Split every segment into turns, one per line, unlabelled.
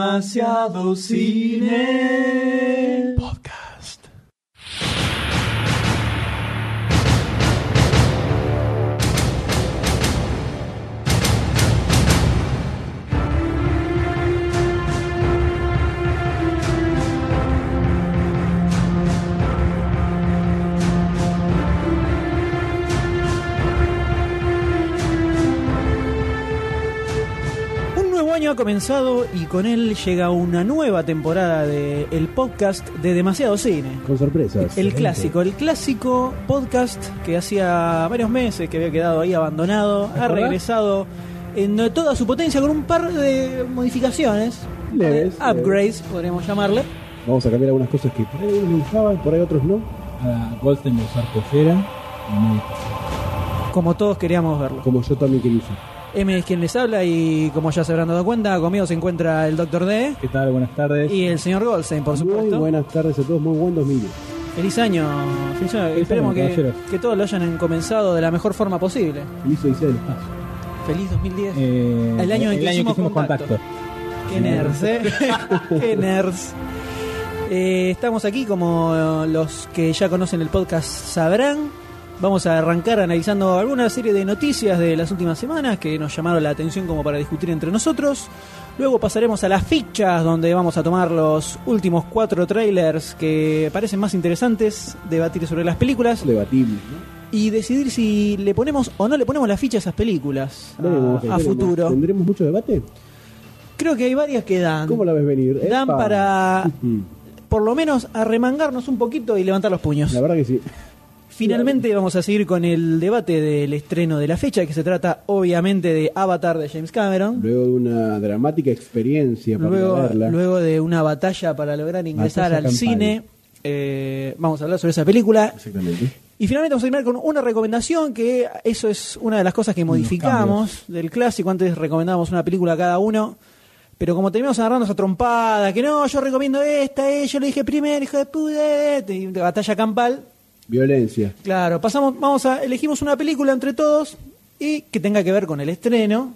Demasiado cine.
Podcast.
Un nuevo año ha comenzado y con él llega una nueva temporada de el podcast de Demasiado Cine.
Con sorpresas.
El clásico, el clásico podcast que hacía varios meses que había quedado ahí abandonado, ha
acordás?
regresado en toda su potencia con un par de modificaciones,
Leves,
de upgrades podríamos llamarle.
Vamos a cambiar algunas cosas que por ahí algunos me gustaban, por ahí otros no.
A Goldstein de usar cojera.
Como todos queríamos verlo.
Como yo también quería usar.
M es quien les habla y como ya se habrán dado cuenta, conmigo se encuentra el Dr. D
¿Qué tal? Buenas tardes.
y el señor Goldstein, por supuesto.
Muy buenas tardes a todos, muy buen 2000.
Feliz año, feliz año. Esperemos
año,
que,
caballeros.
que todos lo hayan comenzado de la mejor forma posible.
Feliz Odisea del Espacio.
Feliz 2010.
Eh,
El año en que hicimos contacto. Qué nerds, eh. Qué nerds. Eh, estamos aquí, como los que ya conocen el podcast sabrán. Vamos a arrancar analizando alguna serie de noticias de las últimas semanas que nos llamaron la atención como para discutir entre nosotros. Luego pasaremos a las fichas donde vamos a tomar los últimos cuatro trailers que parecen más interesantes, debatir sobre las películas.
Es debatible, ¿no?
y decidir si le ponemos o no le ponemos la ficha a esas películas a-
Veremos,
a,
veremos.
futuro.
¿Tendremos mucho debate?
Creo que hay varias que dan.
¿Cómo la ves venir?
Dan
Epa.
para
Mm,
por lo menos arremangarnos un poquito y levantar los puños.
La verdad que sí.
Finalmente vamos a seguir con el debate del estreno de la fecha, que se trata obviamente de Avatar de James Cameron.
Luego de una dramática experiencia para
Luego,
verla.
luego de una batalla para lograr ingresar
Batalla
al
campal.
cine, eh, vamos a hablar sobre esa película.
Exactamente.
Y finalmente vamos a terminar con una recomendación, que eso es una de las cosas que modificamos del clásico. Antes recomendábamos una película a cada uno, pero como terminamos agarrándonos a trompadas, que no, yo recomiendo esta, eh, yo le dije primero, hijo de puta, eh, y de batalla campal.
Violencia.
Claro, pasamos, vamos a, elegimos una película entre todos y que tenga que ver con el estreno.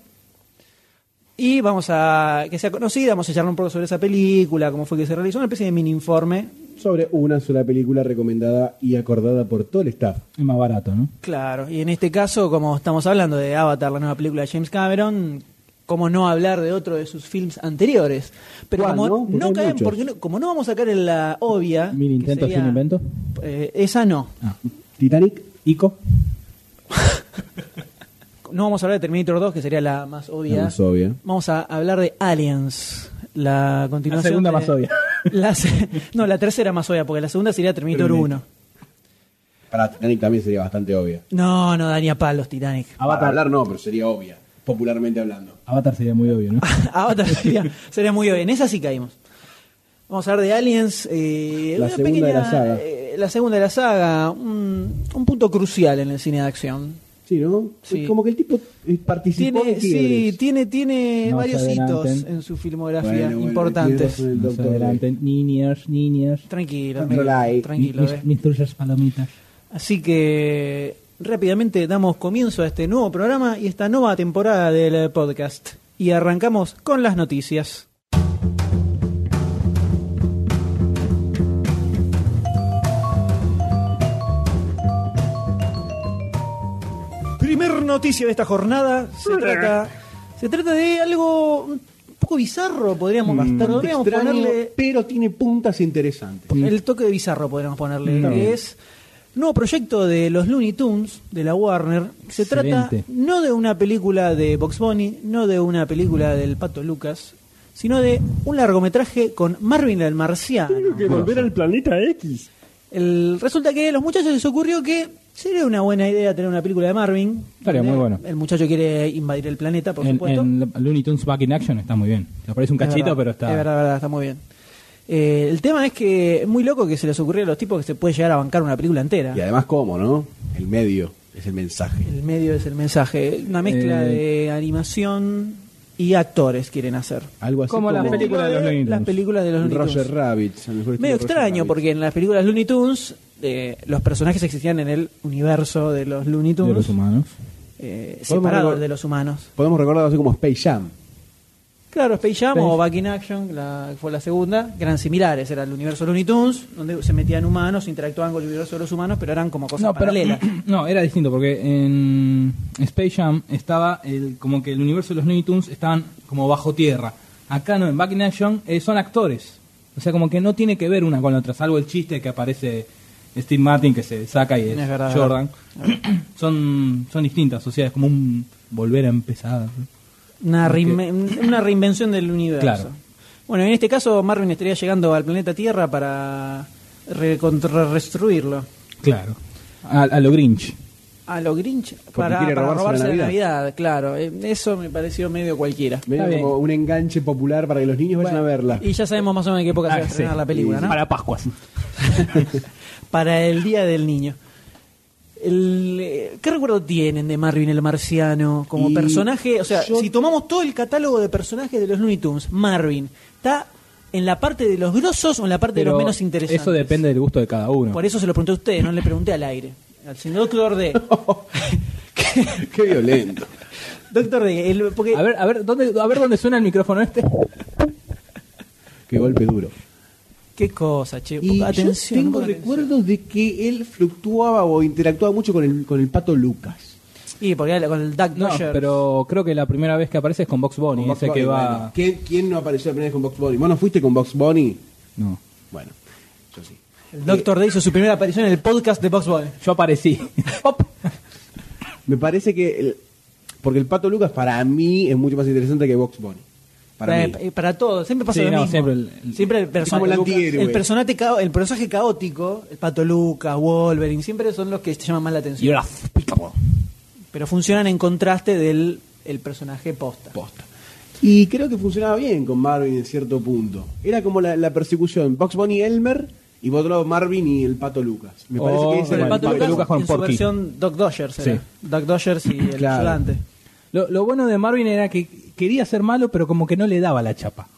Y vamos a que sea conocida, vamos a charlar un poco sobre esa película, cómo fue que se realizó, una especie de mini informe.
Sobre una sola película recomendada y acordada por todo el staff.
Es más barato, ¿no?
Claro, y en este caso, como estamos hablando de Avatar, la nueva película de James Cameron, ¿cómo no hablar de otro de sus films anteriores? Pero
¿Cuál,
como
no?
no,
Porque hay
caen,
muchos.
porque no- como no vamos a caer en la obvia.
Mil
que
intentos sin invento.
eh, esa no.
Ah.
Titanic.
Ico.
No vamos a hablar de Terminator 2, que sería la más obvia.
La más obvia.
Vamos a hablar de Aliens, la continuación.
La segunda
de-
más obvia.
La se- no, la tercera más obvia, porque la segunda sería Terminator 1.
Terminator. Para Titanic también sería bastante obvia.
No, no daría palos Titanic.
Para
Avatar.
hablar no, pero sería obvia, popularmente hablando.
Avatar sería muy obvio, ¿no?
Avatar sería, sería muy bien. En esa sí caímos. Vamos a hablar de Aliens. eh,
La
una
segunda
pequeña-
de la saga.
eh, la segunda de la saga. Un, un punto crucial en el cine de acción.
Sí, ¿no?
Sí.
Como que el tipo eh, participó
Tiene,
en
sí,
quiebres.
tiene, tiene
No se
varios hitos
adelanten.
en su filmografía
Bueno, bueno,
importantes.
tiene razón El
No se
doctor
adelanten. Niños, niños.
Tranquilo,
Control
amigo,
ahí.
tranquilo.
mis,
eh.
mis dulces palomitas.
Así que rápidamente damos comienzo a este nuevo programa y esta nueva temporada del podcast. Y arrancamos con las noticias. Primer noticia de esta jornada se trata, se trata de algo un poco bizarro, podríamos,
Bastante
podríamos
extraño,
ponerle
pero tiene puntas interesantes.
el toque de bizarro podríamos ponerle, que es nuevo proyecto de los Looney Tunes, de la Warner. Se trata
Excelente.
no de una película de Box Bunny, no de una película del Pato Lucas, sino de un largometraje con Marvin el Marciano.
Ah, volver al planeta X.
El- resulta que a los muchachos les ocurrió que sería una buena idea tener una película de Marvin.
Estaría
donde
muy bueno.
El muchacho quiere invadir el planeta, por
En,
supuesto.
en Looney Tunes Back in Action está muy bien. Te aparece un
Es verdad,
cachito, pero
Es
está.
verdad, verdad, está muy bien. Eh, el tema es que es muy loco que se les ocurriera a los tipos que se puede llegar a bancar una película entera.
Y además, ¿cómo, no? El medio es el mensaje.
El medio es el mensaje. Una
Eh,
mezcla de animación y actores quieren hacer.
Algo así
Como
como,
las películas de los Looney Tunes.
Las películas de los Looney Tunes.
Roger Rabbit. a lo mejor estilo
Medio
Roger
extraño,
Rabbit.
porque en las películas Looney Tunes eh, los personajes existían en el universo de los Looney
De
Tunes,
los humanos.
eh,
Podemos
separados
recor-
de los humanos.
Podemos recordarlo así como Space Jam.
Claro, Space Jam
Space-
o Back in Action, la, fue la segunda, que eran similares, era el universo de Looney Tunes, donde se metían humanos, interactuaban con el universo de los humanos, pero eran como cosas
No, pero-
paralelas.
no, era distinto porque en Space Jam estaba el, como que el universo de los Looney Tunes estaban como bajo tierra. Acá no, en Back in Action eh, son actores. O sea, como que no tiene que ver una con la otra, salvo el chiste que aparece Steve Martin que se saca y es,
Es verdad,
Jordan. son son distintas, o sea, es como un volver a empezar.
Una, reinve- una reinvención del universo.
Claro.
Bueno, en este caso Marvin estaría llegando al planeta Tierra para reconstruirlo.
Claro. A, a lo Grinch.
A lo Grinch
Porque
para,
quiere
para
robarse
robarse
la
la Navidad, claro. Eh, Eso me pareció medio cualquiera.
Medio
Está
como un enganche popular para que los niños vayan a verla.
Y ya sabemos más o menos en qué época se va a
Ah, sí.
estrenar la película, ¿no?
Para Pascuas.
para el Día del Niño. El, eh, ¿Qué recuerdo tienen de Marvin el Marciano como
Y
personaje? O sea,
yo-
si tomamos todo el catálogo de personajes de los Looney Tunes, Marvin, ¿está en la parte de los grosos o en la parte de
Pero
los menos interesantes?
eso depende del gusto de cada uno.
Por eso se lo pregunté a usted, no le pregunté al aire. Al señor Doctor D. Que-
Qué violento.
Doctor D, el- porque
A ver, a ver, ¿dónde, a ver dónde suena el micrófono este.
Qué golpe duro.
qué cosa, che.
Y yo
atención.
tengo
pongan atención.
recuerdos de que él fluctuaba o interactuaba mucho con el, con el pato Lucas.
Y porque era con el Duck
No,
Dodger.
pero creo que la primera vez que aparece es con Box Bunny,
Con Bugs
ese que
Bunny,
va.
bueno. ¿Quién, quién no apareció la primera vez con Box Bunny? ¿Vos no fuiste con Box Bunny?
No.
Bueno, yo sí.
El Doctor D hizo su primera aparición en el podcast de Box Bunny.
Yo aparecí. Pop.
Me parece que. el- porque el pato Lucas para mí es mucho más interesante que Box Bunny. Para
Eh,
mí.
pa- eh, para todo, siempre pasa
Sí,
lo
no,
mismo.
siempre el- el-
Siempre el,
Es como el
personaje,
antihéroe.
el, personaje cao- el personaje caótico, el Pato Lucas, Wolverine, siempre son los que te llaman más la atención.
You're a f-
Pero funcionan en contraste del el personaje posta.
Posta. Y creo que funcionaba bien con Marvin en cierto punto. Era como la, la persecución. Box Bunny Elmer y por otro lado Marvin y el pato Lucas. Me parece
Oh,
que
Pero
ese
bueno,
era
el Pato, Lucas,
Lucas con
en su
Porky.
versión Doc Dodgers era.
Sí.
Doc Dodgers y el
Claro.
ayudante.
Lo, lo bueno de Marvin era que quería ser malo, pero como que no le daba la chapa.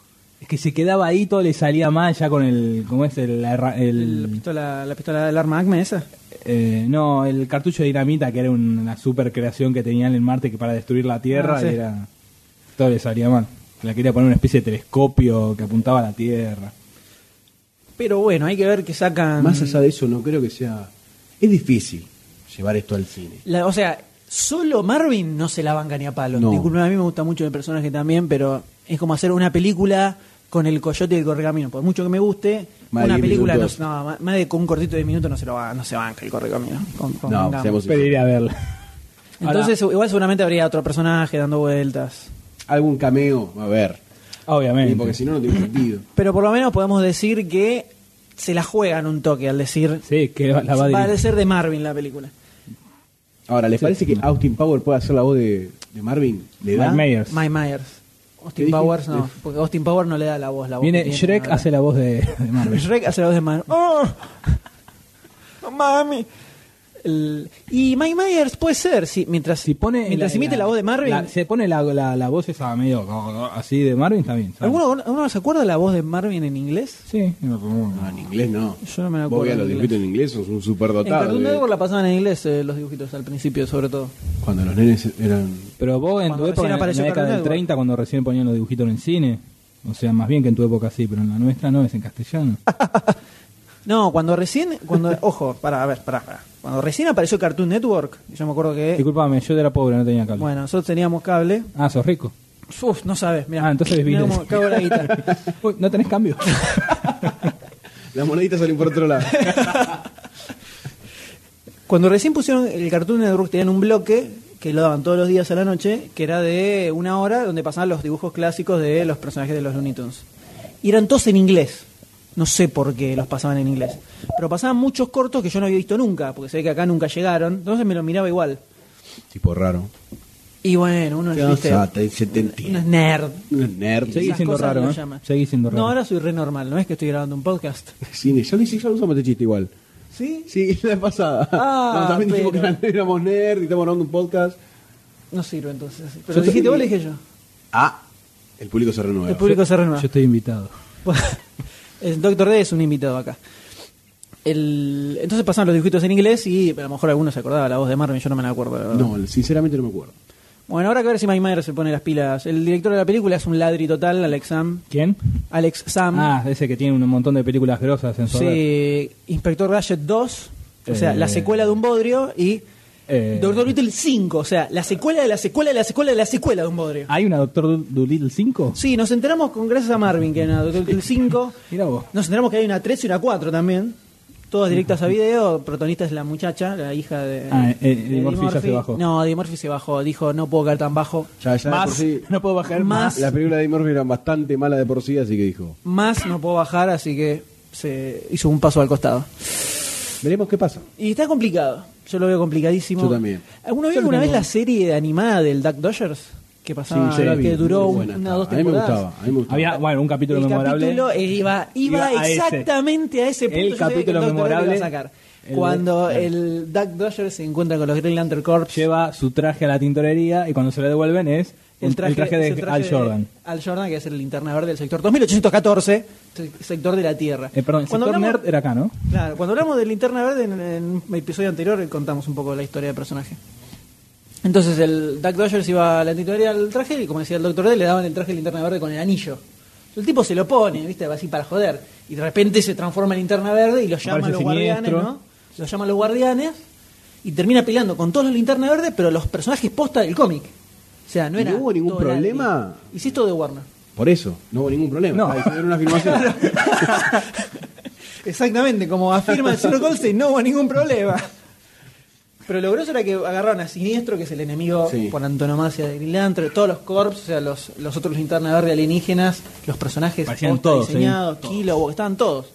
Es que se quedaba ahí, todo le salía mal ya con el. ¿Cómo es? El. la herra- el-
La pistola, la pistola del arma ACME esa.
eh, no, el cartucho de dinamita, que era un- una super creación que tenían en Marte que para destruir la Tierra,
Ah, sí.
y era. Todo le salía mal. Le quería poner una especie de telescopio que apuntaba a la Tierra.
Pero bueno, hay que ver que sacan...
Más allá de eso, no creo que sea. Es difícil llevar esto al cine.
La- o sea, solo Marvin no se la banca ni a palo.
No.
Disculpen, a mí me gusta mucho el personaje también, pero es como hacer una película con el coyote y el correcamino. Por mucho que me guste,
Más de
una
10
película no,
minutos.
no, ma- más de con un cortito de minutos no se lo va, no se banca el correcamino. Con- con-
No,
con-
seamos-
Pero iré a verla.
Entonces, igual seguramente habría otro personaje dando vueltas.
Algún cameo, a ver.
Obviamente.
Porque si no, no tiene sentido.
Pero por lo menos podemos decir que se la juegan un toque al decir.
Sí, que la va a
va a
dirigir.
ser de Marvin la película.
Ahora, ¿les
Sí.
parece que Austin Power puede hacer la voz de, de Marvin? ¿Le da?
Mike Myers.
Mike Myers.
¿Qué
Austin
dije?
Powers no, porque Austin Powers no le da la voz. La voz que
Viene
tiene,
Shrek,
no,
hace la voz de, de Marvel.
Shrek hace la voz de Man. ¡Oh! ¡Mami! El- y Mike Myers puede ser, si, mientras,
Si pone
mientras imite la, voz de Marvin.
la- se pone la, la, la voz esa medio así de Marvin, está bien. ¿sabes?
¿alguno, alguno se acuerda de la voz de Marvin en inglés?
Sí.
No, en inglés no.
Yo no me acuerdo
Vos veías los
en
dibujitos en inglés, sos un
En Cartoon
superdotado.
eh.
de-
Network la pasaban en inglés eh, los dibujitos al principio, sobre todo.
Cuando los nenes eran.
Pero vos en
Cuando
tu
recién
época, en la
apareció
década
Cartoon
del
Network.
30, cuando recién ponían los dibujitos en el cine, o sea, más bien que en tu época sí, pero en la nuestra no, es en castellano.
Ah, No, cuando recién. cuando Ojo, pará, a ver, pará, pará. Cuando recién apareció Cartoon Network, yo me acuerdo que.
Disculpame, yo era pobre, no tenía cable.
eh. Bueno, nosotros teníamos cable.
Ah, sos rico.
Uf, no sabes, mira.
Ah, entonces viste.
la guitarra.
Uy, no tenés cambio.
Las moneditas salen por otro lado.
Cuando recién pusieron el Cartoon Network tenían un bloque que lo daban todos los días a la noche, que era de una hora donde pasaban los dibujos clásicos de los personajes de los Looney Tunes. Y eran todos en inglés. No sé por qué los pasaban en inglés. Pero pasaban muchos cortos que yo no había visto nunca, porque se ve que acá nunca llegaron. Entonces me lo miraba igual.
tipo raro.
Y bueno, uno
Qué
viste,
osata, y se te entiende.
uno es nerd.
Unos nerds.
Seguí
Esas
siendo
cosas
raro,
lo
¿eh?
llaman.
Seguí siendo raro.
No, ahora soy re normal, no es que estoy grabando un podcast.
Cine. Ya lo hice, ya lo usamos este chiste igual.
¿Sí?
Sí, la pasada.
Ah,
No, también dijimos que
pero-
eran- éramos nerds y estamos grabando un podcast.
No sirve entonces.
Yo
Pero lo dijiste
estoy-
vos, lo dije yo.
Ah, el público se renueva.
El público se renueva.
Yo estoy invitado.
el Doctor D es un invitado acá. El, entonces pasaban los dibujitos en inglés y a lo mejor algunos se acordaba la voz de Marvin, yo no me la acuerdo. la verdad.
No, sinceramente no me acuerdo.
Bueno, habrá que ver si Mike Myers se pone las pilas. El director de la película es un ladri total, Alex Sam.
¿Quién?
Alex Sam.
Ah, ese que tiene un montón de películas grosas en su haber.
Sí, Inspector Gadget 2, o sea,
Eh.
la secuela de un bodrio, y
Eh,
Doctor Beetle 5, o sea, la secuela de la secuela de la secuela de la secuela de un bodrio.
¿Hay una Doctor Du- Dolittle 5?
Sí, nos enteramos con gracias a Marvin que hay una Doctor Beetle 5.
Mira vos.
Nos enteramos que hay una 3 y una 4 también. Todas directas a video. Protagonista es la muchacha, la hija de.
Ah, eh, Eddie
de
Murphy ya se bajó.
No, Eddie Murphy se bajó. Dijo, no puedo caer tan bajo.
Ya, ya de
Más.
por sí,
No puedo bajar
Más.
más.
La película de Eddie Murphy era bastante mala de por sí, así que dijo.
Más no puedo bajar, así que se hizo un paso al costado.
Veremos qué pasa.
Y está complicado. Yo lo veo complicadísimo.
Yo también.
¿Alguno
Yo
vio
lo
alguna vez
tengo.
la serie animada del Duck Dodgers? Que pasaba, eh,
yo la vi,
que Ah, este duró
muy
un-
buena
una
estaba.
dos
a mí me
temporadas.
gustaba, a mí me gustaba.
Había, bueno, un capítulo
el
memorable.
capítulo eh, iba, iba,
Iba a ese.
exactamente a ese punto.
El
yo sabía que
capítulo
Dr. Who lo iba a
memorable,
sacar.
el-
Cuando
claro.
el Duck Dodger se encuentra con los Green Lantern Corps,
Lleva su traje a la tintorería y cuando se lo devuelven es un-
el traje,
de
es el
Al Jordan.
Al Jordan, que es el linterna verde del sector 2814, se- sector de la Tierra.
Eh, perdón, el
Cuando
sector
hablamos-
nerd era acá, ¿no?
Claro, cuando hablamos de linterna verde en, en un episodio anterior eh, contamos un poco la historia del personaje. Entonces el Duck Dodgers iba a la titularidad del traje y como decía el Doctor D le daban el traje de linterna verde con el anillo. El tipo se lo pone, viste, así para joder. Y de repente se transforma en linterna verde y lo llaman
Aparece
los guardianes,
Siniestro.
¿no? Lo llaman los guardianes y termina peleando con todos los linterna verde, pero los personajes posta del cómic. O sea, no
¿Y
era.
no hubo ningún
todo Larry.
problema?
Hiciste todo de Warner.
Por eso, no hubo ningún problema.
No.
Ah, hicieron una filmación.
Exactamente, como afirma el señor Goldstein, no hubo ningún problema. Pero lo grosso era que agarraron a Siniestro, que es el enemigo
Sí.
por antonomasia de Green Lantern, todos los corps, o sea, los, los otros linterna verde alienígenas, los personajes
Parecían
posta
todos,
diseñados,
sí, todos.
Kilo, estaban todos.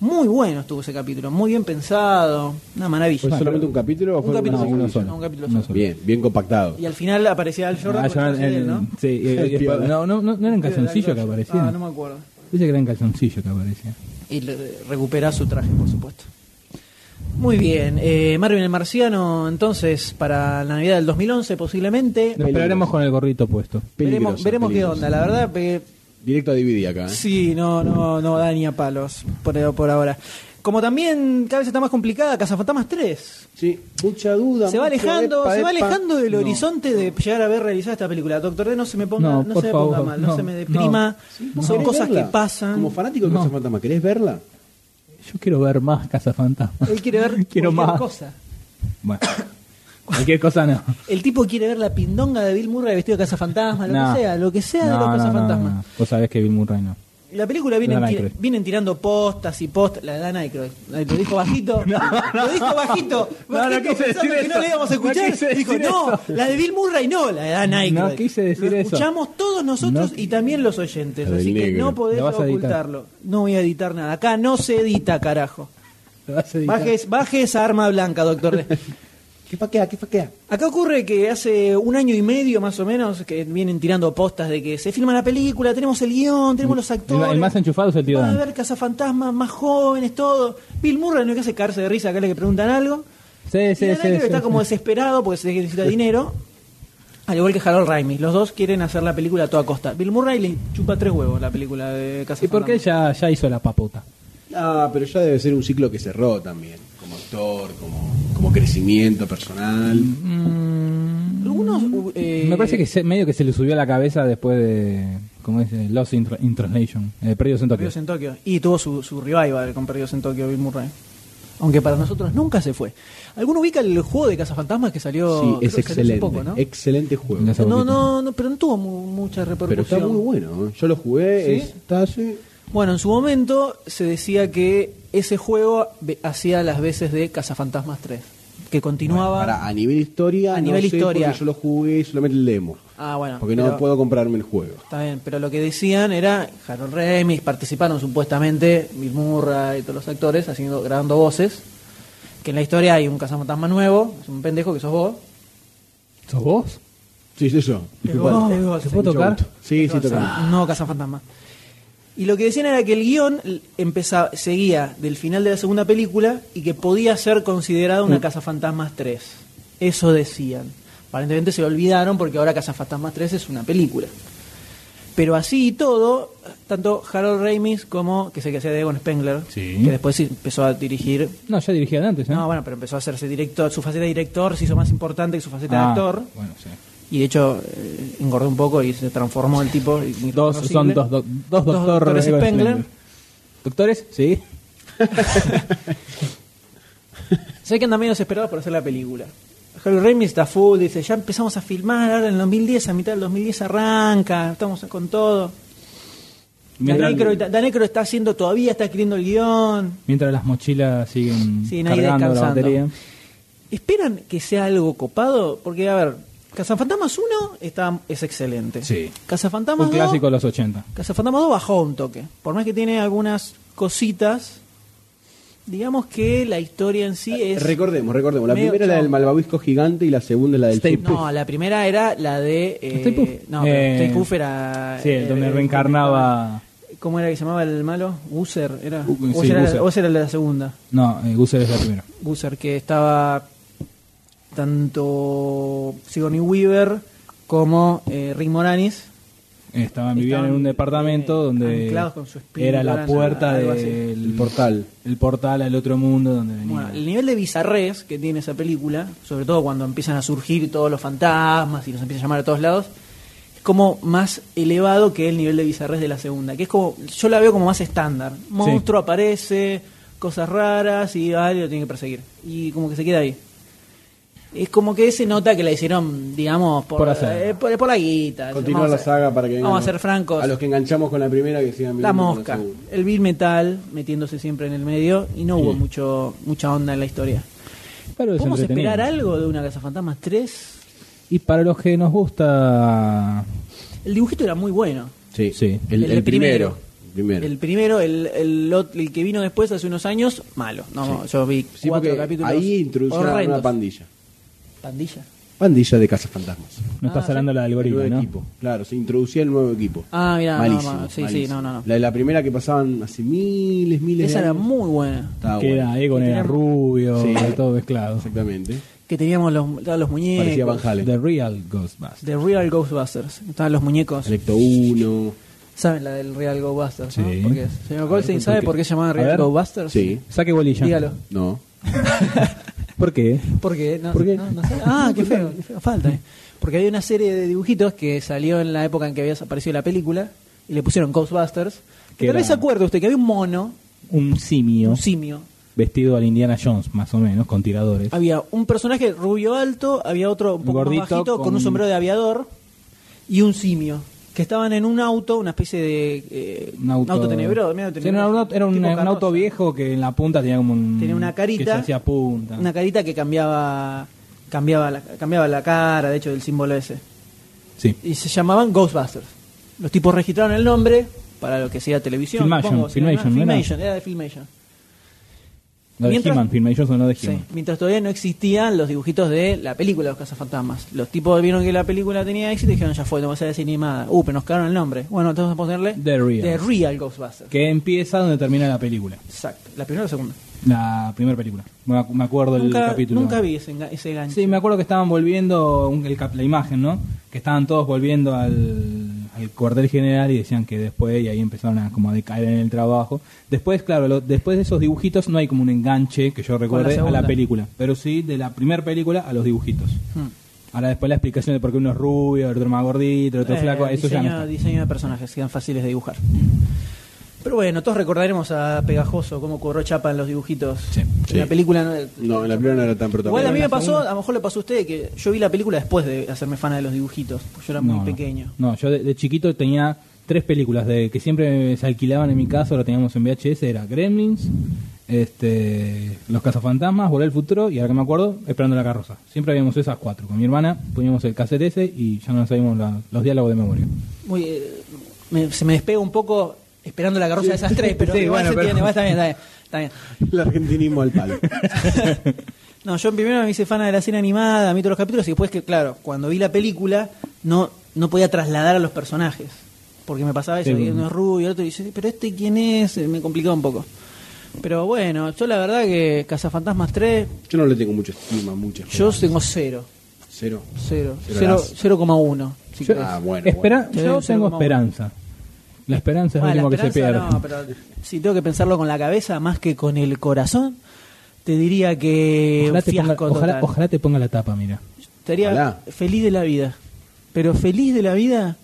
Muy bueno estuvo ese capítulo, muy bien pensado, una maravilla.
¿Fue solamente un capítulo o fue
Un capítulo
una
solo,
secuencia?
solo.
un capítulo
Uno
solo.
solo.
Bien, bien compactado.
Y al final aparecía Al Jordan, con el
Al Ah, Jordan,
traje de él,
el-
¿no?
sí, y- y-
El piola.
no, no, no, no era en calzoncillo que
Ah,
aparecía.
no me acuerdo.
Dice que era en calzoncillo que aparecía.
Y le- recupera su traje, por supuesto. Muy bien, eh, Marvin el Marciano, entonces, para la Navidad del 2011 posiblemente.
Lo esperaremos con el gorrito puesto.
Veremos,
Peligroso,
veremos qué
peligroso.
onda, la verdad, que
Directo a DVD acá. ¿eh?
sí, no, no, no da ni a palos por, por ahora. Como también cada vez está más complicada, Cazafantasmas 3.
Sí, mucha duda.
Se va
mucho eh,
alejando,
epa,
se va
epa.
alejando del
No.
horizonte de llegar a ver realizada esta película. Doctor D, no se me ponga, no,
No, por
se me ponga
favor,
mal, no,
no,
se me deprima.
¿Vos
Son
querés
cosas que
verla?
pasan.
Como fanático de
No.
Casa Fantasma, ¿querés verla?
Yo quiero ver más Cazafantasma.
Él quiere ver cualquier
quiero más.
cosa.
Bueno, cualquier cosa no.
El tipo quiere ver la pindonga de Bill Murray vestido de cazafantasma, lo
No.
que sea, lo que sea de
No,
los
no, no,
cazafantasmas.
no. Vos sabés que Bill Murray no.
La película vienen,
Dana
tira-
Aykroyd.
vienen tirando postas y postas. La de Dana Aykroyd. Lo dijo bajito. Lo dijo bajito. bajito
No, no quise
pensando
decir
que no
eso.
le íbamos a
No
escuchar.
quise
dijo,
decir
no,
eso.
la de Bill Murray no, la de Dana Aykroyd.
No quise decir
Lo
eso.
escuchamos todos nosotros
No.
y también los oyentes.
La del
Así que
negro.
no podés
Lo vas a editar.
ocultarlo. No voy a editar nada. Acá no se edita, carajo.
Lo vas a editar.
Baje, baje esa arma blanca, doctor. D.
¿Qué faquea? ¿Qué faquea?
Acá ocurre que hace un año y medio más o menos que vienen tirando postas de que se filma la película, tenemos el guión, tenemos los actores.
El, el más enchufado es el tío
Va a
Dan.
haber cazafantasmas más jóvenes, todo. Bill Murray no es que hace caerse de risa acá le que preguntan algo.
Sí,
y
sí,
Dan
sí.
Aykroyd
sí,
está
sí.
como desesperado porque se necesita dinero. Al igual que Harold Raimi. Los dos quieren hacer la película a toda costa. Bill Murray le chupa tres huevos la película de
¿Y
Cazafantasmas.
por qué ya, ya hizo la papota?
Ah, pero ya debe ser un ciclo que cerró también. Como actor, como, como crecimiento personal.
Algunos, uh, eh,
Me parece que se- medio que se le subió a la cabeza después de. ¿Cómo es? Lost in, Tra- in Translation. Eh, Perdidos en Tokio.
Perdidos en Tokio. Y tuvo su, su revival con Perdidos en Tokio, Bill Murray. Aunque para nosotros nunca se fue. ¿Alguno ubica el juego de Cazafantasmas que salió,
sí,
creo
es
que salió hace
excelente.
poco, no?
Excelente juego.
No sé.
No, no, no, pero no tuvo mu- mucha
Pero
repercusión.
está muy bueno. ¿eh? Yo lo jugué.
¿Sí?
es- está así.
Bueno, en su momento se decía que ese juego ve- hacía las veces de Cazafantasmas 3, que continuaba...
Para, a nivel historia,
A
no
nivel
sé,
historia.
porque yo lo jugué solamente el demo.
ah, bueno.
Porque
pero-
no puedo comprarme el juego.
Está bien, pero lo que decían era Harold Remis, participaron supuestamente Bill Murray y todos los actores haciendo grabando voces. Que en la historia hay un cazafantasma nuevo, es un pendejo que sos vos.
¿Sos vos?
Sí, soy yo. Disculpa.
vos, es vos,
¿Te
es
puedo
vos.
tocar?
Sí, sí,
Entonces,
toca.
No, Cazafantasma. Y lo que decían era que el guión l- empezaba, seguía del final de la segunda película y que podía ser considerada
Mm.
una Cazafantasmas 3. Eso decían. Aparentemente se lo olvidaron porque ahora Cazafantasmas 3 es una película. Pero así y todo, tanto Harold Ramis como, que sé que hacía Devon Spengler,
Sí.
que después sí empezó a dirigir.
No, ya dirigían antes, ¿eh?
No, bueno, pero empezó a hacerse director. Su faceta de director se hizo más importante que su faceta de
Ah,
actor.
Bueno, sí.
Y de hecho eh, engordó un poco y se transformó el tipo.
Dos,
irreconocible.
son dos, doc- dos,
Dos
doctor-
doctores
Ego
Spengler.
¿Doctores? Sí.
Sé que andan medio desesperados por hacer la película. Harold Ramis está full, dice, ya empezamos a filmar ahora en el 2010, a mitad del 2010 arranca, estamos con todo.
Mientras,
Danecro, Danecro está haciendo todavía, está escribiendo el guión.
mientras las mochilas siguen
Siguen ahí
cargando la
descansando.
batería.
¿Esperan que sea algo copado? Porque, a ver, Cazafantasmas 1 está, es excelente.
Sí.
Cazafantasmas
Un
2,
clásico de los 80.
Cazafantasmas 2 bajó un toque. Por más que tiene algunas cositas, digamos que la historia en sí es...
Recordemos, recordemos. La
medio
primera es la
chongo.
del malvavisco gigante y la segunda es la del
Stay
chip.
No, la primera era la de. eh,
Stay Puft.
No, pero
Eh,
Stay Puft era.
Sí,
era-
donde reencarnaba...
¿Cómo era que se llamaba el malo? User era.
U-
o,
sí,
era
User.
o esa era la segunda.
No, eh, Gusser es la primera.
User, que estaba tanto Sigourney Weaver como eh, Rick Moranis.
Estaban, vivían
Estaban,
en un departamento
eh,
donde
anclados con su espíritu,
era la
eran
puerta
algo
del
así.
El portal.
El portal al otro mundo donde venía.
Bueno, el nivel de bizarrés que tiene esa película, sobre todo cuando empiezan a surgir todos los fantasmas y los empiezan a llamar a todos lados, es como más elevado que el nivel de bizarrés de la segunda, que es como, yo la veo como más estándar. Monstruo aparece, cosas raras y alguien lo tiene que perseguir. Y como que se queda ahí. Es como que se nota que la hicieron, digamos, por,
Por hacer.
eh, por- por la guita.
Continuar
Vamos a-
la saga para que vengan
Vamos a ser
los-
francos.
A los que enganchamos con la primera que sigan
La
viendo con
mosca,
segunda.
el Bill Metal metiéndose siempre en el medio y no hubo mucho mucha onda en la historia.
Pero es
¿Podemos
entretenido.
esperar algo de una Casa Fantasmas 3?
Y para los que nos gusta...
El dibujito era muy bueno.
Sí,
Sí.
El,
El
el
primero.
primero. primero.
El primero, el, el, lot- el que vino después hace unos años, malo. No, yo vi
Sí,
cuatro
porque
capítulos.
ahí introdujeron a
horrendos.
una pandilla.
pandilla.
Pandilla de Cazafantasmas.
Ah,
No está
sí.
hablando la del
El
gorila,
nuevo
¿no?
equipo. Claro, se introducía el nuevo equipo.
Ah, mirá, no,
malísimo,
no, sí,
malísimo.
sí, no, no, no.
La, la primera que pasaban hace miles, miles
Esa
de
era
años.
muy buena.
Estaba
que
buena.
era Egon, era
Teníamos-
rubio,
Sí.
era todo mezclado.
Exactamente.
Que teníamos los, estaban los
Parecía Van
muñecos.
Halen.
The Real Ghostbusters.
De Real Ghostbusters. Estaban los muñecos.
Selecto 1.
¿Saben la del Real Ghostbusters? no?
Sí.
¿Por qué? Señor Goldstein, ¿sabe por qué se llamaba
A
Real
ver.
Ghostbusters?
Sí.
Saque bolilla.
Dígalo.
No.
¿Por qué?
Porque no,
¿Por qué?
no- no sé. Ah, qué feo, qué feo, falta. eh. Porque había una serie de dibujitos que salió en la época en que había aparecido la película y le pusieron Ghostbusters. Que
Que
tal vez se
era-
acuerde usted que había un mono,
Un simio
un simio.
vestido al Indiana Jones, más o menos, con tiradores.
Había un personaje rubio alto, había otro un poco
Gordito
más bajito con...
con-
un sombrero de aviador y un simio. Que estaban en un auto, una especie de. eh,
Un auto,
tenebroso, medio
Sí,
tenebroso,
era un auto, era un-
tipo
un
carroza.
auto viejo que en la punta tenía como un...
Tenía una carita.
Que se hacía punta.
Una carita que cambiaba cambiaba la, cambiaba la cara, de hecho, del símbolo ese.
Sí.
y se llamaban Ghostbusters. Los tipos registraron el nombre para lo que sea televisión.
Filmation,
supongo, si no
Filmation,
era,
¿no era?
Filmation, era de Filmation.
La de
Mientras-
He-Man, Filmation sonó de
Sí,
He-Man.
Mientras todavía no existían los dibujitos de la película Los Cazafantasmas. Los tipos vieron que la película tenía éxito y dijeron, ya fue, no vas a decir ni nada. Uh, pero nos cagaron el nombre. Bueno, entonces vamos a ponerle
The Real.
Ghostbusters.
Que empieza donde termina la película.
Exacto, la primera o la segunda.
La primera película. Me ac- me acuerdo el
Nunca,
capítulo.
nunca vi ese, enga- ese gancho.
Sí, me acuerdo que estaban volviendo un- el cap- la imagen, ¿no? Que estaban todos volviendo al, al cuartel general y decían que después, y ahí empezaron a como a decaer en el trabajo. Después, claro, lo- después de esos dibujitos no hay como un enganche que yo recuerde a
segunda.
la película, pero sí de la primera película a los dibujitos.
Hmm.
Ahora después la explicación de por qué uno es rubio, el otro más gordito, el otro
Eh,
flaco, eso
diseño,
ya no está.
diseño de personajes, sean fáciles de dibujar. Pero bueno, todos recordaremos a Pegajoso, cómo cobró chapa en los dibujitos.
Sí,
En
sí.
La película no-
No, en la primera no era tan protagonista.
Igual a mí me
la
pasó,
segunda.
a lo mejor le pasó a usted, que yo vi la película después de hacerme fan de los dibujitos, porque yo era muy
No, no.
pequeño.
No, yo de, de chiquito tenía tres películas de que siempre se alquilaban en
Mm.
mi casa, lo teníamos en VHS, era Gremlins, este, Los cazafantasmas, Volver al futuro y ahora que me acuerdo, Esperando la carroza. Siempre habíamos esas cuatro. Con mi hermana poníamos el cassette ese y ya no sabíamos la- los diálogos de memoria.
Muy, eh, me- se me despega un poco esperando la carroza de esas tres, pero
Sí,
igual
bueno,
se
pero-
tiene, igual está bien, está bien, está bien.
El argentinismo al palo.
No, yo primero me hice fan de la serie animada, a mí todos los capítulos, y después que, claro, cuando vi la película, no, no podía trasladar a los personajes. Porque me pasaba eso,
Sí,
que
bueno.
uno es rubio, el otro dice, pero este quién es, Eh, me complicaba un poco. Pero bueno, yo la verdad que Cazafantasmas 3,
Yo no le tengo mucha estima, mucha.
yo tengo cero,
Cero.
cero,
Cero
cero,
gas.
0,1. si
Yo-
querés.
Ah, bueno.
Espera,
Te doy
yo
un cero
tengo
coma uno.
esperanza. La esperanza es lo
Ah, la
último que se pierde.
esperanza No, pero si tengo que pensarlo con la cabeza más que con el corazón, te diría que
ojalá,
eh, un
te ponga,
fiasco
ojalá-
total.
ojalá te ponga la tapa, mira.
Estaría
Ojalá.
feliz de la vida. pero feliz de la vida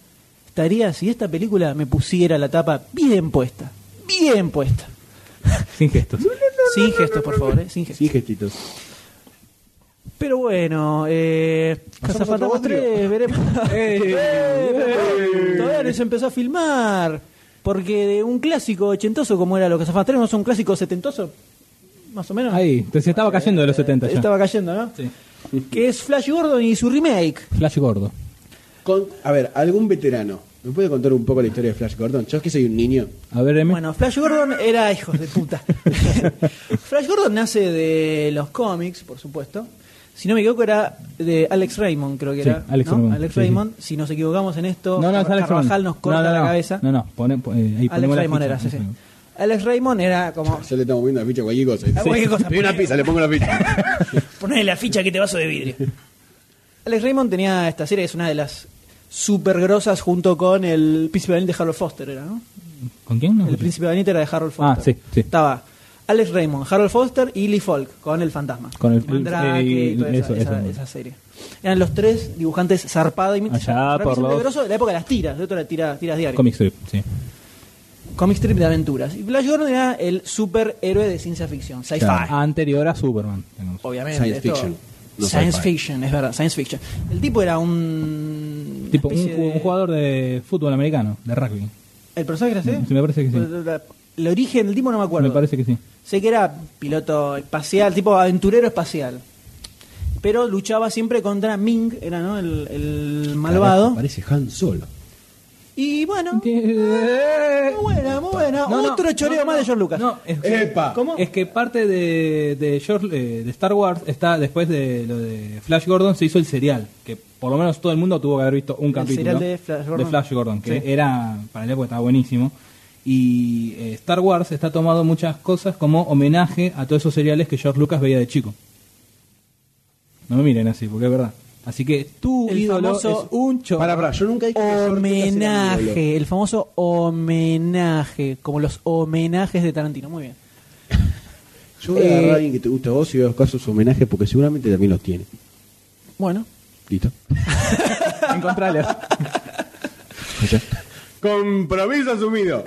estaría si esta película me pusiera la tapa bien puesta. Bien puesta.
Sin gestos.
Sin gestos, por favor, ¿eh? sin gestos.
Sí, gestitos.
Pero bueno, eh,
Pasamos a otro
Cazafantasmas
bodrio.
3, veremos. Eh, pero Todavía no se empezó a filmar. Porque de un clásico ochentoso como era los Cazafantasmas 3, no es un clásico setentoso, más o menos.
Ahí, entonces estaba cayendo de los 70 ya.
eh, Estaba cayendo, ¿no?
Sí.
Que es Flash Gordon y su remake.
Flash gordo.
Con- a ver, algún veterano. ¿Me puede contar un poco la historia de Flash Gordon? Yo es que soy un niño.
A ver, M.
Bueno, Flash Gordon era hijo de puta. Flash Gordon nace de los cómics, por supuesto. Si no me equivoco, era de Alex Raymond, creo que
Sí,
era.
Alex
¿no?
Raymond, sí,
Raymond. Si nos equivocamos en esto,
no, no, es Alex
Carvajal
Raymond.
nos corta
no, no,
la
no.
cabeza.
No, no, pone, po- eh, ahí
Alex
ponemos la
Raymond
ficha.
era, sí, sí. Alex Raymond era como.
Yo le estamos viendo la ficha a cualquier cosa.
A Ah, cualquier cosa,
Pido una
ponele.
pizza, le pongo la pizza.
Ponele la ficha que te vaso de vidrio. Alex Raymond tenía esta serie, es una de las super grosas junto con el Príncipe Valiente de Harold Foster, ¿era, no?
¿Con quién? No
El
escuché.
Príncipe Valiente era de Harold Foster.
Ah, sí, sí.
Estaba Alex Raymond, Harold Foster y Lee Falk con el fantasma.
Con el- eh,
Mandrake y toda esa,
eso,
esa-
eso.
esa serie. Eran los tres dibujantes zarpados y
Allá por
siempre
los-
grosso de la época de las tiras, de otra era tira- tiras diarias.
Comic strip, sí.
Comic strip de aventuras. Y Flash Gordon era el superhéroe de ciencia ficción, sci-fi.
Claro. Anterior a Superman. digamos.
Obviamente.
Science
esto-
fiction, no
science
sci-fi.
fiction, es verdad, science fiction. El tipo era un. una
Tipo un,
especie
ju-
de-
un jugador de fútbol americano, de rugby.
¿El personaje era así?
Sí, me parece que sí.
El origen del tipo no me acuerdo.
Me parece que sí.
Sé que era piloto espacial, tipo aventurero espacial. Pero luchaba siempre contra Ming, era ¿no? el, el malvado.
Parece Han Solo.
Y bueno,
Eh,
muy buena, muy buena.
no, no,
Otro choreo
no,
más
no,
de George Lucas.
No, es que,
¡Epa!
¿Cómo?
Es que parte de, de, George, eh, de Star Wars está después de lo de Flash Gordon, se hizo el serial. Que por lo menos todo el mundo tuvo que haber visto un capítulo.
serial de Flash Gordon.
Gordon, que
Sí.
era, para la época estaba buenísimo. Y eh, Star Wars está tomando muchas cosas como homenaje a todos esos seriales que George Lucas veía de chico. No me miren así, porque es verdad. Así que tu
El
ídolo
famoso-
es un chorro.
Para, para, yo nunca dije que George Lucas era mi ídolo.
Homenaje, el famoso homenaje, como los homenajes de Tarantino, muy bien.
Yo voy a
Eh,
agarrar a alguien que te guste a vos y voy a buscar sus homenajes porque seguramente también los tiene.
Bueno,
¿Listo?
Encontrales.
Compromiso asumido.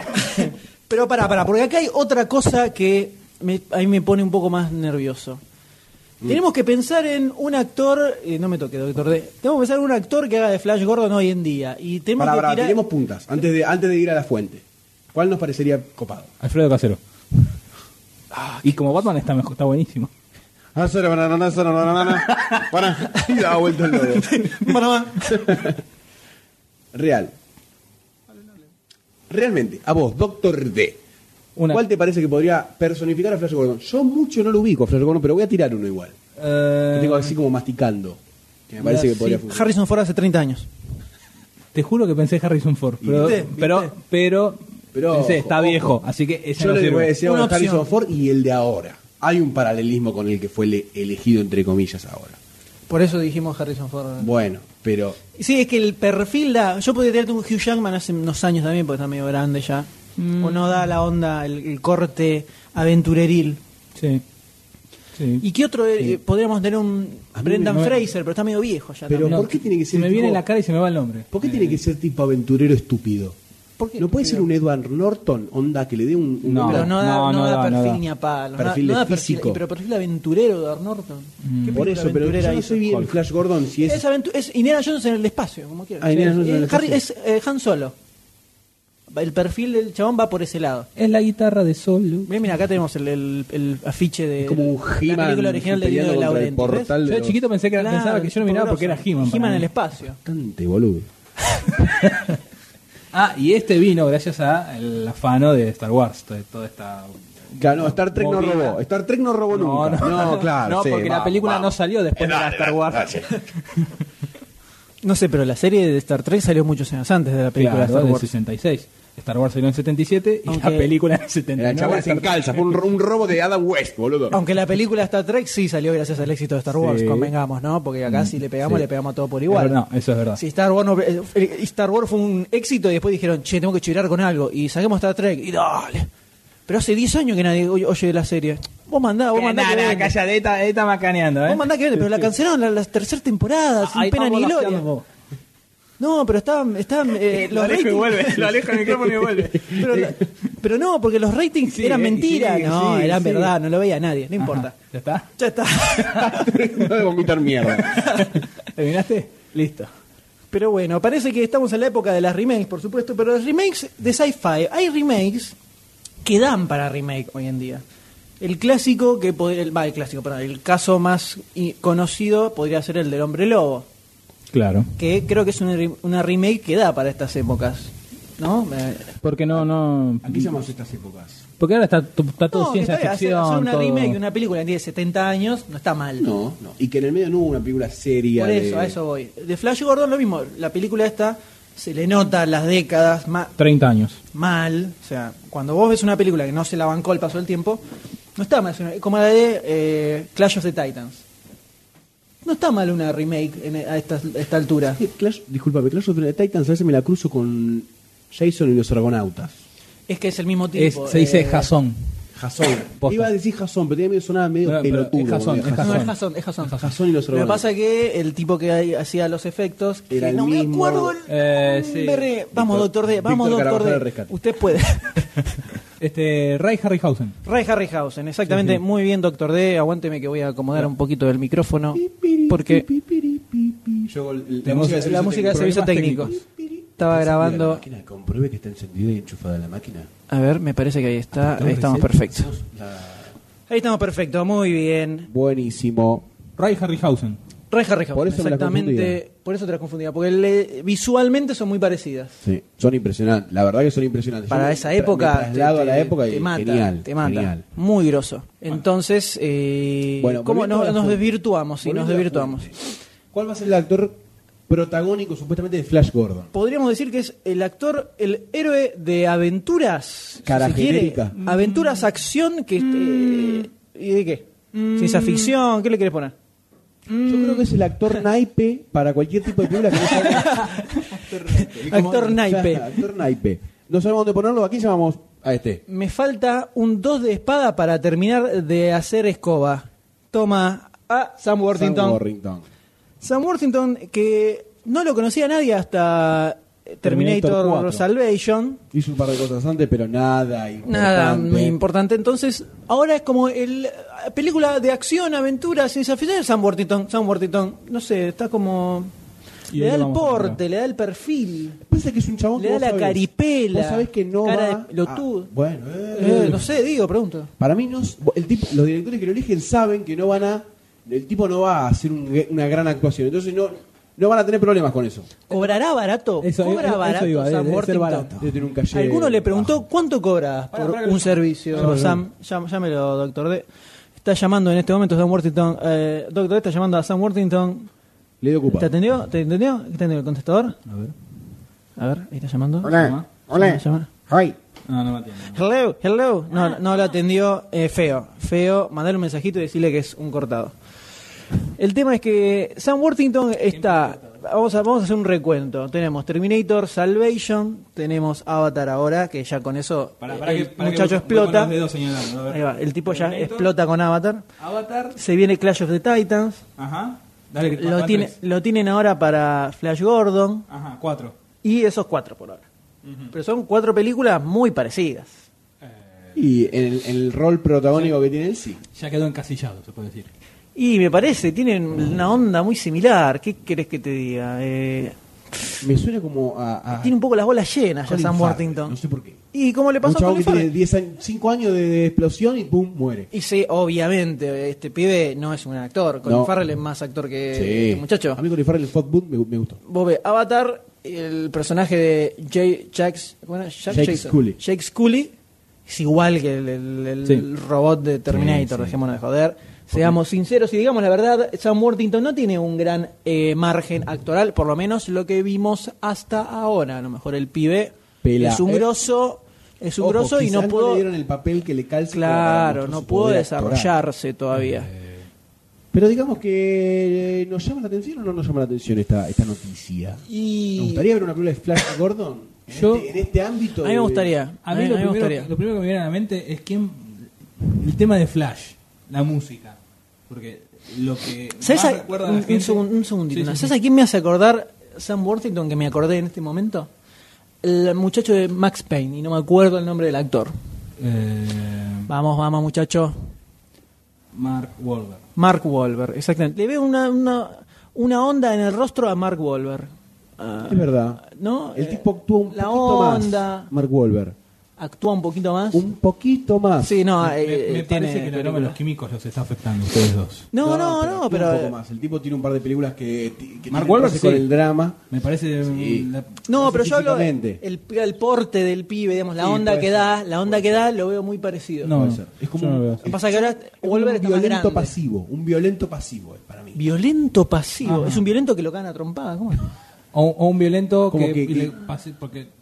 Pero pará, pará, porque acá hay otra cosa que me- a mí me pone un poco más nervioso.
Mm.
Tenemos que pensar en un actor, eh, no me toque, doctor D. Tenemos que pensar en un actor que haga de Flash Gordon hoy en día. Y tenemos
Para,
que
para,
tirar-
tiremos puntas. Antes de, antes de ir a la fuente. ¿Cuál nos parecería copado?
Alfredo Casero. y como Batman está mejor, está buenísimo.
Y daba vuelta el lobo. Real. Realmente, a vos, Doctor D.
Una-
¿Cuál te parece que podría personificar a Flash Gordon? Yo mucho no lo ubico a Flash Gordon, pero voy a tirar uno igual.
Eh,
Lo tengo así como masticando. Que me parece
ya,
que podría
sí.
funcionar.
Harrison Ford hace 30 años.
te juro que pensé Harrison Ford, pero
¿Viste?
¿Viste?
pero pero,
Pero,
pensé, está
ojo.
viejo, así que ese
Yo
no
le
sirve.
voy a decir
Una
a Harrison
opción.
Ford y el de ahora. Hay un paralelismo con el que fue le- elegido, entre comillas, ahora.
Por eso dijimos Harrison
Ah.
Ford.
Bueno, pero
Sí, es que el perfil da. Yo podría tener un Hugh Jackman hace unos años también, porque está medio grande ya. O no da la onda, el, el corte aventureril.
Sí. Sí.
¿Y qué otro eh, podríamos tener un
A mí me-
Brendan
no me-
Fraser? Pero está medio viejo ya.
Pero-
también.
No,
¿por qué tiene que
se
ser
me viene
tipo-
la cara y se me va el nombre?
¿por qué tiene que ser tipo aventurero estúpido?
¿Por qué?
¿No puede ser un Edward Norton, onda, que le dé un... un-
Eh, No.
Pero no da,
No,
no
no
da
da, no
perfil
da.
ni a palo.
Perfil
no, da- no
de
da perfil,
físico. Mm.
pero perfil aventurero de Edward Norton. ¿Qué
Por
película
eso, pero yo
aventurera
no
hizo?
soy bien
Hulk.
Flash Gordon si es...
Es, aventu- es Indiana Jones en el espacio, como quieras.
Ah, Indiana Jones en el
Eh, Harry- es
espacio.
eh, Han Solo. El perfil del chabón va por ese lado.
Es la guitarra de Solo.
Mira, mira, acá tenemos el, el- el afiche
eh,
de
Es como un
la
He-Man
película original de Dino
peleando
de
contra el
Laurenti. ¿ves?
portal
Yo de chiquito pensé que era-
Claro,
pensaba que yo lo miraba porque era
poderoso.
He-Man. para
He-Man en
mí.
el espacio.
Bastante, boludo.
Ah, y este vino gracias al afano de Star Wars, de toda esta
Claro, no, Star Trek no
Movida.
robó. Star Trek no robó nunca. No, claro.
No,
sí,
porque la
va,
película
va. Eh,
no salió después de la
Dale,
Star
dale,
Wars.
dale.
No sé, pero la serie de Star Trek salió muchos años antes de la película
Claro,
de
del
Star Wars.
66. Star Wars salió en 77 y
Aunque-
la película en
Era
79.
el chaval sin calza. Fue un, ro- un robo de Adam West, boludo.
Aunque la película Star Trek sí salió gracias al éxito de Star Wars,
Sí.
convengamos, ¿no? Porque acá si le pegamos,
sí.
le pegamos a todo por
Igual.
igual.
no, eso es verdad.
Si Star Wars, no- eh, Star Wars fue un éxito y después dijeron, che, tengo que chirar con algo. Y saquemos Star Trek y dale. Pero hace 10 años que nadie oye, oye de la serie. Vos mandá,
Eh,
vos
Que
mandá.
nada,
que vende.
calladeta, está macaneando, ¿eh?
Vos mandá que vende, pero la cancelaron la, la tercera temporada, Ah, sin
Ahí
pena ni
estamos
gloria.
lafiando.
No, pero estaban, estaban eh,
Lo
los
alejo y
ratings-
vuelve, lo alejo el micrófono y vuelve.
pero, la- pero no, porque los ratings
Sí,
eran
eh,
mentira.
sí,
no,
sí,
eran
sí.
verdad, no lo veía nadie, no importa.
Ajá, ¿Ya está?
Ya está.
no de vomitar mierda.
¿Terminaste? Listo.
Pero bueno, parece que estamos en la época de las remakes, por supuesto, pero las remakes de sci-fi. Hay remakes que dan para remake hoy en día. El clásico que pod- el, va, el clásico, perdón, el caso más i- conocido podría ser el del hombre lobo,
Claro.
que creo que es una, re- una remake que da para estas épocas, ¿no? Eh,
Porque no, no.
Aquí llamamos estas épocas.
Porque ahora está, to- está todo
no, que
ciencia
está bien, hacer-
ficción.
hacer una
todo-
remake de una película que tiene 70 años no está mal.
No, no. Y que en el medio no hubo una película seria.
Por eso,
de-
a eso voy. De Flash Gordon lo mismo, la película esta se le nota las décadas más
30 años.
mal. O sea, cuando vos ves una película que no se la bancó el paso del tiempo, no está mal. es una- Como la de eh, Clash of the Titans. No está mal una remake en- a esta, a esta altura.
Eh, Clash, disculpame, Clash of the Titans a veces me la cruzo con Jason y los Argonautas.
Es que es el mismo
Es-
tipo.
se dice
eh,
Jason.
Jason.
Posta.
Iba a decir Jason, pero tenía medio sonada medio
No, pero
pelotudo.
es Jason,
boludo.
es
No,
Jason.
es Jason, es Jason.
Jason y los
Lo que
Argonautas.
pasa que el tipo que ahí hacía los efectos, que
Era el
no me
mismo.
acuerdo el
Eh, sí.
nombre. Vamos,
Víctor-
doctor D, vamos,
Víctor
doctor
Carabajal
D.
de rescate.
Usted puede.
Este, Ray Harryhausen.
Ray Harryhausen, exactamente.
Sí, sí.
Muy bien, doctor D. Aguánteme que voy a acomodar un poquito del micrófono. Porque
Yo el-
Tenemos
la música de servicio técnico.
técnicos.
Estaba
La
grabando.
máquina, compruebe que está encendida y enchufada la máquina.
A ver, me parece que ahí está. Ahí estamos
Reset.
perfectos.
La-
Ahí estamos perfectos, muy bien.
Buenísimo.
Ray Harryhausen.
Ray Harryhausen,
Por eso me la
exactamente.
confundía.
Por eso te las confundía, porque le- visualmente son muy parecidas.
Sí, son impresionantes. La verdad que son impresionantes. Yo
Para
me
esa
tra-
época.
Me traslado
te-
a la
te-
época y
te mata,
genial,
te mata.
genial.
Muy groso. Entonces, eh,
Bueno,
¿cómo
volviendo a
nos,
la
nos
fuente.
desvirtuamos? Sí, nos
Volviendo a la
desvirtuamos.
fuente. ¿Cuál va a ser el actor protagónico supuestamente de Flash Gordon?
Podríamos decir que es el actor, el héroe de aventuras.
Cara
si se quiere. Mm.
genérica.
Aventuras, acción, que... eh, ¿Y de qué? Ciencia ficción, ¿qué le querés poner?
Yo creo que es el
Mm.
actor naipe para cualquier tipo de película que no salga. Actor naipe. Es como-
Actor naipe.
Claro, actor naipe. No sabemos dónde ponerlo, ¿a quién llamamos? A este.
Me falta un 2 de espada para terminar de hacer escoba. Toma a Sam
Sam
Worthington.
Worthington.
Sam Worthington, que no lo conocía nadie hasta Terminator,
Terminator 4.
Salvation.
Hizo un par de cosas antes, pero nada importante.
Nada muy importante. Entonces, ahora es como el eh, película de acción, aventura, ciencia ficción. Sam Worthington, Sam Worthington. No sé, está como...
Y
le
ahí
da
lo
el
vamos a
porte,
encontrar.
le da el perfil.
Pasa que es un chabón
Le
que
da
vos
la
sabés-
caripela,
Vos sabés que no
cara
va
de pelotudo.
a- Bueno, eh.
Eh, no sé, digo, pregunto.
Para mí, no, es- el tipo- los directores que lo eligen saben que no van a. El tipo no va a hacer un- una gran actuación. Entonces, no, no van a tener problemas con eso.
¿Cobrará barato?
Eso-
¿Cobra
eso
barato
iba, debe-
Sam
debe ser
Worthington?
barato.
Debe tener un calle
Alguno le preguntó
bajo.
cuánto cobras por un servicio, Sam. Llam- llámelo, doctor D. Está llamando en este momento Sam Worthington. Eh, doctor D está llamando a Sam Worthington.
Le dio
¿Te
ocupado.
atendió? ¿Te entendió? ¿Te entendió el contestador?
A ver.
A ver, ahí está llamando.
Ajá.
Hola, hola.
Llama.
Hi.
No, no me atiende.
Hello, hello. No, no lo atendió eh, feo. Feo, mandale un mensajito y decirle que es un cortado. El tema es que Sam Worthington está. Vamos a, vamos a hacer un recuento. Tenemos Terminator, Salvation, tenemos Avatar ahora, que ya con eso
Pará, pará
el
que- pará que
muchacho
voy- voy con
explota.
los dedos señalando, a ver.
Ahí va, el tipo ya
Terminator.
explota con Avatar.
Avatar.
Se viene Clash of the Titans.
Ajá. Dale, que
Lo, tiene,
tres.
lo tienen ahora para Flash Gordon.
Ajá, cuatro.
Y esos cuatro por ahora. Pero son cuatro películas muy parecidas.
Y en el, en el rol protagónico que tiene él, sí.
Ya quedó encasillado, se puede decir.
Y me parece, tienen una onda muy similar. ¿Qué querés que te diga? Eh,
Me suena como a. a
tiene un poco las bolas llenas ya
Ah. Colin
Sam
Farrell,
Worthington.
No sé por qué.
¿Y cómo le
Un
pasó a
chabón que
Colin
tiene
Farrell?
10 años- 5 años de, de explosión y pum, muere.
Y sí, obviamente, este pibe no es un actor. Colin
No.
Farrell es más actor que
Sí.
este muchacho.
A mí con el Fogboot me, me gustó.
Vos ves, Avatar, el personaje de Jay, Jax- bueno, Jack
Jake
Jason.
Scully.
Jake Scully es igual que el, el- el
Sí.
robot de Terminator, dejémonos de joder. Seamos sinceros y digamos la verdad, Sam Worthington no tiene un gran eh, margen actoral, por lo menos lo que vimos hasta ahora. A lo mejor el pibe
Pela.
es un
Eh.
grosso, es un
Ojo,
grosso y
quizás
no pudo,
le dieron el papel que le calce. como para
claro,
mostrar
no
su
pudo
poder actoral. Eh,
desarrollarse todavía.
Pero digamos que eh, nos llama la atención o no nos llama la atención esta, esta noticia.
y
¿Me gustaría ver una película de Flash Gordon? En,
Yo-
este, en este ámbito.
a mí me
de-
gustaría,
A mí,
me
lo, primero,
gustaría.
lo primero que me viene a la mente es quién. El tema de Flash, la música. Porque lo que.
¿Sabes
más
a-
recuerda a la
un,
gente-
un segun- un segundito?
Sí, sí,
¿no?
sí.
¿Sabes a quién me hace acordar Sam Worthington que me acordé en este momento? El muchacho de Max Payne, y no me acuerdo el nombre del actor.
Eh,
Vamos, vamos, muchacho.
Mark Wahlberg.
Mark Wahlberg, exactamente. Le veo una, una, una onda en el rostro a Mark Wahlberg. Ah,
Es verdad.
¿No?
El
Eh,
tipo actúa un
la
poquito
onda.
más. Mark Wahlberg.
Actúa un poquito más.
Un poquito más.
Sí, no, eh,
me me
eh, tiene
parece que la
película.
broma de los químicos los está afectando a ustedes dos.
No, no, no,
actúa
pero. eh,
Un poco más. El tipo tiene un par de películas que. ti- que
Mark
tienen
Wahlberg,
que ver con
sí.
el drama.
Me parece... mm, la-
No, pero yo hablo de-
físicamente.
el, el porte del pibe, digamos, la
Sí,
onda
puede
que
ser.
da, la onda que da, lo veo muy parecido.
No,
Puede
no.
ser. Es como
Yo no
un-
lo veo
Lo que
así.
pasa es que ahora
Es
Wolver
un
está más grande.
violento pasivo. Un violento pasivo es para mí.
Violento pasivo.
Ajá.
Es un violento que lo cagan a trompada. ¿Cómo es?
O, o un violento
Como
que,
que-
le
que-
pase porque...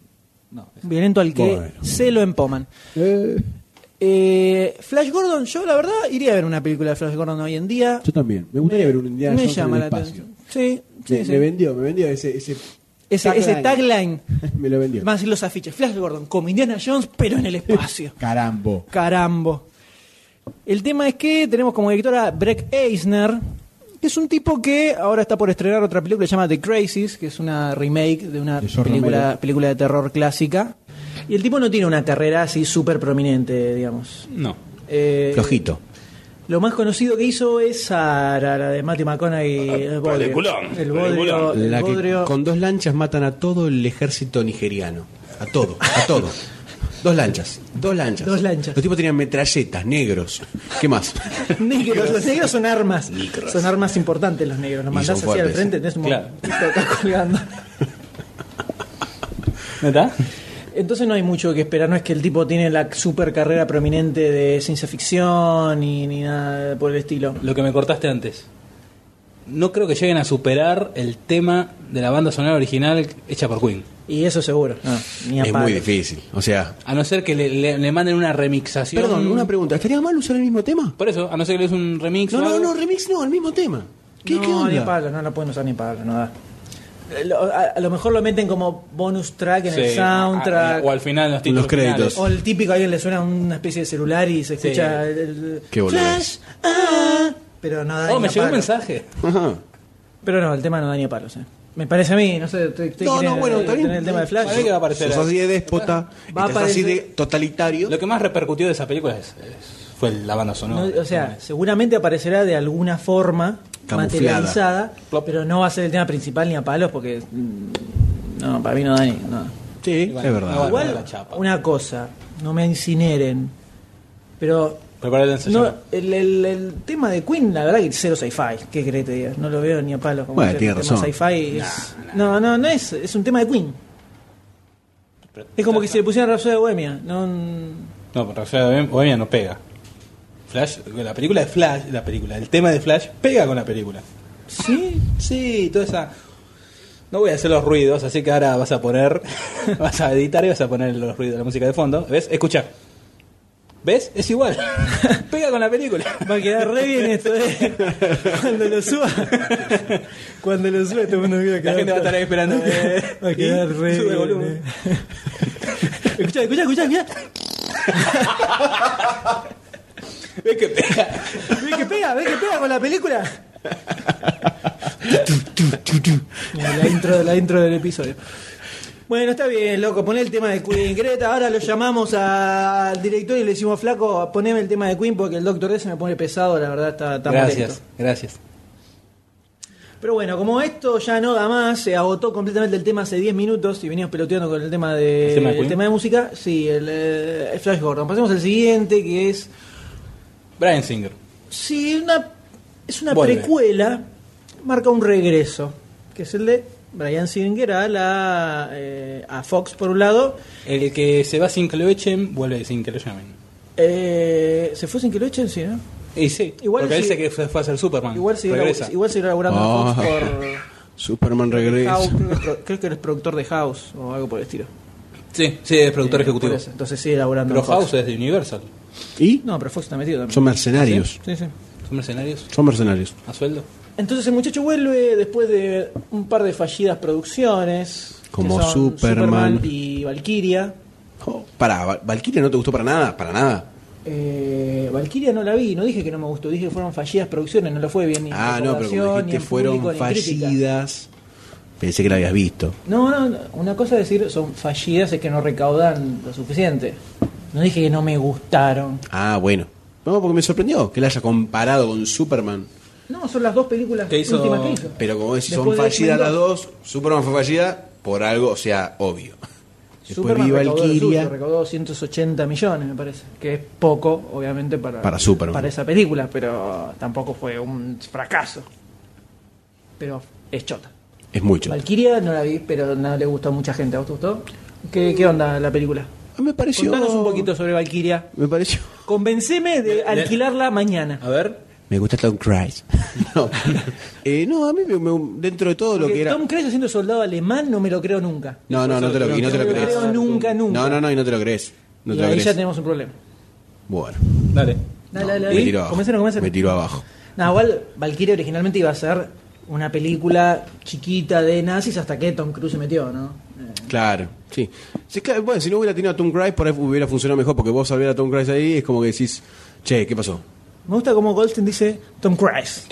No,
Un violento al que
Bueno.
se lo empoman.
Eh,
Eh, Flash Gordon, yo la verdad iría a ver una película de Flash Gordon hoy en día.
yo también. Me gustaría ver un Indiana
Me
Jones en
llama
el
la
espacio.
atención. Sí, sí,
me,
sí.
me vendió, me vendió ese. Ese,
Ese, ese tagline.
me lo vendió.
Van a decir los afiches. Flash Gordon, como Indiana Jones, pero en el espacio.
Carambo.
Carambo. El tema es que tenemos como directora Breck Eisner, que es un tipo que ahora está por estrenar otra película llamada The Crazies, que es una remake de una
De George
película,
Romero.
película de terror clásica. Y el tipo no tiene una carrera así súper prominente, digamos.
No.
Eh,
Flojito.
Lo más conocido que hizo es Sara, la de Matty McConaughey. el bodrio.
Ah, Peliculón,
El bodrio.
peliculón.
el
La que
bodrio.
con dos lanchas matan a todo el ejército nigeriano. A todo, a todo. Dos lanchas, dos lanchas.
Dos lanchas.
Los tipos tenían metralletas, negros. ¿Qué más?
Negros, los negros son armas.
Negros.
Son armas importantes los negros. Los
Y
mandás
son
hacia el
fuertes.
frente, tenés un
Claro.
montito acá colgando.
¿Verdad?
Entonces no hay mucho que esperar, no es que el tipo tiene la super carrera prominente de ciencia ficción ni, ni nada por el estilo.
Lo que me cortaste antes. No creo que lleguen a superar el tema de la banda sonora original hecha por Queen.
Y eso seguro. No, ni a
Ah, Es
palo.
muy difícil. O sea.
A no ser que le, le- le manden una remixación.
Perdón, una pregunta. ¿Estaría mal usar el mismo tema?
Por eso, a no ser que le des un remix.
No,
o
no,
algo.
no, remix no, el mismo tema. ¿Qué,
no,
qué
ni a
onda?
palo, no la pueden usar ni a palo, no da. Eh, lo- A, a lo mejor lo meten como bonus track en el
Sí,
soundtrack. Oh,
a- o al final los títulos
Los créditos.
finales.
O el típico, a alguien le suena una especie de celular y se escucha el, el-
Qué
flash.
boludez.
ah, pero no da
Oh,
ni
me
a
llegó un
palos.
mensaje.
Ajá.
Pero no, el tema no da ni a palos. eh. Me parece a mí, no sé. usted- usted
No,
quiere,
no, bueno,
eh,
está bien.
tener el tema de Flash.
Para mí que va a aparecer.
Sos así de déspota,
Va a
estás así de
aparecer-
totalitario.
Lo que más repercutió de esa película es, es- fue la banda sonora.
No, o sea, seguramente aparecerá de alguna forma
Camuflada.
materializada, pero no va a ser el tema principal ni a palos porque mm, no, para mí no da ni no.
Sí,
Igual,
es
no
verdad.
va a
Igual
la chapa.
una cosa, no me incineren, pero
Preparar el ensayo.
no, el, el- el tema de Queen, la verdad que es cero sci-fi, ¿qué querés que te diga? No lo veo ni a palos como
Bueno,
que
tiene
el tema
razón.
sci-fi es- no, no, no es, es un tema de Queen. Es como que si le pusieran Rhapsody de Bohemia, no mm,
No, pero Rhapsody de Bohem- Bohemia no pega. Flash, la película de Flash, la película, el tema de Flash pega con la película.
sí,
Sí, toda esa. No voy a hacer los ruidos, así que ahora vas a poner. vas a editar y vas a poner los ruidos de la música de fondo. ¿Ves? Escucha. ¿Ves? Es igual. Pega con la película.
Va a quedar re bien esto, eh. Cuando lo suba. Cuando lo suba, todo el mundo va a
La
quedar.
gente va a estar ahí esperando. eh.
Va a quedar re
Sube
bien.
volumen.
eh. Escuchá, escuchá, escuchá, escuchá.
¿Ves que pega?
¿Ves que pega? ¿Ves que pega con la película? La intro, la intro del episodio. Bueno, está bien, loco, poné el tema de Queen. Greta, ahora lo llamamos a- al director y le decimos, flaco, poneme el tema de Queen porque el doctor D se me pone pesado, la verdad está, está molesto.
Gracias, gracias.
Pero bueno, como esto ya no da más, se agotó completamente el tema hace 10 minutos y venimos peloteando con el tema de,
¿El tema de Queen?
música, sí, el, eh, el Flash Gordon. Pasemos al siguiente que es
Brian Singer.
sí, una es una
Vuelve.
precuela, marca un regreso, que es el de Brian Singer a la eh, a Fox por un lado.
El que se va sin que lo echen, vuelve sin que lo llamen.
Eh, se fue sin que lo echen, sí, ¿no?
Y sí,
Igual
porque
sí.
dice que fue fue a ser Superman.
Igual siguió,
Regresa.
labu- igual siguió laburando a Fox
Ah.
por
Superman
House,
regresa.
creo que, pro- creo que eres productor de House o algo por el estilo.
Sí, sí, es productor
Eh,
ejecutivo.
por eso. Entonces sigue laburando
Pero
en Fox.
House es de Universal.
¿Y?
No, pero Fox está metido también.
Son mercenarios.
Sí, sí.
Son mercenarios
Son mercenarios.
a sueldo.
Entonces el muchacho vuelve después de un par de fallidas producciones. que
Como
son
Superman.
y Valkyria.
Oh, pará, Val- Valkyria no te gustó para nada, para nada.
Eh, Valkyria no la vi, no dije que no me gustó, dije que fueron fallidas producciones, no lo fue bien ni en
ah, no, pero como
recaudación, ni
dijiste,
en
fueron
público, ni en crítica.
fallidas. Pensé que la habías visto.
No, no, no, una cosa es decir son fallidas es que no recaudan lo suficiente. No dije que no me gustaron.
Ah, bueno. No, porque me sorprendió que la haya comparado con Superman.
No, son las dos películas
Que hizo-
últimas que hizo.
Pero como si son
Después de
fallidas las
X-Men
dos, Superman fue fallida por algo, o sea, obvio. Después
Superman
vi
recaudó lo
Valkyria.
suyo, recaudó 180 millones, me parece. Que es poco, obviamente, para,
Para Superman.
para esa película, pero tampoco fue un fracaso. Pero es chota.
Es mucho.
Valkyria no la vi, pero no le gustó a mucha gente. ¿A vos te gustó? ¿Qué, qué onda la película?
Ah, Me pareció.
Contanos un poquito sobre Valkyria.
Me pareció.
Convenceme de alquilarla mañana.
Ah,
A ver,
Me gusta Tom Cruise. No, Eh, no a mí me- me- dentro de todo lo
Porque
que era.
Tom Cruise haciendo soldado alemán no me lo creo nunca.
No, no, no te lo, y no te lo
No me lo
crees.
creo nunca, nunca.
No, no, no, y no te lo crees. No
y
te lo
ahí
crees.
ya tenemos un problema.
Bueno,
dale.
Dale, dale,
me
dale.
tiro abajo.
Comencemos, comencemos.
Me tiro abajo.
Nah, igual Valkyria originalmente iba a ser una película chiquita de nazis hasta que Tom Cruise se metió, ¿no? Eh,
Claro, sí. Sí, claro, bueno, si no hubiera tenido a Tom Cruise, por ahí hubiera funcionado mejor, porque vos al ver a Tom Cruise ahí es como que decís, che, ¿qué pasó?
Me gusta como Goldstein dice Tom Cruise.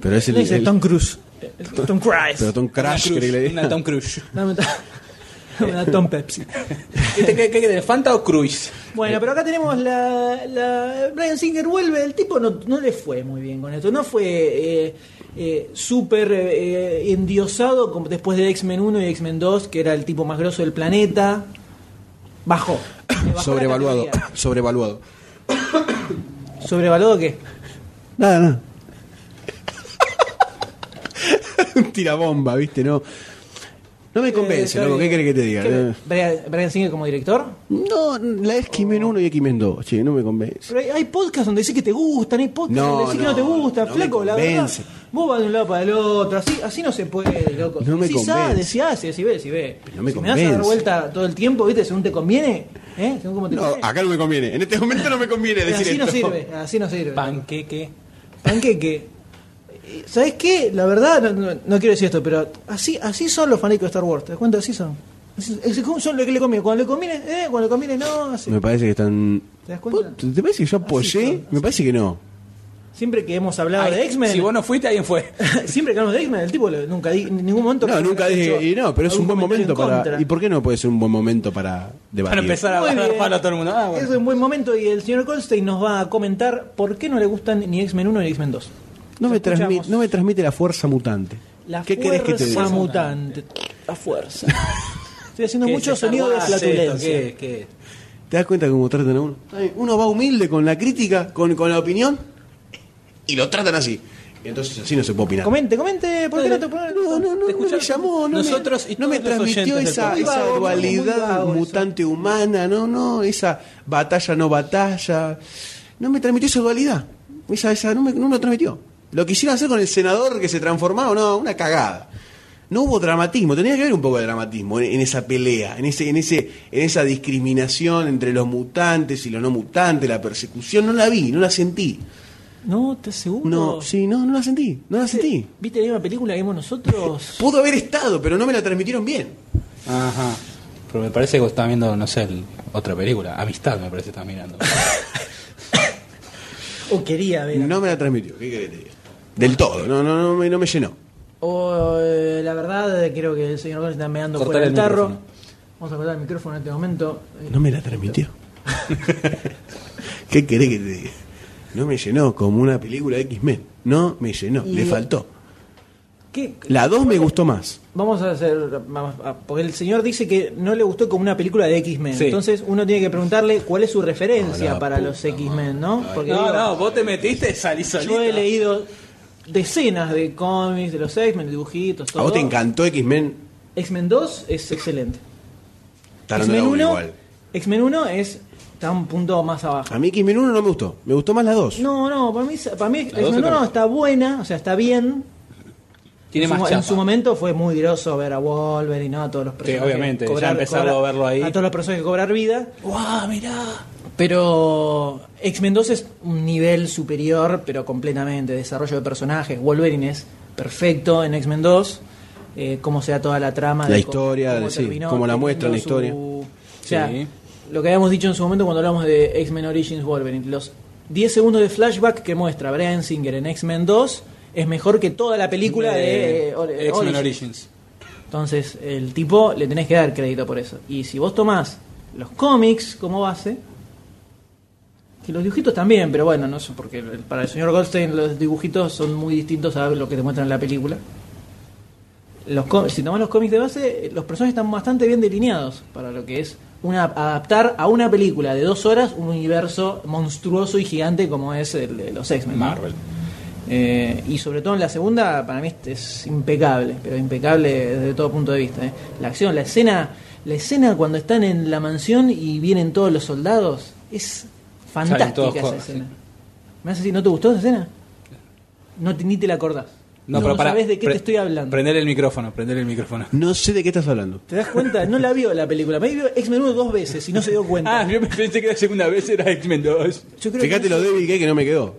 Pero es el.
No dice
el-
Tom Cruise. Eh, Tom Cruise.
Pero Tom Crush,
Una
¿querés
Crush,
que le diga?
Una Tom Cruise.
Dame to- Una Tom Pepsi.
¿Qué te- qué- qué querés, ¿Fanta o Cruise?
Bueno, pero acá tenemos la, la- Brian Singer vuelve, el tipo no, no le fue muy bien con esto, no fue eh, eh, súper eh, endiosado como después de X-Men 1 y X-Men 2, que era el tipo más grosso del planeta. Bajó. Le bajó la
Sobrevaluado,
categoría.
sobrevaluado.
¿Sobrevaluado qué?
Nada, nada. Un tirabomba, ¿viste? No. No me convence,
Eh,
loco, ¿qué
está
querés
bien.
que te diga?
¿Qué-
Eh,
Brian, Brian Singer como director?
No, la X-Men 1 y X-Men 2, che, no me convence.
Pero hay, hay podcasts donde decís que te gustan, hay podcasts
No,
donde decís que no
no,
te gustan,
no me
flaco, la verdad.
convence.
Vos vas de un lado para el otro, así, así no se puede, loco.
No me
si
convence.
sale, si hace, si ve, si ve.
Pero no me
si me vas a dar
convence.
vuelta todo el tiempo, viste, según te conviene, ¿eh? Según cómo te
No,
conviene.
acá no me conviene, en este momento no me conviene decir
así no
esto.
sirve, así no sirve.
Panqueque.
Panqueque. ¿Sabes qué? La verdad, no, no- no quiero decir esto, pero así, así son los fanáticos de Star Wars. ¿Te das cuenta? Así son. Así- así son lo que le conviene. Cuando le conviene, eh, cuando le conviene, no. así.
Me parece que están.
¿Te das cuenta?
¿Te te parece que yo apoyé?
son.
Me parece que no.
Siempre que hemos hablado
Ay,
de X-Men.
Si vos no fuiste, alguien fue.
Siempre que hablamos de X-Men, el tipo lo- nunca di, en ningún momento.
No, nunca dije.
hecho
Y no, pero es un
algún
buen momento
comentario en
para.
contra.
¿Y por qué no puede ser un buen momento para debatir?
Para empezar a
Muy
bajar
bien.
palo a todo el mundo. Ah, bueno.
Es un buen momento y el señor Goldstein nos va a comentar por qué no le gustan ni X-Men 1 ni X-Men 2.
No me,
Escuchamos.
transmi- no me transmite la fuerza mutante.
La
¿Qué querés
fuerza
que te diga?
mutante. La fuerza. Estoy haciendo
¿Qué
mucho
es Star
sonido de
Wars Ah, esto?
flatulencia.
¿Qué- qué?
¿Te das cuenta cómo tratan a uno? Ay, Uno va humilde con la crítica, con, con la opinión, y lo tratan así. Entonces así no se puede opinar.
Comente, comente, ¿por qué no te ponen?
No, no, no,
¿Te
no me
escuchás?
llamó, no
Nosotros
me,
y
no me
todos los
transmitió
oyentes del
esa,
podcast.
esa
Muy vago, muy
dualidad
vago eso.
mutante humana, no, no, esa batalla no batalla. No me transmitió esa dualidad. Esa, esa, no me, no me lo transmitió. Lo quisieron hacer con el senador que se transformaba, no, una cagada. No hubo dramatismo, tenía que haber un poco de dramatismo en, en esa pelea, en ese, en ese, en esa discriminación entre los mutantes y los no mutantes, la persecución, no la vi, no la sentí.
No, ¿estás seguro?
No, sí, no, no la sentí, no la sentí.
¿Viste la misma película que vimos nosotros?
Pudo haber estado, pero no me la transmitieron bien.
Ajá. Pero me parece que vos estás viendo, no sé, el- otra película. Amistad, me parece que estás mirando.
o quería ver.
No me la transmitió, ¿qué querés que te diga? Del todo, no, no, no, me, no me llenó.
O eh, la verdad, eh, creo que el señor Gómez está meando fuera
Cortale
del
el
tarro.
micrófono.
Vamos a cortar el micrófono en este momento. Eh,
No me la transmitió. ¿Qué querés que te diga? No me llenó como una película de X-Men. No me llenó,
Y-
le faltó.
¿qué-
La 2 me gustó más.
Vamos a hacer. vamos a- porque el señor dice que no le gustó como una película de X-Men.
Sí.
Entonces uno tiene que preguntarle cuál es su referencia
la
para
puta
los X-Men, ¿no? Porque
No,
digo,
no, vos te metiste, salí solito.
yo he leído decenas de cómics de los X-Men, de dibujitos, todo.
¿A vos te encantó X-Men?
X-Men 2 es excelente.
Tarantino
X-Men 1,
igual. Ah.
X-Men 1 es. Está un punto más abajo.
A mí X-Men 1 no me gustó, me gustó más la 2.
No, no, para mí, para mí
La dos
X-Men 1
está-
está buena, o sea, está bien,
Tiene
en,
más
su, en
chapa.
su momento fue muy groso ver a Wolverine, ¿no? a todos los personajes.
obviamente, ya empezarlo a verlo ahí.
A todos los personajes cobrar vida. ¡Guau, mirá! Pero X-Men 2 es un nivel superior, pero completamente. Desarrollo de personajes. Wolverine es perfecto en X-Men 2. eh, cómo se da toda la trama.
La
de cómo-
historia,
cómo
sí,
terminó,
cómo la
teniendo
muestran la
su-
historia.
O sea,
Sí.
lo que habíamos dicho en su momento cuando hablamos de X-Men Origins Wolverine. Los 10 segundos de flashback que muestra Brian Singer en X-Men 2 es mejor que toda la película de, eh, Ori-
X-Men
Origins.
Origins.
Entonces, el tipo le tenés que dar crédito por eso. Y si vos tomás los cómics como base, que los dibujitos también, pero bueno, no sé, porque el- para el señor Goldstein los dibujitos son muy distintos a lo que te muestran en la película. Los có- si tomás los cómics de base, eh, los personajes están bastante bien delineados para lo que es una, adaptar a una película de dos horas un universo monstruoso y gigante como es el de los X-Men. ¿no?
Marvel.
Eh, y sobre todo en la segunda, para mí este es impecable, pero impecable desde todo punto de vista. ¿eh? La acción, la escena, la escena cuando están en la mansión y vienen todos los soldados, es
Salen todos
fantástica esa
jodas,
escena.
sí.
¿Me haces así? ¿No te gustó esa escena? No te- ni te la acordás. No,
pará,
sabes de qué
pre-
te estoy hablando.
Prender el micrófono, prender el micrófono.
No sé de qué estás hablando.
¿Te das cuenta? No la vio la película. Me vio X-Men 1 dos veces y no se dio cuenta.
Ah, yo pensé que la segunda vez era X-Men 2.
Yo creo
Fíjate
que
lo débil que es que no me quedó.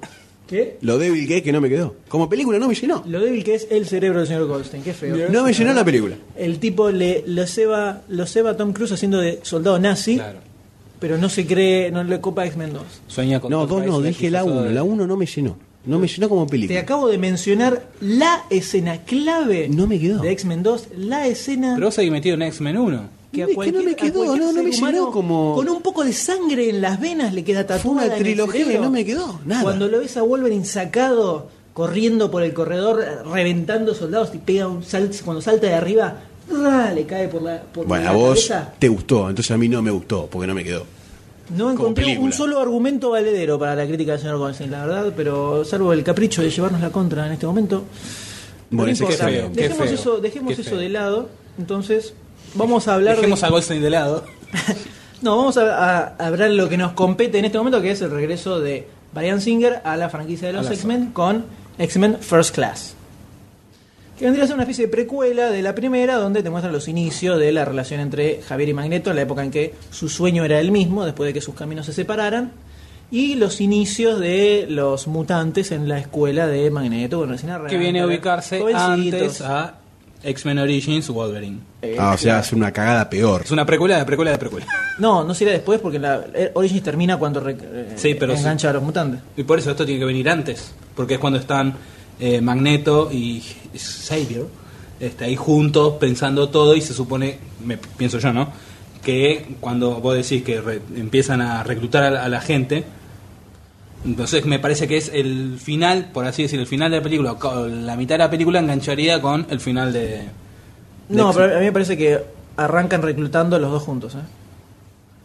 ¿Qué?
Lo débil que es que no me quedó. Como película no me llenó.
Lo débil que es el cerebro del señor Goldstein. Qué feo.
No me llenó la película.
El tipo le lo ceba, lo ceba a Tom Cruise haciendo de soldado nazi,
Claro.
pero no se cree, no le copa X-Men 2.
Sueña con
No,
Tom
dos no,
Cruise,
dije la
disfrazado
uno.
de-
La uno no me llenó. No me llenó como
Te
película.
acabo de mencionar la escena clave
No me quedó.
de X-Men 2, la escena
Pero vos seguís metido en X-Men 1.
que a
Es que no
cualquier,
me
a
quedó,
cualquier
no, no
ser
me llenó
humano
como-
Con un poco de sangre en las venas le queda tatuada
Fue una
en el
trilogía
cerebro.
y no me quedó nada.
Cuando lo ves a Wolverine sacado, corriendo por el corredor, eh, reventando soldados y pega un salto, cuando salta de arriba, ¡ra! le cae por la, por
Bueno,
la
a vos
cabeza.
te gustó, entonces a mí no me gustó, porque no me quedó.
No encontré
película.
un solo argumento valedero para la crítica del señor Goldstein, la verdad, pero salvo el capricho de llevarnos la contra en este momento. no
Bueno, ese
importa.
qué feo,
qué
Dejemos
feo,
eso, dejemos
qué
eso
feo.
de lado. Entonces, vamos a hablar
Dejemos
de...
a Goldstein de lado.
No, vamos a, a- a hablar lo que nos compete en este momento, que es el regreso de Brian Singer a la franquicia de los X-Men con X-Men First Class. Que vendría a ser una especie de precuela de la primera, donde te muestran los inicios de la relación entre Javier y Magneto, en la época en que su sueño era el mismo, después de que sus caminos se separaran, y los inicios de los mutantes en la escuela de Magneto, bueno, recién
Que viene a
arranca,
ubicarse
jovencitos. Ah,
antes a X-Men Origins Wolverine.
Eh,
Ah, o sea, es una cagada peor.
Es una precuela de precuela de precuela.
No, no será después, porque la eh, Origins termina cuando re- eh,
Sí, pero sí.
engancha a los mutantes.
Y por eso esto tiene que venir antes. Porque es cuando están eh, Magneto y Xavier este, ahí juntos pensando todo y se supone, me pienso yo, ¿no? Que cuando vos decís que re- empiezan a reclutar a la, a la gente, entonces me parece que es el final, por así decir, el final de la película, o co- la mitad de la película engancharía con el final de...
No,
Next.
pero a mí me parece que arrancan reclutando los dos juntos, ¿eh?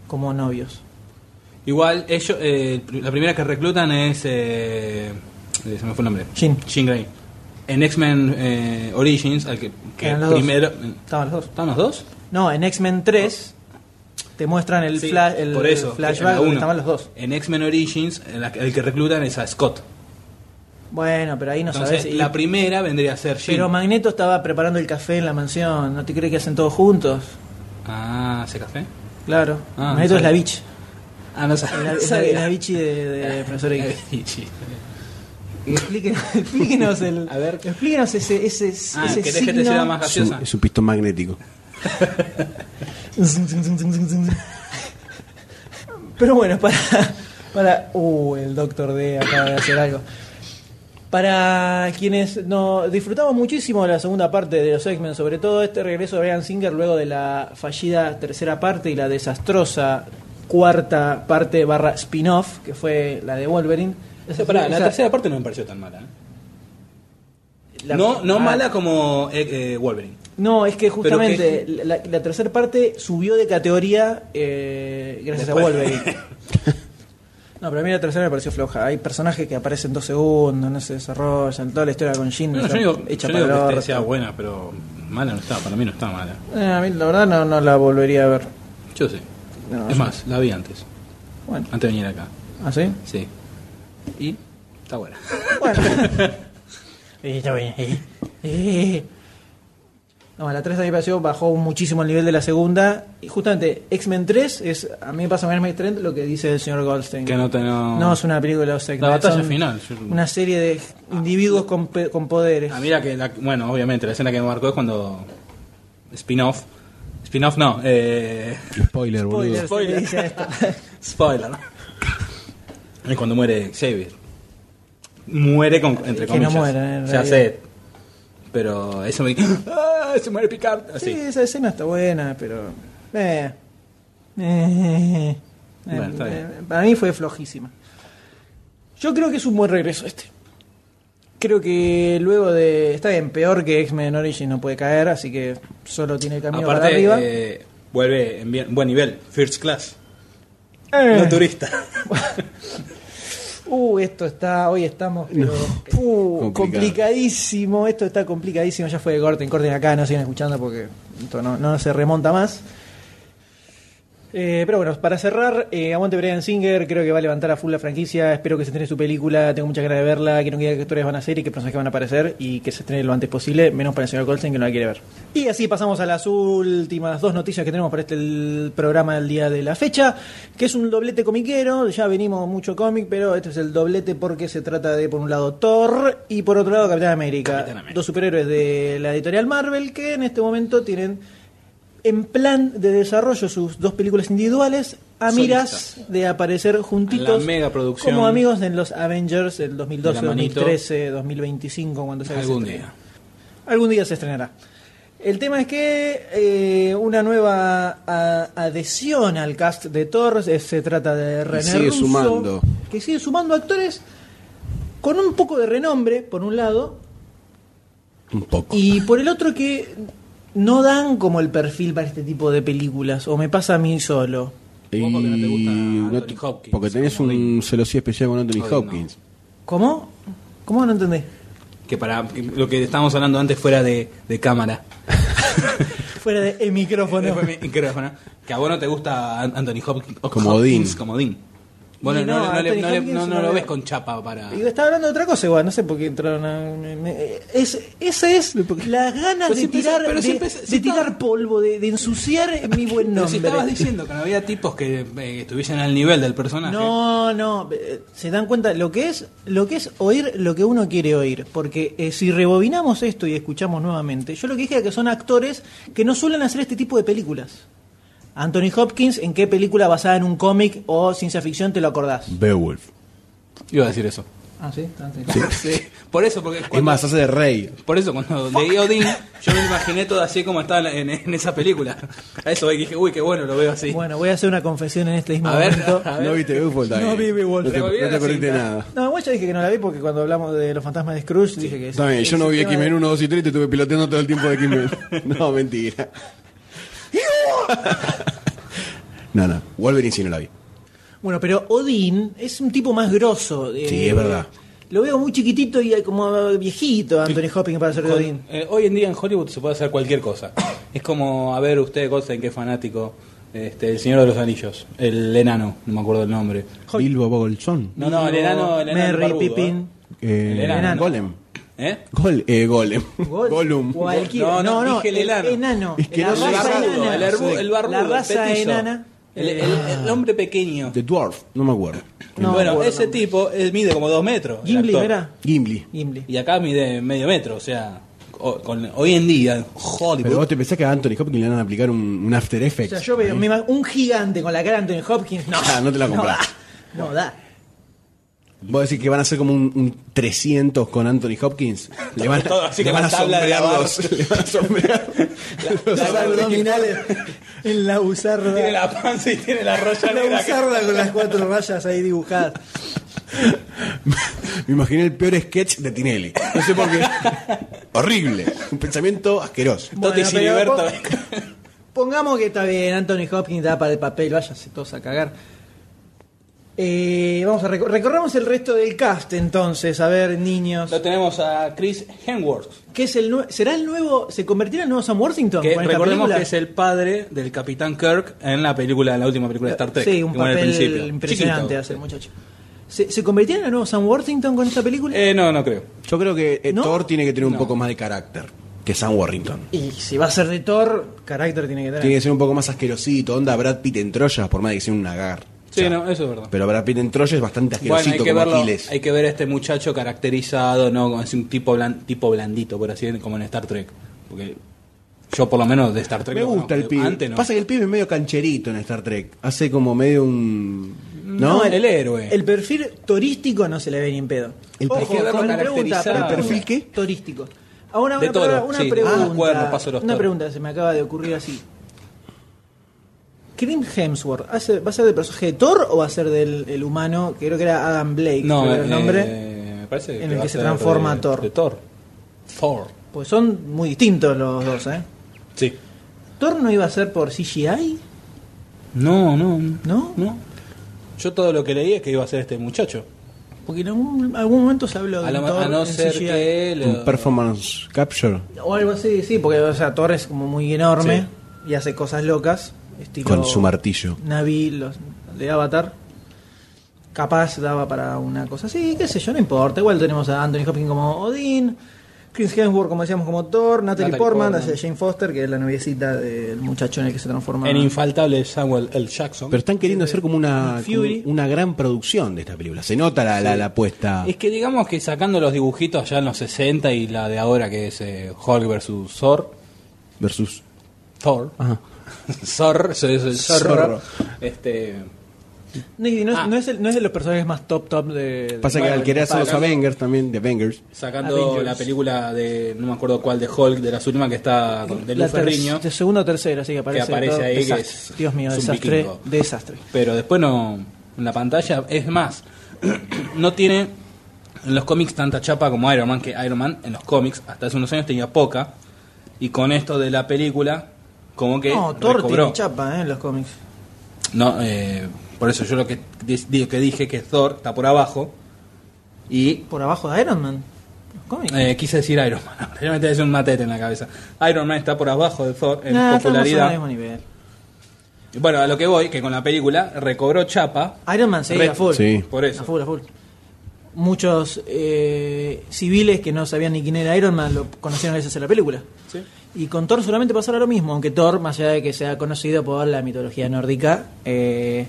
Como novios.
Igual, ellos, eh, la primera que reclutan es... eh, eh, se me fue el nombre.
Jean.
Jean Grey. En X-Men eh, Origins, al que, que
Eran los dos.
primero...
Estaban los dos.
¿Están los dos?
No, en X-Men 3 te muestran el,
Sí,
fla- el-
por
el
eso, en la
flashback donde
uno.
estaban los dos.
En X-Men Origins, el, el que reclutan es a Scott.
Bueno, pero ahí no
Entonces,
sabes. y-
la primera vendría a ser Jean.
pero Magneto estaba preparando el café en la mansión. ¿No te crees que hacen todos juntos?
Ah, ¿se café?
Claro.
Ah,
Magneto
no
es la
sabía.
bitch.
Ah, no
Es la,
sabía.
es la- la bichi de, de Profesor X. Explíquenos, explíquenos el,
A ver.
explíquenos ese, ese,
Ah,
ese
¿querés que te
signo.
sea más
Es un,
graciosa?
es un pistón magnético.
Pero bueno, para. para uh, el Doctor D acaba de hacer algo. Para quienes no disfrutamos muchísimo de la segunda parte de los X-Men, sobre todo este regreso de Brian Singer luego de la fallida tercera parte y la desastrosa cuarta parte barra spin-off, que fue la de Wolverine.
Esa, pará, la
Esa-
tercera parte no me pareció tan mala. ¿eh?
la-
no no
ah,
mala como eh, eh, Wolverine.
No, es que
Pero que-
justamente la, la tercera parte subió de categoría eh, gracias a
Después.
Wolverine. No, pero a mí la tercera me pareció floja. Hay personajes que aparecen dos segundos, no se desarrollan. Toda la historia con Jean
No, yo
está
digo,
hecha
yo
para
digo
el
que este
orto.
sea buena, pero mala no está. Para mí no está mala.
Eh, a mí la verdad no, no la volvería a ver.
Yo sé.
No,
es
yo-
más, la vi antes.
Bueno,
Antes de venir acá.
¿ah, sí?
Sí. Y está buena.
Bueno. Eh, está bien. eh, eh. No, la 3 a mí me pareció bajó muchísimo el nivel de la segunda. Y justamente X-Men 3 es, a mí me pasa más Trend lo que dice el señor Goldstein.
Que no te no.
No, es una película de los X-Men,
batalla
son
final, yo-
Una serie de individuos con, pe- con poderes.
Ah, mira que la- bueno, obviamente la escena que me marcó es cuando spin-off, spin-off no, eh,
Spoiler, boludo.
Spoilers,
Spoiler.
le dicen esto.
spoiler. Es cuando muere Xavier. muere, con,
Que
entre comillas.
no muere, en
ya
realidad.
sé. Pero eso me ¡Ah! Se muere Picard.
Sí,
Así.
esa escena está buena, pero. eh, eh, eh, eh,
Bueno,
eh,
está bien.
eh, para mí fue flojísima. Yo creo que es un buen regreso este. Creo que luego de. Está bien, peor que X-Men Origin no puede caer, así que solo tiene el camino para
Aparte,
arriba.
eh, vuelve en bien- buen nivel. First class.
Eh.
No turista.
Uh, esto está, hoy estamos pero, uh,
Complicado.
complicadísimo, esto está complicadísimo, ya fue corten, corten acá, no sigan escuchando porque esto no, no se remonta más. Eh, pero bueno, para cerrar, eh, aguante Brian Singer, creo que va a levantar a full la franquicia, espero que se estrene su película, tengo muchas ganas de verla, quiero que diga qué actores van a ser y qué personajes van a aparecer y que se estrene lo antes posible, menos para el señor Colson que no la quiere ver. Y así pasamos a las últimas dos noticias que tenemos para este el programa del día de la fecha, que es un doblete comiquero, ya venimos mucho cómic, pero este es el doblete porque se trata de por un lado Thor y por otro lado Capitán América, dos superhéroes de la editorial Marvel que en este momento tienen en plan de desarrollo sus dos películas individuales a miras de aparecer juntitos
La megaproducción.
como amigos en los Avengers del 2012,
De la manito.
2013, 2025 cuando se
Algún
se estrene.
día.
Algún día se estrenará. El tema es que eh, una nueva a- adhesión al cast de Thor eh, se trata de René
sigue
Russo,
sumando.
que sigue sumando actores con un poco de renombre por un lado
Un poco.
y por el otro que no dan como el perfil para este tipo de películas, o me pasa a mí solo.
Y
Vos porque no te gusta
no
Anthony Hopkins,
porque tenés
como
un celosía especial con Anthony
Odin, no.
Hopkins.
¿Cómo? ¿Cómo no entendés?
Que para que lo que estábamos hablando antes fuera de, de cámara.
Fuera de el micrófono.
Después Eh, mi micrófono. Que a vos no te gusta An- Anthony Hopkins. o
Como
Hopkins,
Odín.
Como Odín. Bueno,
Y
no,
no,
no le-
Anthony
no le-
Hopkins
no- no
no
lo
le-
ves con chapa para.
Y estaba hablando de otra cosa igual, no sé por qué entraron a... me- me- es, esa es las ganas
Pero
de
si empezó-
tirar,
pero si
de,
empezó-
de
si estaba-
tirar polvo, de, de ensuciar mi buen
Pero si
nombre.
estabas diciendo que no había tipos que eh, estuviesen al nivel del personaje.
No, no, eh, se dan cuenta lo que es, lo que es oír lo que uno quiere oír, porque eh, si rebobinamos esto y escuchamos nuevamente, yo lo que dije era que son actores que no suelen hacer este tipo de películas. Anthony Hopkins, ¿en qué película basada en un cómic o ciencia ficción te lo acordás?
Beowulf.
Iba a decir eso.
Ah, sí, Anthony
Sí. Por eso, porque
Es
cuando-
más, hace de rey.
Por eso, cuando leí Odín, yo me imaginé todo así como estaba en- en, en esa película. A eso voy, dije, uy, qué bueno, lo veo así.
Bueno, voy a hacer una confesión en este mismo
A ver,
momento.
a ver.
No viste Beowulf también.
No vi Beowulf.
No te,
Revolví
no
la
te perdiste
cinta.
nada.
No, igual ya dije que no la vi porque cuando hablamos de los fantasmas de Scrooge dije que...
También, yo no vi X-Men 1, 2 y 3 y te estuve piloteando todo el tiempo de X-Men. no, mentira. no, no. Wolverine sí no la vi.
Bueno, pero Odín es un tipo más grosso. eh,
Sí, es verdad.
Lo veo muy chiquitito y como viejito Anthony Hopkins para ser de
Con-
Odín.
eh, hoy en día en Hollywood se puede hacer cualquier cosa. Es como, a ver, usted, en qué fanático. Este, el Señor de los Anillos, el enano, no me acuerdo el nombre.
Hoy-
Bilbo Bolsón.
No, no, el enano, el enano.
Merry,
barbudo,
Pippin.
Eh,
El enano.
Golem.
¿eh?
Gol, eh, golem.
Gol-
Golum.
Cualquiera.
No, no, dije el enano.
Es que
la
no
El
sé.
raza
Barbudo,
barbudo,
enana.
el, herbu- el barbudo,
La
el
raza
petizo,
enana. Ah.
El, el- el hombre pequeño.
The Dwarf. No me acuerdo.
No,
bueno,
bueno,
ese
no.
tipo eh, mide como dos metros. el
Gimli,
actor.
¿verdad?
Gimli.
Gimli.
Y acá mide medio metro, o sea, o- con- hoy en día,
Pero
Hollywood.
vos te pensás que a Anthony Hopkins le van a aplicar un, un After
O
Effects.
sea, yo veo
ahí.
me imag- un gigante con la cara de Anthony Hopkins. No,
Ah, no te la comprás.
No da. No da.
Vos decís que van a hacer como un, un 300 con Anthony Hopkins. Le van,
Todo así
le
con
van a
la tabla de
sombrear los.
lavar.
Le van a sombrear. los
la-
abdominales en la
Tiene
buzarda.
la panza y tiene la roya
La
negra. acá.
buzarda con las cuatro rayas ahí dibujadas.
Me imaginé el peor sketch de Tinelli. No sé por qué. Horrible. Un pensamiento asqueroso.
Toti
Bueno,
Siliberto.
pero Pongamos que está bien, Anthony Hopkins da para el papel, váyanse todos a cagar. Eh, vamos a recor- recorramos el resto del cast entonces, a ver, niños.
Lo tenemos a Chris Hemsworth,
¿Qué es el nue- ¿Será el nuevo? ¿Se convertirá en el nuevo Sam Worthington?
que
con esta
recordemos
película?
que es el padre del Capitán Kirk en la película, en la última película de Star Trek.
Sí, un
que muere al
papel
principio.
impresionante
Chiquito.
hace el muchacho. ¿Se, se convertirá en el nuevo Sam Worthington con esta película?
Eh, no, no creo.
Yo creo que eh,
¿No?
Thor tiene que tener un poco más de carácter que Sam Warrington.
Y si va a ser de Thor, carácter tiene que tener.
Tiene que ser un poco más asquerosito. Onda Brad Pitt en Troya, por más de que sea un nagar.
Sí,
O sea,
no, eso es verdad.
Pero Brad Pitt en Troya es bastante
Bueno, hay
asquerosito
que,
como
verlo,
Aquiles.
hay que ver a este muchacho caracterizado, ¿no? Como es un tipo, blan- tipo blandito, por así decirlo, como en Star Trek. Porque Yo por lo menos de Star Trek.
Me
no,
gusta
no,
el pibe.
Antes no.
Pasa que el pibe es medio cancherito en Star Trek. Hace como medio un. ¿No?
el héroe.
El perfil turístico no se le ve ni en pedo.
El
Ojo,
perfil-
hay que verlo
con la pregunta,
caracterizado.
pará,
¿El perfil
pregunta.
qué?
Turístico. Ahora
De
una,
toro,
palabra- una
sí.
pregunta.
Ah, cuernos, paso los
una
toros.
pregunta se me acaba de ocurrir así. Krim Hemsworth, ¿hace- ¿va a ser del personaje de Thor o va a ser del el humano? que Creo que era Adam Blake,
No,
creo que era el nombre.
eh, me parece
en el
va
que
a
se
ser
transforma
de-
Thor.
de Thor. Thor.
Pues son muy distintos los dos, ¿eh?
Sí.
¿Thor no iba a ser por CGI?
No, no.
¿No?
No. Yo todo lo que leí es que iba a ser este muchacho.
Porque en algún, algún momento se habló de
A, lo-
un Thor
a no
en
ser
CGI.
que
Un
lo-
performance capture.
O algo así, sí, porque o sea, Thor es como muy enorme y hace cosas locas. Estilo
Con su martillo.
Navi, los, de Avatar. Capaz daba para una cosa así, qué sé yo, no importa. Igual tenemos a Anthony Hopkins como Odín, Chris Hemsworth, como decíamos, como Thor, Natalie,
Natalie
Portman,
Portman.
hace Jane Foster, que es la noviecita del muchacho en el que se transforma.
En infaltable Samuel L. Jackson.
Pero están queriendo hacer como una,
Eh, Fury.
como una gran producción de esta película. Se nota la, la, la apuesta.
Es que digamos que sacando los dibujitos ya en los 60 y la de ahora que es eh, Hulk versus Thor,
Versus.
Thor,
Ajá.
Thor, soy el zorro,
Zorro.
este,
No, y no es,
Ah.
no es el- no es de los personajes más top top de. de
Pasa que al
Marvel.
querer hacer los
Pagan.
Avengers también, de Avengers.
sacando
Avengers.
la película de, no me acuerdo cuál, de Hulk, de la última que está con- de
La
Luz
ter-
Ferriño,
de segunda o tercera, así que aparece.
aparece
todo.
ahí, que
Desastre.
es-
Dios mío,
es un
desastre.
vikingo.
Desastre.
pero después no, en la pantalla, es más, no tiene en los cómics tanta chapa como Iron Man, que Iron Man en los cómics hasta hace unos años tenía poca, y con esto de la película, como que
No, Thor
recobró.
tiene chapa, ¿eh? En los cómics.
No, eh, por eso yo lo que, dis- digo que dije que Thor está por abajo y
Por abajo de Iron Man. Los cómics.
eh, quise decir Iron Man. Realmente es un matete en la cabeza. Iron Man está por abajo de Thor en
Nah, estamos al
popularidad.
mismo nivel.
Bueno, a lo que voy, que con la película recobró chapa.
Iron Man sí,
Red-
a full.
Sí.
Por
A
eso.
full, a full. Muchos eh, civiles que no sabían ni quién era Iron Man lo conocieron gracias a la película.
Sí.
Y con Thor solamente pasará lo mismo, aunque Thor, más allá de que sea conocido por la mitología nórdica, eh,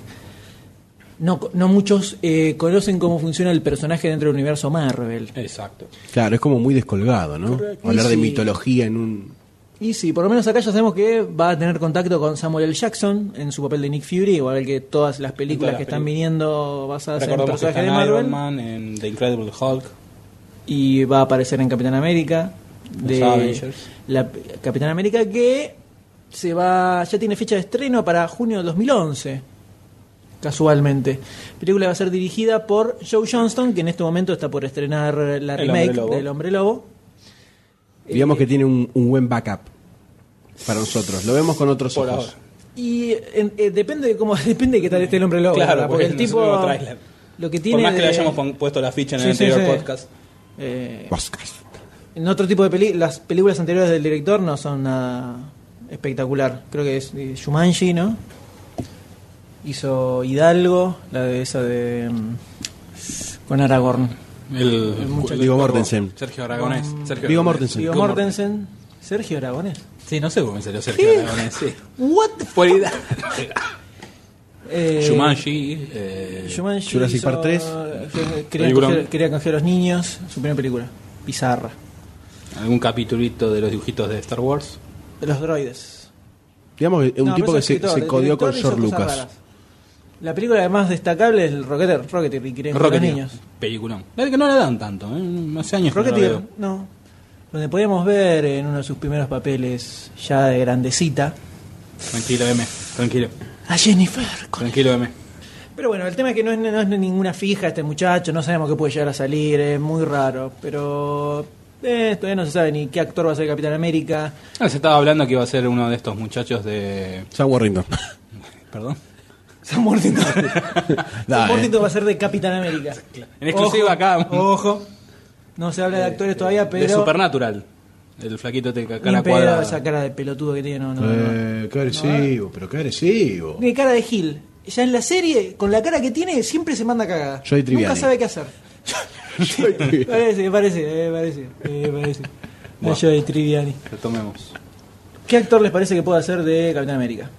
no, no muchos eh, conocen cómo funciona el personaje dentro del universo Marvel.
Exacto.
Claro, es como muy descolgado, ¿no?
Correcto.
Hablar
Y
de
sí.
mitología en un.
Y sí, por lo menos acá ya sabemos que va a tener contacto con Samuel L. Jackson en su papel de Nick Fury, igual que todas las películas
En todas las
que están
películas.
viniendo basadas en
Recordemos que
personajes
está
de
en
Marvel.
Iron Man, en The Incredible Hulk.
y va a aparecer en Capitán América
Los
de
Avengers.
la Capitán América que se va ya tiene fecha de estreno para junio de 2011 casualmente la película va a ser dirigida por Joe Johnston que en este momento está por estrenar la
El
remake
Hombre Lobo.
del Hombre Lobo Eh,
Digamos que tiene un, un buen backup para nosotros. Lo vemos con otros
Por
ojos.
ahora.
y en- eh, depende de cómo depende de qué tal esté el Hombre Lobo
Claro,
¿verdad? porque,
porque
el
no es el
tipo
mismo tráiler.
lo que tiene
por más que le
de-
hayamos pon- puesto la ficha en el
Sí, sí,
anterior
sí.
podcast.
eh,
Oscars.
En otro tipo de películas, las películas anteriores del director no son nada espectacular. Creo que es eh, Shumanji, ¿no? Hizo Hidalgo, la de esa de. mm, con Aragorn.
El,
muchacho.
Viggo Mortensen.
Sergio Aragonés. Sergio
Viggo
Aragonés.
Mortensen.
Viggo Ah. Mortensen. Sergio Aragonés.
Sí, no sé cómo me salió Sergio Aragonés. Sí.
¿What the
Por
fuck?
idea.
Eh,
Shumanji. eh,
Shumanji
Jurassic
hizo- eh,
Park 3.
que- Quería
Peliculón.
coger, quería coger a los niños. Su primera película. Pizarra.
algún capitulito de los dibujitos de Star Wars.
De los droides.
Digamos que es un
No,
tipo
pero
que
es
se,
escritor,
se
el
codió
director
con
hizo
George
cosas
Lucas.
raras. La película más destacable es el Rocketeer, Rocketeer y quieren los
Rocketeer.
niños.
Peliculón. La que no la dan tanto, ¿eh? hace años que no la
Rocketeer,
veo.
no. Donde podíamos ver en uno de sus primeros papeles ya de grandecita
Tranquilo, M. Tranquilo.
a Jennifer. Con-
Tranquilo, M.
Pero bueno, el tema es que no es, no es ninguna fija este muchacho, no sabemos qué puede llegar a salir, es muy raro, pero eh, todavía no se sabe ni qué actor va a ser Capitán América.
Ah, se estaba hablando que iba a ser uno de estos muchachos de.
Sam Warrington.
Perdón.
Sam Worthington. Sam
Dale.
Worthington va a ser de Capitán América.
En exclusiva
Ojo,
acá. Eh,
Ojo. No se habla de actores todavía, pero.
De Supernatural. El flaquito de ca-
Ni en
cara
pedo
cuadrada.
esa cara de pelotudo que tiene, no, no, no.
Eh, qué agresivo, pero qué agresivo.
Tiene cara de Gil. Ya en la serie, con la cara que tiene, siempre se manda cagada.
Soy
Nunca
Triviani.
sabe qué hacer. parece, parece, eh, parece, eh, parece. No, yo de Triviani.
Retomemos.
¿Qué actor les parece que pueda ser de Capitán América?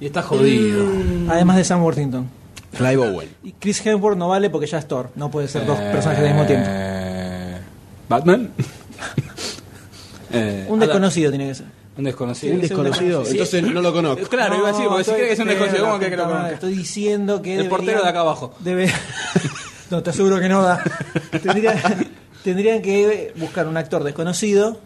Y está jodido.
Además de Sam Worthington.
Clive Owen.
Y Chris Hemsworth no vale porque ya es Thor.
Eh.
No puede ser dos personajes al mismo tiempo.
Eh, ¿Batman? Eh,
Un desconocido tiene que ser.
Un desconocido.
Un desconocido,
Sí.
entonces no lo conozco.
Claro, iba a decir, porque si
estoy-
crees que es un desconocido,
la
¿cómo que
puta
lo
madre,
conozca?
Estoy diciendo que.
El portero de acá abajo.
Debe... no, te aseguro que no da. Tendría- tendrían que buscar un actor desconocido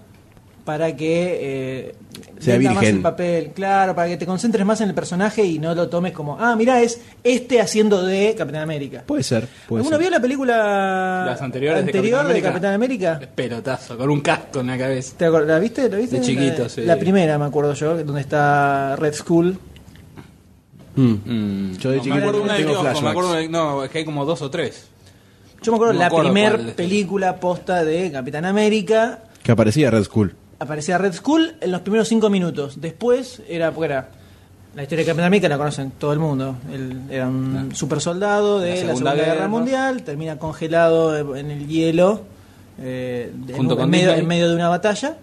para que eh,
Sea
venda más
virgen.
el papel, claro, para que te concentres más en el personaje y no lo tomes como, ah, mira, es este haciendo de Capitán América.
Puede ser. Puede
¿Alguno
ser.
vio la película
Las anteriores de
anterior
Capitán
de
América?
Capitán América?
Pelotazo, con un casco en la cabeza.
¿Te acuerdas? ¿La viste? ¿La viste?
De chiquito,
la,
sí.
La primera, me acuerdo yo, donde está Red Skull.
Mm.
Mm.
Yo de
No,
chiquito
me acuerdo una del
tengo
kiosco, me
flashbacks.
acuerdo una del- No, es que hay como dos o tres.
Yo me acuerdo
No me
la
acuerdo
primera
cuál de-
película posta de Capitán América.
Que aparecía Red Skull.
Aparecía Red Skull en los primeros cinco minutos. Después era, porque era la historia de Capitán América la conocen todo el mundo. Él era un super soldado de la Segunda, Guerra, Mundial, termina congelado en el hielo eh, en
Junto
un-
con
en medio,
Disney.
en medio de una batalla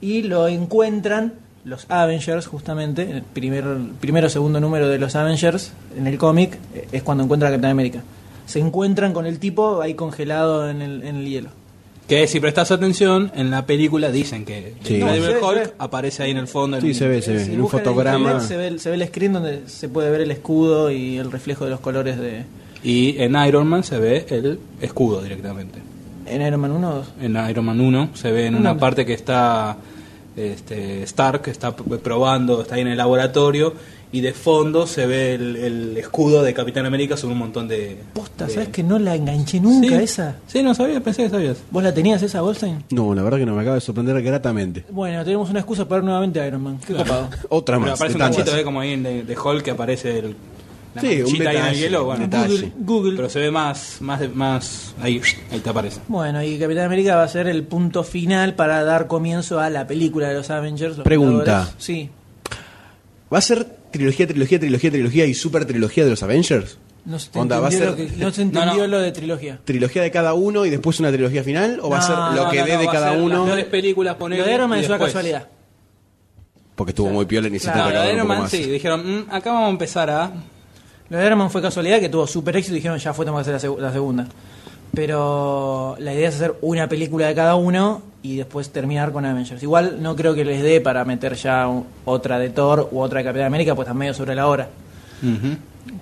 y lo encuentran los Avengers justamente, en el primer, primero o segundo número de los Avengers en el cómic eh, es cuando encuentran a Capitán América. Se encuentran con el tipo ahí congelado en el, en el hielo.
Que si prestas atención, en la película dicen que
Sí.
el Incredible
No, se ve,
Hulk
se ve.
aparece ahí en el fondo. en
Sí,
un-
se ve, se ve.
Si
En un
buscan
fotograma.
internet, se, ve, el- se ve el screen donde se puede ver el escudo y el reflejo de los colores de.
Y en Iron Man se ve el escudo directamente.
En Iron Man 1 o 2.
En Iron Man 1 se ve en una parte que está este, Stark, que está p- probando, está ahí en el laboratorio. Y de fondo se ve el, el escudo de Capitán América sobre un montón de.
Posta,
de-
¿sabes que no la enganché nunca
Sí.
esa?
Sí, no sabía, pensé que sabías.
¿Vos la tenías esa, Goldstein?
No, la verdad que no me acaba de sorprender gratamente.
Bueno, tenemos una excusa para ver nuevamente a Iron Man. Qué copado.
Otra
Pero
más.
aparece un
de
cachito, ¿eh?
tantas.
¿ves? Como ahí en de, de Hulk que aparece el. La
Sí, un
manchita ahí en el
detalle,
hielo,
un
bueno.
detalle.
Google, Google.
Pero se ve más, más, de- más ahí, ahí te aparece.
Bueno, y Capitán América va a ser el punto final para dar comienzo a la película de los Avengers. los
Pregunta.
Vengadores. Sí,
¿Va a ser trilogía, trilogía, trilogía, trilogía y super trilogía de los Avengers?
no se
Onda,
entendió,
va a ser-
lo, que- no se
No, no.
entendió lo de trilogía.
¿Trilogía de cada uno y después una trilogía final? ¿O va a
No,
ser lo
no,
que
no,
dé
no,
de
va a
cada
ser
uno?
Las tres películas poner.
lo de Iron Man es una casualidad.
Porque estuvo muy piola y necesitaba
Claro, lo de
aclarar un
Iron
poco
Man
más.
sí. Dijeron, "Mm, acá vamos a empezar a.
Lo de Iron Man fue casualidad que tuvo super éxito y dijeron ya fue, tenemos que hacer la, seg- la segunda. Pero la idea es hacer una película de cada uno y después terminar con Avengers. Igual no creo que les dé para meter ya u- otra de Thor u otra de Capitán América, pues están medio sobre la hora.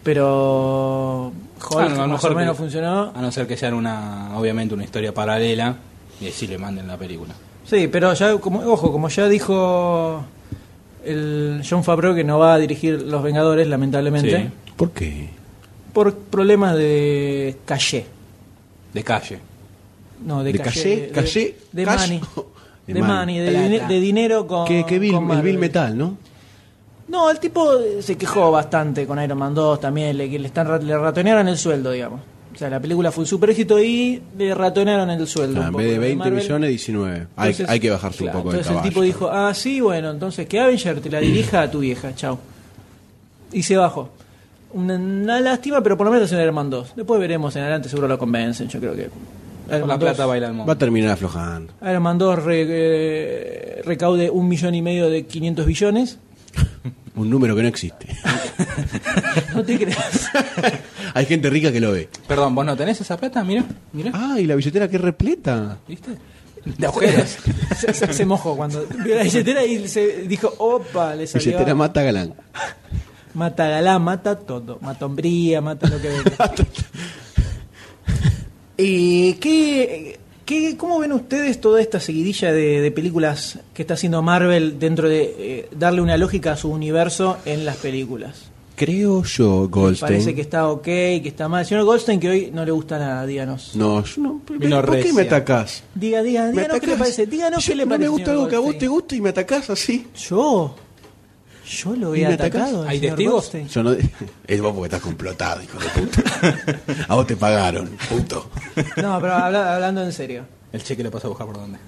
Pero Hulk
Ah, no, a lo
más o
mejor
menos
que-
funcionó.
A no ser que sea una, obviamente, una historia paralela y así le manden la película.
Sí, pero ya, como, ojo, como ya dijo el John Favreau que no va a dirigir Los Vengadores, lamentablemente,
Sí.
¿Por qué?
por problemas de caché.
De calle.
No, de,
¿De
caché.
caché?
de-
¿Caché?
De,
¿Cash?
money.
De
De,
money.
money, de,
Plata.
dine- de dinero con.
Que, que Bill-
con
el
Marvel.
Bill Metal, ¿no?
No, el tipo eh, se quejó bastante con Iron Man 2 también. Le, que le, están, ra- le ratonearon el sueldo, digamos. O sea, la película fue un super éxito y le ratonearon el sueldo. un
Ah, en
poco.
vez de
Los
20
Marvel-
millones, 19. Hay,
Entonces-
hay que bajarse
claro,
un poco de
Entonces
caballo.
el tipo dijo, ah, sí, bueno, entonces que Avenger te la dirija a tu vieja, chao. Y se bajó. Una, una lástima, pero por lo menos en Iron Man 2. Después veremos en adelante, seguro lo convencen, yo creo que.
Por
Iron
la
Man
plata
2.
baila el
Va
mundo.
a terminar aflojando.
Iron Man 2 re- eh, recaude un millón y medio de 500 billones.
Un número que no existe.
No te creas.
hay gente rica que lo ve.
Perdón, vos no tenés esa plata, mira, mira.
Ah, y la billetera que repleta.
¿Viste? De agujeros.
Se, se- se mojó cuando vio la billetera y se dijo, opa, le salió.
Billetera mata galán.
Mata galá, mata todo. Mata hombría, mata lo que venga. Eh, ¿qué, qué, ¿Cómo ven ustedes toda esta seguidilla de, de películas que está haciendo Marvel dentro de eh, darle una lógica a su universo en las películas?
Creo yo, Goldstein.
Parece que está ok, que está mal. Señor Goldstein, que hoy no le gusta nada, díganos.
No, yo no.
Vino
¿Por qué
recia.
me atacás?
Diga, diga,
¿Me
díganos qué le
atacás?
parece. Díganos
Yo-
qué le parece.
No me gusta
señor
algo que a vos te
Goldstein.
gusta y me atacás así.
Yo. Yo lo
¿Y
he
me atacás?
atacado. al
¿Hay
señor
testigos?
Goldstein.
Yo no. Es vos porque estás complotado, hijo de puta. a vos te pagaron, puto.
No, pero habla- hablando en serio.
El cheque lo pasó a buscar por dónde.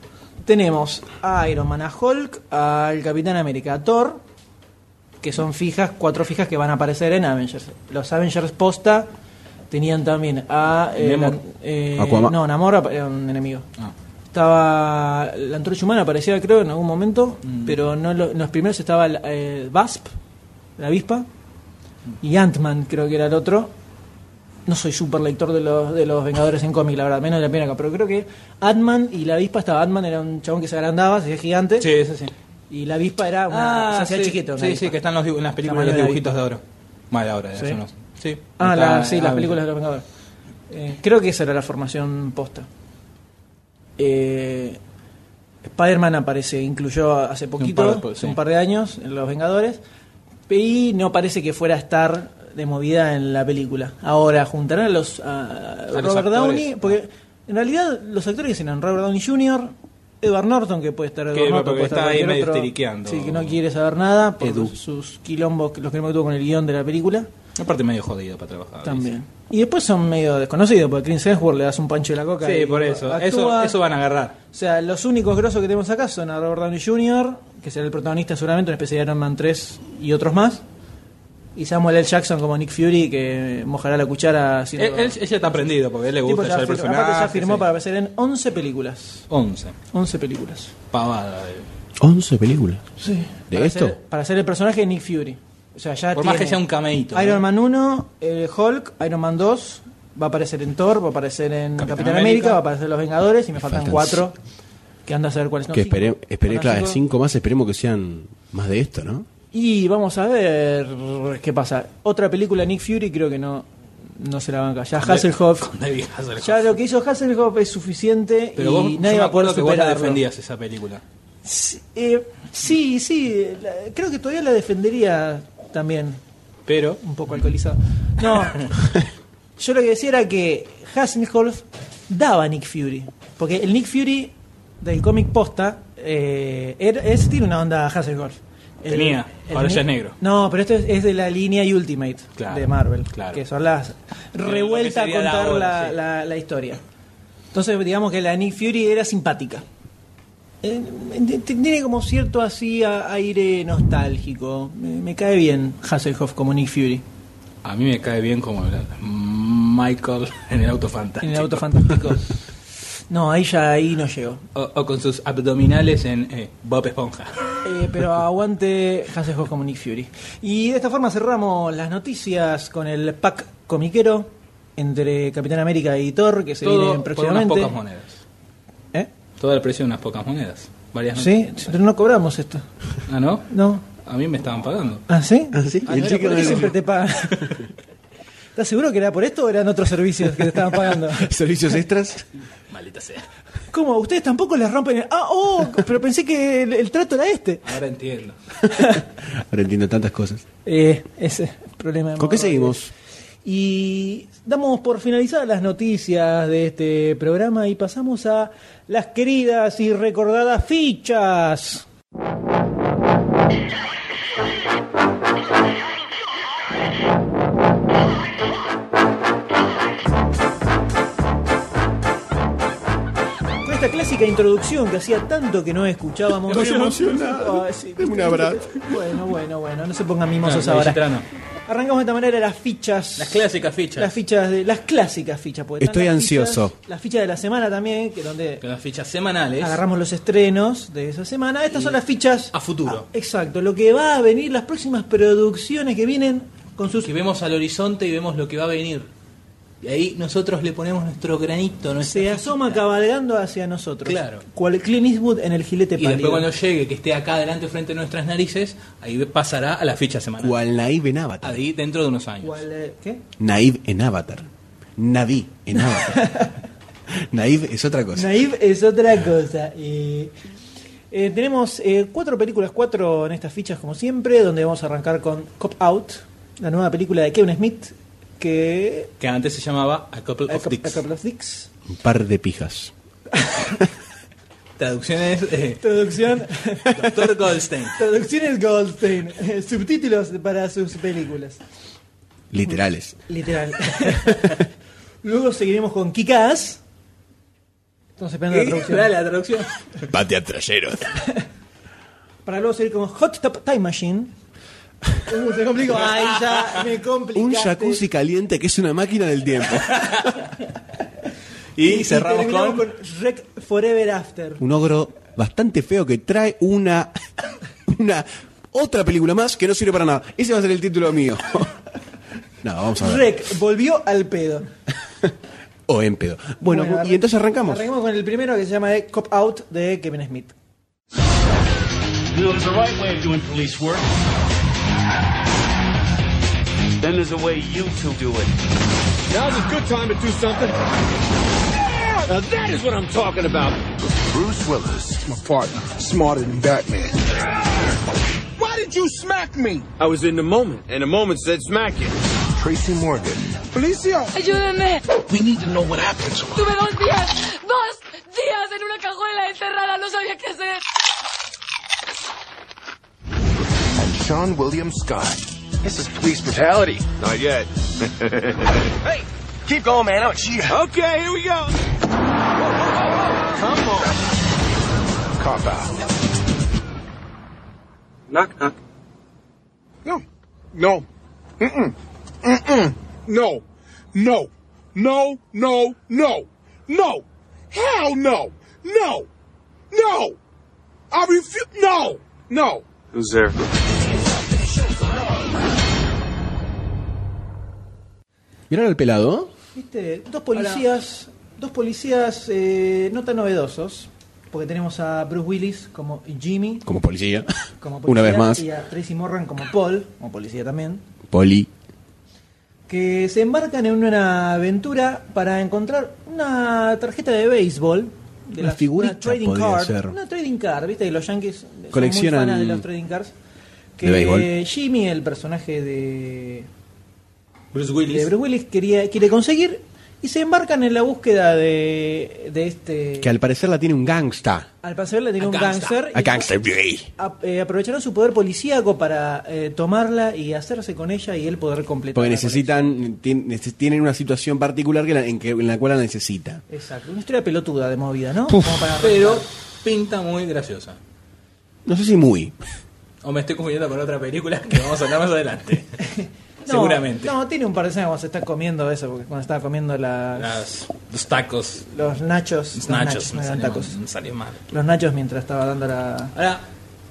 Tenemos a Iron Man, a Hulk, al Capitán América, a Thor, que son fijas, cuatro fijas que van a aparecer en Avengers. Los Avengers posta tenían también a. eh,
Namor.
la- eh,
Aquaman.
no, Namor apa- era un enemigo.
Ah.
Estaba. La antorcha humana aparecía, creo, en algún momento,
Mm.
pero no lo- en los primeros estaba el, eh, Vasp, la avispa, y Ant-Man, creo que era el otro. No soy súper lector de los, de los Vengadores en cómic, la verdad, menos de la primera acá, pero creo que Atman y la avispa estaba. Atman era un chabón que se agrandaba, se hacía gigante.
Sí, eso sí. Ah,
Y la avispa era una. se hacía chiquito. una
Sí,
avispa.
sí, que están los dibu- en las películas
Tamaño
los
de
dibujitos de ahora. Mal ahora,
Sí.
ya no sé. Sí.
Ah,
Está-
la- sí, las
ah,
películas de los Vengadores. Eh, creo que esa era la formación posta. Eh, Spider-Man aparece, incluyó hace poquito,
par de- pues,
hace un
sí.
par de años, en Los Vengadores. Y no parece que fuera a estar de movida en la película. Ahora, juntarán a los. A,
los
Robert
actores. ah.
Downey. Porque en realidad los actores que eran Robert Downey Jr., Edward Norton, que puede estar. Edward
Que
Norton,
porque
puede estar
está ahí
cualquier
medio
otro,
estiriqueando.
Sí, que no quiere saber nada por
Edu.
sus quilombos, los que no tuvo con el guión de la película.
Aparte medio jodido para trabajar.
También. Y después son medio desconocidos, porque Chris Hemsworth le das un pancho de la coca.
dice. Sí,
y
por eso.
actúa.
Eso, eso van a agarrar.
O sea, los únicos grosos que tenemos acá son a Robert Downey Jr., que será el protagonista seguramente, una especie de Iron Man 3 y otros más. Y Samuel L. Jackson como Nick Fury, que mojará la cuchara. si no-
Él, él- él ya está prendido porque a él le
Tipo
gusta ya, el
fir-
personaje. Ah,
aparte ya firmó
sí.
para aparecer en 11 películas.
11.
11 películas.
Pavada. eh.
11 películas.
Sí.
¿De
para
esto?
Ser, para ser el personaje de Nick Fury. O sea, ya
Por más que
tiene
sea un cameíto. ¿no?
Iron Man 1, eh, Hulk, Iron Man 2, va a aparecer en Thor, va a aparecer en Capitán,
Capitán
América,
América,
va a aparecer en Los Vengadores y me faltan
faltan
cuatro que anda a saber cuáles son.
que
Cinco.
espere, espere,
Faltan
claro, 5 más, esperemos que sean más de esto, ¿no?
Y vamos a ver qué pasa. Otra película Nick Fury creo que no, no se la banca. Ya Hasselhoff,
David Hasselhoff.
ya lo que hizo Hasselhoff es suficiente
Pero
y
vos, yo
nadie
me
va a poder
acuerdo que vos la
superarlo.
defendías esa película.
Sí, eh, sí, sí, la- creo que todavía la defendería también.
Pero.
un poco alcoholizado. No, yo lo que decía era que Hasselhoff daba a Nick Fury. Porque el Nick Fury del cómic posta eh, era- es, tiene una onda Hasselhoff. El-
Tenía,
el
ahora
Nick-
ya es negro.
No, pero esto es, es de la línea Ultimate
Claro,
de Marvel.
claro.
Que son las revueltas a
sería la
contar la,
hora, sí.
la- la historia. Entonces, digamos que la Nick Fury era simpática. Eh, t- Tiene como cierto así a- aire nostálgico. Me, me cae bien Hasselhoff como Nick Fury.
A mí me cae bien como el- Michael en el auto fantástico.
En el auto fantástico. No, ahí ya ahí no llegó.
O, o con sus abdominales en eh, Bob Esponja.
Eh, pero aguante Hasselhoff como Nick Fury. Y de esta forma cerramos las noticias con el pack comiquero entre Capitán América y Thor, que se vienen
Todo por unas
próximamente.
pocas monedas.
¿Eh?
Todo el precio de unas pocas monedas. Varias
Sí, pero no cobramos esto.
noticias. Ah, ¿no?
No.
A mí me estaban pagando.
¿Ah, sí?
sí?
Ah, no, era porque siempre te pagan? ¿Estás seguro que era por esto o eran otros servicios que te estaban pagando?
Servicios extras.
Maldita sea.
¿Cómo? ¿Ustedes tampoco les rompen el... Ah, oh, pero pensé que el- el trato era este.
Ahora entiendo.
Ahora entiendo tantas cosas.
Eh, ese es el problema. de
¿Con qué
Mauro.
seguimos?
Y damos por finalizadas las noticias de este programa y pasamos a las queridas y recordadas fichas. Con esta clásica introducción que hacía tanto que no escuchábamos.
Estoy emocionado.
Ah, sí.
Deme un abrazo.
Bueno, bueno, bueno, no se pongan
"Ah, No,
mimosos
la
ahora.
Villatrano.
Arrancamos de esta manera las fichas.
Las clásicas fichas.
Las fichas de, las clásicas fichas. porque están
Estoy
las fichas-
ansioso.
las fichas de la semana también, que donde
Las fichas semanales.
agarramos los estrenos de esa semana. Estas son las fichas.
a futuro.
Ah, exacto, lo que va a venir, las próximas producciones que vienen con sus.
Que vemos al horizonte y vemos lo que va a venir. Y ahí nosotros le ponemos nuestro granito, no
Se asoma cabalgando hacia nosotros.
Claro.
Cual Clint Eastwood en el
Y
gilete
después
este pálido.
cuando llegue, que esté acá adelante frente a nuestras narices, ahí pasará a la ficha semanal.
Cual Naive en Avatar.
Ahí dentro de unos años.
Cual, eh, ¿Qué?
Naive en Avatar. Naví en Avatar. Naive es otra cosa.
Naive es otra cosa. Eh, eh, tenemos eh, cuatro películas, cuatro en estas fichas como siempre, donde vamos a arrancar con Cop Out, la nueva película de Kevin Smith, que...
Que antes se llamaba A Couple
A
of
Cou- A
Dicks.
Couple of Dicks.
Un par de pijas.
Traducciones eh,
Traducción,
Doctor Goldstein.
traducciones Goldstein. Eh, Subtítulos para sus películas.
Literales.
Literal. Luego seguiremos con Kikaz. Estamos esperando la traducción.
Dale, la traducción.
Patea traseros.
Para luego seguir con Hot Top Time Machine. Uh, se complicó. Ay, ya me complicaste.
Un jacuzzi caliente que es una máquina del tiempo.
Y, cerramos
terminamos
con,
Rec Forever After.
Un ogro bastante feo que trae una. Una. Otra película más que no sirve para nada. Ese va a ser el título mío. No, vamos a ver.
Rec volvió al pedo.
O en pedo. Bueno, y entonces arrancamos.
Arrancamos con el primero que se llama eh, Cop Out de Kevin Smith.
You know, there's a right way of doing police work. Then there's a way you two do it. Now's a good time to do something. Now that is what I'm talking about.
Bruce Willis, my partner, smarter than Batman.
Why did you smack me? I was in the moment, and the moment said smack you.
Tracy Morgan, Felicio,
Ayúdenme.
we need to know what happened to him.
Tuve dos días, dos días en una cajuela encerrada. No sabía qué hacer.
And Sean William Scott. This is police brutality. Not yet.
Hey, keep going, man. Oh, gee. Okay, here we go. Come on.
Cop out.
Knock, knock.
No. No. Mm-mm. Mm-mm. No. No. No. No. No. No. Hell no. No. No. I refuse. No. No.
Who's there?
¿Vieron al pelado?
¿Viste? Dos policías, dos policías eh, no tan novedosos, porque tenemos a Bruce Willis como Jimmy,
Como policía.
como
Una vez más.
y a Tracy Morgan como Paul, como policía también,
Poli.
que se embarcan en una aventura para encontrar una tarjeta de béisbol. De
Una
las-
figurita
trading
podría
card,
ser.
una trading card, viste que los Yankees son muy
Coleccionan
fanas de los trading cards. Que
de béisbol.
Jimmy, el personaje de
Bruce
de Bruce Willis quería, quiere conseguir y se embarcan en la búsqueda de, de este.
Que al parecer la tiene un gangsta.
al parecer le tenía un gangster.
A
y
gangsta, güey.
a- eh, aprovecharon su poder policíaco para eh, tomarla y hacerse con ella y él poder completar.
Porque
la
necesitan, tien- neces- tienen una situación particular que la- en, que, en la cual la necesita.
colección. Exacto, una historia pelotuda de movida, ¿no? Como para arrancar.
Pero pinta muy graciosa.
No sé si muy.
O me estoy confundiendo con otra película que vamos a hablar más adelante.
No,
Seguramente.
No, tiene un par de escenas cuando se está comiendo eso, porque cuando estaba comiendo las-
Las- los tacos.
los nachos. Los
Los nachos.
no
Me
eran
salió,
tacos.
me salió mal.
Los nachos mientras estaba dando la.
Ahora,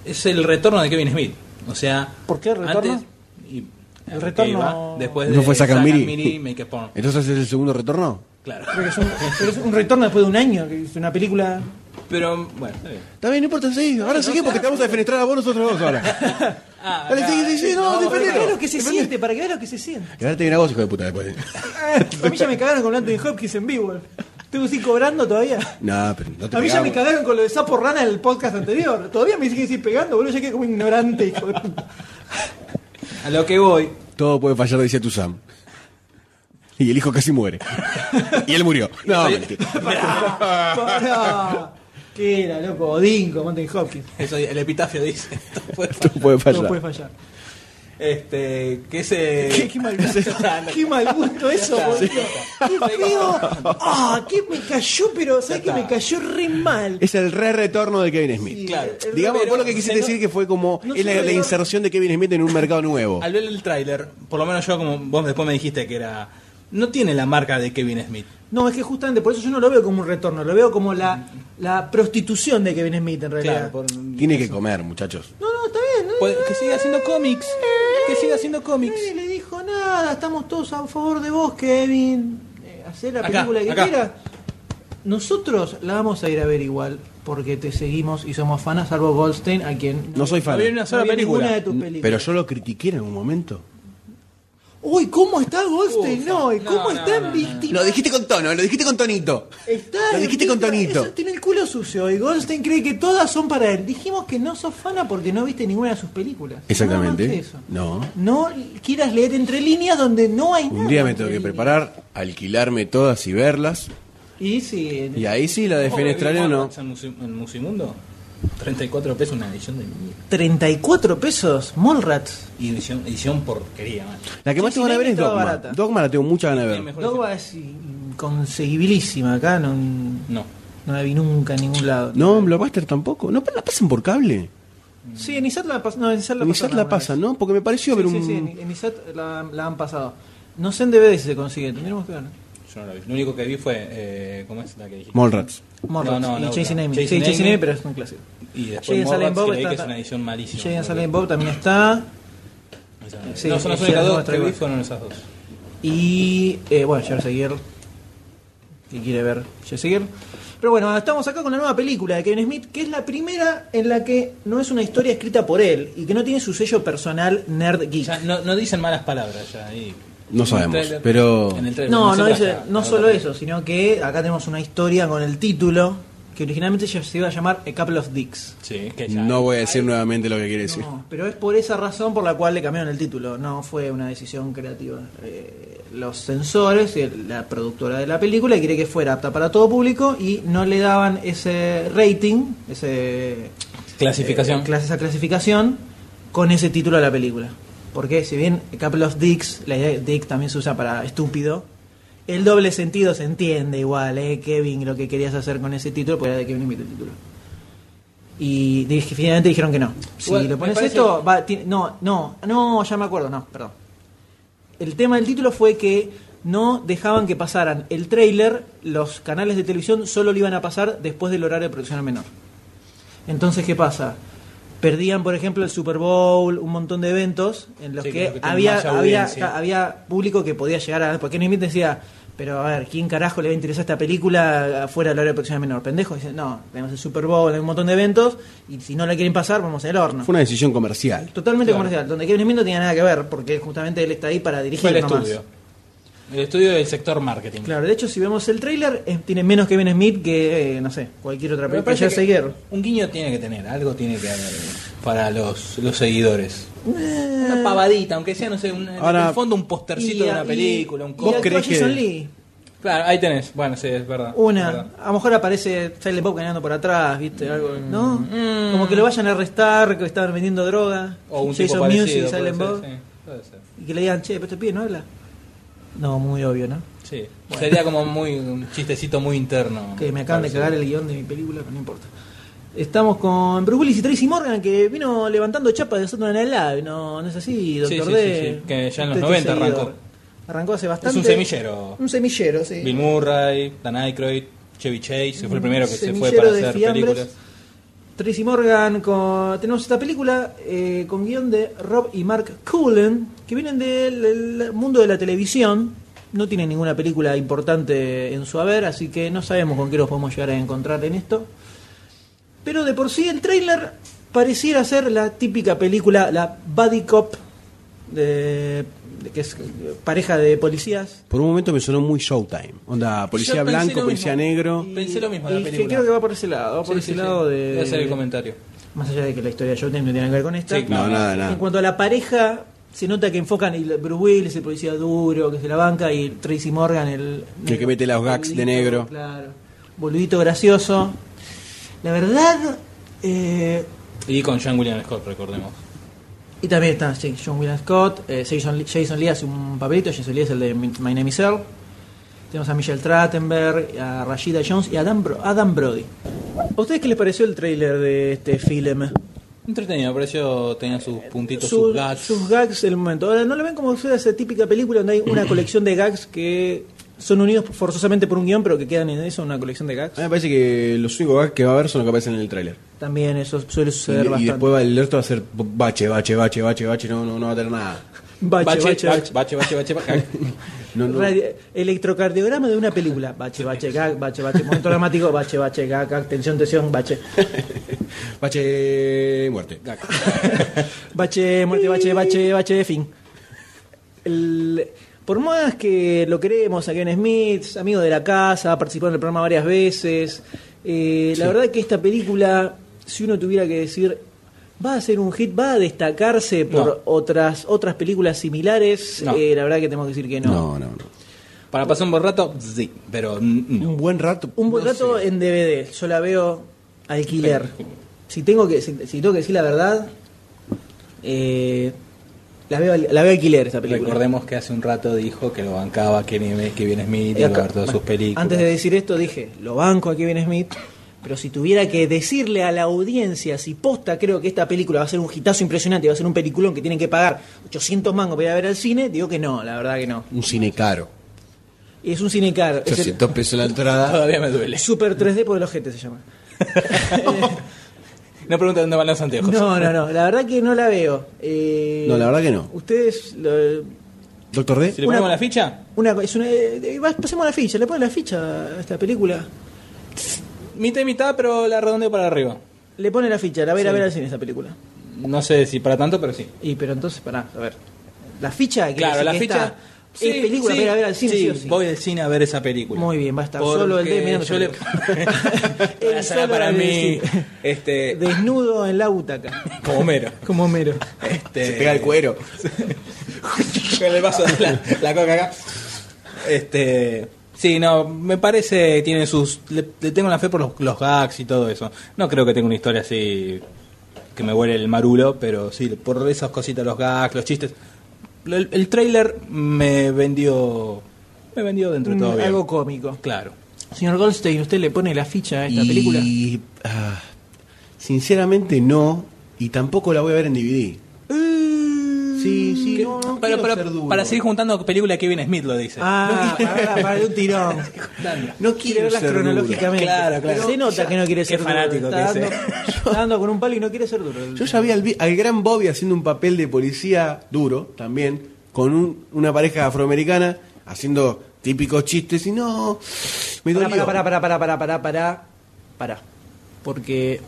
es el retorno de Kevin Smith. O sea.
¿Por qué el retorno?
Antes, y-
El retorno-
que iba después de
No fue Sakamiri.
Sakamiri, Make a Porn.
Entonces es el segundo retorno.
Claro.
Creo que es un, creo que es un retorno después de un año, que es una película.
Pero, bueno, está bien.
Está bien, no importa, sí. Ahora sigue porque te vamos a defenestrar a vos nosotros dos ahora. Ah, Dale, sí, sí, sí, no,
para que veas
defendelo.
lo que se siente, para que veas lo que se siente.
Y ahora te viene a vos, hijo de puta, después.
A mí ya me cagaron con Anthony Hopkins en vivo. Tengo que seguir cobrando todavía.
No, pero no te
A mí ya me
pegamos.
cagaron con lo de Sapo Rana en el podcast anterior. Todavía me siguen seguir pegando, boludo. Ya quedé como ignorante, hijo de puta.
A lo que voy.
Todo puede fallar, decía tu Sam. Y el hijo casi muere. y él murió. No, mentira.
Pará. ¿Qué era, loco? Odín con Anthony Hopkins.
Eso, el epitafio dice. Esto fue-
Todo puede
No puede
fallar.
fallar.
Este, que
Eh,
ese. Ah,
Qué, qué mal gusto. qué mal gusto eso, boludo. Qué feo. Ah, que me cayó, pero ¿sabes que me cayó re mal?
Es el re-retorno de Kevin Smith.
Claro.
Digamos,
Pero
vos lo que
se
quisiste
no-
decir que fue como
no
es la,
se
la
lo-
inserción de Kevin Smith en un mercado nuevo.
Al ver el tráiler, por lo menos yo, como vos después me dijiste que era. No tiene la marca de Kevin Smith.
No, es que justamente por eso yo no lo veo como un retorno, lo veo como la, la prostitución de Kevin Smith en realidad.
Por-
Tiene que comer, muchachos.
No, no, está bien. No,
Pues, que siga haciendo cómics. Que siga haciendo cómics.
Nadie le dijo nada, estamos todos a favor de vos, Kevin. Eh, hacé la
Acá,
película que
acá.
quieras. Nosotros la vamos a ir a ver igual, porque te seguimos y somos fanas, salvo Goldstein, a quien...
No soy
No
fan.
vi una sola
vi ninguna de
película.
tus películas.
Pero yo lo critiqué en algún momento.
Uy, ¿cómo está Goldstein? no, ¿y ¿cómo está en víctima?
Lo dijiste con tono, lo dijiste con tonito.
Está
Lo
en
dijiste con
víctima,
tonito.
eso Tiene el culo sucio y Goldstein cree que todas son para él. Dijimos que no sos fana porque no viste ninguna de sus películas. Nada más
Exactamente.
que eso.
No.
No quieras leer entre líneas donde no hay nada.
Un día me
entre
tengo que
líneas.
preparar, alquilarme todas y verlas.
Y sí.
Y ahí sí la
Oh,
defenestraré o no.
Oh, En Musi- en Musimundo, 34 pesos una edición de mierda.
34 pesos, Mallrat.
Y edición, edición porquería, man.
La que más
Sí,
te
sí,
van a
la
ver es
estaba
Dogma.
barata.
Dogma la tengo mucha ganas de
Sí,
ver.
mejor
Dogma es inconseguibilísima acá, no, no
No.
la vi nunca en ningún lado.
No, Blockbuster tampoco. No, pero la pasan por cable.
Sí, en ISAT la, pas- no, en ISAT la
En Isaac
pasaron
la
alguna
pasan,
vez.
¿no? Porque me pareció ver
Sí,
un.
sí, sí, en, en ISAT la, la han pasado. No sé en DVD si se consigue, tendríamos que ver.
Yo no la vi. Lo único que vi fue. Eh, ¿cómo es la que dijiste?
Mallrats.
Mallrats
No, no,
y
no,
Chasing
no.
Amy.
Chasing
Sí, Chasing
Amy.
Amy, pero es un clásico.
Y después
Jay Silent
Mallrats,
Bob
que leí
está-
que es una edición malísima.
Jay and Silent Bob también está.
O sea,
Sí,
no, son las
sí,
únicas
sí,
dos
sí,
que vi
sí.
fueron esas dos.
Y eh, bueno, Jerseguer. Que quiere ver Jerseguer. Pero bueno, estamos acá con la nueva película de Kevin Smith, que es la primera en la que no es una historia escrita por él y que no tiene su sello personal nerd geek.
Ya, no, no dicen malas palabras ya ahí.
No sabemos,
En el tráiler-
pero-
en el tráiler
No, no,
se
dice-
trata.
no solo eso, sino que acá tenemos una historia con el título que originalmente ya se iba a llamar A Couple of Dicks.
Sí, que ya.
No voy a decir nuevamente lo que quiere decir.
No, pero es por esa razón por la cual le cambiaron el título. No fue una decisión creativa. Eh, los censores, el- la productora de la película, quiere que fuera apta para todo público y no le daban ese rating, ese
Clasificación.
eh, clas- esa clasificación con ese título a la película. Porque si bien a Couple of Dicks, la idea de Dick también se usa para estúpido, el doble sentido se entiende igual, ¿eh? Kevin, lo que querías hacer con ese título, porque era de Kevin Smith el título. Y dije- finalmente dijeron que no. Si
Bueno,
lo
me
pones
parece-
esto, va, ti- no, no, no, ya me acuerdo, no, perdón. El tema del título fue que no dejaban que pasaran el tráiler, los canales de televisión solo lo iban a pasar después del horario de producción al menor. Entonces, ¿qué pasa? Perdían, por ejemplo, el Super Bowl, un montón de eventos en los
Sí,
que,
como que tenía
había,
más
había,
audiencia.
había público que podía llegar a... Porque Smith decía, pero a ver, ¿quién carajo le va a interesar esta película fuera del horario de producción al menor? Pendejo, dice, no, tenemos el Super Bowl, hay un montón de eventos, y si no la quieren pasar, vamos al horno.
Fue una decisión comercial.
Totalmente
Claro.
comercial, donde Kevin Smith no tenía nada que ver, porque justamente él está ahí para dirigir
Fue el
nomás.
estudio. El estudio del sector marketing.
Claro, de hecho, si vemos el tráiler, eh, tiene menos Kevin Smith que, eh, no sé, cualquier otra
Pero me
película.
parece
Ya
que
Seguer.
Un guiño tiene que tener, algo tiene que haber para los, los seguidores.
Eh.
Una pavadita, aunque sea, no sé, un,
Ahora-
en el fondo un postercito
Y
de
a-
una
y-
película, un
y
cómic.
actúa
crees que-
Jason Lee.
Claro, ahí tenés. Bueno, sí, es verdad. es
Una,
verdad.
a lo mejor aparece Silent Bob caminando por atrás, ¿viste? Algo,
Mm.
¿no? Como que lo vayan a arrestar, que estaban vendiendo droga.
O un tipo
Jason
parecido.
Music,
puede
Silent
ser,
Bob.
sí, puede ser.
Y que le digan, che, pero este pibe no habla. No, muy obvio, ¿no?
Sí. Sería como muy un chistecito muy interno.
Que me acaban de
Parece.
cagar el guión de mi película, pero no importa. Estamos con Bruce Willis y Tracy Morgan, que vino levantando chapas de Saturday Night Live. No, no es así,
Sí,
Doctor
sí,
D.
sí, sí, que ya en los
Usted es
90
seguidor.
arrancó.
Arrancó hace
Es
bastante.
un semillero.
Un semillero, sí.
Bill Murray, Dan Aykroyd, Chevy Chase, se fue el primero que se fue
Semillero
para
de
hacer
fiambres.
películas.
Tracy Morgan, con, tenemos esta película eh, con guión de Rob y Mark Cullen, que vienen del, del mundo de la televisión, no tienen ninguna película importante en su haber, así que no sabemos con qué los podemos llegar a encontrar en esto. Pero de por sí el trailer pareciera ser la típica película, la Buddy Cop, de, de- que es pareja de policías.
Por un momento me sonó muy Showtime. Onda, policía
Yo pensé
blanco,
lo
policía
mismo.
negro.
Pensé lo mismo de la
Y que
película.
creo que va por ese lado, va por
Sí,
ese
sí, sí.
lado de...
Voy a hacer el comentario.
Más allá de que la historia de Showtime no tiene nada que ver con esta.
Sí,
No,
No,
nada,
En
nada.
cuanto a la pareja, se nota que enfocan el Bruce Willis, el policía duro, que se la banca, y Tracy Morgan, el.
El que mete los gags de negro.
Claro. Boludito gracioso. La verdad. eh,
Y con John William Scott, recordemos.
y también está sí, John William Scott, eh, Jason, Lee, Jason Lee hace un papelito, Jason Lee es el de Mi- My Name is Earl. Tenemos a Michelle Trachtenberg, a Rashida Jones y a Adam, Bro- Adam Brody. ¿A ustedes qué les pareció el tráiler de este film?
Entretenido, me pareció, tenía sus puntitos,
Sus-
sus gags.
sus gags del momento. Ahora, ¿no lo ven como si fuera esa típica película donde hay una colección de gags que son unidos forzosamente por un guión, pero que quedan en eso, una colección de gags?
A mí me parece que los únicos gags que va a haber son los que aparecen en el tráiler.
También eso suele
Y,
suceder
y
bastante.
después va el resto va a ser bache, bache, bache, bache, bache, no, no, no va a tener nada.
Bache, bache, bache.
bache, bache, bache, bache.
No, no.
Radio- electrocardiograma de una película. Bache, bache, gag, bache, bache. Momento dramático, bache, bache, gag, gag, tensión, tensión, bache.
Bache, muerte.
Bache, muerte, bache, bache, bache, fin. El- por más que lo queremos a Kevin Smith, es amigo de la casa, ha participado en el programa varias veces, eh, la verdad que esta película, si uno tuviera que decir, va a ser un hit, va a destacarse por
No.
otras otras películas similares,
No.
eh, la verdad que tenemos que decir que no.
No, no, no.
Para pasar un buen rato, sí, pero mm, no.
Un buen rato.
Un buen
no
rato
sé.
en DVD, yo la veo alquiler.
eh,
Si tengo que, si, si tengo que decir la verdad, eh, la veo al- la veo alquiler esa película.
Recordemos que hace un rato dijo que lo bancaba Kevin Kevin
Eh,
Smith y iba a
acá-
ver todas
bueno,
sus películas.
Antes de decir esto dije, lo banco a Kevin Smith, pero si tuviera que decirle a la audiencia si posta creo que esta película va a ser un hitazo impresionante, va a ser un peliculón que tienen que pagar 800 mangos para ir a ver al cine, digo que no, la verdad que no.
Un cine caro.
Es un cine caro, es el
800 pesos la entrada.
Todavía me duele.
Super 3D por el ojete se llama.
No pregunta dónde van los anteojos.
No, no, no, la verdad que no la veo. Eh,
No, la verdad que no.
Ustedes lo-
¿Doctor D?
Si le ponemos la ficha,
Una, co- es una- eh, eh, vas- pasemos la ficha, le pones la ficha a esta película.
mitad y mitad, pero la redondeo para arriba.
Le pone la ficha, la ver a
Sí.
ver al cine esta película.
No sé si para tanto, pero sí.
Y pero entonces, pará, a ver. La ficha quiere
Claro,
decir
la
que
ficha.
está- es película para ir a ver al cine, sí o sí.
Voy al cine a ver esa película.
Muy bien, va a estar
Porque
solo el D mirando.
yo le-
esa
Una
Él
sala
solo
para
en el
mí.
cine.
Este,
película. Desnudo en la butaca.
como mero.
Como Homero.
Este,
Se pega el cuero.
con el vaso de la, la coca acá. Este. Sí, no, me parece que tiene sus. Le, le tengo la fe por los, los gags y todo eso. No creo que tenga una historia así que me huele el marulo, pero sí, por esas cositas, los gags, los chistes. Lo- El, el trailer me vendió. Me vendió dentro de todo
Mm,
bien.
Algo cómico.
Claro.
Señor Goldstein, ¿usted le pone la ficha a esta película?
Y, ah, sinceramente no, y tampoco la voy a ver en DVD. Sí, sí, no, no
Pero,
quiero
pero,
ser duro.
para seguir juntando película de Kevin Smith lo dice.
Ah, para, para de un tirón.
No
Quiere
quiero
verlas
ser duro.
cronológicamente.
Claro, claro.
Se nota que no quiere
Qué
ser duro.
fanático
Está
que es,
dando, está dando con un palo y no quiere ser duro.
Yo ya vi al, vi- al gran Bobby haciendo un papel de policía duro también, con un- una pareja afroamericana, haciendo típicos chistes y no, me
Pará,
dolió.
pará, pará, pará, pará, pará, pará, pará. Porque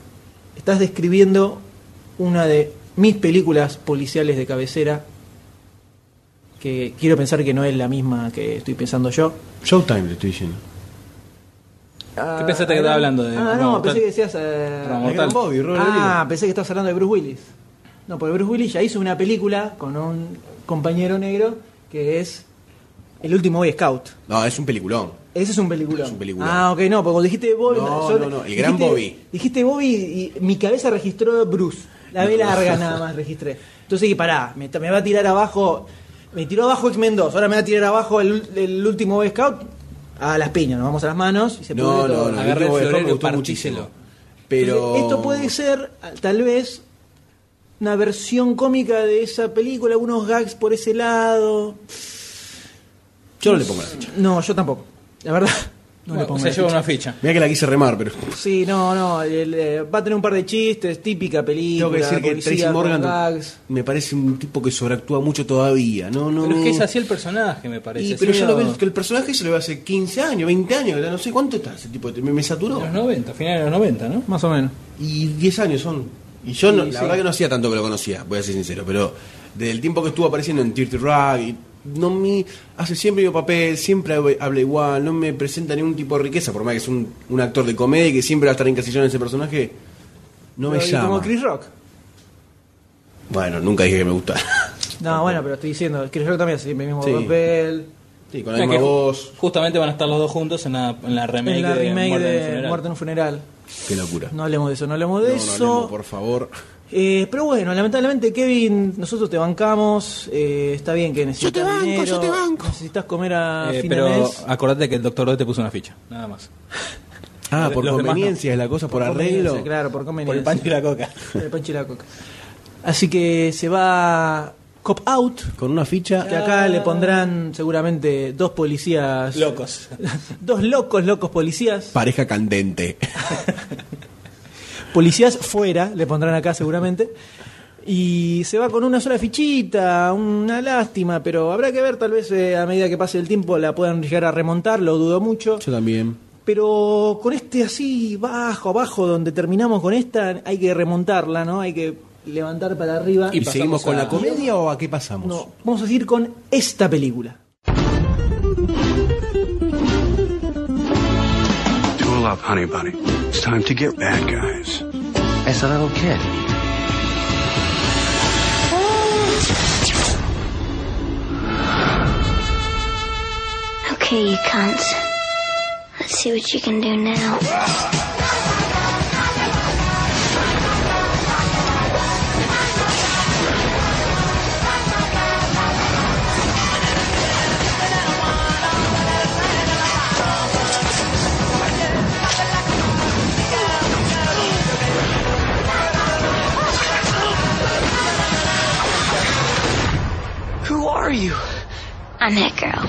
estás describiendo una de mis películas policiales de cabecera que quiero pensar que no es la misma que estoy pensando yo.
Showtime le estoy diciendo.
¿Qué pensaste que estaba hablando de-
Ah, no,
Ramón
pensé
Mortal?
que decías... eh,
Ramón
Al gran
Mortal.
Bobby, Robert
Ah, pensé que estabas hablando de Bruce Willis. No, porque Bruce Willis ya hizo una película con un compañero negro que es El último Boy Scout.
Williams. No, es un peliculón.
Ese es un peliculón.
Es un peliculón.
Ah, ok, no, porque cuando dijiste Bobby.
No,
yo-
no, no, el gran
dijiste-
Bobby.
Dijiste Bobby y mi cabeza registró Bruce. La B larga nada más registré. Entonces dije, pará, me, me va a tirar abajo. Me tiró abajo X-Men 2, ahora me va a tirar abajo el, ul- el último Boy Scout. A las piñas, nos vamos a las manos y se
No,
pudre
no,
todo.
no,
Agarrá
Yo
el
voy a dejar,
florero
me
y
gustó
partíselo.
muchísimo. Pero
Esto puede ser, tal vez, una versión cómica de esa película, unos gags por ese lado.
Yo no le pongo la ficha.
No, yo tampoco. La verdad, no le
Bueno,
pongo
se
la
lleva
ficha.
una ficha.
Mira que la quise remar, pero
Sí, no, no. el, eh, va a tener un par de chistes, típica película.
tengo que decir que
policía
Tracy
con
Morgan
gags.
me parece un tipo que sobreactúa mucho todavía. No, no.
Pero es que es así el personaje, me parece.
Y,
Es
pero yo lo
medio-
veo que el personaje se lo ve hace 15 años, 20 años, no sé cuánto está ese tipo. de- Me, me saturó.
Los 90, finales de los 90, ¿no?
Más o menos.
Y 10 años son. Y yo, no- la verdad que no hacía tanto que lo conocía, voy a ser sincero, pero del tiempo que estuvo apareciendo en Dirty Rag, y no me hace siempre el papel, siempre hab- habla igual, no me presenta ningún tipo de riqueza, por más que es un, un actor de comedia y que siempre va a estar encasillado en ese personaje, no me
Pero, y
llama.
Como Chris Rock.
Bueno, nunca dije que me gustara.
No, bueno, pero estoy diciendo, Chris Rock también hace siempre el mismo
Sí.
papel.
Sí, con
O
la
sea
misma
que
voz,
Justamente van a estar los dos juntos en la, en la remake,
En la remake
Muerte en un
de
funeral.
Muerte en un funeral.
qué locura.
No hablemos de eso, no hablemos
No,
de
no
eso.
hablemos, por favor.
Eh, pero bueno, lamentablemente, Kevin, nosotros te bancamos. eh, está bien que necesitas.
Yo te banco,
dinero,
yo te banco.
Necesitas comer a
Eh,
fin de
pero
mes.
acordate que el doctor D te puso una ficha, nada más.
Ah, por
Los demás no.
conveniencia es la cosa, por, arreglo.
Conveniencia, Claro, por
Por
conveniencia.
el pan y la coca.
Por el pancho y la coca. Así que se va Cop Out.
Con una ficha.
Que acá le pondrán seguramente dos policías.
Locos.
Dos locos, locos policías.
Pareja candente.
Policías fuera, le pondrán acá seguramente. Y se va con una sola fichita, una lástima, pero habrá que ver, tal vez eh, a medida que pase el tiempo la puedan llegar a remontar, lo dudo mucho.
Yo también.
Pero con este así, bajo, abajo, donde terminamos con esta, hay que remontarla, ¿no? Hay que levantar para arriba.
¿Y,
Y pasamos
seguimos con
a-
la comedia o a qué pasamos?
No, vamos a seguir con esta película.
Tool up, honey bunny. It's time to get bad guys.
As a little kid,
Okay, you cunts. Let's see what you can do now.
who are you?
I'm that girl.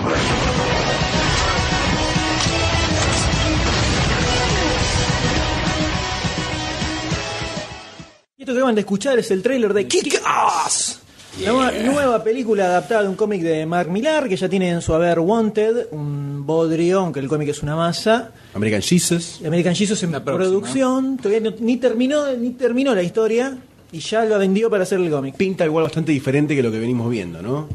Y esto que acaban de escuchar es el tráiler de Kick Ass. Nueva, nueva película adaptada de un cómic de Mark Millar, que ya tiene en su haber Wanted, un bodrio, aunque el cómic es una masa.
American Jesus.
American Jesus en producción, todavía no- ni, terminó, ni terminó la historia y ya lo vendió para hacer el cómic.
Pinta igual bastante diferente que lo que venimos viendo, ¿no?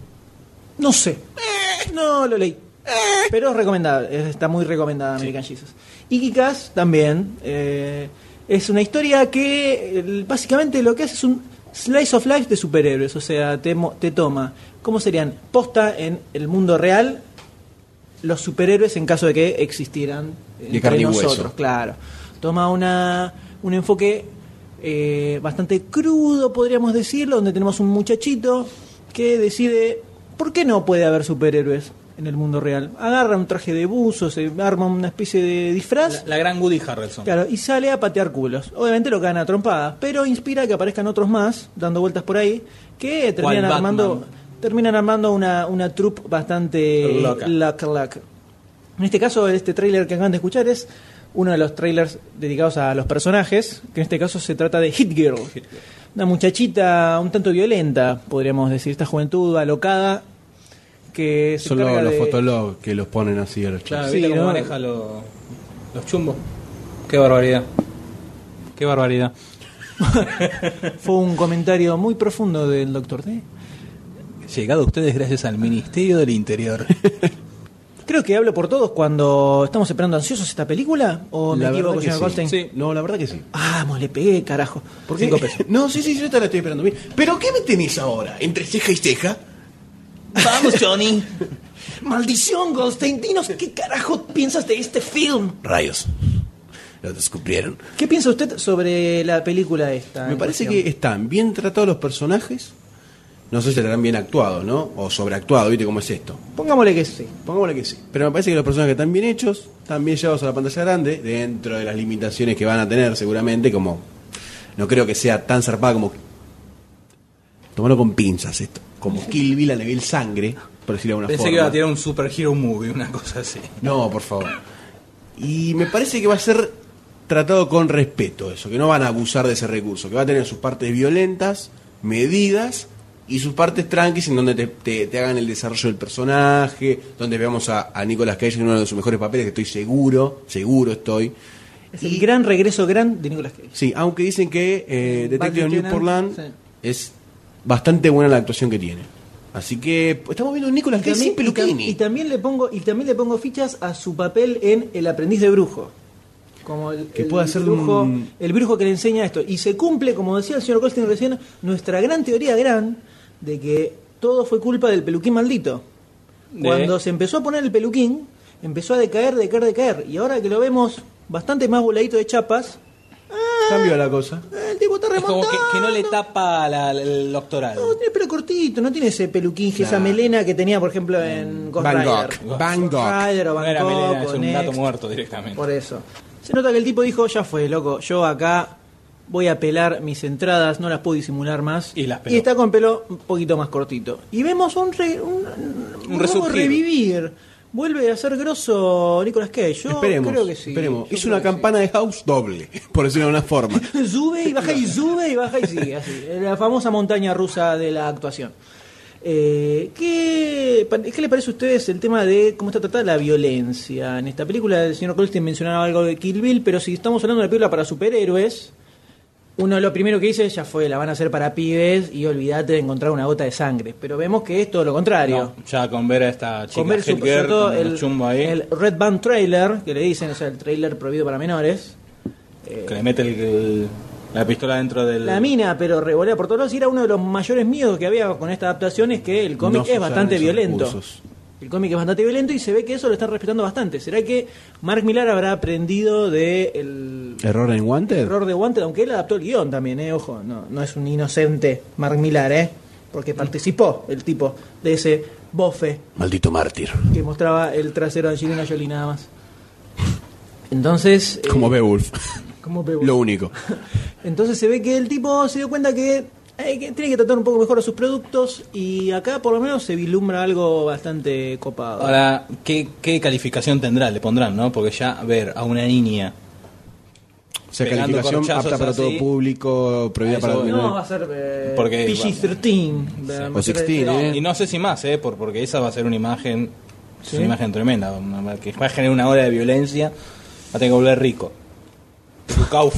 No sé. Eh, No lo leí.
Eh.
Pero es recomendable. es- Está muy recomendada American Jesus. Y Kikas también. eh, es una historia que el- básicamente lo que hace es un slice of life de superhéroes. O sea, te, mo- te toma. ¿Cómo serían? Posta en el mundo real los superhéroes en caso de que existieran entre
carne y hueso.
nosotros, claro. Toma una, un enfoque eh, bastante crudo, podríamos decirlo, donde tenemos un muchachito que decide por qué no puede haber superhéroes en el mundo real. Agarra un traje de buzo, se arma una especie de disfraz.
La gran Woody Harrelson.
Claro, y sale a patear culos. Obviamente lo gana a trompadas, pero inspira que aparezcan otros más, dando vueltas por ahí, que terminan
Batman.
armando, terminan armando una, una troupe bastante
Loca.
loca, loca. En este caso, este tráiler que acaban de escuchar es uno de los trailers dedicados a los personajes, que en este caso se trata de Hit Girl. Una muchachita un tanto violenta, podríamos decir, esta juventud alocada que se
Solo
encarga
los
de-
fotologs que los ponen así a los chicos.
Claro,
Sí,
¿viste cómo
¿no?
maneja lo- los chumbos? Qué barbaridad. Qué barbaridad.
Fue un comentario muy profundo del Doctor D.
Llegado a ustedes gracias al Ministerio del Interior.
Creo que hablo por todos cuando estamos esperando ansiosos esta película. ¿O me
La verdad
equivoco,
que
señor
sí.
Goldstein?
Sí. No, la verdad que sí.
Vamos, le pegué, carajo.
¿Por
Cinco pesos.
no, sí, sí, yo esta la estoy esperando. Mira, ¿Pero qué me tenés ahora? ¿Entre ceja y ceja?
Vamos, Johnny. Maldición, Goldstein. Dinos qué carajo piensas de este film.
Rayos. Lo descubrieron.
Eh, ¿Qué piensa usted sobre la película esta?
Me
en
parece
cuestión?
que están bien tratados los personajes. No sé si estarán bien actuados, ¿no? O sobreactuados, ¿viste cómo es esto?
Pongámosle que sí.
Pongámosle que sí. Pero me parece que los personajes están bien hechos, están bien llevados a la pantalla grande, dentro de las limitaciones que van a tener seguramente, como no creo que sea tan zarpada como... Tomarlo con pinzas esto. Como Kill Bill a nivel sangre, por decirlo de alguna
Pensé
forma.
que iba a tirar un superhero movie, una cosa así.
No, por favor. Y me parece que va a ser tratado con respeto eso, que no van a abusar de ese recurso, que va a tener sus partes violentas, medidas y sus partes tranquis en donde te, te- te hagan el desarrollo del personaje, donde veamos a, a Nicolas Cage en uno de sus mejores papeles, que estoy seguro, seguro estoy.
Es el gran regreso gran de Nicolas Cage.
Sí, aunque dicen que eh, Detective
Batman
Newportland
Tennant,
es bastante buena la actuación que tiene. Así que estamos viendo un Nicolas Cage sin
y, tam-
peluquini.
y también le pongo y también le pongo fichas a su papel en El aprendiz de brujo. Como el,
Que
el
pueda ser
brujo,
un-
el brujo que le enseña esto y se cumple, como decía el señor Goldstein recién, nuestra gran teoría gran de que todo fue culpa del peluquín maldito.
De-
Cuando se empezó a poner el peluquín, empezó a decaer, decaer, decaer y ahora que lo vemos bastante más voladito de chapas,
Cambió la cosa.
el tipo está
Es como
remontado.
que, que no le tapa la- la- el doctoral.
No, tiene pelo cortito, no tiene ese peluquín, que esa
Nah.
melena que tenía, por ejemplo, en Ghost
Bangkok.
Rider.
Bangkok.
Ghost Rider o
No era
Bangkok
melena, es
o
un gato
Next.
muerto directamente.
Por eso. Se nota que el tipo dijo, ya fue, loco, yo acá voy a pelar mis entradas, no las puedo disimular más.
Y las peló.
está con pelo un poquito más cortito. Y vemos un, re- un, un nuevo
resurgir.
revivir. Vuelve a ser grosso Nicolas Cage. Yo
esperemos,
creo que sí.
esperemos.
Yo
Hizo
creo
una
que sí.
campana de house doble, por decirlo de alguna forma.
sube y baja y sube y baja y sigue así. La famosa montaña rusa de la actuación. Eh, ¿qué, pa- qué le parece a ustedes el tema de cómo está tratada la violencia? En esta película el señor Colstein mencionaba algo de Kill Bill, pero si estamos hablando de una película para superhéroes, uno lo primero que dice ya fue, la van a hacer para pibes y olvídate de encontrar una gota de sangre. Pero vemos que es todo lo contrario.
No, ya con ver a esta chica
Con ver su-
Hit Girl,
sobre todo
con el, chumbo ahí,
el Red Band Trailer, que le dicen, o sea, el trailer prohibido para menores.
que le mete el- el- la pistola dentro del...
eh, La mina, pero revolea por todos lados. Y era uno de los mayores miedos que había con esta adaptación es que el cómic
No se
es
usaron
bastante
esos
violento.
recursos.
El cómic es bastante violento y se ve que eso lo están respetando bastante. ¿Será que Mark Millar habrá aprendido de el
¿Error en Wanted?
error de Wanted? Aunque él adaptó el guión también, ¿eh? Ojo, no, no es un inocente Mark Millar, ¿eh? Porque participó el tipo de ese bofe
Maldito mártir.
que mostraba el trasero de Angelina Jolie nada más. Entonces... eh,
Como Beowulf.
como Beowulf.
Lo único.
Entonces se ve que el tipo se dio cuenta que, eh, que tiene que tratar un poco mejor a sus productos y acá por lo menos se vislumbra algo bastante copado.
Ahora, ¿qué, ¿qué calificación tendrá? Le pondrán, ¿no? Porque ya ver a una niña
O sea,
pegando
calificación
corchazos
apta para todo
así.
público, prohibida
A
para
eso voy.
No, va a ser eh,
Porque-
PG-13. la
O
mayor-
16,
No,
¿eh?
y no sé si más, ¿eh? Por, porque esa va a ser una imagen, es
Sí.
una imagen tremenda, una- que va a generar una ola de violencia, va a tener que volver rico. Rukauf.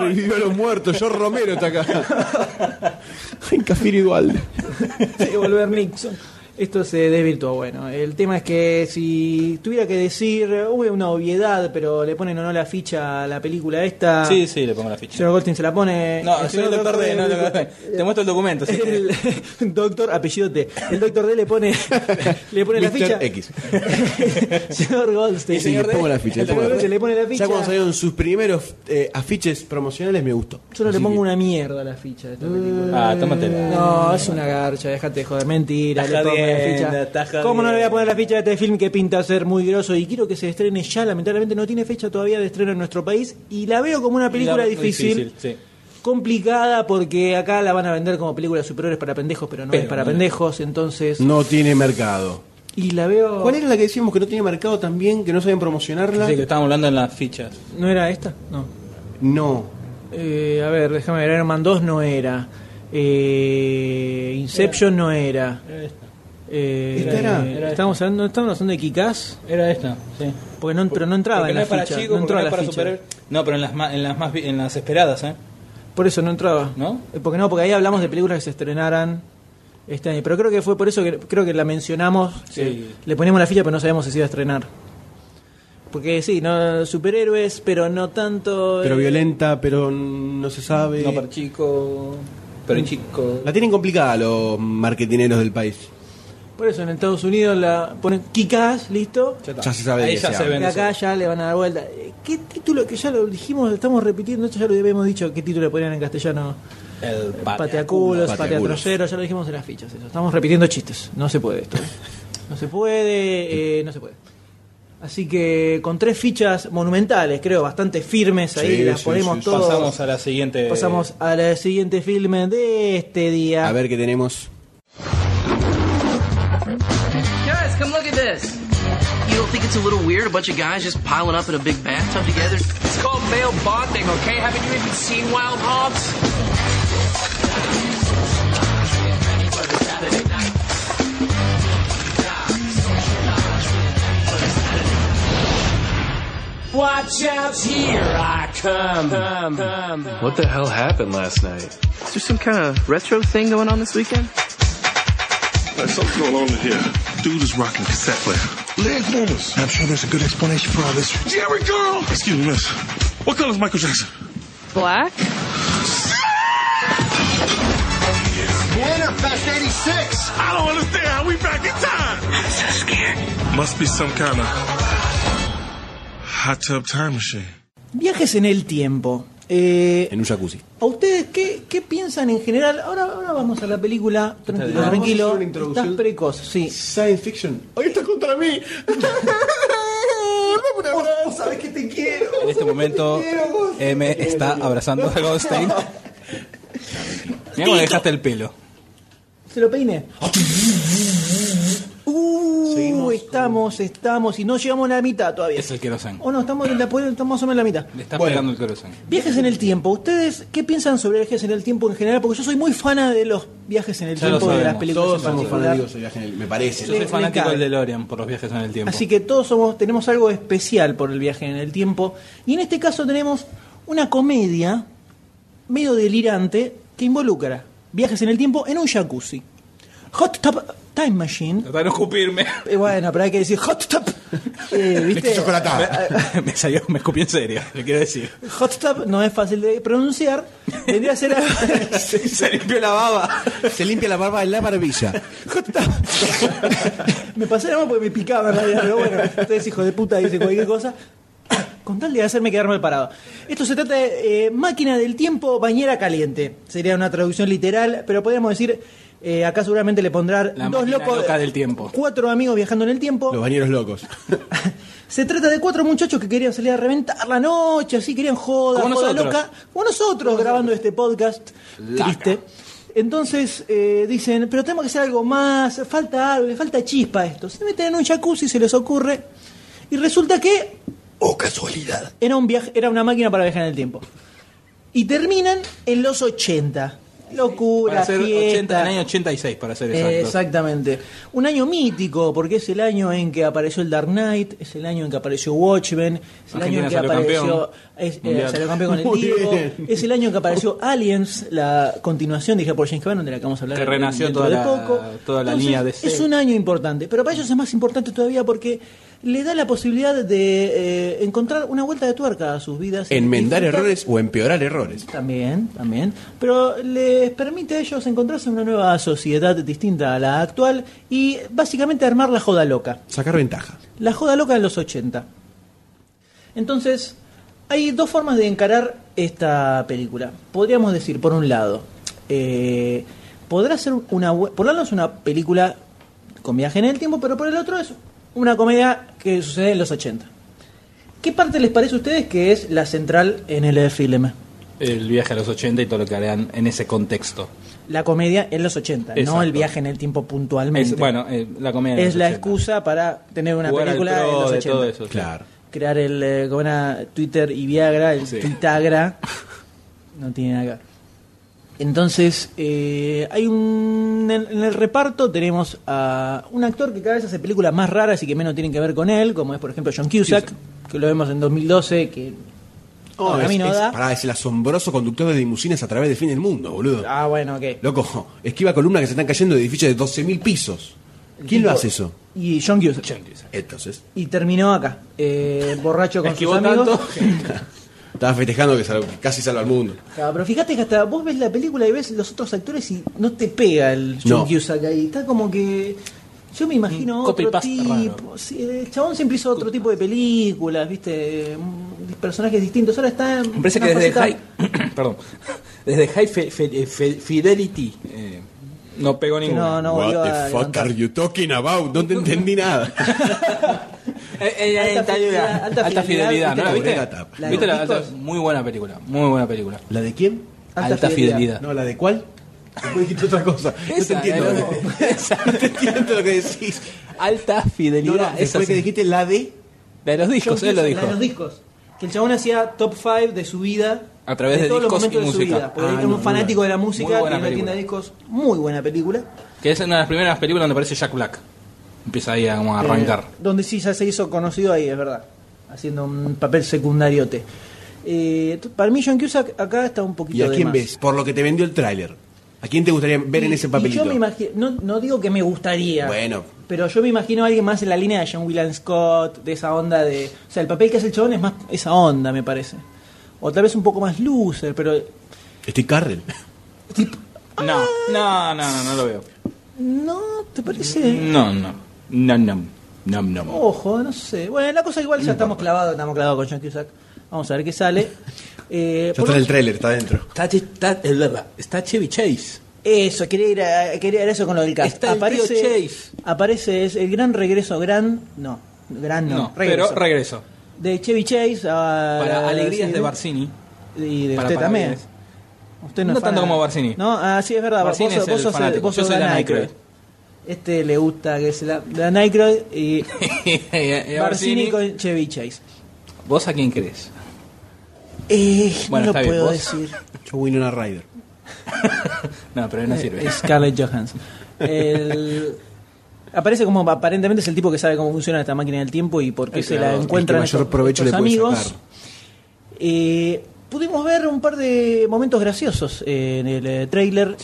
Revivió a los muertos, yo Romero está acá. En Cafir igual.
¿eh?
Sí, volver Nixon. Esto se desvirtuó. Bueno, el tema es que si tuviera que decir, eh, hubo una obviedad, pero le ponen o no la ficha a la película esta.
Sí, sí, le pongo la ficha.
Señor Goldstein se la pone.
No,
el
soy el doctor D, no, no, no, no. Te muestro el documento. si querés.
El doctor, apellido T. El doctor D le pone, le pone la
Mr.
ficha.
X.
Señor Goldstein.
Sí, sí, pongo la ficha.
El
pongo la
doctor D le pone la
Ya
ficha.
cuando salieron sus primeros eh, afiches promocionales me gustó.
Yo no le
Así
pongo
que-
una mierda a la ficha de esta película.
Ah, tómatela.
No, es una garcha, dejate de joder, mentira. le pongo
Está
la
jodiendo,
ficha.
está jodiendo.
¿Cómo no le voy a poner la ficha de este film que pinta ser muy groso y quiero que se estrene ya? Lamentablemente no tiene fecha todavía de estreno en nuestro país y la veo como una película
La-
difícil,
sí.
complicada porque acá la van a vender como película de superhéroes para pendejos, pero no
Pero
es para
no es.
pendejos, entonces
No tiene mercado.
y la veo
¿Cuál era la que decíamos que no tenía mercado también, que no sabían promocionarla?
Sí, que estábamos hablando en las fichas.
¿No era esta? No.
No.
Eh, a ver, déjame ver, Iron Man 2 no era. Eh, Inception no era. Eh,
¿Esta era?
eh, Estamos hablando, estamos hablando de Kikaz,
Era esta, sí.
porque no, pero no entraba
Porque
en
no
la
es para
ficha,
chicos,
no
porque no
entraba en
es
la
para
ficha.
superhéroes. No, pero en las, más, en, las más, vi- en las esperadas, ¿eh?
Por eso no entraba.
¿No?
Eh, Porque no, porque ahí hablamos de películas que se estrenaran este año, pero creo que fue por eso que creo que la mencionamos,
Sí.
que le ponemos la ficha pero no sabíamos si se iba a estrenar. Porque sí, no superhéroes, pero no tanto
Pero
eh,
violenta, pero no se sabe.
No para chicos, pero chicos.
La tienen complicada los marketineros del país.
Por eso en Estados Unidos la ponen Kikaz, listo.
Ya se sabe de
Ahí
qué
ya
se
se
habla.
ven.
Que acá ya le van a dar vuelta. Eh, ¿Qué título que ya lo dijimos, estamos repitiendo, esto ya lo habíamos dicho, qué título le ponían en castellano?
El
Pateaculos,
Ah, Pateaculos.
pateatroyeros, ya lo dijimos en las fichas. eso. Estamos repitiendo chistes, no se puede esto. ¿eh? No se puede, eh, no se puede. Así que con tres fichas monumentales, creo, bastante firmes ahí,
Sí,
las
sí,
ponemos
sí, eh, sí.
todas.
Pasamos a la siguiente.
Pasamos al siguiente filme de este día.
A ver qué tenemos.
Guys, come look at this. You don't think it's a little weird, a bunch of guys just piling up in a big bathtub together? It's called male bonding, okay? Haven't you even seen Wild Hogs?
Watch out, here I come.
What the hell happened last night?
Is there some kind of retro thing going on this weekend?
There's something going on in here. Dude is rocking cassette player. Leg warmers. I'm sure there's a good explanation for all this. Jerry girl! Excuse me, miss. What color is Michael Jackson?
Black?
Winterfest 86! I don't understand how we back in time! I'm so scared. Must be some kind of hot tub time machine.
Viajes en el tiempo. Eh,
En un jacuzzi.
¿A ustedes qué, qué piensan en general? Ahora, ahora vamos a la película. Tranquilo,
Vamos a hacer
tranquilo.
una introducción.
Estás precoz, sí.
Science fiction. Hoy estás contra mí.
Vos sabés que te quiero.
En este momento, M está abrazando a Goldstein. Mira cómo le dejaste el pelo.
Se lo peiné. Uh,
Seguimos.
estamos, estamos y no llegamos a la mitad todavía.
Es el querosán.
O no, estamos, en la- estamos más o menos en la mitad.
Le está
Bueno.
pegando el querosán.
Viajes en el tiempo. ¿Ustedes qué piensan sobre viajes en el tiempo en general? Porque yo soy muy fana de los viajes en el
Ya lo
tiempo de las
sabemos.
películas.
Todos
en
somos
particular.
fanáticos de viaje en el- me parece.
Yo soy
Le-
fanático
le cabe.
del DeLorean por los viajes en el tiempo.
Así que todos somos, tenemos algo especial por el viaje en el tiempo. Y en este caso tenemos una comedia medio delirante que involucra viajes en el tiempo en un jacuzzi. Hot Tub Time Machine.
Tratá de no escupirme.
Eh, bueno, pero hay que decir Hot Tub. Eh, ¿viste?
me salió, me escupí en serio, lo quiero decir.
Hot Tub no es fácil de pronunciar. Vendría a ser
Se limpió la baba.
Se limpia la barba en la barbilla.
Me pasé la mano porque me picaba en realidad, pero bueno, ustedes hijos de puta dicen cualquier cosa. Con tal de hacerme quedarme parado. Esto se trata de eh, máquina del tiempo, bañera caliente. Sería una traducción literal, pero podríamos decir, eh, acá seguramente le pondrán
La
dos
máquina
locos,
loca del tiempo.
cuatro amigos viajando en el tiempo.
Los bañeros locos.
Se trata de cuatro muchachos que querían salir a reventar la noche, así querían joda,
Como
joda
nosotros.
loca. Como nosotros grabando este podcast triste. Entonces eh, dicen, pero tenemos que hacer algo más, falta algo, le falta chispa a esto. Se meten en un jacuzzi, se les ocurre. Y resulta que
Oh, casualidad.
Era, un viaje, era una máquina para viajar en el tiempo. Y terminan en los 80. Locura,
Para ser 80,
fiesta.
en el año 86, para ser
Eh,
exacto.
Exactamente. Un año mítico, porque es el año en que apareció el Dark Knight, es el año en que apareció Watchmen, es el año en
Argentina
que
salió
apareció.
campeón.
es- eh,
Mundial.
salió campeón con el
Muy
Diego,
bien.
Es el año en que apareció Aliens, la continuación, dije por James Cameron, de la que vamos a hablar
Que renació
dentro
toda
de
la-
poco.
toda la
Entonces,
línea de
Es un año importante, pero para ellos es más importante todavía porque le da la posibilidad de eh, encontrar una vuelta de tuerca a sus vidas.
Enmendar
Disfrutar-
errores o empeorar errores.
También, también. Pero les permite a ellos encontrarse en una nueva sociedad distinta a la actual y básicamente armar la joda loca.
Sacar ventaja.
La joda loca de los 80. Entonces, hay dos formas de encarar esta película. Podríamos decir, por un lado, eh, podrá ser una. bu- Por un lado, es una película con viaje en el tiempo, pero por el otro, es una comedia que sucede en los 80. ¿Qué parte les parece a ustedes que es la central en el filme?
El viaje a los 80 y todo lo que harán en ese contexto.
La comedia en los 80, no
Exacto.
el viaje en el tiempo puntualmente.
Es, bueno, eh, la comedia de
es
los
la
80.
excusa para tener una
Jugar al
película
pro
en los
de
80.
todo eso, sí.
Claro.
Crear el eh, como era Twitter y Viagra, el Twittagra, no tiene nada que ver. Entonces, eh, hay un. En, en el reparto tenemos a un actor que cada vez hace películas más raras y que menos tienen que ver con él, como es, por ejemplo, John Cusack, que lo vemos en 2012, que.
Oh,
a
es,
mí no
es-
da.
pará, es el asombroso conductor de limusinas a través del fin del mundo, boludo.
Ah, bueno, ok.
Loco, esquiva columnas que se están cayendo de edificios de 12.000 pisos. ¿Quién lo
tipo-
hace eso?
Y John Cusack.
Entonces,
Y terminó acá, eh, borracho con sus
Esquivó
amigos.
tanto. estaba festejando que salvo- casi salva al mundo.
Claro, Ah, pero fíjate que hasta vos ves la película y ves los otros actores y no te pega el John
No.
Cusack ahí. Está como que. Yo me imagino
Un
otro
copy-paste
tipo. Sí, el chabón siempre hizo otro tipo de películas, ¿viste? Mm, Personajes distintos. Ahora está. en
Me parece que
una
desde
faceta-
High, perdón, desde High Fe- Fe- Fe- Fidelity eh, no pegó
no,
ninguna.
no volvió a levantar.
you talking about? No te entendí nada.
Eh, eh, eh,
Alta
alta,
fidelidad, alta
alta, fidelidad,
fidelidad,
¿no?
¿viste?
¿Viste?
La tapa.
La de
¿Viste la
los
alta- Muy buena película, muy buena película.
¿La de quién?
Alta, fidelidad.
No, ¿la de cuál? Después dijiste otra cosa. no te
Esa,
entiendo.
eh,
lo que- no te entiendo lo que decís.
Alta fidelidad.
No, no,
esa
después que
sí.
dijiste la de...
La de los
John
discos, él lo
Cusack,
dijo.
La de los discos. Que el chabón hacía top 5 de su vida.
A través de
todos los
discos y
momentos de
música.
su vida. Porque
Ah,
era
no,
un fanático
muy
de la
buena.
música,
Muy
tenía
buena
una tienda
película.
de discos. Muy buena película.
Que es una de las primeras películas donde aparece Jack Black. Empieza ahí a, como a arrancar.
Eh, donde sí ya se hizo conocido ahí, es verdad. Haciendo un papel secundariote. Eh, t- para mí, John Cusack acá está un poquito
¿Y a
de
quién
más.
ves? Por lo que te vendió el tráiler. ¿A quién te gustaría ver
Y-
en ese
y
papelito?
yo me imagino, no, no digo que me gustaría,
Bueno,
pero yo me imagino a alguien más en la línea de John William Scott, de esa onda de. O sea, el papel que hace el chabón es más esa onda, me parece. O tal vez un poco más loser, pero.
Estoy Carrel.
No, no, no, no, no lo veo.
¿No te parece?
No, no. No, no. No, no.
Ojo, no sé. Bueno, la cosa igual ya estamos clavados, estamos clavados con John Cusack. Vamos a ver qué sale. Eh,
Ya
por
está en el tráiler, está adentro.
Está, che- está, es verdad, está Chevy Chase.
Eso, quería ir, a- quería ir a eso con lo del cast.
Está el tío Chase.
Aparece es el gran regreso, gran. No, gran no.
No,
regreso.
pero regreso.
de Chevy Chase a.
Para Alegrías
sí,
de Barcini.
Y de
Para
usted también.
Paredes.
Usted
No
es fan
tanto
de-
como Barcini.
No, ah, sí, es verdad.
Barcini
vos, sos-
es el
vos sos,
fanático.
vos
Yo
sos
soy Dan
Aykroyd.
Aykroyd.
Este le gusta que se la. Dan Aykroyd y
Y
Barcini
a Eh, Barcini,
con Chevy Chase.
¿Vos a quién crees?
Eh,
Bueno,
no
está
lo
bien,
puedo
vos.
decir.
Yo Winona Ryder.
No, pero no sirve.
Eh, Es Scarlett Johansson. El- Aparece como aparentemente es el tipo que sabe cómo funciona esta máquina del tiempo y por qué
El
se
creador,
la
el
encuentran
que mayor
estos-
provecho
estos
le puede
amigos.
sacar.
Eh, pudimos ver un par de momentos graciosos en el eh, trailer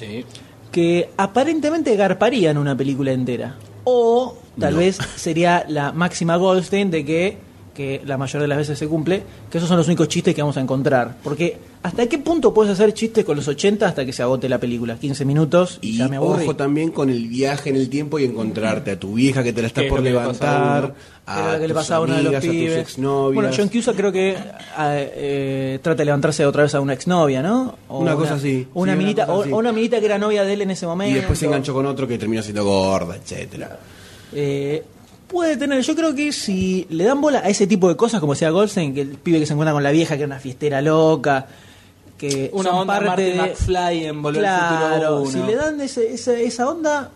que aparentemente garparían una película entera. O tal vez sería la máxima Goldstein de que, que la mayoría de las veces se cumple, que esos son los únicos chistes que vamos a encontrar. Porque ¿hasta qué punto puedes hacer chistes con los 80 hasta que se agote la película? 15 minutos y
Y
ya me aburrí.
ojo también con el viaje en el tiempo y encontrarte a tu vieja que te la
¿Qué
estás
es
por
lo que le pasa a
levantar,
uno?
Era
a
lo que le
tus
pasaba a uno de los
amigas, a tus
pibes.
exnovias.
Bueno, John Cusack creo que ah, eh, trata de levantarse otra vez a una exnovia, ¿no? O
Una cosa así.
Una,
Sí, una
minita,
cosa
o-
así.
o una minita que era novia de él en ese momento.
Y después se enganchó con otro que terminó siendo gorda, etcétera.
Eh, puede tener, yo creo que si le dan bola a ese tipo de cosas, como sea Goldstein, que el pibe que se encuentra con la vieja, que era una fiestera loca, que
Una
son
onda
parte
Marty
de...
McFly en Volver al
Claro,
Futuro
si
uno.
le dan ese- esa, esa onda,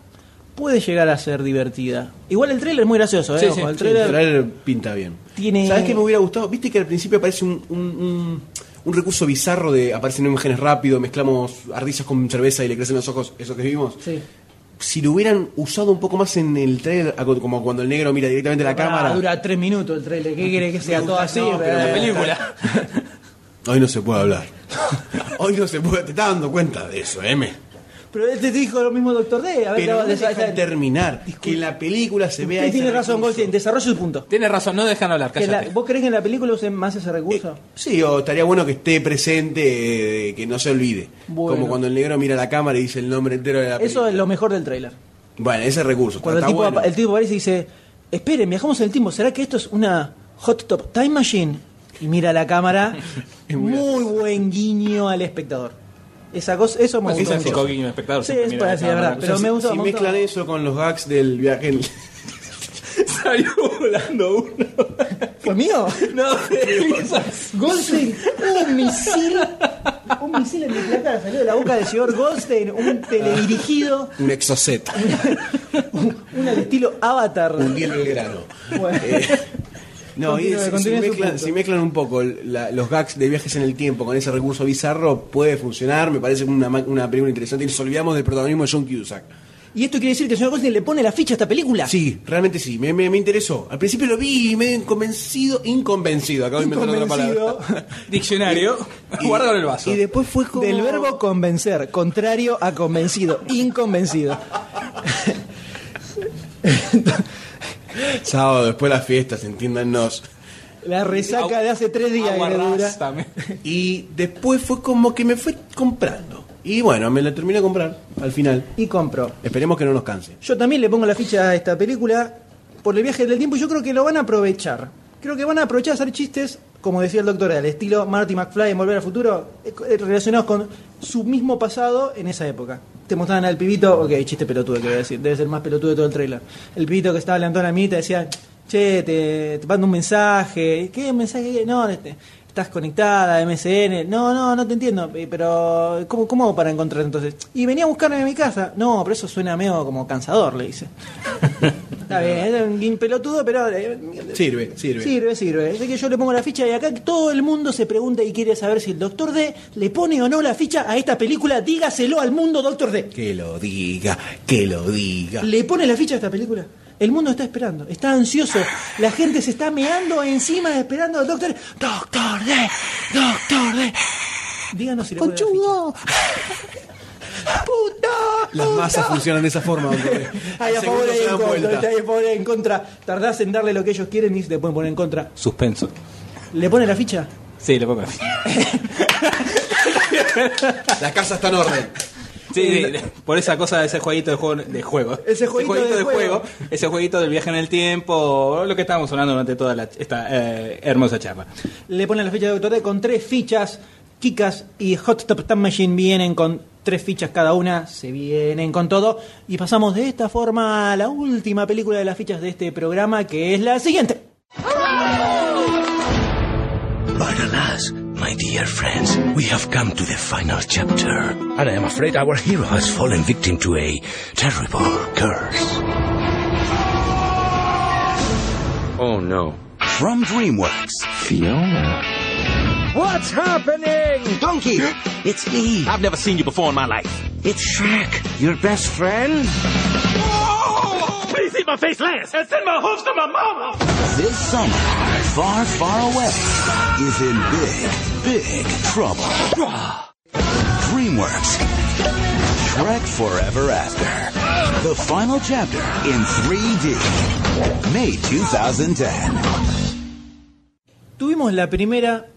puede llegar a ser divertida. Igual el trailer es muy gracioso, ¿eh?
Sí,
Ojo,
sí,
el
sí,
trailer
el trailer pinta bien.
tiene...
¿Sabes qué me hubiera gustado? Viste que al principio aparece un, un, un- un recurso bizarro de aparecen imágenes rápido, mezclamos ardillas con cerveza y le crecen los ojos, eso que vimos. Si lo hubieran usado un poco más en el trailer, a- como cuando el negro mira directamente la
Ah,
cámara.
Dura tres minutos el trailer. ¿Qué quiere que sea todo así?
no, pero
Eh,
me película. Hoy no se puede hablar. Hoy no se puede. Te estás dando cuenta de eso, M.
Pero este te dijo lo mismo Doctor D. A ver,
Pero
no,
no
de-
dejan
de-
terminar. Que la película se vea
Usted
ese
tiene razón, Goldstein. Desarrolla el punto.
Tiene razón, no dejan hablar,
Que la-
cállate.
¿Vos crees que en la película usen más ese recurso?
Eh, Sí, o estaría bueno que esté presente, eh, que no se olvide.
Bueno.
Como cuando el negro mira la cámara y dice el nombre entero de la película.
Eso es lo mejor del trailer.
Bueno, ese recurso. Está,
Cuando el
está
tipo,
bueno.
apa- el tipo aparece y dice, esperen, viajamos en el tiempo, ¿será que esto es una hot top time machine? Y mira la cámara, muy buen guiño al espectador. Esa cosa, eso me
Así
gustó
se
mucho.
psicó Guiño espectador.
Sí, es
siempre mira
para
la
decir la
cámara.
verdad, pero
si,
me gusta
si
me gusta.
mezclan eso con los gags del viaje en...
Salió volando uno.
¿Fue mío?
No,
Goldstein, un misil, un misil en mi plata salió de la boca del señor Goldstein, un teledirigido,
Un exocet.
un al estilo Avatar.
Hundiendo el grano. Eh,
Bueno.
No, y
Continúe,
si- si,
continúe su
mezclan,
punto.
si mezclan un poco el- la- los gags de viajes en el tiempo con ese recurso bizarro, puede funcionar. Me parece una, ma- una película interesante. Y nos olvidamos del protagonismo de John Cusack.
Y esto quiere decir que el señor Goldstein le pone la ficha a esta película.
Sí, realmente sí, me, me- me interesó. Al principio lo vi y me he convencido, inconvencido, acabo de inventar otra palabra.
Convencido
Diccionario, guárdalo en el vaso.
Y después fue como...
del verbo convencer, contrario a convencido, inconvencido.
Sábado, después las fiestas, entiéndanos.
La resaca de hace tres días que le dura.
Aguarrástame.
Y después fue como que me fue comprando. Y bueno, me la terminé de comprar al final.
Y compró.
Esperemos que no nos canse.
Yo también le pongo la ficha a esta película por el viaje del tiempo y yo creo que lo van a aprovechar. Creo que van a aprovechar hacer chistes, como decía el doctor, al estilo Marty McFly en Volver al Futuro, eh, eh, relacionados con su mismo pasado en esa época. Te mostraban al pibito, ok, chiste pelotudo que voy a decir, debe ser más pelotudo de todo el trailer. El pibito que estaba levantando la minita decía, che, te, te mando un mensaje, ¿qué mensaje? No, este, estás conectada, MSN, no, no, no te entiendo, Eh, pero ¿cómo, cómo hago para encontrar entonces? Y venía a buscarme en mi casa, no, pero eso suena medio como cansador, le dice. Está bien, es un guin pelotudo, pero eh,
Sirve, sirve.
sirve, sirve. Así que yo le pongo la ficha y acá todo el mundo se pregunta y quiere saber si el Doctor D le pone o no la ficha a esta película. Dígaselo al mundo, Doctor D.
Que lo diga, que lo diga.
¿Le pone la ficha a esta película? El mundo está esperando, está ansioso. La gente se está meando encima esperando al Doctor D. Doctor D, Doctor D. Díganos si le pone la ficha. ¡Puta!
Las masas funcionan de esa forma. hombre.
Hay a
Según
favor
no
y
se
hay
dan
en contra.
vuelta.
Hay a favor y hay en contra. Tardás en darle lo que ellos quieren y te pueden poner en contra.
Suspenso.
¿Le pone la ficha?
Sí, le pongo. Sí,
La casa está en orden.
sí, por esa cosa de ese jueguito de juego. De juego.
Ese jueguito de juego.
Ese jueguito del viaje en el tiempo. Lo que estábamos hablando durante toda la- esta eh, hermosa charla.
Le ponen la ficha de Doctor D con tres fichas. Kikas y Hot Top Time Machine vienen con tres fichas cada una. Se vienen con todo. Y pasamos de esta forma a la última película de las fichas de este programa, que es la siguiente.
But alas, my dear friends, we have come to the final chapter, and I am afraid our hero has fallen victim to a terrible curse. Oh no. From DreamWorks. Fiona.
What's happening? Donkey! It's me! I've never seen you before in my life. It's Shrek, your best friend?
Please eat my face last and send my hooves to my mama.
This summer, far, far away, is in big, big trouble. DreamWorks. Shrek Forever After. The final chapter in 3D. May 2010.
Tuvimos la primera,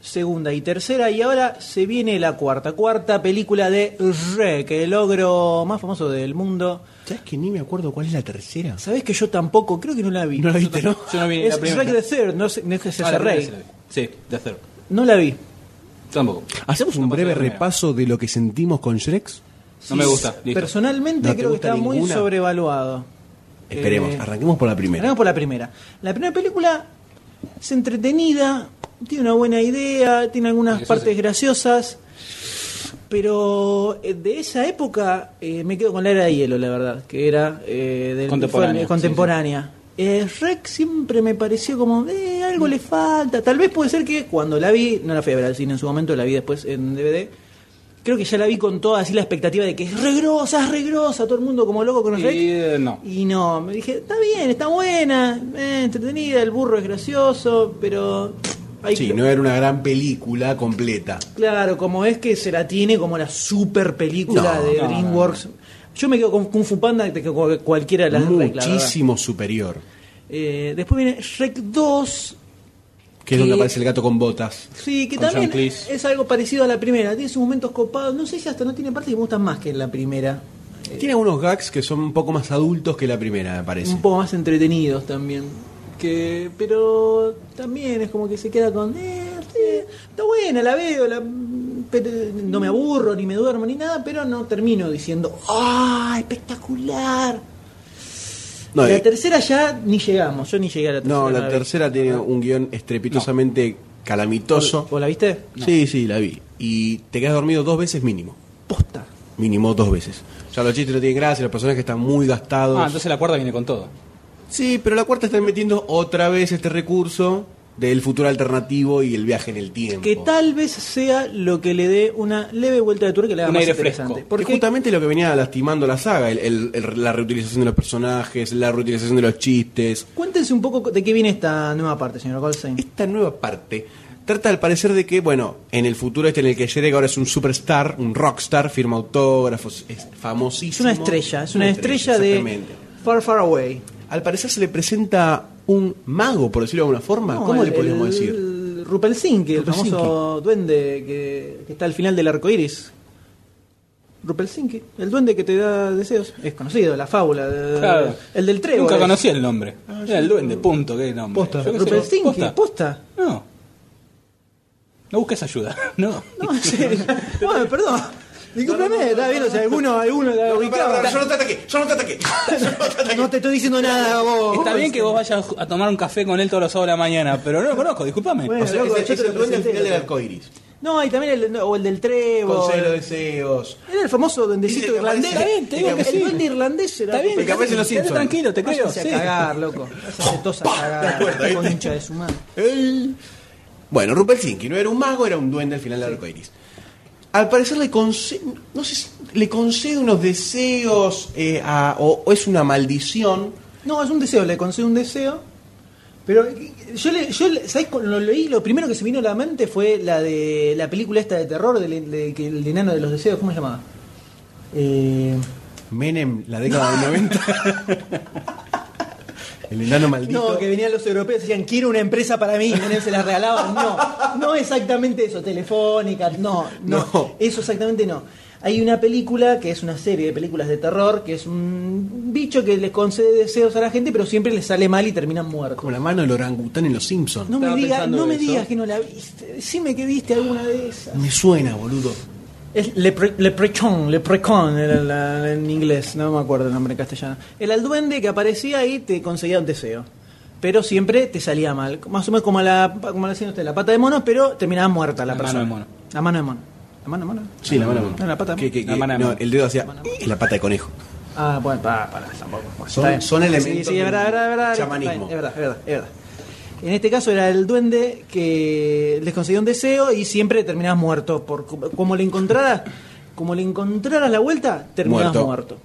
segunda y tercera, y ahora se viene la cuarta. Cuarta película de Shrek, el ogro más famoso del mundo.
¿Sabes que ni me acuerdo cuál es la tercera?
¿Sabés que yo tampoco? Creo que no la vi.
No la viste, ¿no?
Yo no vi
Es
la primera.
Shrek the Third, no sé, no es que se
Ah, la
hace
primera
rey.
sí la vi. Sí, de hacer.
No la vi.
Tampoco.
¿Hacemos un
No pasó
breve
la primera.
repaso de lo que sentimos con Shrek?
No me gusta. Listo.
Personalmente
¿No te
creo que
gusta
está muy
ninguna?
sobrevaluado.
Esperemos,
Eh,
arranquemos por la primera.
Arrancamos por la primera. La primera película es entretenida, tiene una buena idea, tiene algunas partes graciosas, Pero eh, de esa época eh, me quedo con la era de hielo, la verdad, que era eh, del
Contemporánea,
informe- contemporánea. Eh, Rec siempre me pareció como, eh, algo le falta. Tal vez puede ser que cuando la vi, no la fui a ver al cine en su momento, la vi después en DVD. Creo que ya la vi con toda así la expectativa de que es regrosa, es regrosa, todo el mundo como loco con Rec.
Y eh, no.
Y no, me dije, está bien, está buena, eh, entretenida, el burro es gracioso, pero hay
Sí,
que-
no era una gran película completa.
Claro, como es que se la tiene como la super película
No,
de
no, no,
DreamWorks. Yo me quedo con Kung Fu Panda que con cualquiera de las Rec, la verdad.
Muchísimo superior.
Eh, después viene Shrek 2,
Que es donde
Que-
aparece el gato con botas.
sí, que
Con
también
John Cleese.
es algo parecido a la primera. Tiene sus momentos copados. No sé si hasta no tiene partes que me gustan más que la primera. Eh,
Tiene algunos gags que son un poco más adultos que la primera, me parece.
Un poco más entretenidos también. Que, pero también es como que se queda con. "Eh, sí, está buena, la veo, la- pero no me aburro, ni me duermo, ni nada, pero no termino diciendo, ¡ah, espectacular!
No,
la
eh,
tercera ya ni llegamos, yo ni llegué a la tercera.
No, la
vi. Ah.
tercera tiene un guión estrepitosamente calamitoso.
¿Vos la viste?
Sí, sí, la vi. Y te quedas dormido dos veces mínimo.
Posta.
Mínimo dos veces. O sea, los chistes no tienen gracia, los personajes están muy gastados.
Ah, entonces la cuarta viene con todo.
Sí, pero la cuarta están metiendo otra vez este recurso del futuro alternativo y el viaje en el tiempo.
Que tal vez sea lo que le dé una leve vuelta de tuerca que le haga
Un
más
aire
interesante.
fresco. Porque
Porque
justamente lo que venía lastimando la saga, el- el- el- la reutilización de los personajes, la reutilización de los chistes,
cuéntense un poco de qué viene esta nueva parte, señor Goldstein.
Esta nueva parte trata al parecer de que, bueno, en el futuro este en el que Jerek ahora es un superstar, un rockstar, firma autógrafos, es famosísimo.
Es una estrella, es una estrella, de
exactamente.
Far Far Away.
Al parecer se le presenta un mago, por decirlo de alguna forma.
No,
¿Cómo
el-
le podríamos
el-
decir?
Rupelsinki, el
Rupelsinki.
famoso duende que, que está al final del arco iris. Rupelsinki, el duende que te da deseos. Es conocido, la fábula. de-
Claro.
El del trébol.
Nunca
es.
conocí el nombre. Era el duende, punto, qué nombre.
Posta.
Yo qué sé,
Rupelsinki,
posta.
posta.
No. No busques ayuda. No.
No, en serio. Bueno, perdón. Discúlpeme, está bien, o sea, alguno, alguno la ubicaba.
yo no te ataqué, yo no te ataqué.
No te estoy diciendo nada, vos.
Está bien que vos vayas a tomar un café con él todos los sábados de la mañana, pero no lo conozco, discúlpame.
Bueno,
O sea,
loco,
es,
yo
es
te lo
el duende al
presenté,
final del
loco.
arco iris.
No, y también el, o el del trébol.
Concelo deseos.
Era el famoso duendecito
que aparece-
irlandés.
Está bien, te digo
El
que sí.
duende irlandés era.
Está bien,
El que aparece en los
quédate
Simpsons.
tranquilo, te creo.
Váyanse
sí.
a cagar, loco. Váyanse todos a cagar. Concha de su madre.
El- Bueno, Rupelsinki no era un mago, era un duende al final del arco iris. Al parecer le concede, no sé si le concede unos deseos eh, a- o, o es una maldición.
No, es un deseo, le concede un deseo. Pero yo, le, yo le- ¿sabés? Cuando lo leí, lo primero que se vino a la mente fue la de la película esta de terror, del de, que el enano de los deseos, ¿cómo se llamaba? Eh,
Menem, la década del 90. El enano maldito.
No, que venían los europeos y decían, quiero una empresa para mí, y venían, se las regalaban. No, no exactamente eso, telefónica, no, no, eso exactamente no. Hay una película que es una serie de películas de terror, que es un bicho que les concede deseos a la gente, pero siempre les sale mal y terminan muertos.
Como la mano del orangután en los Simpsons.
No me,
Estaba
digas,
pensando
no me
eso.
digas que no la viste, decime que viste alguna de esas.
Me suena, boludo.
Es Lepre- Leprechaun, Leprechaun era la- en inglés, no me acuerdo el nombre en castellano. Era el duende que aparecía y te conseguía un deseo. Pero siempre te salía mal. Más o menos como la, como la decían ustedes, la pata de mono, pero terminaba muerta la,
La
persona.
mano de mono.
La mano de mono. ¿La mano de mono?
Sí, la mano.
No, la pata de
Que-
mono.
que- que-
La mano de
no,
mano.
el dedo hacía la pata de conejo.
Ah, bueno, para, para, tampoco. Bueno,
Son-
está bien.
son elementos
Sí, sí, es verdad, es verdad, es verdad.
chamanismo.
Está bien, Es verdad, es verdad, es verdad. En este caso era el duende que les concedió un deseo y siempre terminabas muerto. Por, como le encontraras, como le encontraras la vuelta, terminabas
Muerto.
muerto.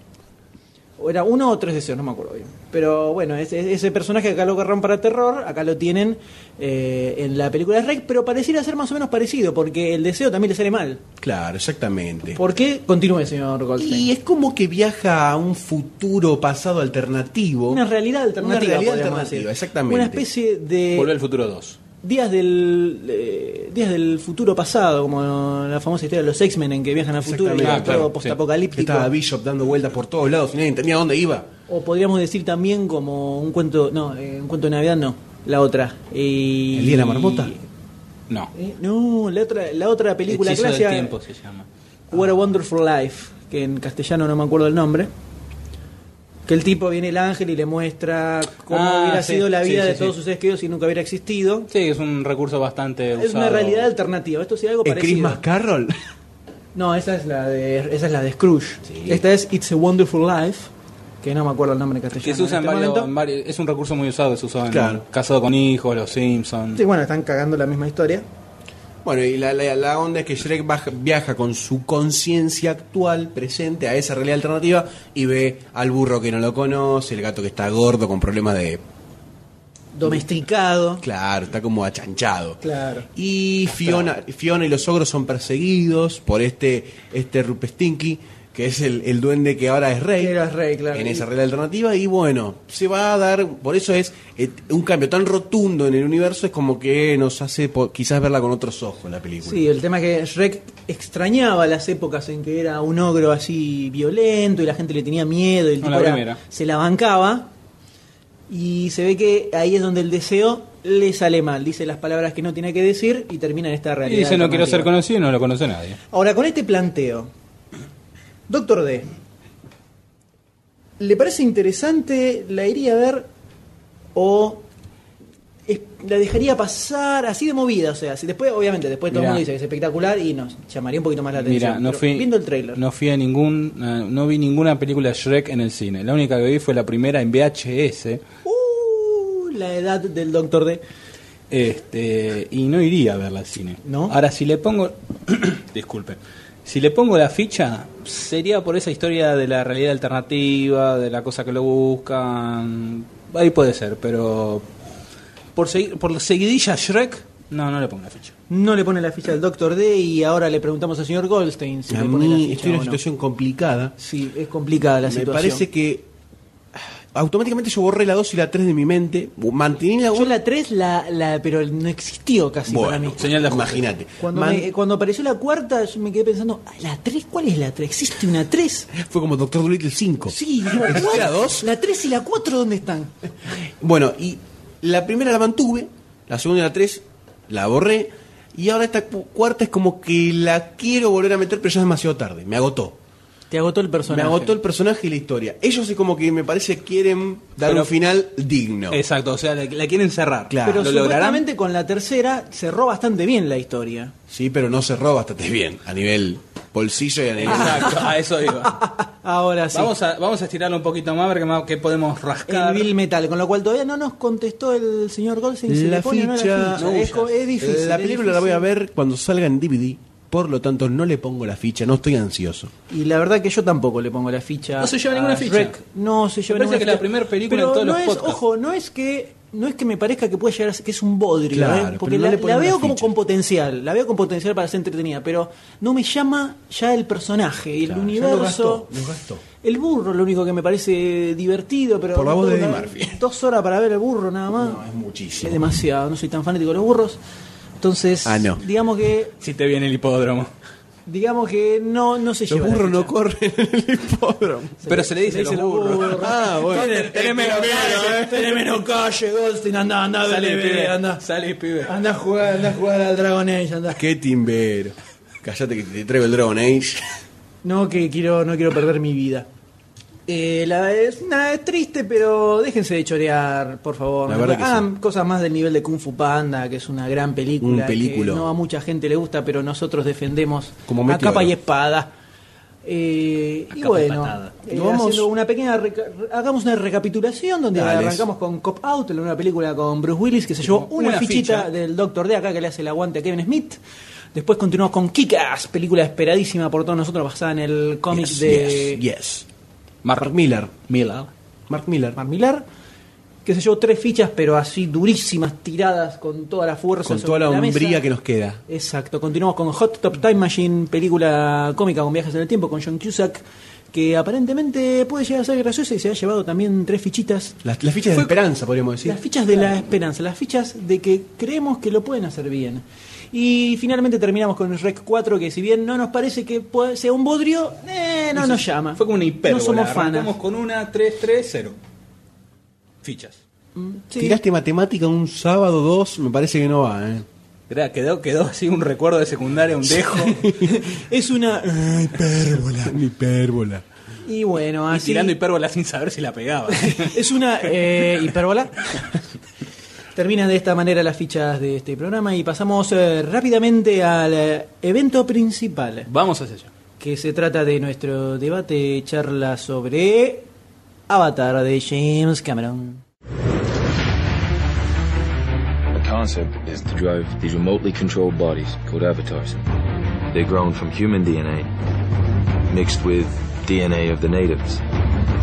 O era uno o tres deseos, no me acuerdo bien. Pero bueno, ese, ese personaje acá lo agarraron para terror, acá lo tienen eh, en la película de Rec, pero pareciera ser más o menos parecido, porque el deseo también le sale mal.
Claro, exactamente.
¿Por qué? Continúe, señor Goldstein.
Y es como que viaja a un futuro pasado alternativo.
Una realidad alternativa.
Una realidad
podríamos
alternativa,
decir.
exactamente.
Una especie de
Volver al futuro 2.
días del eh, días del futuro pasado, como la famosa historia de los X-Men en que viajan al futuro y
Exactamente.
todo
Ah, claro,
postapocalíptico.
Estaba Bishop dando vueltas por todos lados y nadie entendía dónde iba.
O podríamos decir también como un cuento, no, eh, un cuento de Navidad no, la otra. Y-
¿El día de la marmota?
No.
Eh, no, la otra la otra película
Hechizo del
clásica
tiempo se llama.
What a Wonderful Life, que en castellano no me acuerdo el nombre. Que el tipo viene el ángel y le muestra cómo
Ah,
hubiera
sí,
sido la
sí,
vida
sí,
de
sí.
todos sus seres queridos si nunca hubiera existido.
Sí, es un recurso bastante
Es
usado.
una realidad alternativa. Esto sí algo
¿El
parecido.
Christmas Carol?
No, esa es la de, esa es la de Scrooge. Esta es It's a Wonderful Life, que no me acuerdo el nombre en castellano.
Que se usa
en
en
este
varios,
momento.
en varios- Es un recurso muy usado que se usa en
Claro.
Casado con Hijos, Los Simpsons.
Sí, bueno, están cagando la misma historia.
Bueno, y la, la- la onda es que Shrek baja- viaja con su conciencia actual, presente, a esa realidad alternativa y ve al burro que no lo conoce, el gato que está gordo con problemas de...
Domesticado.
Claro, está como achanchado.
Claro.
Y Fiona, Fiona y los ogros son perseguidos por este, este Rupestinky, que es el, el duende que ahora es rey.
Era rey, claro.
en esa regla alternativa y bueno, se va a dar, por eso es eh, un cambio tan rotundo en el universo, es como que nos hace po- quizás verla con otros ojos la película.
Sí, el tema es que Shrek extrañaba las épocas en que era un ogro así violento y la gente le tenía miedo y el
No,
tipo
la
era-
primera.
se la bancaba. Y se ve que ahí es donde el deseo le sale mal. Dice las palabras que no tiene que decir y termina en esta
Y
realidad.
dice no quiero ser
alternativa".
conocido y no lo conoce nadie.
Ahora, con este planteo, Doctor D, ¿le parece interesante? ¿La iría a ver? ¿O es- la dejaría pasar así de movida? O sea, si después, obviamente, después todo el
Mirá.
mundo dice que es espectacular y nos llamaría un poquito más la atención.
Mira, no
Pero
fui,
Viendo el trailer.
no fui a ningún, eh, no vi ninguna película de Shrek en el cine. La única que vi fue la primera en VHS,
Uh, la edad del Doctor D.
este, y no iría a verla al cine. Ahora si le pongo, disculpe, si le pongo la ficha sería por esa historia de la realidad alternativa, de la cosa que lo buscan, ahí puede ser, pero por segui- por seguidilla Shrek, no, no le pongo la ficha.
No le pone la ficha al Doctor D y ahora le preguntamos al señor Goldstein si
A
le pone la
mí
ficha
estoy en
o
una
no.
situación complicada.
Sí, es complicada la
Me
situación.
parece que ah, automáticamente yo borré la 2 y la 3 de mi mente, mantení la
Yo la 3, la, la, pero no existió casi para mí.
Bueno, señal de imagínate.
Cuando,
Man-
me- cuando apareció la cuarta, yo me quedé pensando, "Ah, ¿la 3? ¿Cuál es la 3? ¿Existe una 3?
Fue como Doctor Dolittle 5.
Sí,
¿Existe la 2?
¿La 3 y la 4 dónde están?
Bueno, y la primera la mantuve, la segunda y la tres la borré, y ahora esta cu- cuarta es como que la quiero volver a meter, pero ya es demasiado tarde, me agotó.
Te agotó el personaje.
Me agotó el personaje y la historia. Ellos es como que me parece quieren dar
Pero-
un final digno.
Exacto, o sea, la, la quieren cerrar.
Claro.
Pero
¿Lo lograrán?
supuestamente con la tercera cerró bastante bien la historia.
Sí, pero no cerró bastante bien a nivel bolsillo y a nivel...
Exacto, a eso iba.
Ahora sí.
Vamos a, vamos a estirarlo un poquito más, a ver qué, más- qué podemos rascar.
el Bill Metal, con lo cual todavía no nos contestó el señor Goldstein si
La
le pone o no
ficha-
la ficha. es, co- es difícil.
la
es
película la voy a
difícil.
ver cuando salga en DVD, por lo tanto no le pongo la ficha, no estoy ansioso.
Y la verdad que yo tampoco le pongo la ficha.
No se lleva
a
ninguna ficha.
Shrek. No se lleva
Me
ninguna
parece que la primer película
Pero
en todos
no
los
es,
podcasts.
Ojo, no es que no es que me parezca que puede llegar a ser que es un bodrio,
Claro,
¿eh? porque
pero no
la,
le ponen
la veo
una
como
ficha.
con potencial, la veo con potencial para ser entretenida, pero no me llama ya el personaje, el universo. El burro es lo único que me parece divertido, pero.
Por la voz de
dos
Eddie
horas- Dos horas para ver el burro nada más.
Es muchísimo.
es demasiado, no soy tan fanático de los burros. Entonces,
Ah, no.
digamos que
Si te viene el hipódromo.
digamos que no, no se
Los
lleva. la
burros no
ficha.
corren en el hipódromo.
Pero se le dice, los burros.
Ah, bueno.
Tenés menos calle, tenés menos calle, Goldstein, anda, anda,
Sale,
dale,
pibe,
bebé, anda. Ah.
Sale, pibe.
Anda a jugar, anda a jugar al Dragon Age, anda.
Qué timbero. Callate que te traigo el Dragon Age.
No, que quiero, no quiero perder mi vida. Eh, la, es, nada, es triste, pero déjense de chorear, por favor.
La verdad que
Hagan cosas más del nivel de Kung Fu Panda, que es una gran película.
Un películo.
Que no a mucha gente le gusta, pero nosotros defendemos
Como
a
meteoro.
capa y espada. Eh, y
capa y
bueno,
patada.
eh,
Nos vamos-
haciendo una pequeña reca- hagamos una recapitulación donde
Dale.
arrancamos con Cop Out, la nueva película con Bruce Willis que se llevó una,
Una
fichita
ficha.
del Doctor D acá que le hace el aguante a Kevin Smith. Después continuamos con Kick-Ass, película esperadísima por todos nosotros basada en el cómic
Yes,
de
yes, yes.
Mark
Mark Miller.
Miller.
Mark Miller.
Mark Millar, que se llevó tres fichas pero así durísimas, tiradas con toda la fuerza.
Con
sobre
toda la hombría
mesa.
que nos queda.
Exacto, continuamos con Hot Top Time Machine, película cómica con viajes en el tiempo con John Cusack, que aparentemente puede llegar a ser graciosa y se ha llevado también tres fichitas.
Las, las fichas de
Fue-
esperanza, podríamos decir.
Las fichas de la esperanza, las fichas de que creemos que lo pueden hacer bien. Y finalmente terminamos con Rec 4, que si bien no nos parece que puede- sea un bodrio, eh, no nos llama.
Fue como una hipérbole.
No somos
Arrancamos
fanas.
con una 3-3-0. Fichas.
Sí.
Tiraste matemática un sábado 2, me parece que no va, ¿eh?
Mirá, quedó, quedó así un recuerdo de secundaria, un dejo.
Es una...
Hipérbola. Hipérbola.
Y bueno, así...
Tirando hipérbola sin saber si la pegaba.
Es una eh, hipérbola. Terminan de esta manera las fichas de este programa y pasamos eh, rápidamente al eh, evento principal.
Vamos hacia allá.
Que se trata de nuestro debate, charla sobre Avatar de James Cameron.
The concept is to drive these remotely controlled bodies called avatars. They're grown from human DNA, mixed with DNA of the natives.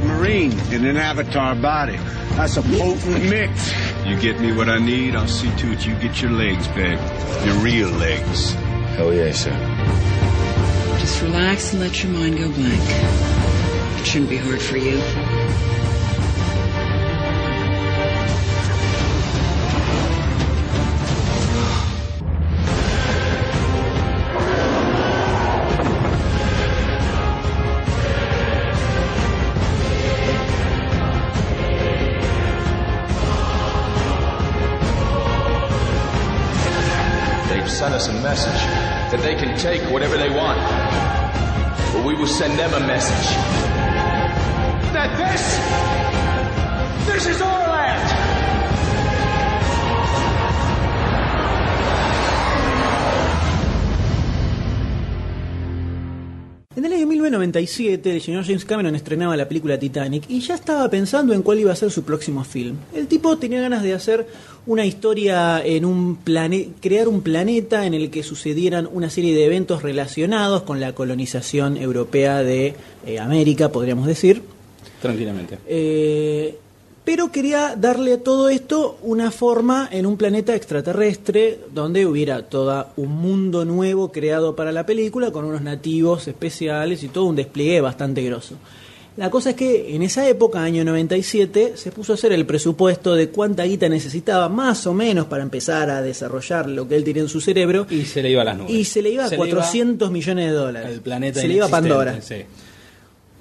Marine in an avatar body. That's a potent mix.
You get me what I need, I'll see to it you get your legs back. Your real legs. Hell yeah, sir.
Just relax and let your mind go blank. It shouldn't be hard for you.
They've sent us a message that they can take whatever they want. But we will send them a message.
That this, this is our land.
En el año 1997, el señor James Cameron estrenaba la película Titanic y ya estaba pensando en cuál iba a ser su próximo film. El tipo tenía ganas de hacer una historia en un planeta, crear un planeta en el que sucedieran una serie de eventos relacionados con la colonización europea de eh, América, podríamos decir.
Tranquilamente.
Eh, pero quería darle a todo esto una forma en un planeta extraterrestre donde hubiera todo un mundo nuevo creado para la película con unos nativos especiales y todo un despliegue bastante grosso. La cosa es que en esa época, año 97, se puso a hacer el presupuesto de cuánta guita necesitaba más o menos para empezar a desarrollar lo que él tenía en su cerebro
Y se le iba a las nubes.
y se le iba a
Se le iba
400 millones de dólares.
El planeta
se le iba a
inexistente,
Pandora.
sí.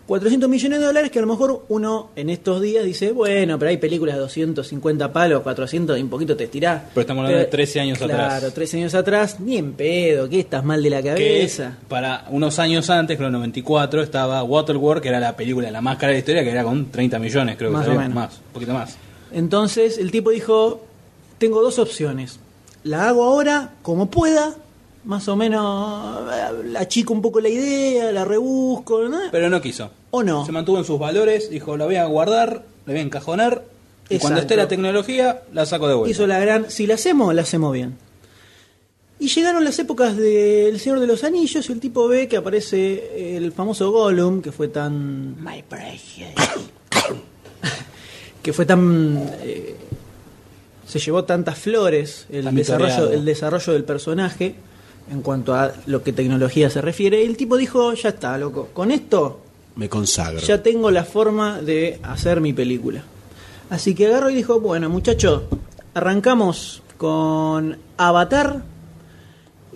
400 millones de dólares que a lo mejor uno en estos días dice, bueno, pero hay películas de 250 palos, 400 y un poquito te estirás.
Pero estamos hablando de 13 años atrás.
Claro, 13 años atrás, ni en pedo, que estás mal de la
que
cabeza.
para unos años antes, creo en 94, estaba Waterworld, que era la película la más cara de la historia, que era con 30 millones, creo que
Más o
salió,
menos.
más, un poquito más.
Entonces el tipo dijo, tengo dos opciones. La hago ahora como pueda, más o menos eh, la achico un poco la idea, la rebusco, ¿no?
Pero no quiso.
o no.
Se mantuvo en sus valores, dijo, la voy a guardar, la voy a encajonar, y
Exacto.
cuando esté la tecnología, la saco de vuelta.
Hizo la gran, si la hacemos, la hacemos bien. Y llegaron las épocas del Señor de los Anillos y el tipo ve que aparece el famoso Gollum, que fue tan... My precious. que fue tan... eh, se llevó tantas flores el
Tan
desarrollo,
vitoreado.
el desarrollo del personaje en cuanto a lo que tecnología se refiere. Y el tipo dijo, ya está, loco, con esto
Me consagro.
ya tengo la forma de hacer mi película. Así que agarro y dijo, bueno muchachos, arrancamos con Avatar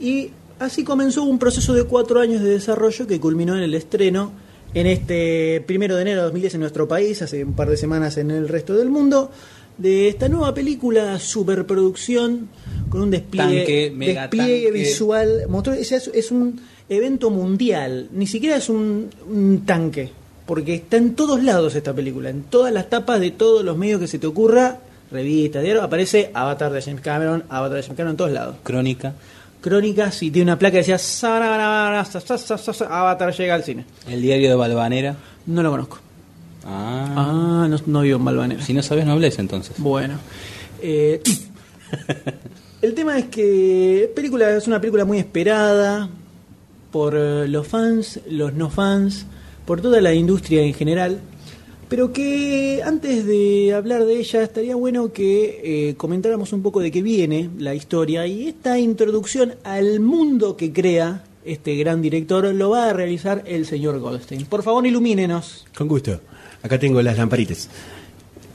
y así comenzó un proceso de cuatro años de desarrollo que culminó en el estreno en este primero de enero de 2010 en nuestro país, hace un par de semanas en el resto del mundo, de esta nueva película superproducción con un despliegue,
Tanque, mega
despliegue
tanque.
visual, mostró- es, es- es un evento mundial, ni siquiera es un, un tanque, porque está en todos lados esta película, en todas las tapas de todos los medios que se te ocurra, revistas, diario, aparece Avatar de James Cameron, Avatar de James Cameron en todos lados.
Crónica,
Crónicas y tiene una placa que decía "Sarabara, sa, sa, sa, sa, sa, Avatar llega al cine.
el diario de Balvanera.
No lo conozco.
Ah,
Ah, no, no vivo en Balvanera.
si no sabes, no hables entonces.
Bueno. Eh, el tema es que película es una película muy esperada por eh, los fans, los no fans, por toda la industria en general. Pero que antes de hablar de ella estaría bueno que eh, comentáramos un poco de qué viene la historia y esta introducción al mundo que crea este gran director lo va a realizar el señor Goldstein. Por favor, ilumínenos.
Con gusto. Acá tengo las lamparitas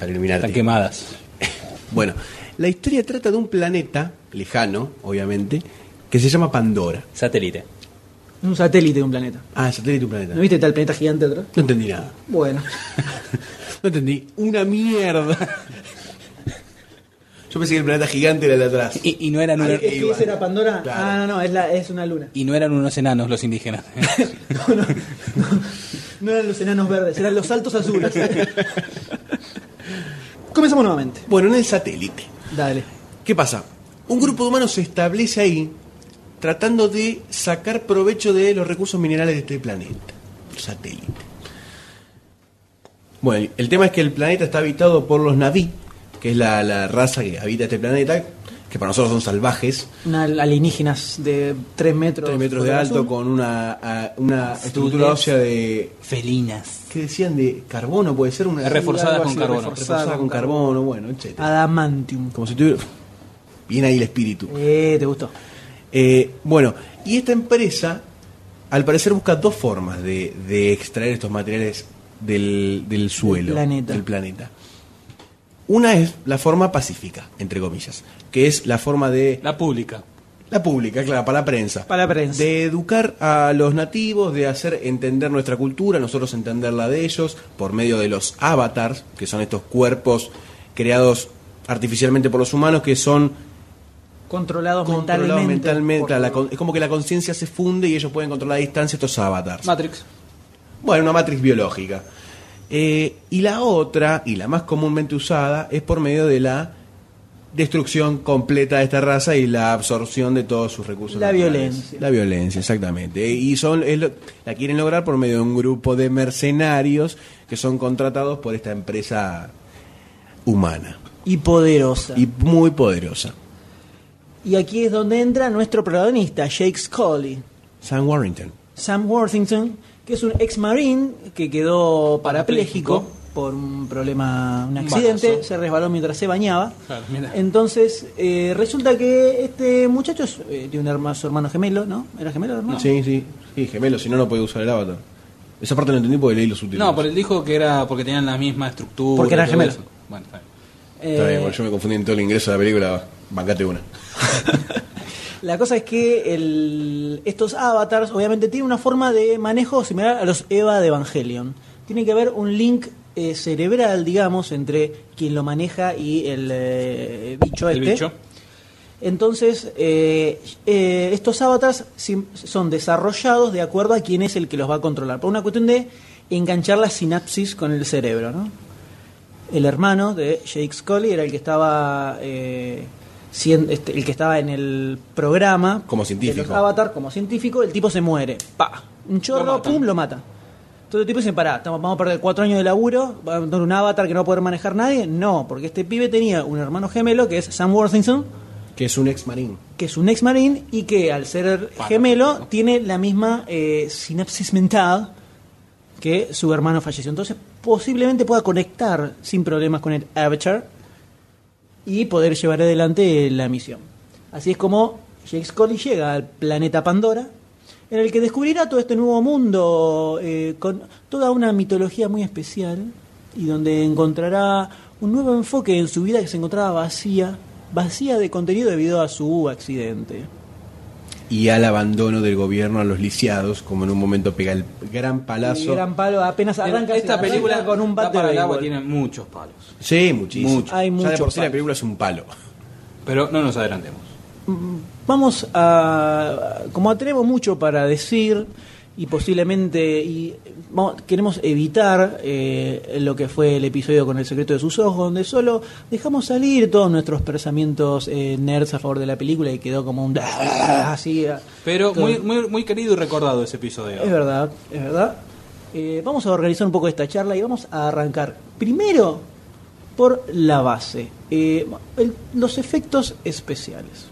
para iluminar. Están
quemadas.
Bueno, la historia trata de un planeta lejano, obviamente, que se llama Pandora.
Satélite.
Un satélite de un planeta.
Ah, satélite de un planeta.
¿No viste tal planeta gigante atrás?
No entendí nada.
Bueno.
No entendí. Una mierda. Yo pensé que el planeta gigante era el de atrás.
Y, y no eran
Ah,
unos,
¿Es que esa era Pandora? Ah, no, no, es, la, es una luna.
y no eran unos enanos los indígenas.
No eran los enanos verdes, eran los saltos azules. Comenzamos nuevamente.
Bueno, en el satélite
Dale.
¿Qué pasa? Un grupo de humanos se establece ahí tratando de sacar provecho de los recursos minerales de este planeta, el satélite. Bueno, el tema es que el planeta está habitado por los Naví, que es la, la raza que habita este planeta, que para nosotros son salvajes,
Una alienígenas de 3 metros.
3 metros de alto, con una, a- una estructura ósea de...
Felinas.
¿Qué decían? De carbono, puede ser una...
Reforzadas
algo
con
así,
carbono.
Reforzadas
Reforzadas
con
con
carbono, bueno, etc.
Adamantium.
Como si tuviera... Bien ahí el espíritu.
Eh, te gustó.
Eh, bueno, y esta empresa, al parecer, busca dos formas de, de extraer estos materiales del, del suelo,
planeta.
del planeta. Una es la forma pacífica, entre comillas, que es la forma de...
La pública.
La pública, claro, para la prensa.
Para la prensa.
De educar a los nativos, de hacer entender nuestra cultura, nosotros entender la de ellos, por medio de los avatars, que son estos cuerpos creados artificialmente por los humanos, que son
Controlados,
controlados
mentalmente.
mentalmente.
por-
a la con- es como que la conciencia se funde y ellos pueden controlar a distancia estos avatars.
Matrix.
Bueno, una matriz biológica. Eh, y la otra, y la más comúnmente usada, es por medio de la destrucción completa de esta raza y la absorción de todos sus recursos.
La
naturales.
violencia.
La violencia, exactamente. Eh, Y son es lo- la quieren lograr por medio de un grupo de mercenarios que son contratados por esta empresa humana
Y poderosa.
y muy poderosa.
Y aquí es donde entra nuestro protagonista, Jake Scully,
Sam Warrington.
Sam Worthington, que es un ex marine que quedó parapléjico por un problema, un accidente,
balazo.
se resbaló mientras se bañaba.
Claro, mira.
Entonces, eh, resulta que este muchacho es, eh, tiene un hermano, su hermano gemelo, ¿no? ¿Era gemelo el hermano? Eh,
Sí, sí, sí, gemelo, si no, no puede usar el avatar. Esa parte no entendí porque leí los subtítulos.
No, pues pero él dijo que era porque tenían la misma estructura.
Porque eran
y todo
gemelos.
eso. Bueno, está bien.
Está bien,
Eh,
bueno, yo me confundí en todo el ingreso de la película. Bancate una.
La cosa es que el- estos avatars obviamente tienen una forma de manejo similar a los Eva de Evangelion. Tiene que haber un link eh, cerebral, digamos, entre quien lo maneja y el eh, bicho
El
este.
bicho.
Entonces, eh, eh, estos avatars sim- son desarrollados de acuerdo a quién es el que los va a controlar. Por una cuestión de enganchar la sinapsis con el cerebro, ¿no? El hermano de Jake Scully era el que estaba... eh, sien- este, el que estaba en el programa
Como
de los
científico.
Avatar como científico, el tipo se muere. Pa. Un chorro, pum, lo mata. Entonces el tipo dice, pará, estamos- vamos a perder cuatro años de laburo, vamos a tener un avatar que no va a poder manejar nadie. No, porque este pibe tenía un hermano gemelo que es Sam Worthington,
Que es un ex marín.
que es un ex marín y que al ser gemelo tiene la misma eh, sinapsis mental que su hermano falleció. Entonces posiblemente pueda conectar sin problemas con el Avatar y poder llevar adelante la misión. Así es como Jake Scully llega al planeta Pandora, en el que descubrirá todo este nuevo mundo eh, con toda una mitología muy especial y donde encontrará un nuevo enfoque en su vida que se encontraba vacía, vacía de contenido debido a su accidente.
Y al abandono del gobierno a los lisiados, como en un momento pega el gran
Y
palazo.
gran palo apenas arranca
Esta
arranca
película
con un
da
bate
para
de
el agua
béisbol.
tiene muchos palos.
Sí, muchísimo.
Mucho.
Hay
Ya de
muchos
por sí la
palos.
película es un palo.
Pero no nos adelantemos.
Vamos a. Como tenemos mucho para decir y posiblemente. Y vamos- queremos evitar eh, lo que fue el episodio con El secreto de sus ojos, donde solo dejamos salir todos nuestros pensamientos eh, nerds a favor de la película y quedó como un. Así. eh.
Pero muy, muy, muy querido y recordado ese episodio.
Es verdad, es verdad. Eh, vamos a organizar un poco esta charla y vamos a arrancar primero por la base: eh, el- los efectos especiales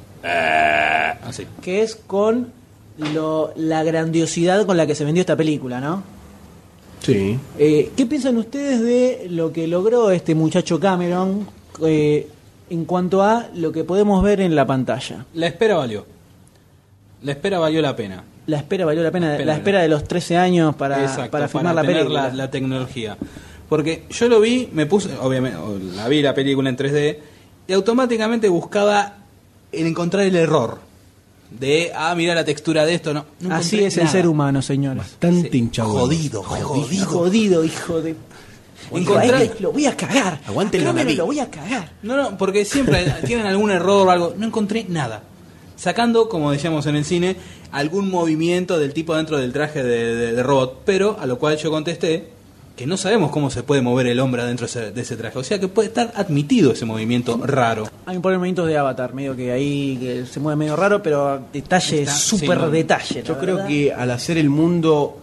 Así.
que es con lo- la grandiosidad con la que se vendió esta película, ¿no?
Sí.
Eh, ¿Qué piensan ustedes de lo que logró este muchacho Cameron eh, en cuanto a lo que podemos ver en la pantalla?
La espera valió. La espera valió la pena.
La espera valió la pena, la espera,
espera
de los 13 años para,
Exacto,
para filmar la
tener
película.
La, la tecnología. Porque yo lo vi, me puse, obviamente, o la vi la película en 3D y automáticamente buscaba en encontrar el error. De, ah, mira la textura de esto, no. no
Así
encontré
es el
nada.
ser humano, señores.
Bastante hinchado.
Jodido,
Jodido,
jodido.
jodido, hijo de... Hijo, a
Encontrá-
este lo voy a cagar.
Aguante
A
la
Cameron
Naví.
lo voy a cagar.
No, no, porque siempre tienen algún error o algo. No encontré nada. Sacando, como decíamos en el cine, algún movimiento del tipo dentro del traje de, de- de robot. Pero a lo cual yo contesté que no sabemos cómo se puede mover el hombre adentro de ese, de ese traje. O sea que puede estar admitido ese movimiento raro.
Hay un par de momentos de Avatar, medio que ahí que se mueve medio raro, pero detalle,
Está-
súper
sí, no.
detalle. la
Yo creo
verdad.
que al hacer el mundo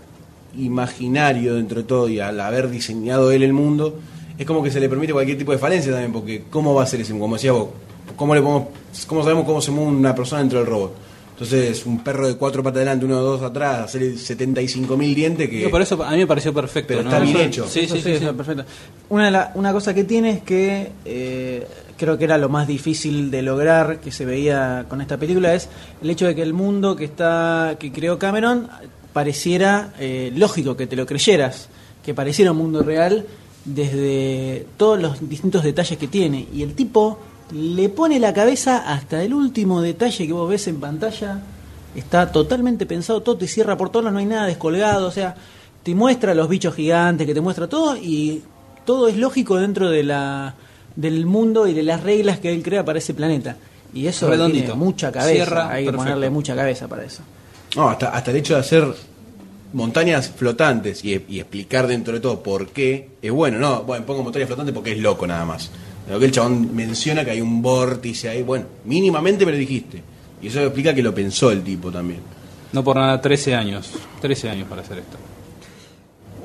imaginario dentro de todo y al haber diseñado él el mundo, es como que se le permite cualquier tipo de falencia también, porque ¿cómo va a ser ese mundo? Como decía vos, ¿cómo, le podemos, ¿cómo sabemos cómo se mueve una persona dentro del robot? Entonces, un perro de cuatro patas adelante, uno de dos atrás, hacerle 75.000 dientes que...
No, pero eso a mí me pareció perfecto.
Pero
¿no?
está bien
Eso-
hecho.
Sí,
Eso
sí,
sí,
sí,
eso
sí.
es perfecto. Una, de la- una cosa que tiene es que eh, creo que era lo más difícil de lograr que se veía con esta película es el hecho de que el mundo que está que creó Cameron pareciera eh, lógico que te lo creyeras, que pareciera un mundo real desde todos los distintos detalles que tiene y el tipo le pone la cabeza hasta el último detalle que vos ves en pantalla está totalmente pensado, todo te cierra por todos lados, no hay nada descolgado, o sea, te muestra los bichos gigantes, que te muestra todo y todo es lógico dentro de la del mundo y de las reglas que él crea para ese planeta. Y eso
Redondito.
tiene mucha cabeza,
Cierra,
hay que
perfecto.
ponerle mucha cabeza para eso.
No, hasta, hasta el hecho de hacer montañas flotantes y, y explicar dentro de todo por qué es bueno. No, bueno, pongo montañas flotantes porque es loco nada más. Lo que el chabón menciona que hay un vórtice ahí, bueno, mínimamente me lo dijiste. Y eso explica que lo pensó el tipo también.
No por nada, 13 años. 13 años para hacer esto.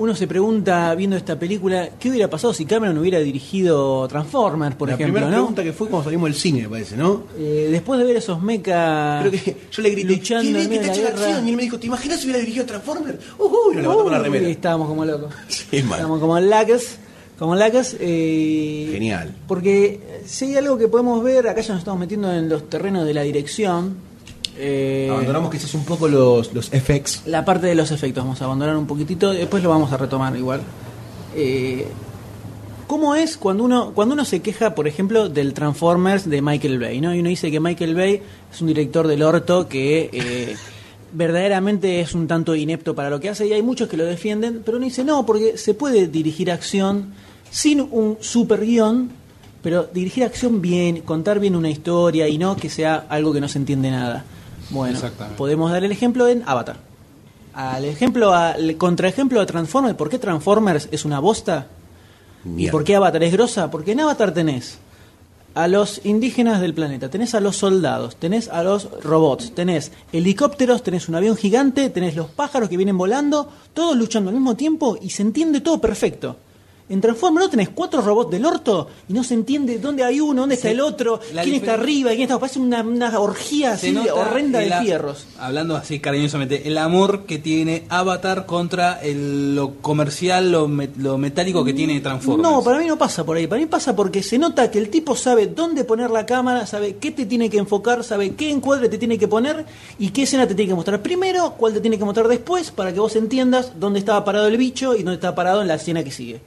Uno se pregunta viendo esta película, ¿qué hubiera pasado si Cameron hubiera dirigido Transformers, por
la
ejemplo,
primera
¿no?
pregunta que fue cuando salimos del cine, me parece, ¿no?
Eh, después de ver esos mecha
Creo que yo le grité,
Ah, luchando
"Qué bien
en
que
medio de
te
la
ha hecho la
guerra".
acción. Y él me dijo, ¿te imaginas si hubiera dirigido Transformers? ¡Uh, uh! Y lo levantó con la
Uy,
remera.
Estábamos como locos.
Sí, mal.
Estamos como lacas, como lacas. eh,
Genial.
Porque eh, si hay algo que podemos ver, acá ya nos estamos metiendo en los terrenos de la dirección. eh,
Abandonamos quizás un poco los, los FX.
la parte de los efectos, vamos a abandonar un poquitito, después lo vamos a retomar igual. Eh, ¿Cómo es cuando uno, cuando uno se queja, por ejemplo, del Transformers de Michael Bay? ¿no? Y uno dice que Michael Bay es un director del orto que eh, verdaderamente es un tanto inepto para lo que hace, y hay muchos que lo defienden, pero uno dice no, porque se puede dirigir acción sin un super guión, pero dirigir acción bien, contar bien una historia y no que sea algo que no se entiende nada. Bueno,
Exactamente.
podemos dar el ejemplo en Avatar. Al ejemplo, al contraejemplo de Transformers, ¿por qué Transformers es una bosta? ¿Y por qué Avatar es grosa? Porque en Avatar tenés a los indígenas del planeta, tenés a los soldados, tenés a los robots, tenés helicópteros, tenés un avión gigante, tenés los pájaros que vienen volando, todos luchando al mismo tiempo y se entiende todo perfecto. En Transformers no tenés cuatro robots del orto y no se entiende dónde hay uno, dónde está el otro,
La
quién está
diferen-
arriba, quién está abajo. Parece una, una orgía
Se
así
nota
horrenda de
el a-
fierros.
Hablando así cariñosamente, el amor que tiene Avatar contra el- lo comercial, lo, me- lo metálico que tiene Transformers.
No, para mí no pasa por ahí. Para mí pasa porque se nota que el tipo sabe dónde poner la cámara, sabe qué te tiene que enfocar, sabe qué encuadre te tiene que poner y qué escena te tiene que mostrar primero, cuál te tiene que mostrar después, para que vos entiendas dónde estaba parado el bicho y dónde estaba parado en la escena que sigue.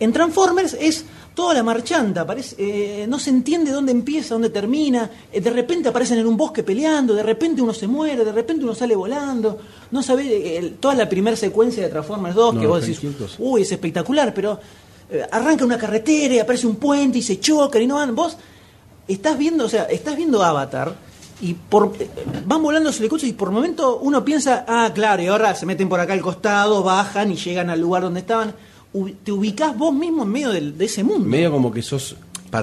En Transformers es toda la marchanta, parece, eh, no se entiende dónde empieza, dónde termina, eh, de repente aparecen en un bosque peleando, de repente uno se muere, de repente uno sale volando, no sabés eh, el- toda la primera secuencia de Transformers 2 que
No,
vos decís,
cualquier cosa.
uy, es espectacular, pero eh, arranca una carretera y aparece un puente y se chocan y no van, vos estás viendo, o sea, estás viendo Avatar y por eh, van volando los helicópteros y por momento uno piensa, ah, claro, y ahora se meten por acá al costado, bajan y llegan al lugar donde estaban. U- te ubicás vos mismo en medio del- de, ese mundo.
Medio como que sos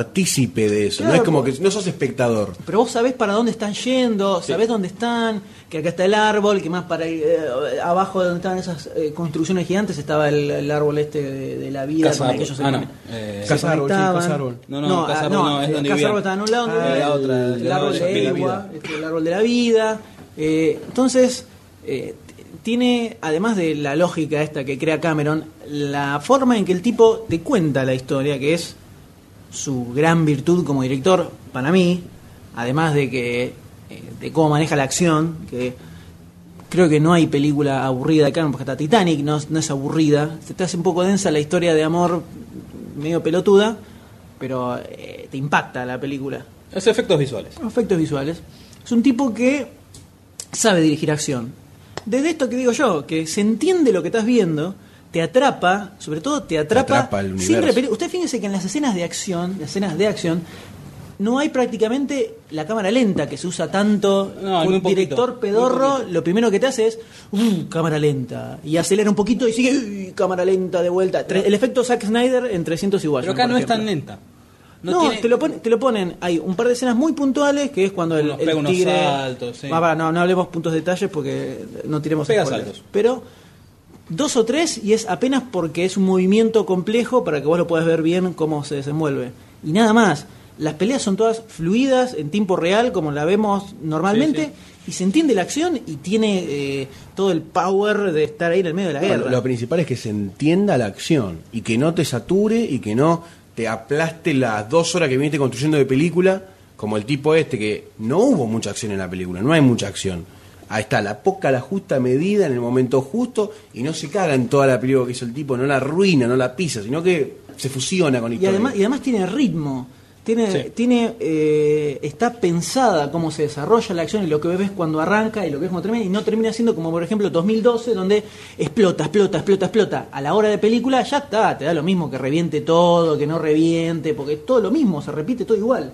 partícipe de eso.
Claro,
no es como
por-
que no sos espectador.
Pero vos sabés para dónde están yendo, sabés dónde están, que acá está el árbol, que más para eh, abajo de donde estaban esas eh, construcciones gigantes estaba el, el árbol este de, de la vida
Casa
con el
árbol.
que ellos se
Ah, no.
conect-
Eh,
se
Casa árbol, sí,
conectaban.
casa árbol. No, no, casa
ah,
árbol no, es donde
Casa
vivían.
árbol estaba en un lado, donde
Ah,
vivía
la
el,
otra,
el
la
árbol
otra,
de
la
Ewa,
vida.
este, el árbol de la vida. Eh, entonces, eh, t- tiene, además de la lógica esta que crea Cameron, la forma en que el tipo te cuenta la historia, que es su gran virtud como director, para mí, además de que eh, de cómo maneja la acción, que creo que no hay película aburrida de Cameron, porque hasta Titanic no, no es aburrida, se te hace un poco densa la historia de amor medio pelotuda, pero eh, te impacta la película.
Es efectos visuales.
Efectos visuales. Es un tipo que sabe dirigir acción. Desde esto que digo yo, que se entiende lo que estás viendo, te atrapa, sobre todo te atrapa,
atrapa el
sin
universo.
repetir. Usted fíjese que en las escenas de acción, las escenas de acción, no hay prácticamente la cámara lenta que se usa tanto.
No, hay muy
un
poquito,
director
muy
pedorro, lo primero que te hace es "Uh, cámara lenta. Y acelera un poquito y sigue "Uh, cámara lenta de vuelta. Tre- el efecto Zack Snyder en 300 igual.
Pero acá no es tan lenta.
No,
No tiene-
te, lo pon- te lo ponen. Hay un par de escenas muy puntuales que es cuando el,
Unos pega
el
unos
tigre.
saltos, sí.
Ah, pará, no, no hablemos puntos detalles porque no tiremos
Pega
spoilers.
saltos.
Pero dos o tres y es apenas porque es un movimiento complejo para que vos lo puedas ver bien cómo se desenvuelve. Y nada más. Las peleas son todas fluidas en tiempo real como la vemos normalmente y se entiende la acción y tiene eh, todo el power de estar ahí en el medio de la guerra.
Bueno, lo principal es que se entienda la acción y que no te sature y que no te aplaste las dos horas que viniste construyendo de película, como el tipo este, que no hubo mucha acción en la película, no hay mucha acción. Ahí está, la poca, la justa medida en el momento justo y no se caga en toda la película que hizo el tipo, no la arruina, no la pisa, sino que se fusiona con
y
historia.
además y además tiene ritmo tiene
Sí.
tiene eh, está pensada cómo se desarrolla la acción y lo que ves cuando arranca y lo que ves cuando termina y no termina siendo como por ejemplo 2012 donde explota explota explota explota a la hora de película ya está te da lo mismo que reviente todo que no reviente porque es todo lo mismo se repite todo igual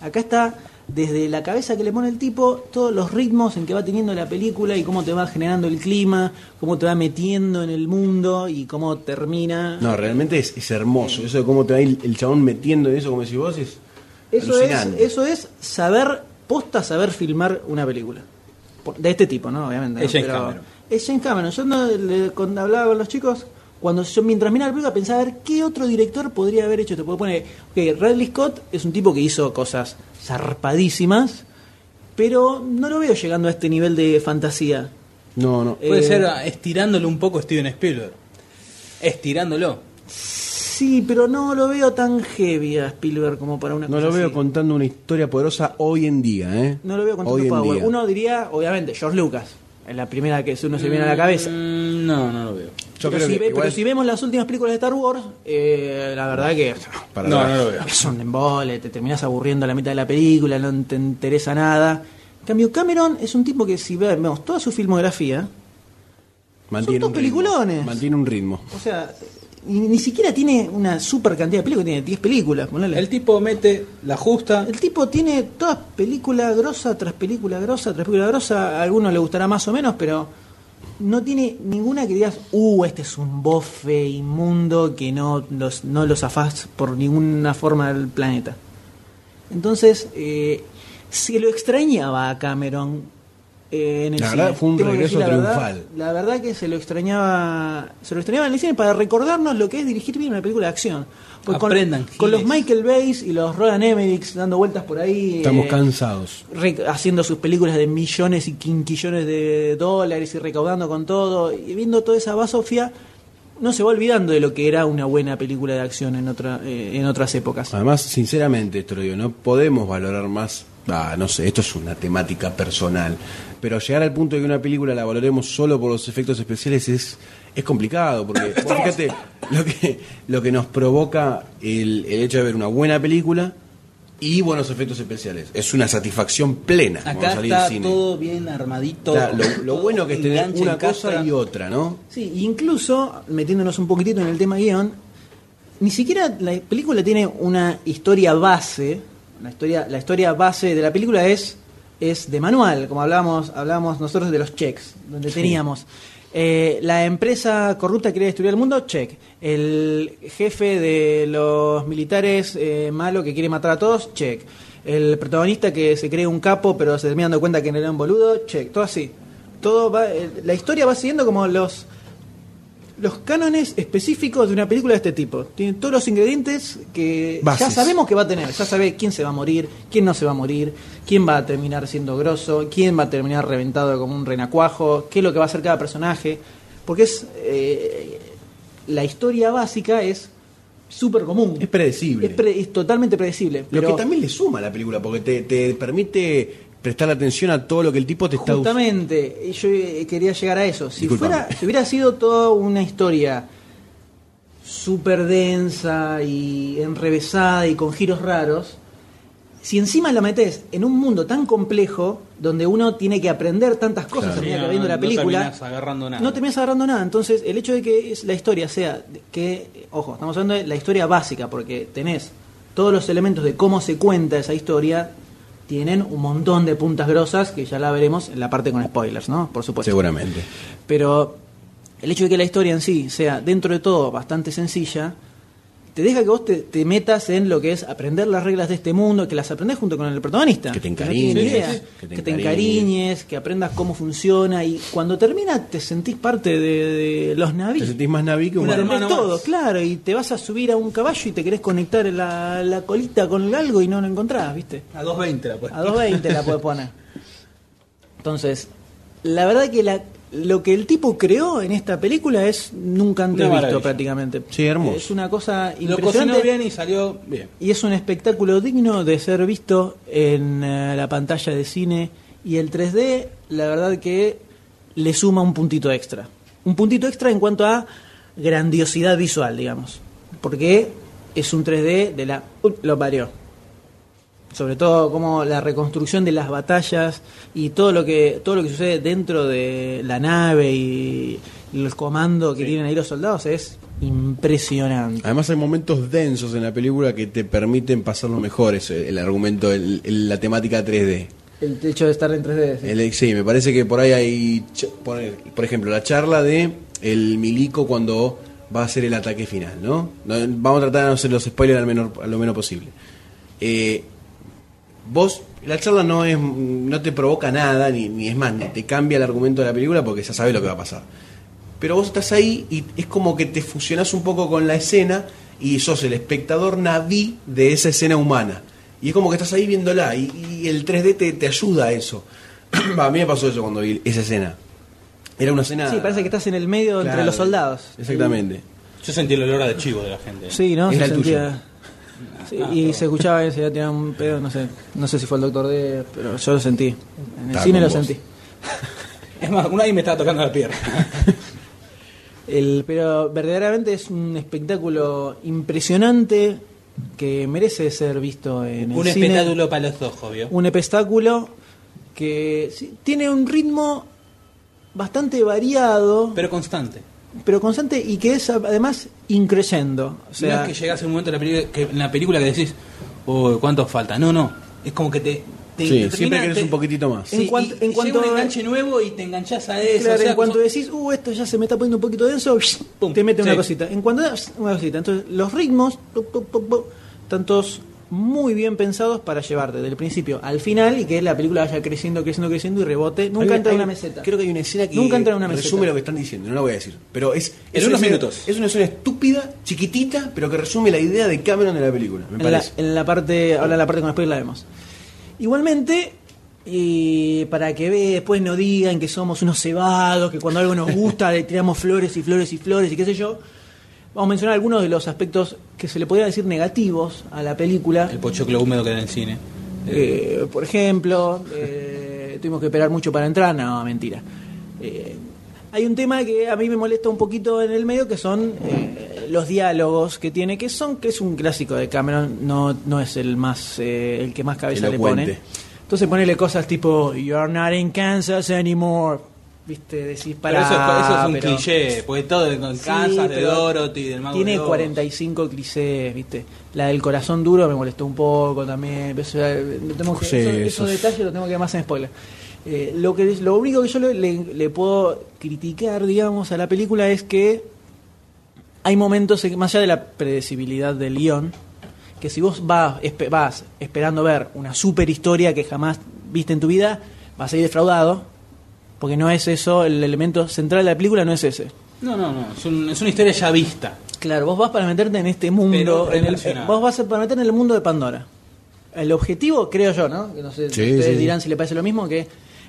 acá está desde la cabeza que le pone el tipo, todos los ritmos en que va teniendo la película y cómo te va generando el clima, cómo te va metiendo en el mundo y cómo termina.
No, realmente es, es hermoso. Eso de cómo te va el, el chabón metiendo en eso, como decís vos, es
Eso es,
alucinante.
eso es saber, posta saber filmar una película. Por- De este tipo, ¿no? Obviamente. ¿no?
Es James
Pero-
Cameron.
Es James Cameron. Yo no, le- cuando hablaba con los chicos, cuando yo, mientras miraba la película pensaba a ver qué otro director podría haber hecho. Te puedo poner, ok, Radley Scott es un tipo que hizo cosas zarpadísimas, pero no lo veo llegando a este nivel de fantasía.
No, no.
Puede
Eh,
ser ah, estirándolo un poco Steven Spielberg. Estirándolo.
Sí, pero no lo veo tan heavy a Spielberg como para una
No
cosa
lo veo
así.
contando una historia poderosa hoy en día, ¿eh?
No lo veo con
Hoy en
tanto power.
día.
Uno diría, obviamente, George Lucas. Es la primera que uno
Mm,
se viene a la cabeza.
Mm, No, no lo veo.
pero, si ve- pero si vemos las últimas películas de Star Wars, eh, la verdad que.
Para No, atrás. no lo
veo.
Son de embole, te terminas aburriendo a la mitad de la película, no te interesa nada. En cambio, Cameron es un tipo que, si vemos toda su filmografía,
Mantiene
son
un
dos
ritmo.
peliculones.
Mantiene un ritmo.
o sea, ni, ni siquiera tiene una super cantidad de películas, tiene 10 películas. ponele.
El tipo mete la justa.
El tipo tiene todas película grosa tras película grosa tras película grosa. A algunos le gustará más o menos, pero no tiene ninguna que digas, uh, este es un bofe inmundo que no, los, no lo zafás por ninguna forma del planeta. Entonces, eh, se lo extrañaba a Cameron eh, en el
La
cine.
verdad, fue un
Tengo que
regreso
decir la verdad,
triunfal.
la verdad que se lo extrañaba se lo extrañaba en el cine para recordarnos lo que es dirigir bien una película de acción. Porque con-
Aprendan,
con, los Michael Bays y los Roland Emmerichs dando vueltas por ahí.
Estamos
eh,
cansados.
re- haciendo sus películas de millones y quinquillones de dólares y recaudando con todo y viendo toda esa basofia no se va olvidando de lo que era una buena película de acción en otra eh, en otras épocas
Además, sinceramente, esto lo digo, no podemos valorar más. Ah, no sé, esto es una temática personal. Pero llegar al punto de que una película la valoremos solo por los efectos especiales es, es complicado. Porque vos fíjate lo que, lo que nos provoca el, el hecho de ver una buena película y buenos efectos especiales. Es una satisfacción plena cuando
Acá
salís del
está
cine.
todo bien armadito.
Está lo, lo bueno que es tener
Engancha,
una
encastra.
cosa y otra, ¿no?
sí incluso metiéndonos un poquitito en el tema guión ni siquiera la película tiene una historia base la historia la historia base de la película es es de manual como hablábamos hablábamos nosotros de los checks donde teníamos Eh, la empresa corrupta quiere destruir el mundo, check. El jefe de los militares eh, malo que quiere matar a todos, check. El protagonista que se cree un capo pero se termina dando cuenta que no era un boludo, check. Todo así. Todo va, eh, la historia va siguiendo como los los cánones específicos de una película de este tipo. Tiene todos los ingredientes que ya
Bases.
sabemos que va a tener. Ya sabe quién se va a morir, quién no se va a morir, quién va a terminar siendo grosso, quién va a terminar reventado como un renacuajo, qué es lo que va a hacer cada personaje. Porque es. eh, la historia básica es súper común.
Es predecible.
Es, pre- es totalmente predecible.
Lo
pero
que también le suma a la película, porque te, te permite prestar atención a todo lo que el tipo te está usando.
Justamente, yo eh, quería llegar a eso. Si
Disculpame.
fuera, si hubiera sido toda una historia súper densa y enrevesada y con giros raros, si encima la metes en un mundo tan complejo donde uno tiene que aprender tantas cosas a medida que va viendo la película,
No terminás agarrando nada.
no terminas agarrando nada. Entonces, el hecho de que es- la historia sea, de- que, ojo, estamos hablando de la historia básica, porque tenés todos los elementos de cómo se cuenta esa historia tienen un montón de puntas grosas que ya la veremos en la parte con spoilers, ¿no? Por supuesto.
Seguramente.
Pero el hecho de que la historia en sí sea, dentro de todo, bastante sencilla, te deja que vos te, te metas en lo que es aprender las reglas de este mundo, que las aprendés junto con el protagonista.
Que te
no tiene ni
encariñes,
idea.
que
Que
te
te,
encariñes.
encariñes, que aprendas cómo funciona y cuando termina te sentís parte de, de los navíos.
Te sentís más naví que
Un
humano.
hermano todo, claro, y te vas a subir a un caballo y te querés conectar la, la colita con algo y no lo encontrás, ¿viste?
A 2.20 la puedes.
A 2.20 la puedes poner. Entonces, la verdad que la, lo que el tipo creó en esta película es nunca antes
Una maravilla.
visto prácticamente.
Sí, hermoso.
Es una cosa
Lo cocinó
impresionante
bien y salió bien.
y es un espectáculo digno de ser visto en eh, la pantalla de cine y el 3D, la verdad que le suma un puntito extra. Un puntito extra en cuanto a grandiosidad visual, digamos. Porque es un 3D de la... Uh, lo parió. Sobre todo como la reconstrucción de las batallas y todo lo que todo lo que sucede dentro de la nave y el comando que tienen ahí los soldados es impresionante.
Además hay momentos densos en la película que te permiten pasarlo mejor, eso, el argumento, el- el- la temática 3D.
El hecho de estar en 3D. sí.
El- sí, me parece que por ahí hay, ch- por, por ejemplo, la charla de el milico cuando va a hacer el ataque final, ¿no? No, Vamos a tratar de no hacer los spoilers al menor, a lo menos posible. Eh, vos, la charla no es, no te provoca nada, ni, ni es más, ni te cambia el argumento de la película porque ya sabes lo que va a pasar. Pero vos estás ahí y es como que te fusionás un poco con la escena y sos el espectador naví de esa escena humana. Y es como que estás ahí viéndola y, y el 3D te, te ayuda a eso. a mí me pasó eso cuando vi esa escena. Era una escena...
Sí,
Ah.
parece que estás en el medio entre
Claro,
los soldados.
Exactamente.
Yo sentí el olor a de chivo de la gente.
Sí, ¿no?
Era
Se
el tuyo.
sentía- Sí,
Ah,
y se escuchaba, eh, se había tirado un pedo, no sé, no sé si fue el doctor D, pero yo lo sentí. En el
Estaba
cine
con
lo
vos.
sentí.
Es más, una ahí me estaba tocando la pierna.
El, pero verdaderamente es un espectáculo impresionante que merece ser visto en el
Un
cine.
espectáculo para los ojos, ¿vio?
un espectáculo que sí, tiene un ritmo bastante variado,
Pero constante.
pero constante y que es además increyendo. O sea,
no es que llegase un momento en la película que, en la película que decís, uy, ¿cuánto falta? No, no. Es como que te. te
Sí,
te
siempre
termina-
querés
te-
un poquitito más.
Sí,
En
y-
cuanto- en
y llega
cuanto-
un enganche nuevo y te enganchas a eso.
Claro,
o sea,
en cuanto
son-
decís, uh, esto ya se me está poniendo un poquito denso, te mete una
sí.
cosita. En cuanto una cosita. Entonces, los ritmos, pu, pu, pu, pu, están todos muy bien pensados para llevarte del principio al final y que la película vaya creciendo, creciendo, creciendo y rebote. Nunca
Hay-
entra
hay
en una meseta.
Creo que hay una escena que
Nunca entra en una meseta.
resume lo que están diciendo, no la voy a decir. Pero es, es
unos
una escena-
minutos.
Es una escena estúpida, chiquitita, pero que resume la idea de Cameron de la película, me
en, la,
parece.
en la parte, ahora la parte con spoiler la vemos. Igualmente, y para que ve, después no digan que somos unos cebados, que cuando algo nos gusta le tiramos flores y flores y flores y qué sé yo. Vamos a mencionar algunos de los aspectos que se le podría decir negativos a la película.
El pochoclo húmedo que da en el cine.
Eh, por ejemplo, eh, tuvimos que esperar mucho para entrar, no, mentira. Eh, hay un tema que a mí me molesta un poquito en el medio, que son eh, los diálogos que tiene, que son que es un clásico de Cameron, no, no es el más eh, el que más cabeza le
Elocuente.
pone. Entonces ponele cosas tipo You are not in Kansas anymore. Viste, decís para
pero eso, es- eso es un cliché, porque todo con
Sí,
Kansas, de
pero
Dorothy, del mago de
Tiene
Oz.
45 clichés, ¿viste? La del corazón duro me molestó un poco también. pero eso, eh, lo tengo que-
Sí,
eso-
eso
esos
es-
detalles los tengo que ver más en spoiler. Eh, lo, que, lo único que yo le, le- le puedo criticar, digamos, a la película es que hay momentos, en- más allá de la predecibilidad del guión, que si vos vas, espe- vas esperando ver una super historia que jamás viste en tu vida, vas a ir defraudado, porque no es eso, el elemento central de la película no es ese.
No, no, no. Es, un- es una historia ya vista.
Claro, vos vas para meterte en este mundo.
Pero
en el-
relacionado.
vos vas para meterte en el mundo de Pandora. El objetivo, creo yo, ¿no? Que no sé,
Sí,
ustedes
sí, sí.
dirán si les parece lo mismo, que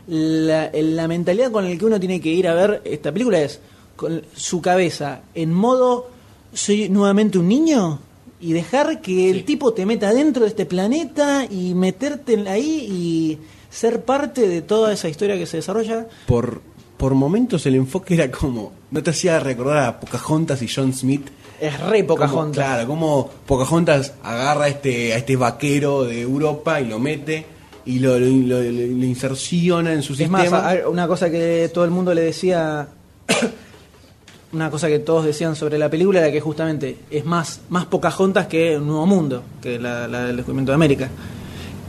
la, la mentalidad con la que uno tiene que ir a ver esta película es con su cabeza en modo soy nuevamente un niño y dejar que el tipo te meta dentro de este planeta y meterte en- ahí y ser parte de toda esa historia que se desarrolla.
Por, por momentos el enfoque era como. No te hacía recordar a Pocahontas y John Smith.
Es re
Como,
Pocahontas.
claro, como Pocahontas agarra a este, a este vaquero de Europa y lo mete y lo, lo, lo- lo inserciona en su
Es
sistema.
más, a- a- una cosa que todo el mundo le decía una cosa que todos decían sobre la película era que justamente es más, más Pocahontas que Un Nuevo Mundo, que la, la del descubrimiento de América.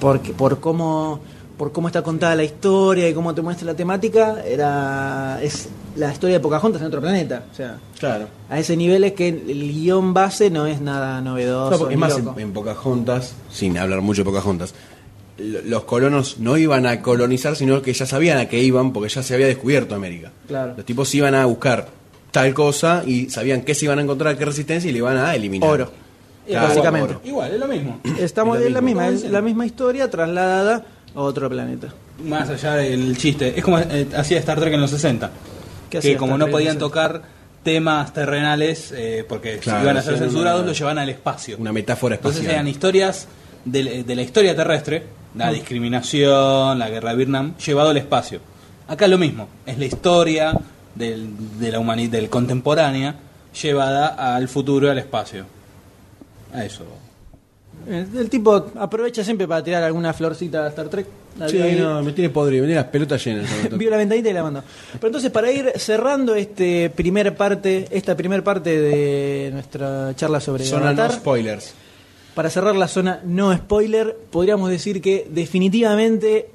Porque, por cómo por cómo está contada la historia y cómo te muestra la temática, era es la historia de Pocahontas en otro planeta. O sea,
Claro.
a ese nivel es que el guión base no es nada
No,
novedoso.
porque es
ni
más, en,
loco.
en Pocahontas, sin hablar mucho de Pocahontas, lo- los colonos no iban a colonizar, sino que ya sabían a qué iban, porque ya se había descubierto América.
Claro.
Los tipos iban a buscar tal cosa y sabían qué se iban a encontrar, qué resistencia, y le iban a eliminar.
Oro.
Claro,
básicamente.
oro.
Igual, es lo mismo.
Estamos
Es lo
en la
mismo.
misma, es la misma historia trasladada a otro planeta.
Más allá del chiste. Es como eh, hacía Star Trek en los 60.
hacía
Que como
Star
no
Trek en
podían
los
tocar temas terrenales eh, porque si
Claro,
iban a ser
hacían
censurados,
una-
los llevaban al espacio.
Una metáfora espacial.
Entonces eran historias de, de la historia terrestre, la
Mm.
discriminación, la guerra de Vietnam, llevado al espacio. Acá lo mismo, es la historia del, de la humanidad, del contemporánea, llevada al futuro, al espacio. A eso.
Eh, El, el tipo aprovecha siempre para tirar alguna florcita a Star Trek. La
Sí,
vio ahí,
no, me tiene podrido, me tiene las pelotas llenas.
Vio la ventanita y la mandó. Pero entonces, para ir cerrando este primer parte, esta primera parte de nuestra charla sobre
Son no
Avatar,
spoilers.
para cerrar la zona no spoiler, podríamos decir que definitivamente,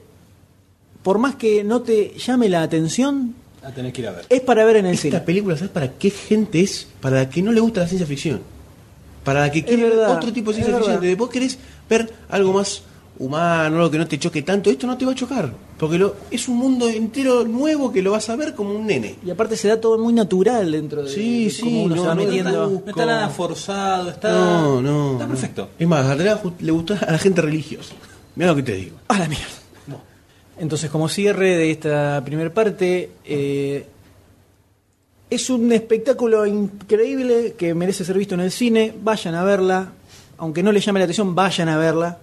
por más que no te llame la atención,
La tenés que ir a ver.
es para ver en el cine.
Esta película, ¿sabes para qué gente es? Para la que no le gusta la ciencia ficción. Para la que quiere ver
verdad,
otro tipo de
es
ciencia ficción.
verdad.
De vos querés ver algo más humano, algo que no te choque tanto. Esto no te va a chocar. Porque lo, es un mundo entero nuevo que lo vas a ver como un nene.
Y aparte se da todo muy natural dentro de
Sí,
de
sí,
cómo uno
no,
se va
no,
metiendo.
no está nada
forzado, está,
no, no. no.
perfecto.
Es más, a la- le gusta a la gente religiosa. Mira lo que te digo.
A la mierda. Entonces, como cierre de esta primera parte, eh, es un espectáculo increíble que merece ser visto en el cine. Vayan a verla. Aunque no les llame la atención, vayan a verla.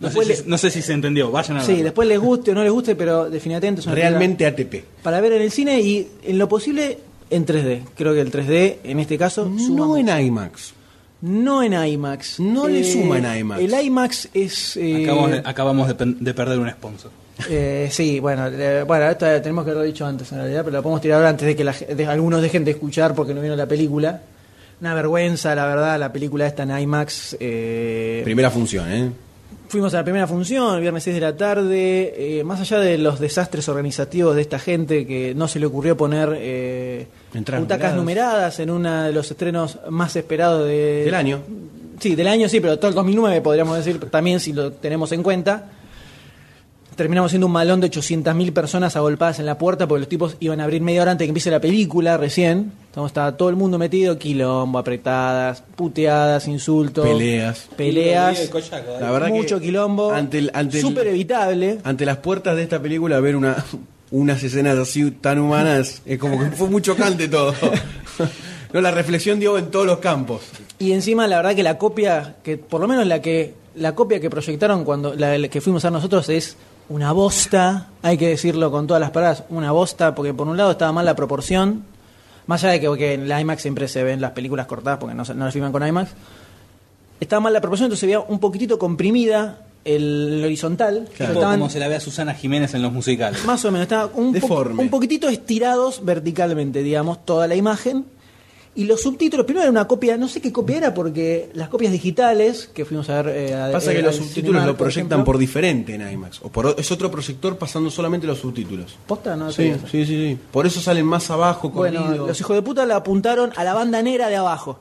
No sé,
Después
si, no sé si se entendió, vayan a ver.
Sí, después les guste o no les guste, pero definitivamente es una película
Realmente ATP.
para ver en el cine y en lo posible en 3D. Creo que el 3D en este caso
No en IMAX.
no en IMAX. Eh,
No le suma en IMAX.
El IMAX es eh,
Acabamos, de, acabamos de pen- de perder un sponsor.
eh, sí, bueno, eh, bueno, esto eh, tenemos que haberlo dicho antes en realidad, pero lo podemos tirar ahora antes de que la ge- de- algunos dejen de escuchar porque no vieron la película. Una vergüenza, la verdad, la película está en IMAX. eh,
Primera función, ¿eh?
Fuimos a la primera función, el viernes 6 de la tarde. eh, más allá de los desastres organizativos de esta gente que no se le ocurrió poner eh,
Entradas
butacas numeradas. en uno de los estrenos más esperados de-
Del año.
Sí, del año sí, pero todo el 2009 podríamos decir también si lo tenemos en cuenta. Terminamos siendo un malón de 800.000 personas agolpadas en la puerta porque los tipos iban a abrir media hora antes de que empiece la película recién. Entonces estaba todo el mundo metido, quilombo, apretadas, puteadas, insultos,
Peleas.
peleas
La verdad que
mucho quilombo,
ante el- ante el-
súper evitable.
ante las puertas de esta película ver una unas escenas así tan humanas es como que fue muy chocante todo. No, la reflexión dio en todos los campos.
Y encima la verdad que la copia, que por lo menos la que la copia que proyectaron cuando la, la que fuimos a nosotros es una bosta, hay que decirlo con todas las palabras, una bosta, porque por un lado estaba mal la proporción, más allá de que que en la IMAX siempre se ven las películas cortadas porque no, se- no las filman con IMAX, estaba mal la proporción, entonces se veía un poquitito comprimida el horizontal,
Tipo
estaban
como se la ve a Susana Jiménez en los musicales.
Más o menos, estaba un, po-
Deforme.
un poquitito estirados verticalmente, digamos, toda la imagen. Y los subtítulos, primero era una copia, no sé qué copia era, porque las copias digitales que fuimos a ver. eh, a-
Pasa
eh,
que los
al
subtítulos
Cinemark,
lo proyectan por,
ejemplo.
diferente en IMAX o por o- es otro proyector pasando solamente los subtítulos.
Posta, no
Sí,
sabía eso.
sí, sí, sí. Por eso salen más abajo
Ah, Bueno,
corrido.
los hijos de puta la apuntaron a la banda negra de abajo.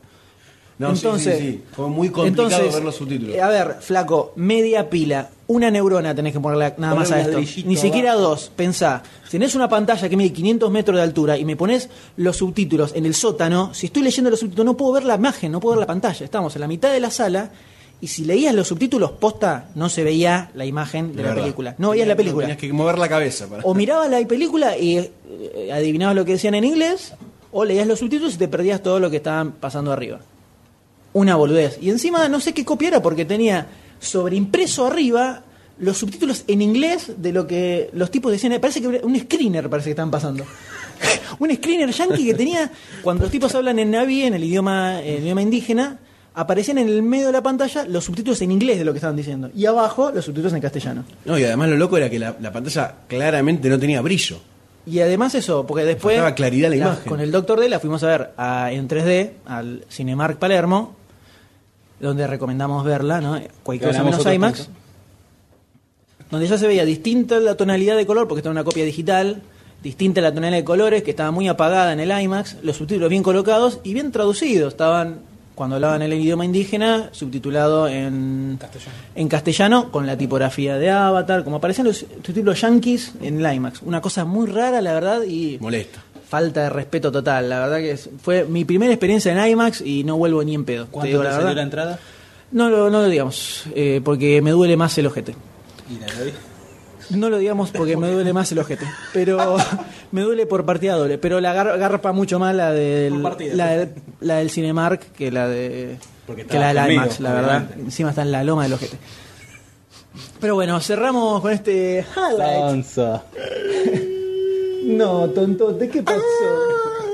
No, sí,
entonces,
sí, sí. fue muy complicado
entonces,
ver los subtítulos.
eh, A ver, flaco, media pila, una neurona tenés que ponerle nada
Ponle
más
un
a esto.
ladrillito
Ni siquiera dos, pensá. Si tenés una pantalla que mide 500 metros de altura y me pones los subtítulos en el sótano, si estoy leyendo los subtítulos no puedo ver la imagen, no puedo ver la pantalla. Estamos en la mitad de la sala y si leías los subtítulos posta, no se veía la imagen de, la
verdad.
película. No veías la película.
Tenías que mover la cabeza para.
O mirabas la película y eh, adivinabas lo que decían en inglés, o leías los subtítulos y te perdías todo lo que estaban pasando arriba. Una boludez. Y encima no sé qué copia era porque tenía sobreimpreso arriba los subtítulos en inglés de lo que los tipos decían. Eh, Parece que un screener parece que estaban pasando. un screener yankee que tenía, cuando los tipos hablan en Navi, en el idioma, en el idioma indígena, aparecían en el medio de la pantalla los subtítulos en inglés de lo que estaban diciendo. Y abajo los subtítulos en castellano.
No, y además lo loco era que la, la pantalla claramente no tenía brillo.
Y además eso, porque después...
Faltaba claridad a la imagen.
Con el Doctor D la fuimos a ver a- en 3D al Cinemark Palermo, donde recomendamos verla, ¿no? Cualquier cosa
Ganamos
menos
otro
IMAX. Donde ya se veía distinta la tonalidad de color, porque estaba una copia digital, distinta la tonalidad de colores, que estaba muy apagada en el IMAX, los subtítulos bien colocados y bien traducidos. Estaban, cuando hablaban el idioma indígena, subtitulado en castellano, en castellano con la tipografía de Avatar, como aparecían los subtítulos yankees en el IMAX. Una cosa muy rara, la verdad, y
Molesta.
falta de respeto total. La verdad que es- fue mi primera experiencia en IMAX y no vuelvo ni en pedo. te
¿Cuánto
digo
te
la
salió
verdad.
la entrada?
No, lo- no lo digamos, eh, porque me duele más el ojete.
Y la doy.
No lo digamos porque me duele más el ojete. Pero me duele por partida doble. Pero la gar- garpa mucho más la del,
partida.
la, del, la del Cinemark que la de
Porque
que la
estaba
del
conmigo,
IMAX, la verdad.
obviamente.
Encima está en la loma del ojete. Pero bueno, cerramos con este highlight.
Sonso.
No, tontote, ¿qué pasó?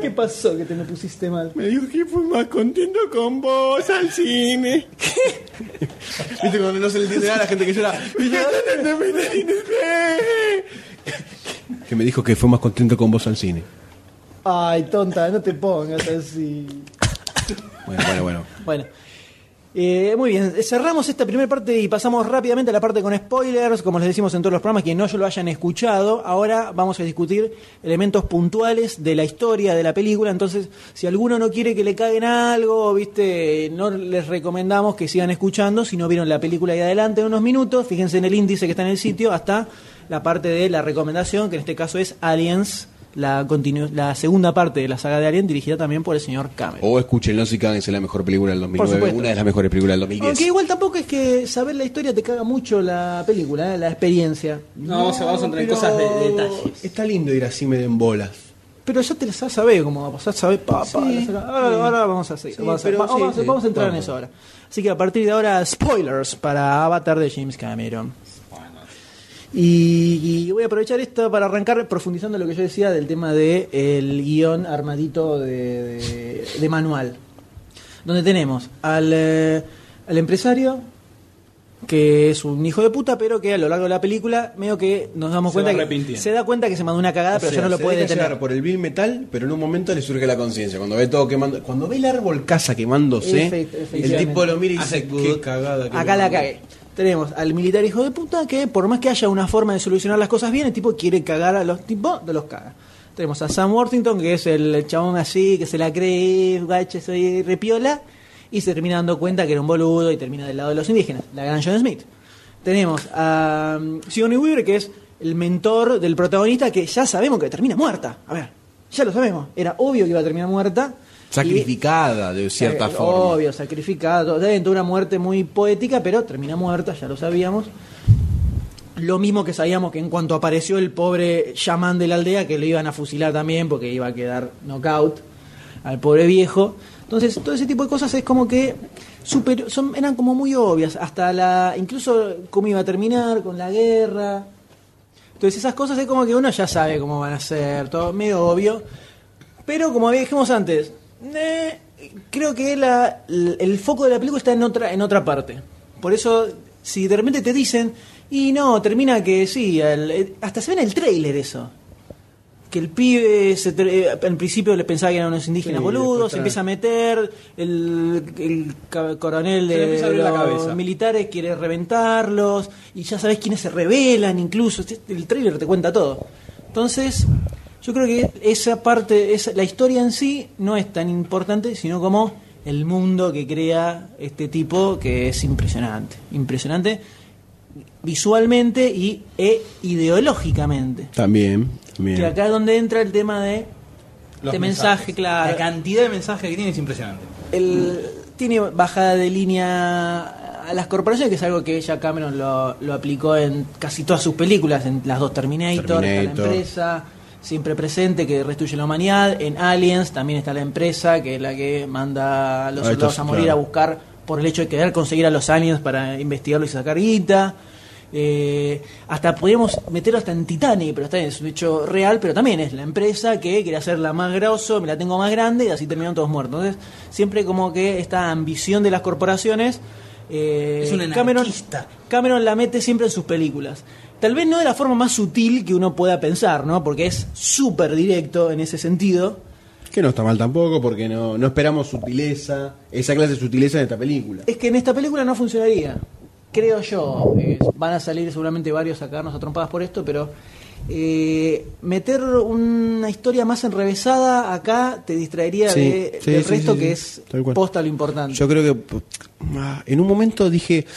¿Qué pasó que te me pusiste mal?
Me dijo que fui más contento con vos al cine. Viste, cuando no se le entiende nada a la gente que llora. Que me dijo que fue más contento con vos al cine.
Ay, tonta, no te pongas así.
Bueno, bueno, bueno.
Bueno. Eh, muy bien, cerramos esta primera parte y pasamos rápidamente a la parte con spoilers, como les decimos en todos los programas, que no lo hayan escuchado. Ahora vamos a discutir elementos puntuales de la historia de la película. Entonces, si alguno no quiere que le caguen algo, viste, no les recomendamos que sigan escuchando. Si no vieron la película ahí adelante en unos minutos, fíjense en el índice que está en el sitio, hasta la parte de la recomendación, que en este caso es Aliens, la, continu- la segunda parte de la saga de Alien, dirigida también por el señor Cameron.
O escúchenlo si cagan, es la mejor película del
Por
2009.
supuesto.
Una de las mejores películas del 2010.
Aunque igual tampoco es que saber la historia te caga mucho la película, ¿eh? la experiencia.
No, vamos a- vamos a entrar en
pero
cosas de- de detalles.
Está lindo ir así medio en bolas.
Pero ya te la sabes saber cómo va a pasar, sabes, pa, pa, la saca. ahora, ahora vamos a seguir.
Sí,
vamos, a,
pero
va- vamos a-
sí, sí.
vamos a entrar en
Vamos.
eso ahora. Así que a partir de ahora, spoilers para Avatar de James Cameron. Y, y voy a aprovechar esto para arrancar profundizando en lo que yo decía del tema del el guión armadito de, de- de manual. Donde tenemos al, eh, al empresario, que es un hijo de puta, pero que a lo largo de la película, medio que nos damos
Se
cuenta
va
que
arrepintiendo.
se da cuenta que se mandó una cagada,
O
Ah, pero
sea,
ya no lo
se
puede
deja
detener.
llevar por el vil metal, pero en un momento le surge la conciencia. Cuando ve todo quemando, cuando ve el árbol casa quemándose,
Efect- efectivamente.
el tipo lo mira y
Hace
dice, qué cagada. que
Acá
me
la
mandé".
cagué. Tenemos al militar hijo de puta que por más que haya una forma de solucionar las cosas bien, el tipo quiere cagar a los tipos, de los caga. Tenemos a Sam Worthington, que es el chabón así, que se la cree, gache, soy repiola, y se termina dando cuenta que era un boludo y termina del lado de los indígenas, la gran John Smith. Tenemos a um, Sigourney Weaver, que es el mentor del protagonista, que ya sabemos que termina muerta. A ver, ya lo sabemos. Era obvio que iba a terminar muerta. Y-
Sacrificada de cierta
eh,
forma.
Obvio, sacrificado. Dentro una muerte muy poética, pero termina muerta, ya lo sabíamos. Lo mismo que sabíamos que en cuanto apareció el pobre chamán de la aldea, que lo iban a fusilar también porque iba a quedar knockout al pobre viejo. Entonces, todo ese tipo de cosas es como que super, son, eran como muy obvias. Hasta la. incluso cómo iba a terminar con la guerra. Entonces, esas cosas es como que uno ya sabe cómo van a ser, todo medio obvio. Pero como dijimos antes, eh, creo que la- l- el foco de la película está en otra, en otra parte. Por eso, si de repente te dicen, y no, termina que sí, el- eh, hasta se ve en el tráiler eso. Que el pibe, se ter- eh, al principio le pensaba que eran unos indígenas
Sí,
boludos,
después
se
tra-
empieza a meter, el, el ca- coronel
Se le
de
empieza a abrir la
los
cabeza.
militares quiere reventarlos, y ya sabes quiénes se rebelan incluso, este- el tráiler te cuenta todo. Entonces, yo creo que esa parte, esa- la historia en sí no es tan importante, sino como el mundo que crea este tipo que es impresionante. Impresionante visualmente y, e ideológicamente.
También, también.
Que acá es donde entra el tema de
Los
este mensaje,
mensajes.
claro.
La cantidad de mensajes que tiene es impresionante.
El, tiene bajada de línea a las corporaciones, que es algo que ella Cameron lo, lo aplicó en casi todas sus películas, en las dos Terminator, está
Terminator.
la empresa siempre presente que restituye la humanidad, en Aliens también está la empresa que es la que manda a los
Ah, esto
soldados
es
a morir
claro.
a buscar por el hecho de querer conseguir a los aliens para investigarlo y sacar guita. Eh, hasta podríamos meterlo hasta en Titanic, pero está bien, es un hecho real, pero también es la empresa que quiere hacerla más grosso, me la tengo más grande y así terminan todos muertos. Entonces, siempre como que esta ambición de las corporaciones eh,
Es un
Cameron, Cameron la mete siempre en sus películas. Tal vez no de la forma más sutil que uno pueda pensar, ¿no? Porque es súper directo en ese sentido.
Que no está mal tampoco, porque no, no esperamos sutileza, esa clase de sutileza en esta película.
Es que en esta película no funcionaría. Creo yo. Eh, van a salir seguramente varios a sacarnos a trompadas por esto, pero eh, meter una historia más enrevesada acá te distraería
Sí,
de-
sí,
del
sí,
resto
sí,
que
sí.
es
Tal cual.
posta lo importante.
Yo creo que pu- ah, en un momento dije,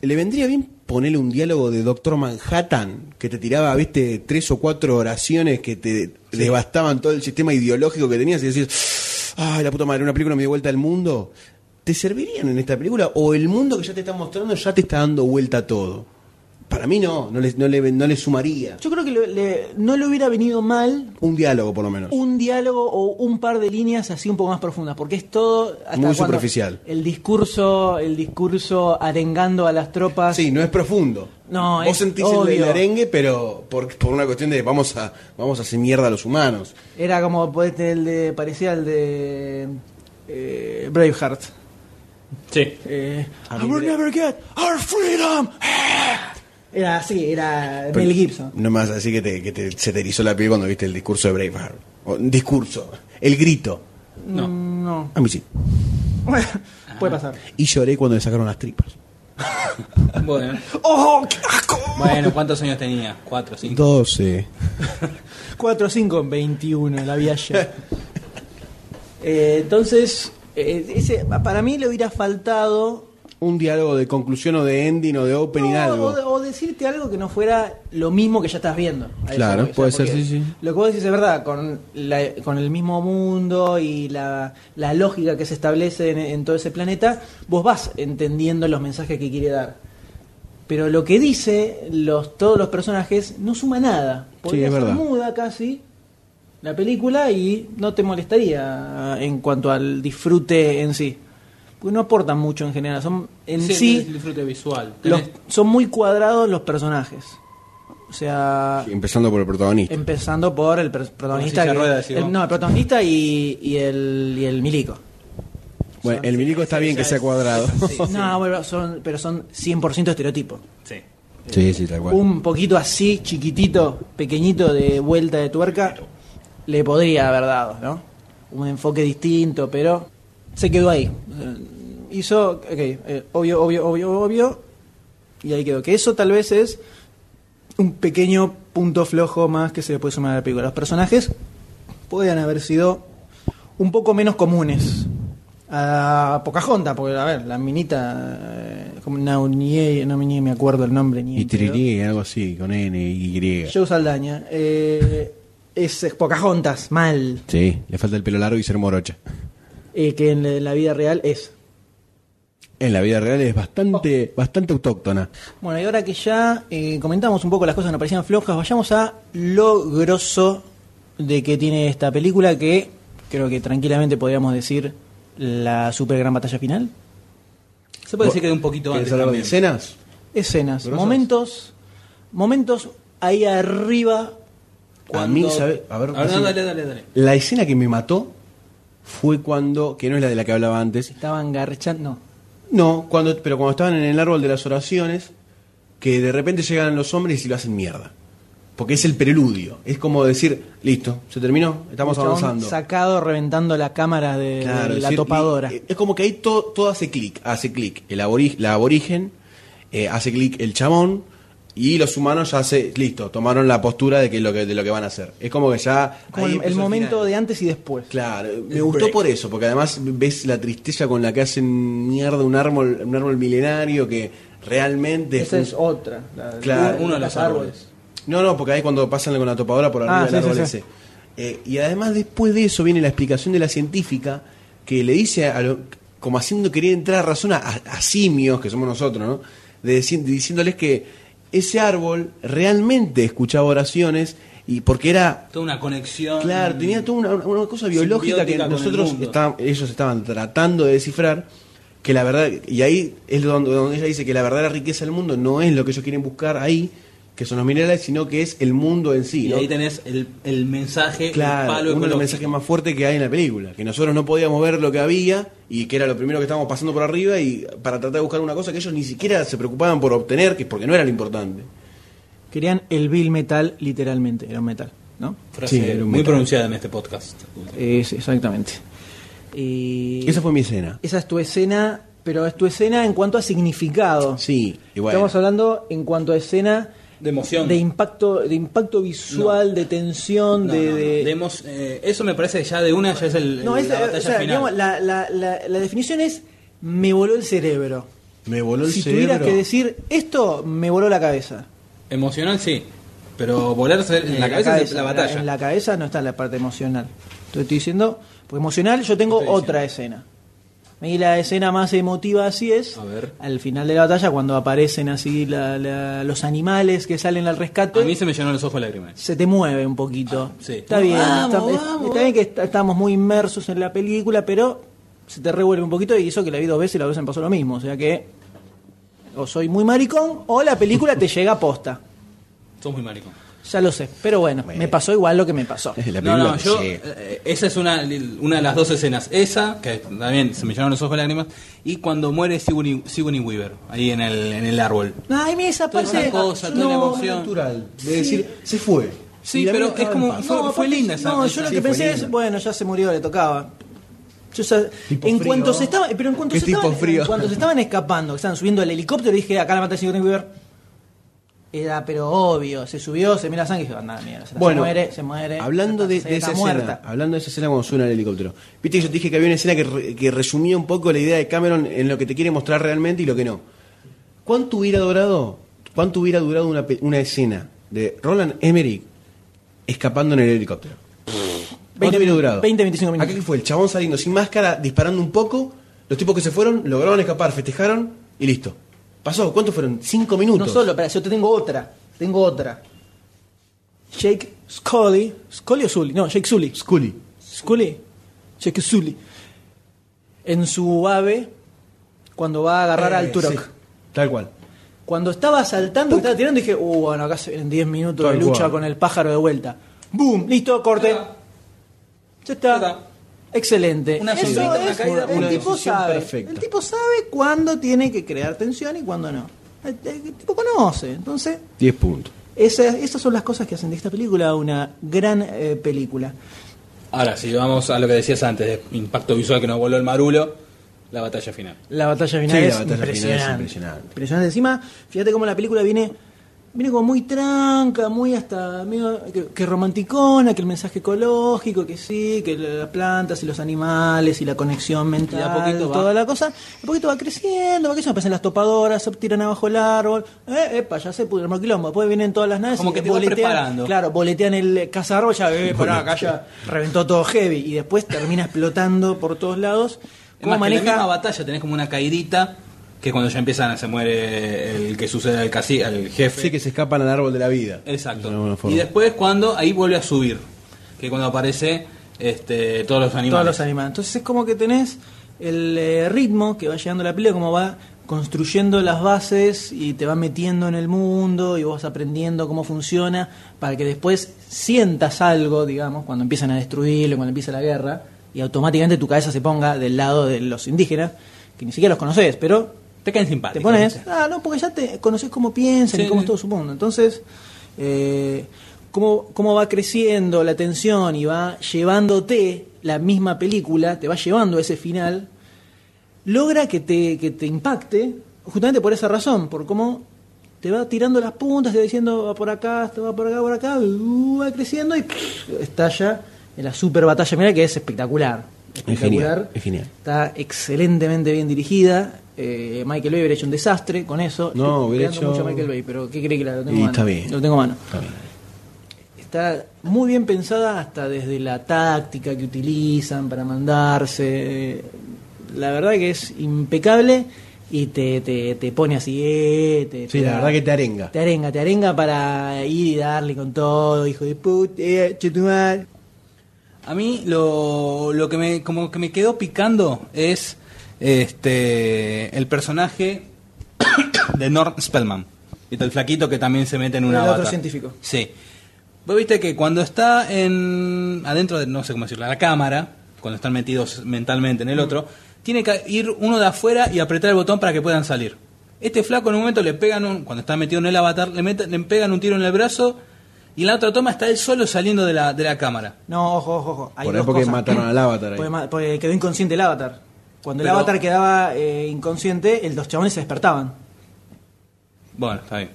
le vendría bien ponerle un diálogo de Doctor Manhattan, que te tiraba, viste, tres o cuatro oraciones que te devastaban todo el sistema ideológico que tenías y decís, ay, la puta madre, una película me dio vuelta al mundo. ¿Te servirían en esta película? ¿O el mundo que ya te está mostrando ya te está dando vuelta todo? Para mí no, no le, no le, no le sumaría.
Yo creo que le- le- no le hubiera venido mal
Un diálogo, por lo menos.
un diálogo o un par de líneas así un poco más profundas, porque es todo hasta
Muy
cuando
superficial.
El discurso, el discurso arengando a las tropas.
Sí, no es profundo.
No,
Vos
es
sentís el, el
obvio.
arengue, pero por, por una cuestión de vamos a, vamos a hacer mierda a los humanos.
Era como pues, el de parecía el de eh, Braveheart. eh,
Sí.
I will never get our freedom. Era así, era
Pero-
Mel Gibson.
No me vas a decir que, te, que te- se te erizó la piel cuando viste el discurso de Braveheart. O, discurso, el grito.
No. Mm, no.
A mí sí. Ah.
Puede pasar.
Y lloré cuando le sacaron las tripas.
Bueno.
¡Oh!
Bueno, ¿cuántos años tenía? ¿Cuatro, cinco?
12.
4 5 21 la vi ayer. Eh, entonces, eh, ese- para mí le hubiera faltado
Un diálogo de conclusión o de ending o de opening
No,
algo.
O, de- o decirte algo que no fuera lo mismo que ya estás viendo. A eso
Claro,
voy, o sea,
puede ser,
porque
sí, sí.
Lo que vos decís es verdad, con, la- con el mismo mundo y la, la lógica que se establece en, en todo ese planeta, vos vas entendiendo los mensajes que quiere dar. Pero lo que dice los, todos los personajes no suma nada. Podría
es
ser
verdad.
muda casi la película y no te molestaría en cuanto al disfrute en sí. Porque no aportan mucho en general. Son en sí,
es el disfrute visual.
los-
Tenés-
son muy cuadrados los personajes. O sea,
Empezando por el protagonista.
Em- empezando por el per- protagonista.
silla
que-
rueda, decís
el-
vos.
no, el protagonista y, y el, y el milico.
Bueno, el milico está bien que sea cuadrado.
No, bueno, son, pero son 100% estereotipo.
Sí.
Sí, sí, tal cual.
Un poquito así, chiquitito, pequeñito de vuelta de tuerca, le podría haber dado, ¿no? Un enfoque distinto, pero se quedó ahí. Eh, Hizo, ok, eh, obvio, obvio, obvio, obvio, y ahí quedó. Que eso tal vez es un pequeño punto flojo más que se le puede sumar a la película. Los personajes podían haber sido un poco menos comunes. A Pocahontas, porque a ver, la minita, eh, como Naunie, no ni me acuerdo el nombre. Ni
Y
en pedo.
trirí, algo así, con N y Y.
Joe Saldaña. eh, es es Pocahontas, mal.
Sí, le falta el pelo largo y ser morocha.
eh, que en la- la vida real es.
En la vida real es
Oh.
bastante, bastante autóctona.
Bueno, y ahora que ya eh, comentamos un poco las cosas que nos parecían flojas, vayamos a lo grosso de que tiene esta película, que creo que tranquilamente podríamos decir la super gran batalla final.
Se puede decir que de un poquito antes. también.
escenas?
Escenas,
¿Grosas?
momentos, momentos ahí arriba.
A mí, ¿sabe? A ver,
A ver, no,
decime.
dale, dale, dale.
La escena que me mató fue cuando, que no es la de la que hablaba antes,
Estaban garchando.
no, cuando, pero cuando estaban en el árbol de las oraciones, que de repente llegan los hombres y lo hacen mierda. Porque es el preludio, es como decir, listo, se terminó, estamos
El chabón
avanzando.
Sacado reventando la cámara de,
Claro,
de
es
la
decir,
topadora.
y- eh, es como que ahí todo, todo hace clic, hace clic. El abori- la aborigen, eh, hace clic el chamón y los humanos ya hace, listo, tomaron la postura de que lo que, de lo que van a hacer. Es como que ya...
Como
ahí
el- el
empezó final.
momento de antes y después.
Claro, me gustó por eso, porque además ves la tristeza con la que hacen mierda un árbol, un árbol milenario que realmente...
Esa
fun-
es otra. la-
Claro.
uno de los árboles.
No, no, porque ahí cuando pasan con la topadora por arriba
Ah,
del
sí,
árbol
sí, sí.
ese. Eh, y además después de eso viene la explicación de la científica que le dice, a lo- como haciendo querer entrar a razón a, a simios, que somos nosotros, ¿no? De decir- diciéndoles que ese árbol realmente escuchaba oraciones y porque era
Toda una conexión.
Claro, tenía toda una, una cosa biológica que
Simbiótica con el
nosotros
mundo.
está- ellos estaban tratando de descifrar, que la verdad, y ahí es donde, donde ella dice que la verdadera riqueza del mundo no es lo que ellos quieren buscar ahí, que son los minerales, sino que es el mundo en sí.
Y
¿no?
ahí tenés el, el mensaje, el
Claro,
palo
uno de los
ecológico.
mensajes más fuertes que hay en la película, que nosotros no podíamos ver lo que había y que era lo primero que estábamos pasando por arriba y para tratar de buscar una cosa que ellos ni siquiera se preocupaban por obtener, que porque no era lo importante.
Querían el Bill Metal, literalmente, era un metal, ¿no?
Frase muy pronunciada en este podcast.
Es, exactamente. Y-
Esa fue mi escena.
Esa es tu escena, pero es tu escena en cuanto a significado.
Sí, igual.
Estamos hablando en cuanto a escena
de emoción.
De impacto, de impacto visual, de tensión,
No,
de,
no, no.
de-
Demos, eh, eso me parece que ya de una ya es el,
No,
el-
es-
la batalla
o sea,
final.
digamos, la, la- la- la definición es me voló el cerebro.
Me voló el
si
cerebro.
tuvieras que decir esto, me voló la cabeza.
Emocional sí, pero volarse en la, cabeza, es la batalla.
En Eh, la cabeza no está la parte emocional. Te estoy diciendo, porque emocional yo tengo otra escena. Y la escena más emotiva así es, al final de la batalla, cuando aparecen así la- la- los animales que salen al rescate,
A mí se me llenaron los ojos de lágrimas.
se te mueve un poquito.
Sí.
Está bien,
Vamos,
está, es-
vamos.
está bien que está- estamos muy inmersos en la película, pero se te revuelve un poquito y eso que la vi dos veces y la dos veces me pasó lo mismo. O sea que o soy muy maricón o la película te llega posta.
Sos muy maricón.
Ya lo sé, pero bueno, me pasó igual lo que me pasó.
no, no, yo. eh, esa es una, una de las dos escenas. Esa, que también se me llenaron los ojos de lágrimas. Y cuando muere Sigourney, Sigourney Weaver, ahí en el, en el árbol.
Ay, mira esa
Toda
parte.
esa cosa, toda la
No,
emoción.
natural,
de decir,
se fue.
Sí, pero es como. Fue,
No,
fue
aparte,
linda esa.
No,
esa-
yo lo
sí,
que
fue
pensé
linda.
es, bueno, ya se murió, le tocaba. Yo ya- en
frío.
cuanto se estaba, pero en cuanto
Qué
se
tipo
estaban,
frío.
en cuanto se estaban escapando, que estaban subiendo al helicóptero, dije, acá la mata Sigourney Weaver. Era pero obvio, se subió, se mira sangre y dije, anda la mierda, se,
Bueno,
muere, se muere.
Hablando de,
se
de
está
esa
muerta.
escena, hablando de esa escena cuando suena el helicóptero. Viste que yo te dije que había una escena que, re- que resumía un poco la idea de Cameron en lo que te quiere mostrar realmente y lo que no. ¿Cuánto hubiera durado, cuánto hubiera durado una, pe- una escena de Roland Emmerich escapando en el helicóptero?
20,
¿Cuánto hubiera durado?
20, 25 minutos.
Acá que fue el chabón saliendo sin máscara, disparando un poco, los tipos que se fueron lograron escapar, festejaron y listo. Pasó, ¿cuántos fueron? Cinco minutos.
No solo, pero yo te tengo otra, tengo otra. Jake Scully, Scully o Sully, no, Jake Sully.
Scully.
Scully, Jake Sully. En su ave, cuando va a agarrar
Eh,
al Turok.
sí, tal cual.
Cuando estaba saltando, estaba tirando, dije, uh, bueno, acá se- en 10 minutos
Tal
de lucha
cual.
con el pájaro de vuelta. ¡Boom! Listo, corte. Ya está. Excelente.
Una
Eso
subida, una
es,
caída,
el
una
tipo
decisión
sabe.
perfecta.
El tipo sabe cuándo tiene que crear tensión y cuándo no. El, el tipo conoce. Entonces,
10 puntos.
esas, esas son las cosas que hacen de esta película una gran eh, película.
Ahora, si vamos a lo que decías antes, de impacto visual que nos voló el marulo, la batalla final.
La batalla final,
Sí, la
es,
batalla final es
impresionante.
impresionante.
Impresionante. Encima, fíjate cómo la película viene viene como muy tranca, muy hasta medio que, que romanticona, que el mensaje ecológico, que sí, que la- las plantas y los animales y la conexión mental,
Y de a poquito va.
toda la cosa. De a poquito va creciendo, va creciendo, aparecen las topadoras, se tiran abajo el árbol, eh, epa, ya se pudieron el quilombo, después vienen todas las naves
Como
y
que te va
boletean-
preparando.
Claro, boletean el cazarro, ya, eh, pará, acá ya reventó todo heavy y después termina explotando por todos lados.
Es
¿Cómo
más, que en la
maneja
misma batalla tenés como una caidita que cuando ya empiezan se muere el que sucede al, casi, al jefe.
Sí, que se escapan al árbol de la vida.
Exacto.
De alguna forma.
Y después cuando ahí vuelve a subir, que cuando aparece este, todos los animales.
Todos los animales. Entonces es como que tenés el eh, ritmo que va llegando la película, como va construyendo las bases y te va metiendo en el mundo y vos aprendiendo cómo funciona para que después sientas algo, digamos, cuando empiezan a destruirlo, cuando empieza la guerra y automáticamente tu cabeza se ponga del lado de los indígenas, que ni siquiera los conoces, pero
te caen
te
simpáticos.
pones, ah, no, porque ya te conoces cómo piensan y
Sí,
cómo es
sí.
todo su mundo. Entonces, eh, cómo, cómo va creciendo la tensión y va llevándote la misma película, te va llevando a ese final, logra que te, que te impacte justamente por esa razón, por cómo te va tirando las puntas, te va diciendo va por acá, te va por acá, por acá, uh, va creciendo y estalla en la super batalla mira que es espectacular.
Es
Espectacular.
genial. Es genial.
Está excelentemente bien dirigida. Eh, Michael Bay hubiera hecho un desastre con eso.
No,
Estoy
hubiera
tirando mucho
hecho-
a Michael Bay, pero ¿qué cree que la lo tengo
Y
a mano?
está bien.
Lo tengo a mano.
Está bien.
Está muy bien pensada hasta desde la táctica que utilizan para mandarse. La verdad que es impecable y te, te, te pone así. eh, te-
Sí,
te
la
da-
verdad que te arenga.
te arenga, te arenga para ir y darle con todo, hijo de puta, eh, chetumal.
A mí lo, lo que me como que me quedó picando es este el personaje de Norm Spellman. Y está el flaquito que también se mete en
El
una
otro
avatar.
científico.
Sí. Vos viste que cuando está en adentro de, no sé cómo decirlo, la cámara, cuando están metidos mentalmente en el otro, tiene que ir uno de afuera y apretar el botón para que puedan salir. Este flaco en un momento le pegan un, cuando está metido en el avatar, le, meten- le pegan un tiro en el brazo y en la otra toma está él solo saliendo de la, de la cámara.
No, ojo, ojo, ojo. Hay
Por ahí
dos
porque
cosas.
mataron al avatar ahí.
Porque, ma- porque quedó inconsciente el avatar. Cuando el
Pero-
avatar quedaba eh, inconsciente, el- los chabones se despertaban.
Bueno, está bien.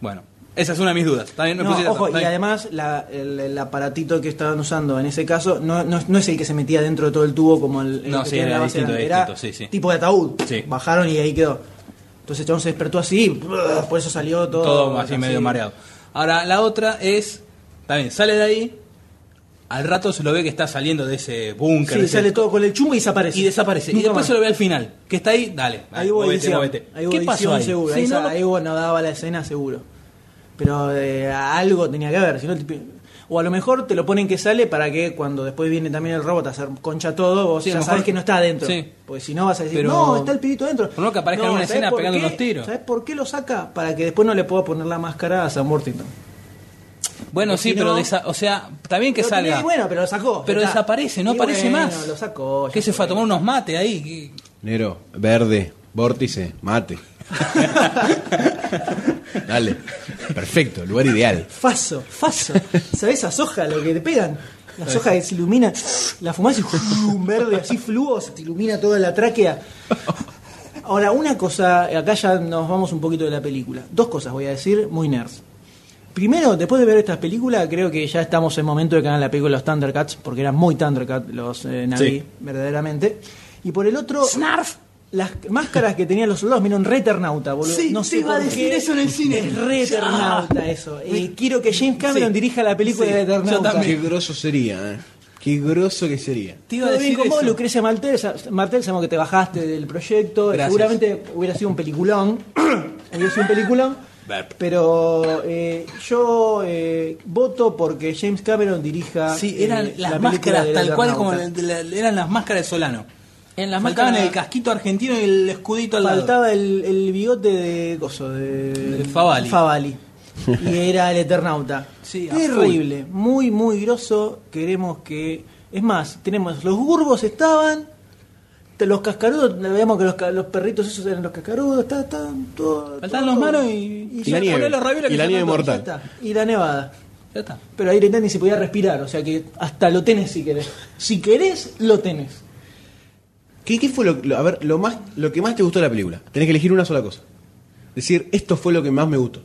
Bueno, esa es una de mis dudas. Está bien, me
No,
puse-
ojo,
está
y
bien.
además la- el, el aparatito que estaban usando en ese caso no, no, es- no es el que se metía dentro de todo el tubo como el, el
No,
que
sí,
tiene
era
la base de
distinto,
la-
era distinto, sí, sí.
tipo de ataúd.
Sí.
Bajaron y ahí quedó. Entonces el chabón se despertó así, brrr, por eso salió todo.
todo así medio mareado. Ahora, la otra es, también sale de ahí, al rato se lo ve que está saliendo de ese búnker. de
Sí,
ese-
sale todo con el chumbo y desaparece.
y desaparece. Y
Nunca
después
más.
se lo ve al final, que está ahí, dale,
Ahí
dale,
hubo
movete,
edición,
movete.
ahí hubo
¿Qué
edición
pasó ahí?
seguro,
Sí,
ahí,
no,
sa-
no-
ahí hubo- no daba la escena seguro. Pero eh, algo tenía que haber, si no el tipo- o a lo mejor te lo ponen que sale para que cuando después viene también el robot a hacer concha todo, vos
Sí, a
ya
lo
sabes
mejor-
que no está adentro.
Sí.
Porque si no vas a decir,
Pero-
no, está el pirito adentro.
Por lo que aparezca
No,
en una
¿sabés
escena
por
pegando
qué?
unos tiros.
¿Sabes por qué lo saca? Para que después no le pueda poner la máscara a Sam Worthington.
Bueno,
Porque
sí,
si
pero
no-
desa- o sea, está bien que
Lo tenía
salga.
ahí, bueno, pero lo sacó.
pero
ya está.
desaparece, no
Y
aparece
bueno,
más.
Lo sacó. ya
¿Qué se
fue.
fue a tomar unos mates ahí?
Negro, verde, vórtice, mate. Dale. Perfecto, lugar ideal.
Faso, faso. ¿Sabés esa soja lo que te pegan? La soja que se ilumina, la fumás y un verde así fluo, se te ilumina toda la tráquea. Ahora, una cosa, acá ya nos vamos un poquito de la película. Dos cosas voy a decir, muy nerds. Primero, después de ver estas películas, creo que ya estamos en momento de que hagan la película de los Thundercats, porque eran muy Thundercats los eh, Na'vi,
Sí.
verdaderamente. Y por el otro, las máscaras que tenían los soldados, miren, re Eternauta, boludo.
Sí,
no
te
sé
iba a
por
decir
qué.
eso en el cine.
Es re Eternauta eso. Y quiero que James Cameron dirija la película de Eternauta.
Qué grosso sería, eh. Qué groso que sería.
Te iba a decir con vos, Lucrecia Martel, sa- Martel, sabemos que te bajaste del proyecto.
Gracias.
Seguramente hubiera sido un peliculón. hubiera sido un peliculón. Pero eh, yo eh, voto porque James Cameron dirija.
Sí,
eh,
eran
la
las
película
máscaras
del
tal cual
Eternauta.
como la- la- eran las máscaras de Solano. En las Faltaban
máscaras-
el casquito argentino y el escudito al lado.
Faltaba el, el bigote de. Coso, de.
De Favali.
Y era el Eternauta.
Sí, a
Terrible. Muy, muy grosso. Queremos que. Es más, tenemos. Los burbos estaban. te- Los cascarudos, veamos que los, ca- los perritos esos eran los cascarudos, está, está todo.
Faltaban
todo-
los manos y,
Y la
ya
nieve.
poné los ravioles que
Y la
se
nieve
mandó,
mortal.
ya está.
Y la nevada.
Ya está.
Pero ahí ni se podía respirar, o sea que hasta lo tenés si querés. Si querés, lo tenés.
¿Qué, qué fue lo, lo- a ver, lo, más, lo que más te gustó de la película? Tenés que elegir una sola cosa. Decir, esto fue lo que más me gustó.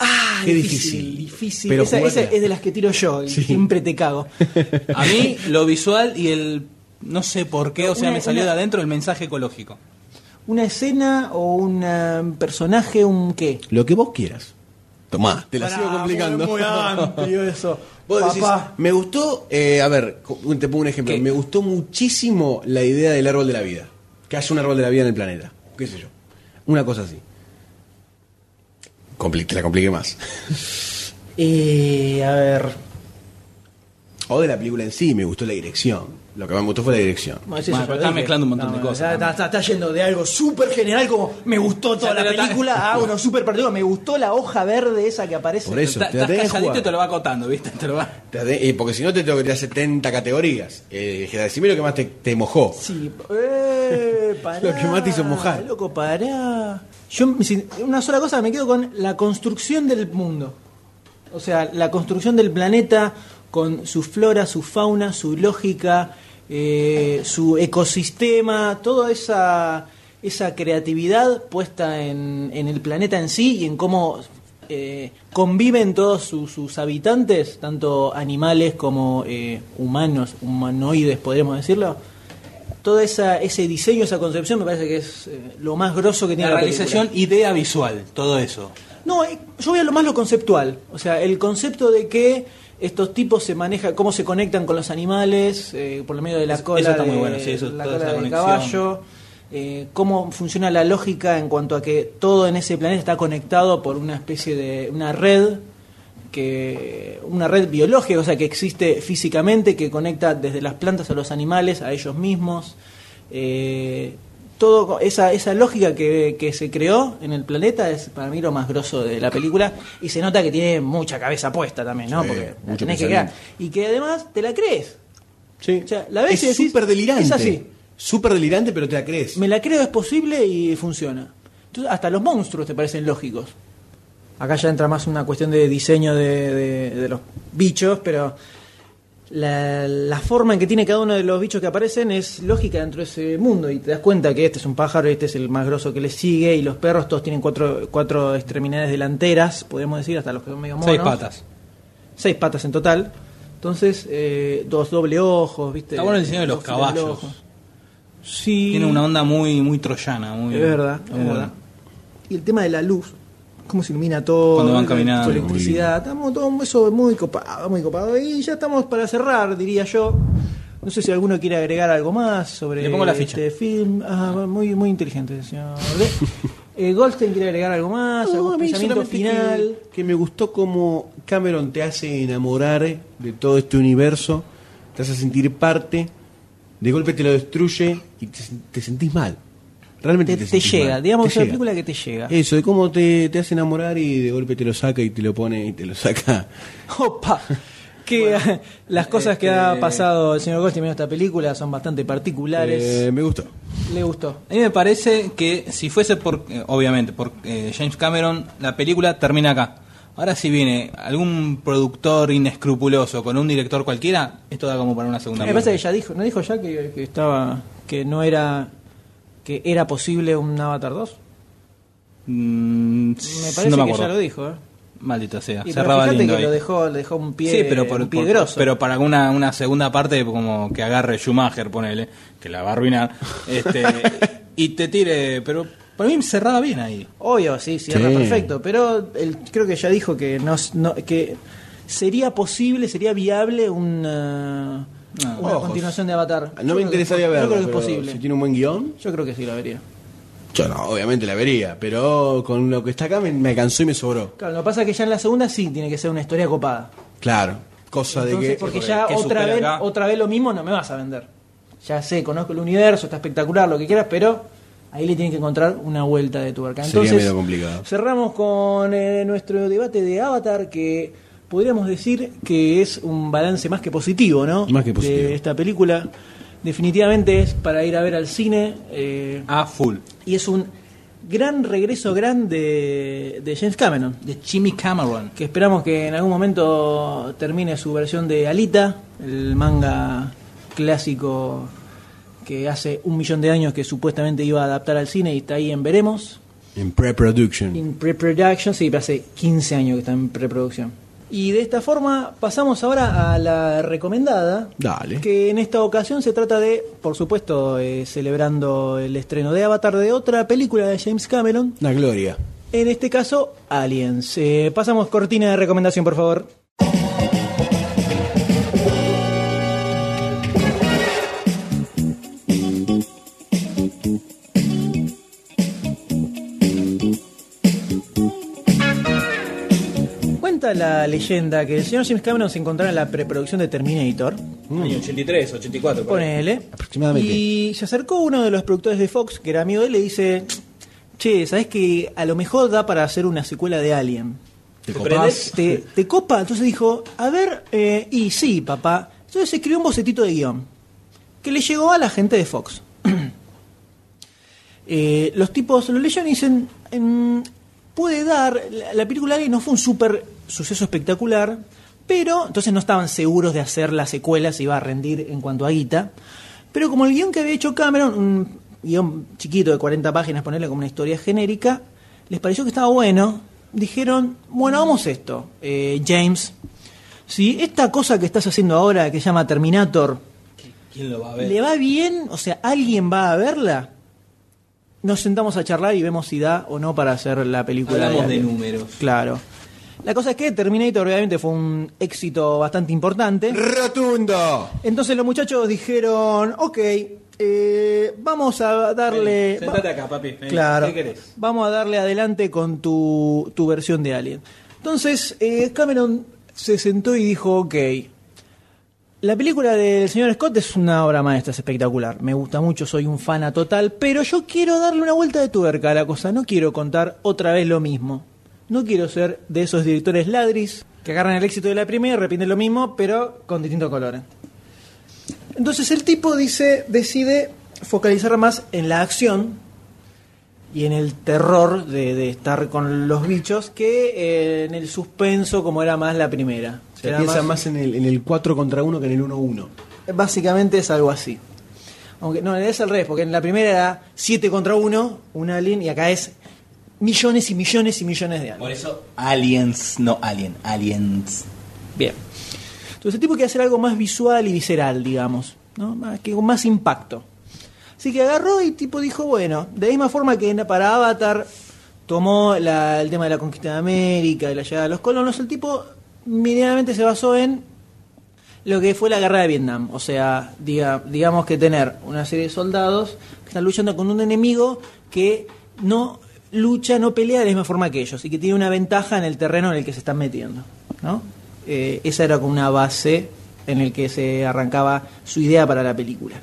Ah,
Qué
difícil.
difícil.
difícil.
Pero
Esa, esa
jugátela.
es de las que tiro yo y siempre te cago.
A mí lo visual y el no sé por qué, o sea,
Una-
me salió
una-
de adentro el mensaje ecológico.
¿Una escena o un eh, personaje, un qué?
Lo que vos quieras. Tomá, te la
Pará,
sigo complicando.
muy- muy amplio eso.
Vos decís,
Papá.
me gustó, eh, a ver, co- te pongo un ejemplo. Me gustó muchísimo la idea del árbol de la vida. Que haya un árbol de la vida en el planeta. ¿Qué sé yo? Una cosa así. Compli- te la compliqué más.
Eh, a ver.
O de la película en sí, me gustó la dirección. Lo que más me gustó fue la dirección.
Bueno, es eso,
Bueno,
ya lo
pero estás
dije.
mezclando un montón de
O
cosas.
sea, está, está- está yendo de algo súper general como me gustó toda
Ya te
la
lo está-
película a uno súper partido. Me gustó la hoja verde esa que aparece.
Por eso,
Está-
te la
estás
tenés que
calladito
jugar.
y te lo va acotando, ¿viste? Te lo va.
Te ade- eh, porque si no te tengo que tirar 70 categorías. Eh, decime lo que más te, te mojó.
Sí, eh, pará,
Lo que más te hizo mojar.
Loco, pará. Yo, me sin- una sola cosa, me quedo con la construcción del mundo. O sea, la construcción del planeta con su flora, su fauna, su lógica, eh, su ecosistema, toda esa, esa creatividad puesta en, en el planeta en sí y en cómo eh, conviven todos sus, sus habitantes, tanto animales como eh, humanos, humanoides, podríamos decirlo. Todo esa, ese diseño, esa concepción me parece que es eh, lo más grosso que tiene
La
la,
realización,
película.
idea visual, todo eso.
No, eh, yo voy a lo más lo conceptual. O sea, el concepto de que estos tipos se manejan, cómo se conectan con los animales, eh, por lo medio de la
Eso-
cola,
eso está muy
de-
bueno, sí, eso-
la
toda
cola
esa
del
conexión.
caballo, eh, cómo funciona la lógica en cuanto a que todo en ese planeta está conectado por una especie de una red que una red biológica, o sea, que existe físicamente, que conecta desde las plantas a los animales, a ellos mismos. eh, todo esa, esa lógica que, que se creó en el planeta es para mí lo más grosso de la película y se nota que tiene mucha cabeza puesta también, ¿no?
Sí,
Porque la
mucho
tenés que
pensamiento.
creer. y que además te la crees.
Sí.
O sea, la ves y
es
decís,
súper delirante.
Es así.
Súper delirante, pero te la crees.
Me la creo, es posible y funciona. Entonces, hasta los monstruos te parecen lógicos. Acá ya entra más una cuestión de diseño de, de- de los bichos, pero la, la forma en que tiene cada uno de los bichos que aparecen es lógica dentro de ese mundo. Y te das cuenta que este es un pájaro, este es el más grosso que le sigue, y los perros todos tienen cuatro, cuatro extremidades delanteras, podemos decir, hasta los que son medio monos.
Seis patas.
Seis patas en total. Entonces, eh, dos doble ojos, ¿viste?
Está bueno el diseño de los
Dos filas
caballos.
ojos. Sí.
Tiene una onda muy, muy troyana. Muy,
Es verdad,
muy
es
buena.
verdad. Y el tema de la luz, cómo se ilumina todo,
Cuando van
la-
caminando,
su electricidad, estamos todo eso muy copado, muy copado. Y ya estamos para cerrar, diría yo. No sé si alguno quiere agregar algo más sobre
Le pongo la ficha.
este film. Ah, muy, muy inteligente, señor. Eh, Goldstein quiere agregar algo más,
No,
algún
a mí
Ah, pensamiento
solamente
final.
Que, que me gustó cómo Cameron te hace enamorar de todo este universo, te hace sentir parte, de golpe te lo destruye y te, te sentís mal. Realmente
Te,
te,
te
sentís
llega,
mal.
digamos,
Te
es una
llega. Eh,
película que te llega.
Eso, de cómo te, te hace enamorar y de golpe te lo saca y te lo pone y te lo saca.
Opa. Que las cosas que
este-
ha pasado el señor Goldstein en esta película son bastante particulares.
Eh, me gustó.
Le gustó.
A mí me parece que si fuese por, eh, obviamente, por eh, James Cameron, la película termina acá. Ahora si viene algún productor inescrupuloso con un director cualquiera, esto da como para una segunda
Me parece que
película.
ya dijo, ¿no dijo ya que, que estaba que no era que era posible un Avatar 2?
Mm,
Me
s-
parece
no me
que
acuerdo.
ya lo dijo, ¿eh?
Maldita sea.
Y pero
Cerraba
fíjate
lindo
que
ahí.
lo dejó, le dejó un pie,
sí, pero por,
un pie
por-
grosso.
pero para una, una segunda parte como que agarre Schumacher, ponele, que la va a arruinar, este, y te tire, pero para mí cerraba bien ahí.
Obvio, sí, cierra
Sí.
perfecto, pero él creo que ya dijo que no, no- que sería posible, sería viable una,
Ah,
una
Ojos.
continuación de Avatar.
No me interesaría
verlo. Yo
verlo.
creo que
pero
es posible.
Si tiene un buen guión,
Yo creo que sí la vería.
yo no, obviamente la vería, pero con lo que está acá me, me alcanzó y me sobró.
Claro, lo que pasa es que ya en la segunda sí tiene que ser una historia copada.
Claro, cosa
Entonces,
de que.
porque ya otra vez, otra vez lo mismo no me vas a vender. Ya sé, conozco el universo, está espectacular, lo que quieras, pero ahí le tienes que encontrar una vuelta de tuerca.
Sería
Entonces,
medio complicado.
cerramos con eh, nuestro debate de Avatar, que podríamos decir que es un balance más que positivo, ¿no?
Más que positivo.
De esta película. Definitivamente es para ir a ver al cine. eh,
A full.
y es un gran regreso gran de, de James Cameron.
De Jimmy Cameron.
Que esperamos que en algún momento termine su versión de Alita, el manga clásico que hace un millón de años que supuestamente iba a adaptar al cine y está ahí en veremos.
En pre-production.
En pre-production, sí, pero hace 15 años que está en preproducción. Y de esta forma pasamos ahora a la recomendada,
Dale.
que en esta ocasión se trata de, por supuesto, eh, celebrando el estreno de Avatar de otra película de James Cameron,
La gloria.
en este caso Aliens. Eh, pasamos cortina de recomendación, por favor. Cuenta la leyenda que el señor James Cameron se encontraba en la preproducción de Terminator.
Año 83, 84. por ahí.
Ponele.
Aproximadamente.
Y se acercó uno de los productores de Fox, que era amigo de él, y le dice: Che, ¿sabes que a lo mejor da para hacer una secuela de Alien?
¿Te
prendés?
copás?
Te, te copa. Entonces dijo: A ver, eh, y sí, papá. Entonces escribió un bocetito de guión que le llegó a la gente de Fox. Eh, los tipos lo leyeron y dicen: "Mm, Puede dar. La, la película Alien no fue un súper suceso espectacular. Pero entonces no estaban seguros de hacer la secuela si iba a rendir en cuanto a guita. Pero como el guión que había hecho Cameron, un guión chiquito de 40 páginas, ponerle como una historia genérica, les pareció que estaba bueno. Dijeron, bueno, vamos esto, eh, James. Si esta cosa que estás haciendo ahora, que se llama Terminator,
¿Quién lo va a ver?
¿le va bien? O sea, ¿alguien va a verla? Nos sentamos a charlar y vemos si da o no para hacer la película.
Hablamos de
Alien".
números.
Claro. La cosa es que Terminator obviamente fue un éxito bastante importante.
Rotundo.
Entonces los muchachos dijeron, ok, eh, vamos a darle...
Vení, sentate acá, papi. Vení.
Claro.
¿Qué querés?
Vamos a darle adelante con tu, tu versión de Alien. Entonces, eh, Cameron se sentó y dijo, ok, La película del señor Scott es una obra maestra, es espectacular. Me gusta mucho, soy un fana total, pero yo quiero darle una vuelta de tuerca a la cosa. No quiero contar otra vez lo mismo. No quiero ser de esos directores ladris que agarran el éxito de la primera y repiten lo mismo, pero con distintos colores. Entonces el tipo dice, decide focalizar más en la acción y en el terror de, de estar con los bichos que eh, en el suspenso como era más la primera.
Se
Era
piensa más en el, en el 4 contra 1 que en el 1-1.
Básicamente es algo así. Aunque no, es al revés, porque en la primera era 7 contra 1, un alien, y acá es millones y millones y millones de aliens.
Por eso, aliens, no alien, aliens.
Bien. Entonces el tipo quiere hacer algo más visual y visceral, digamos, ¿no? Más- que con más impacto. Así que agarró y tipo dijo, bueno, de la misma forma que en- para Avatar tomó la- el tema de la conquista de América y la llegada de los colonos, el tipo medianamente se basó en lo que fue la guerra de Vietnam. O sea, diga- digamos que tener una serie de soldados que están luchando con un enemigo que no lucha, no pelea de la misma forma que ellos y que tiene una ventaja en el terreno en el que se están metiendo. ¿no? Eh, esa era como una base en el que se arrancaba su idea para la película.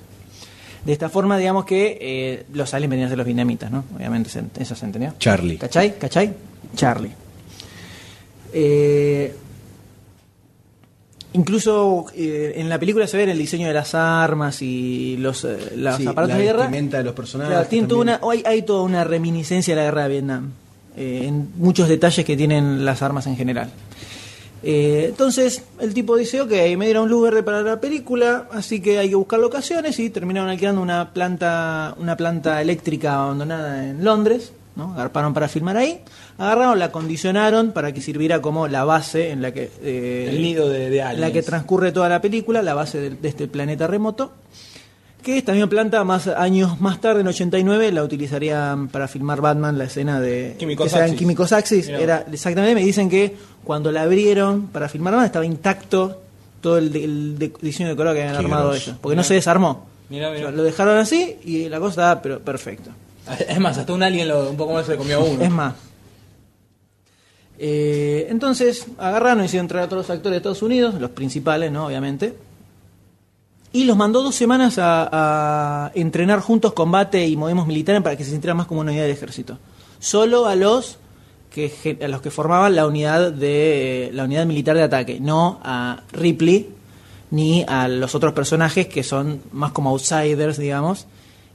De esta forma, digamos que eh, los aliens venían a ser los vietnamitas, ¿no? Obviamente, se- eso se entendió.
Charlie.
¿Cachai? ¿Cachai? Charlie. Eh, incluso eh, en la película se ve el diseño de las armas y los, eh, los
Sí,
aparatos
la
de guerra.
vestimenta de los personajes
Claro, tiene toda
también.
una- hay, hay toda una reminiscencia de la guerra de Vietnam, eh, en muchos detalles que tienen las armas en general. Eh, entonces el tipo dice, ok, me dieron luz verde para la película, así que hay que buscar locaciones y terminaron alquilando una planta, una planta eléctrica abandonada en Londres, ¿no? agarparon para filmar ahí, agarraron, la condicionaron para que sirviera como la base en la que... eh,
El nido de, de aliens.
la que transcurre toda la película, la base del- de, este planeta remoto, que esta misma planta más años más tarde, en 89, la utilizarían para filmar Batman, la escena de
Químicos
que era en
Axis.
Químicos Axis.
Mirá.
Era exactamente, me dicen que cuando la abrieron para filmar Batman estaba intacto todo el, el de- diseño de color que habían
Qué
armado
grosso.
ellos, porque no
Mirá.
se desarmó.
Mirá, mirá.
O sea, lo dejaron así y la cosa estaba pero perfecta.
Es más, hasta un alien lo- un poco más se le comió a uno.
Es más. Eh, entonces agarraron y hicieron traer a todos los actores de Estados Unidos, los principales, ¿no? Obviamente. Y los mandó dos semanas a, a entrenar juntos combate y movimientos militares para que se sintieran más como una unidad del ejército. Solo a los que ge- a los que formaban la unidad de la unidad militar de ataque, no a Ripley ni a los otros personajes que son más como outsiders, digamos.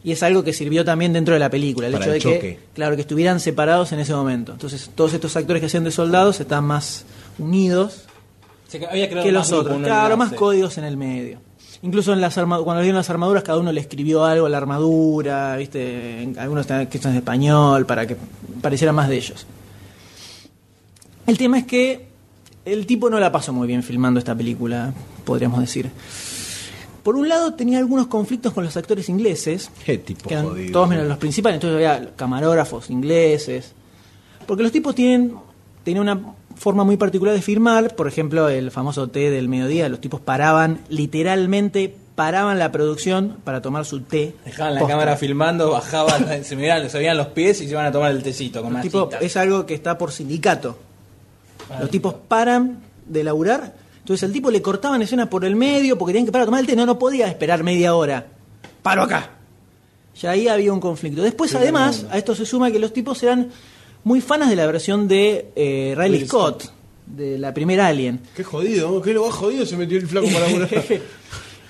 Y es algo que sirvió también dentro de la película, el
Para
hecho
el
de
choque.
que claro que estuvieran separados en ese momento. Entonces todos estos actores que hacían de soldados están más unidos
Se ca- había creado
que los
más grupo,
otros.
una
Claro,
unidad,
más
sí.
códigos en el medio. Incluso en las arma- cuando le dieron las armaduras, cada uno le escribió algo a la armadura, ¿viste? En- Algunos tenían que son de español para que pareciera más de ellos. El tema es que el tipo no la pasó muy bien filmando esta película, podríamos decir. Por un lado, tenía algunos conflictos con los actores ingleses,
Qué tipo
que eran
jodido.
todos menos los principales. Entonces había camarógrafos ingleses. Porque los tipos tienen, tenían una forma muy particular de firmar. Por ejemplo, el famoso té del mediodía. Los tipos paraban, literalmente paraban la producción para tomar su té.
Dejaban la
Posta.
cámara filmando, bajaban, se miraban, se veían los pies y se iban a tomar el tecito con
Los
más
tipos- es algo que está por sindicato. Los tipos paran de laburar. Entonces al tipo le cortaban escenas por el medio porque tenían que parar a tomar el té. No, no podía esperar media hora. Paro acá. Ya ahí había un conflicto. Después,
Primer
además,
mundo.
a esto se suma que los tipos eran muy fanas de la versión de eh, Riley
Will
Scott, de la primera Alien.
Qué jodido, ¿no? qué lo más jodido se metió el flaco para volar.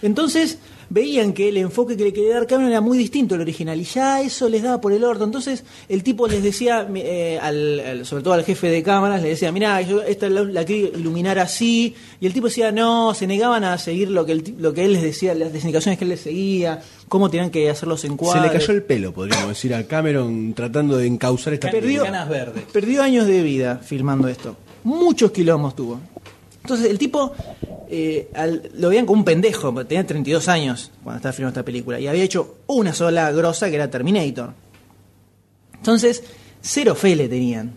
Entonces veían que el enfoque que le quería dar Cameron era muy distinto al original y ya eso les daba por el orto. Entonces el tipo les decía, mi- eh, al, al- sobre todo al jefe de cámaras, le decía, mirá, yo esta la, la quiero iluminar así. Y el tipo decía, no, se negaban a seguir lo que, el ti- lo que él les decía, las indicaciones que él les seguía, cómo tenían que hacer los
Se
encuadres.
le cayó el pelo, podríamos decir, a Cameron tratando de encauzar esta
Perdió- Perdió años de vida filmando esto. Muchos quilombos tuvo. Entonces el tipo eh, al- lo veían como un pendejo, porque tenía 32 años cuando estaba filmando esta película y había hecho una sola grosa que era Terminator. Entonces, cero fe le tenían.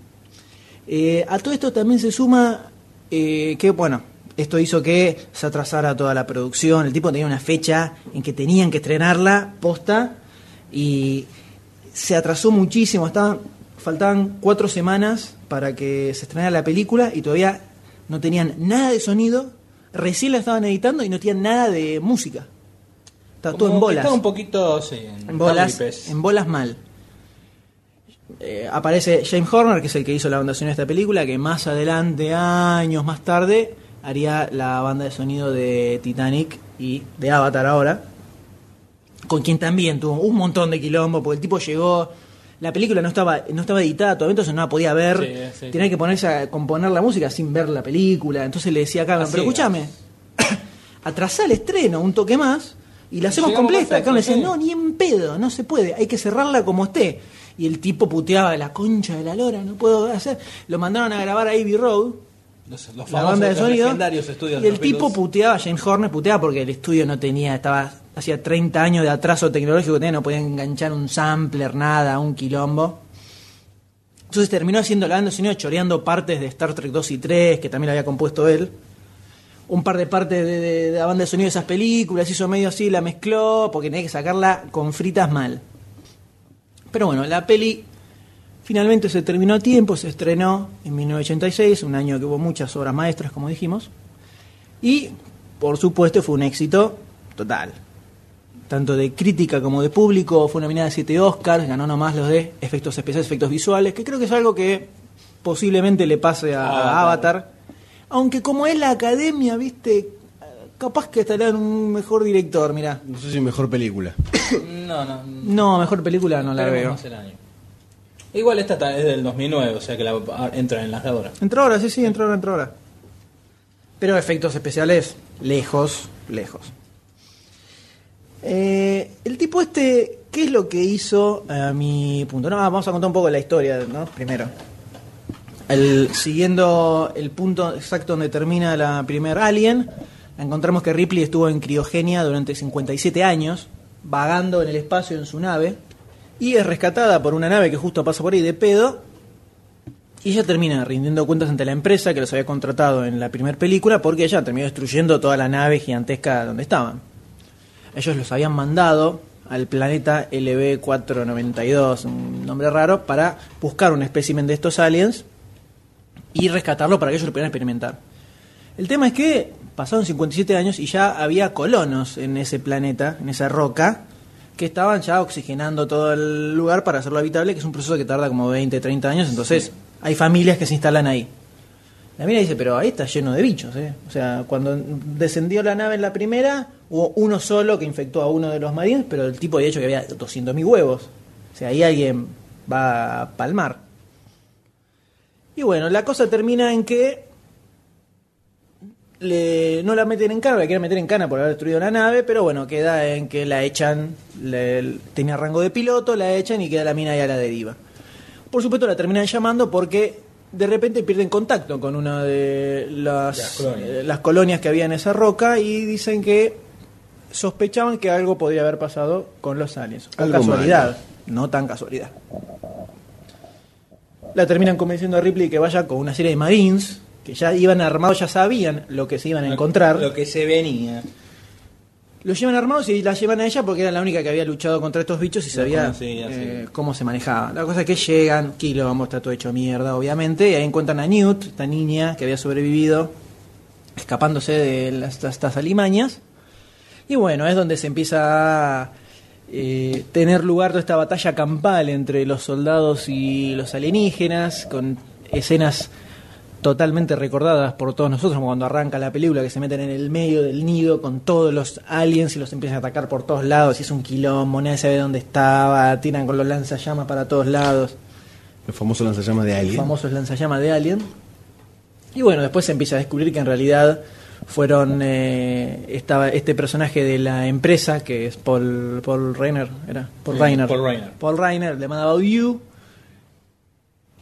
Eh, a todo esto también se suma eh, que, bueno, esto hizo que se atrasara toda la producción. El tipo tenía una fecha en que tenían que estrenarla posta y se atrasó muchísimo. Estaban, faltaban cuatro semanas para que se estrenara la película y todavía no tenían nada de sonido recién la estaban editando y no tenían nada de música. Está todo en bolas.
Está un poquito, sí, en,
En bolas,
Tampipes.
en bolas mal. Eh, aparece James Horner, que es el que hizo la banda sonora de esta película, que más adelante, años más tarde, haría la banda de sonido de Titanic y de Avatar ahora, con quien también tuvo un montón de quilombo, porque el tipo llegó, la película no estaba, no estaba editada todavía, entonces no la podía ver,
Sí, sí,
tenía
sí.
que ponerse a componer la música sin ver la película, entonces le decía a Cameron,
A
pero
ciegas.
escúchame, atrasá el estreno un toque más y la hacemos
Llegamos
completa.
perfecto,
Cameron decía,
sí.
no, ni en pedo, no se puede, hay que cerrarla como esté. Y el tipo puteaba la concha de la lora, no puedo hacer. Lo mandaron a grabar a Abbey Road,
Los, los
la
famosos,
banda de
los
sonido.
legendarios estudios
y
de
el
los
tipo
Beatles.
puteaba, James Horner puteaba porque el estudio no tenía, estaba hacía 30 años de atraso tecnológico que tenía, no podían enganchar un sampler, nada, un quilombo. Entonces terminó haciendo la banda de sonido choreando partes de Star Trek 2 y 3, que también la había compuesto él. Un par de partes de, de- de la banda de sonido de esas películas, hizo medio así, la mezcló, porque tenía que sacarla con fritas mal. Pero bueno, la peli finalmente se terminó a tiempo, se estrenó en 1986, un año que hubo muchas obras maestras, como dijimos. Y, por supuesto, fue un éxito total. Tanto de crítica como de público, fue nominada a 7 Oscars, ganó nomás los de efectos especiales, efectos visuales, que creo que es algo que posiblemente le pase a, a Avatar. Aunque como es la academia, viste, capaz que estará en un mejor director, mirá.
No sé si mejor película.
No, no.
No, mejor película no la
Esperemos
veo.
más el año. Igual esta ta- es del 2009, o sea que la, ah, entra en las de ahora.
Entró ahora, sí, sí, entró ahora, entró ahora. Pero efectos especiales, lejos, lejos. Eh, el tipo este, ¿qué es lo que hizo a mi punto? No, vamos a contar un poco la historia, ¿no? Primero. El- siguiendo el punto exacto donde termina la primera Alien, encontramos que Ripley estuvo en criogenia durante 57 años, vagando en el espacio en su nave, y es rescatada por una nave que justo pasa por ahí de pedo, y ella termina rindiendo cuentas ante la empresa que los había contratado en la primera película porque ella terminó destruyendo toda la nave gigantesca donde estaban. Ellos los habían mandado al planeta LB492, un nombre raro, para buscar un espécimen de estos aliens y rescatarlo para que ellos lo pudieran experimentar. El tema es que pasaron 57 años y ya había colonos en ese planeta, en esa roca, que estaban ya oxigenando todo el lugar para hacerlo habitable, que es un proceso que tarda como 20, 30 años, entonces hay familias que se instalan ahí. La mina dice, pero ahí está lleno de bichos, ¿eh? O sea, cuando descendió la nave en la primera, hubo uno solo que infectó a uno de los marines, pero el tipo de hecho que había 200.000 huevos. O sea, ahí alguien va a palmar. Y bueno, la cosa termina en que le- no la meten en cana, la quieren meter en cana por haber destruido la nave, pero bueno, queda en que la echan, le- tenía rango de piloto, la echan y queda la mina ahí a la deriva. Por supuesto la terminan llamando porque de repente pierden contacto con una de las,
Las colonias.
eh, las colonias que había en esa roca y dicen que sospechaban que algo podría haber pasado con los aliens. O
Algo
casualidad, no tan casualidad. La terminan convenciendo a Ripley que vaya con una serie de marines que ya iban armados, ya sabían lo que se iban a encontrar.
Lo que se venía.
Los llevan armados y la llevan a ella porque era la única que había luchado contra estos bichos y sabía
conocía, sí.
eh, cómo se manejaba. La cosa es que llegan, Kilo, vamos, está todo hecho mierda, obviamente, y ahí encuentran a Newt, esta niña que había sobrevivido, escapándose de las, estas- estas alimañas. Y bueno, es donde se empieza a eh, tener lugar toda esta batalla campal entre los soldados y los alienígenas, con escenas totalmente recordadas por todos nosotros, como cuando arranca la película, que se meten en el medio del nido con todos los aliens y los empiezan a atacar por todos lados, y es un quilombo, nadie sabe dónde estaba, tiran con los lanzallamas para todos lados,
El famoso lanzallamas de
los
Alien.
famosos lanzallamas de Alien. Y bueno, después se empieza a descubrir que en realidad fueron eh, estaba este personaje de la empresa, que es Paul, Paul Reiner, era Paul
Sí,
Reiner.
Paul Reiner.
Paul Reiner, le mandaba You.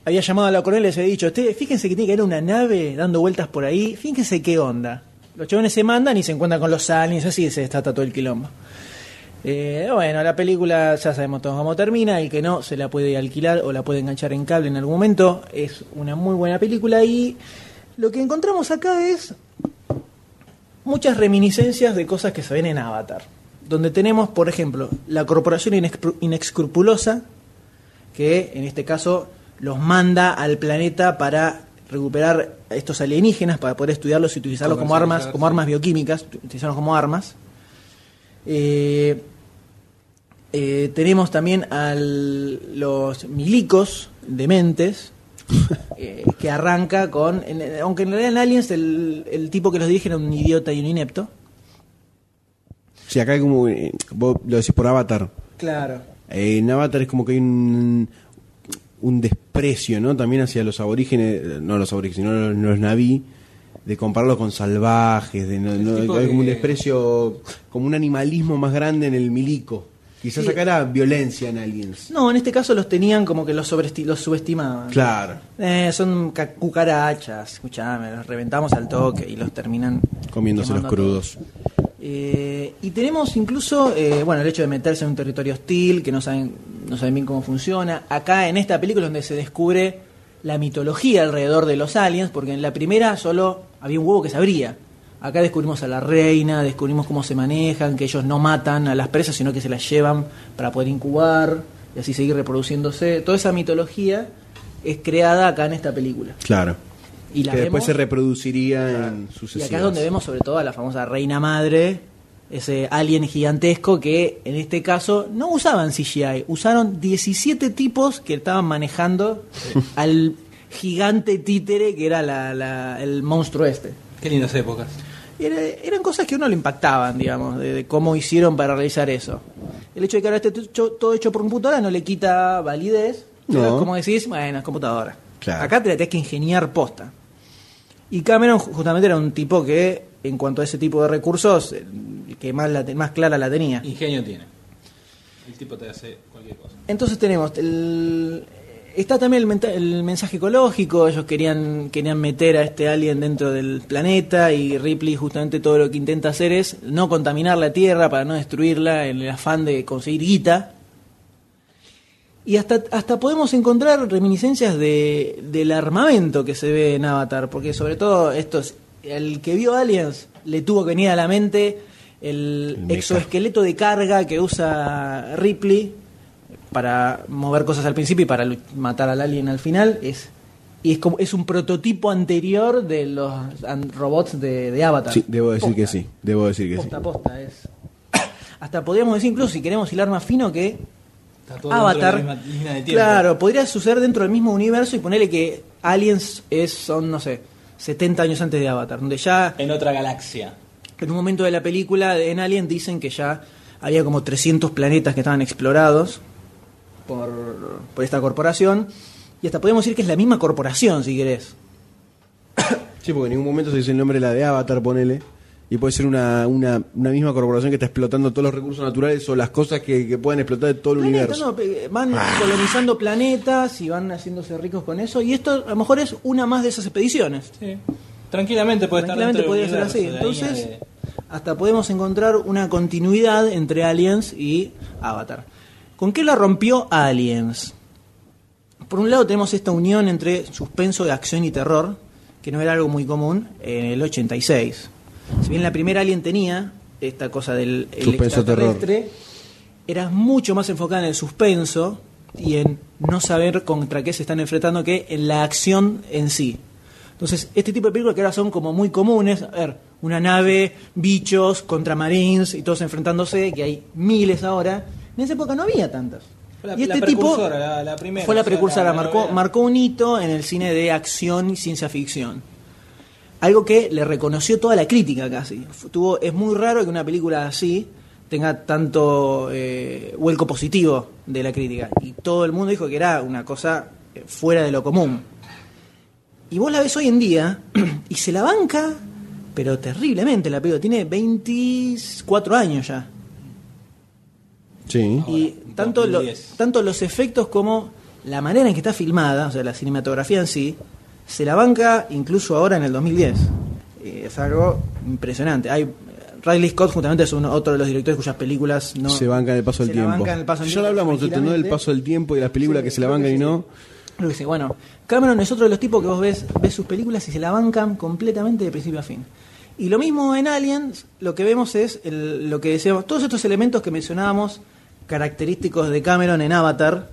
Había llamado a la coronel y les había dicho, "Ustedes, fíjense que tiene que haber una nave dando vueltas por ahí, fíjense qué onda. Los chavales se mandan y se encuentran con los aliens, así se destata todo el quilombo. Eh, bueno, la película ya sabemos todos cómo termina, el que no se la puede alquilar o la puede enganchar en cable en algún momento, es una muy buena película y lo que encontramos acá es muchas reminiscencias de cosas que se ven en Avatar, donde tenemos, por ejemplo, la corporación inexpru- inexcrupulosa, que en este caso los manda al planeta para recuperar a estos alienígenas para poder estudiarlos y utilizarlos como armas,
Comercializar,
como armas bioquímicas, utilizarlos como armas. Eh, eh, tenemos también a los milicos dementes, eh, que arranca con, en- aunque en realidad en Aliens el, el tipo que los dirige era un idiota y un inepto.
Si acá hay como. eh, vos lo decís por Avatar.
Claro.
Eh, en Avatar es como que hay un, un desprecio, ¿no? También hacia los aborígenes, eh, no los aborígenes, sino los, los naví, de compararlos con salvajes, de no- no-
tipo
hay como un
que-
desprecio, como un animalismo más grande en el milico. Quizás
Sí.
acá era violencia en aliens.
No, en este caso los tenían como que los, sobreesti- los subestimaban.
Claro,
Eh, son ca- cucarachas, escuchame, los reventamos al toque y los terminan
comiéndose los
Quemando a
crudos.
Eh, y tenemos incluso, eh, bueno, el hecho de meterse en un territorio hostil, que no saben, no saben bien cómo funciona. Acá en esta película es donde se descubre la mitología alrededor de los aliens, porque en la primera solo había un huevo que se abría. Acá descubrimos a la reina, descubrimos cómo se manejan, que ellos no matan a las presas, sino que se las llevan para poder incubar y así seguir reproduciéndose. Toda esa mitología es creada acá en esta película.
Claro.
Y la
que después
vemos-
se reproduciría en
y
sucesivas.
acá es donde vemos sobre todo a la famosa reina madre, ese alien gigantesco que en este caso no usaban CGI, usaron 17 tipos que estaban manejando al gigante títere que era la- la- el monstruo este.
Qué lindas épocas.
Era- eran cosas que a uno le impactaban, digamos, de, de cómo hicieron para realizar eso. El hecho de que ahora esté to- todo hecho por computadora no le quita validez, pero
No.
es como decís, bueno, es computadora.
Claro.
Acá te la tenés que ingeniar posta. Y Cameron ju- justamente era un tipo que, en cuanto a ese tipo de recursos, eh, que más, la te- más clara la tenía.
Ingenio tiene. El tipo te hace cualquier cosa.
Entonces tenemos, el- está también el, menta- el mensaje ecológico, ellos querían, querían meter a este alien dentro del planeta y Ripley justamente todo lo que intenta hacer es no contaminar la Tierra para no destruirla en el afán de conseguir guita. Y hasta, hasta podemos encontrar reminiscencias de, del armamento que se ve en Avatar, porque sobre todo estos, el que vio Aliens le tuvo que venir a la mente el,
mecha.
exoesqueleto de carga que usa Ripley para mover cosas al principio y para lu- matar al alien al final. Es, y es, como, es un prototipo anterior de los an- robots de, de Avatar.
Sí, debo decir que sí, debo decir que sí.
Posta, posta, es. Hasta podríamos decir incluso, si queremos hilar más fino, que
Está
Avatar.
dentro de la misma línea de tiempo.
Claro, podría suceder dentro del mismo universo y ponerle que Aliens es, son, no sé, 70 años antes de Avatar, donde ya
En otra galaxia.
en un momento de la película de- en Alien dicen que ya había como 300 planetas que estaban explorados por, por esta corporación y hasta podemos decir que es la misma corporación, si querés.
Sí, porque en ningún momento se dice el nombre de la de Avatar, ponele. Y puede ser una, una, una misma corporación que está explotando todos los recursos naturales o las cosas que, que pueden explotar de todo el
Planeta,
universo. Ah.
no, pe- eh, van colonizando planetas y van haciéndose ricos con eso y esto a lo mejor es una más de esas expediciones.
Tranquilamente puede estar
Tranquilamente
dentro del
podría ser así.
universo, de la
Entonces,
línea
hasta podemos encontrar una continuidad entre Aliens y Avatar. ¿Con qué la rompió Aliens? Por un lado tenemos esta unión entre suspenso de acción y terror, que no era algo muy común en el 86. Si bien la primera Alien tenía esta cosa del el
Suspenso, terror.
extraterrestre, era mucho más enfocada en el suspenso y en no saber contra qué se están enfrentando que en la acción en sí. Entonces, este tipo de películas que ahora son como muy comunes, a ver, una nave, bichos, contra marines y todos enfrentándose, que hay miles ahora, en esa época no había tantas.
Fue la-
y
la
este tipo
precursora, la- la primera,
fue la
o sea,
precursora,
la- la
marcó,
novedad.
marcó un hito en el cine de acción y ciencia ficción. Algo que le reconoció toda la crítica casi. Fu- Tuvo, es muy raro que una película así tenga tanto eh, vuelco positivo de la crítica. Y todo el mundo dijo que era una cosa eh, fuera de lo común. Y vos la ves hoy en día y se la banca, pero terriblemente la película. Tiene 24 años ya.
Sí.
Y tanto, lo- tanto los efectos como la manera en que está filmada, o sea, la cinematografía en sí, se la banca incluso ahora en el 2010. Eh, es algo impresionante. Hay, Riley Scott justamente es uno, otro de los directores cuyas películas no...
se bancan el paso
se
del
la
tiempo.
bancan el paso del
ya lo
tiempo
hablamos, esto, ¿no? Del
tranquilamente.
paso del tiempo y las películas que se la bancan y no.
Creo que sí. Bueno, Cameron es otro de los tipos que vos ves, ves sus películas y se la bancan completamente de principio a fin. Y lo mismo en Aliens, lo que vemos es el- lo que decíamos, todos estos elementos que mencionábamos, característicos de Cameron en Avatar,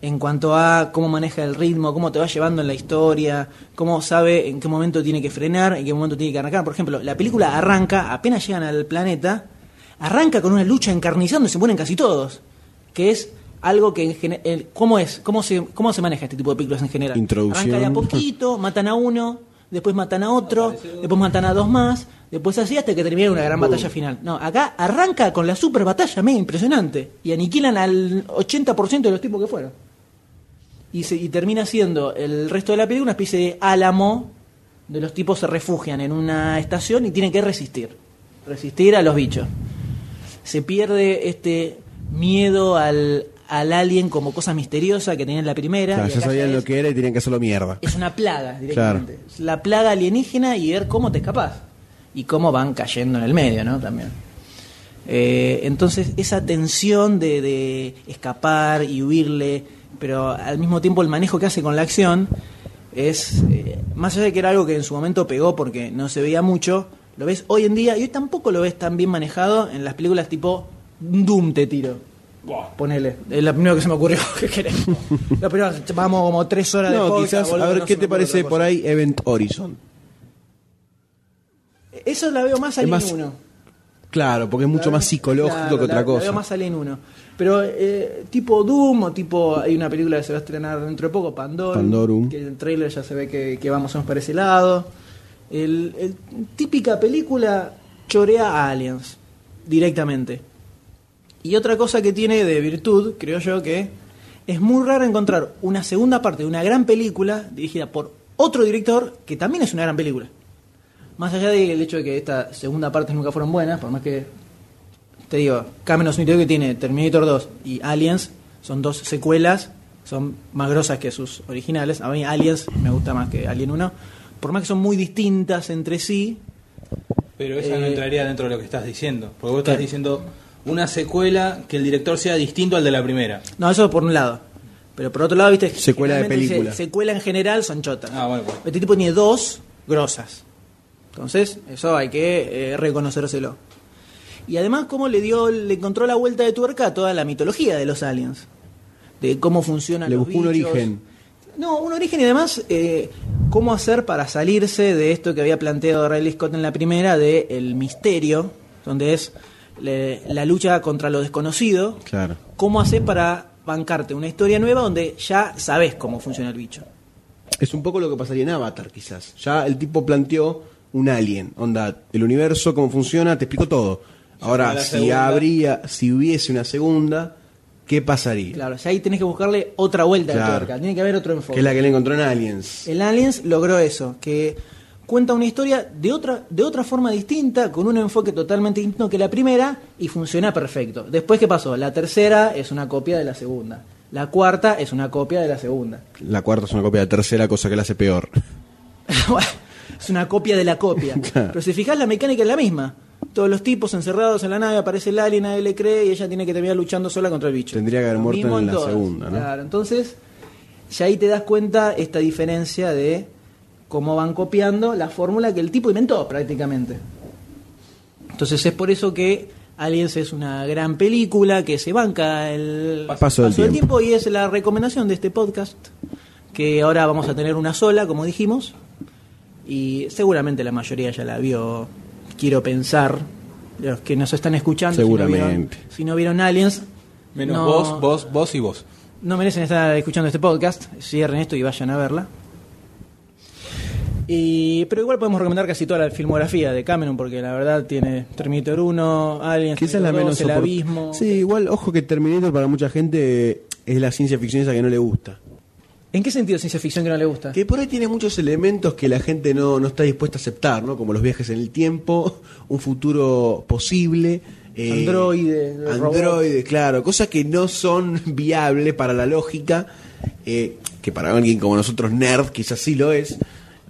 en cuanto a cómo maneja el ritmo, cómo te va llevando en la historia, cómo sabe en qué momento tiene que frenar, en qué momento tiene que arrancar. Por ejemplo, la película arranca, apenas llegan al planeta, arranca con una lucha encarnizada donde se mueren casi todos, que es algo que en gene- el- cómo es, cómo se cómo se maneja este tipo de películas en general.
Introducción.
Arranca de a poquito, matan a uno, después matan a otro, después matan a dos más, después así hasta que termina una gran batalla final. No, acá arranca con la super batalla, mega impresionante, y aniquilan al 80% de los tipos que fueron. Y, se- y termina siendo el resto de la película una especie de álamo de los tipos se refugian en una estación y tienen que resistir. Resistir a los bichos. Se pierde este miedo al, al alien como cosa misteriosa que tenía en la primera.
Claro,
y
ya
acá
sabían
ya
lo
es,
que era y tenían que hacerlo mierda.
es una plaga directamente. Es La plaga alienígena y ver cómo te escapás. Y cómo van cayendo en el medio, ¿no? También. Eh, entonces, esa tensión de, de escapar y huirle, pero al mismo tiempo el manejo que hace con la acción es. eh, más allá de que era algo que en su momento pegó porque no se veía mucho, lo ves hoy en día y hoy tampoco lo ves tan bien manejado en las películas tipo Doom te tiro. Ponele. Es lo primero que se me ocurrió. ¿Qué querés? Lo primero, vamos como tres horas de
No,
podcast,
quizás,
boludo,
a ver,
no
¿qué
se me
te
ocurre
parece
otra
por
cosa.
ahí Event Horizon?
Eso la veo más
pues. Es
Alien
más
1.
Claro, porque es mucho más psicológico
Claro,
que
la-
otra
La veo
cosa.
más Alien 1. Pero eh, tipo Doom o tipo. Hay una película que se va a estrenar dentro de poco, Pandora.
Pandorum.
Que en el trailer ya se ve que, que vamos, vamos para ese lado. El, el- típica película chorea a aliens directamente. Y otra cosa que tiene de virtud, creo yo, que es muy raro encontrar una segunda parte de una gran película dirigida por otro director que también es una gran película. Más allá del hecho de que esta segunda parte nunca fueron buenas, por más que te digo, Cameron Smith que tiene Terminator 2 y Aliens son dos secuelas, son más grosas que sus originales. A mí Aliens me gusta más que Alien 1, por más que son muy distintas entre sí.
Pero esa no
Eh,
entraría dentro de lo que estás diciendo. Porque vos estás
¿Qué?
diciendo una secuela que el director sea distinto al de la primera.
No, eso por un lado. Pero por otro lado, viste,
Secuela de
generalmente dice,
película.
secuela en general son chotas. Este tipo tiene dos grosas. Entonces, eso hay que eh, reconocérselo. Y además, cómo le dio, le encontró la vuelta de tuerca a toda la mitología de los aliens. De cómo funcionan
Le
los
buscó un
bichos.
origen.
No, un origen y además eh, cómo hacer para salirse de esto que había planteado Riley Scott en la primera, de el misterio, donde es le- la lucha contra lo desconocido.
Claro.
¿Cómo haces para bancarte una historia nueva donde ya sabes cómo funciona el bicho?
Es un poco lo que pasaría en Avatar, quizás. Ya el tipo planteó un alien, onda, el universo, cómo funciona, te explico todo.
para
Ahora,
la
si
segunda.
habría, si hubiese una segunda, ¿qué pasaría?
Claro, ya ahí tenés que buscarle otra vuelta de
Claro.
tuerca, tiene que haber otro enfoque.
Que es la que le encontró en Aliens.
El Aliens logró eso, que cuenta una historia de otra, de otra forma distinta, con un enfoque totalmente distinto que la primera, y funciona perfecto. Después, ¿qué pasó? La tercera es una copia de la segunda. La cuarta es una copia de la segunda.
La cuarta es una copia de la tercera, cosa que la hace peor.
Es una copia de la copia.
Claro.
Pero si fijás, la mecánica es la misma. Todos los tipos encerrados en la nave, aparece el alien, nadie le cree y ella tiene que terminar luchando sola contra el bicho.
Tendría que haber
mismo
muerto en
en
la
todas.
segunda, ¿no?
Claro, entonces ya ahí te das cuenta esta diferencia de cómo van copiando la fórmula que el tipo inventó prácticamente. Entonces es por eso que Aliens es una gran película que se banca el
Paso del tiempo.
y es la recomendación de este podcast que ahora vamos a tener una sola, como dijimos, y seguramente la mayoría ya la vio, quiero pensar, los que nos están escuchando, si no vieron-
Seguramente.
si no vieron, Aliens,
Menos
no-
vos, vos, vos y vos.
no merecen estar escuchando este podcast. Cierren esto y vayan a verla. Y, pero igual podemos recomendar casi toda la filmografía de Cameron, porque la verdad tiene Terminator 1, Aliens,
Quizás la
Terminator
menos
2, El
opor-
Abismo.
Sí, igual, ojo que Terminator para mucha gente es la ciencia ficción esa que no le gusta.
¿En qué sentido ciencia ficción que no le gusta?
Que por ahí tiene muchos elementos que la gente no, no está dispuesta a aceptar, ¿no? Como los viajes en el tiempo, un futuro posible. eh,
Androide,
Androides, claro, cosas que no son viables para la lógica, eh, que para alguien como nosotros nerd quizás sí lo es,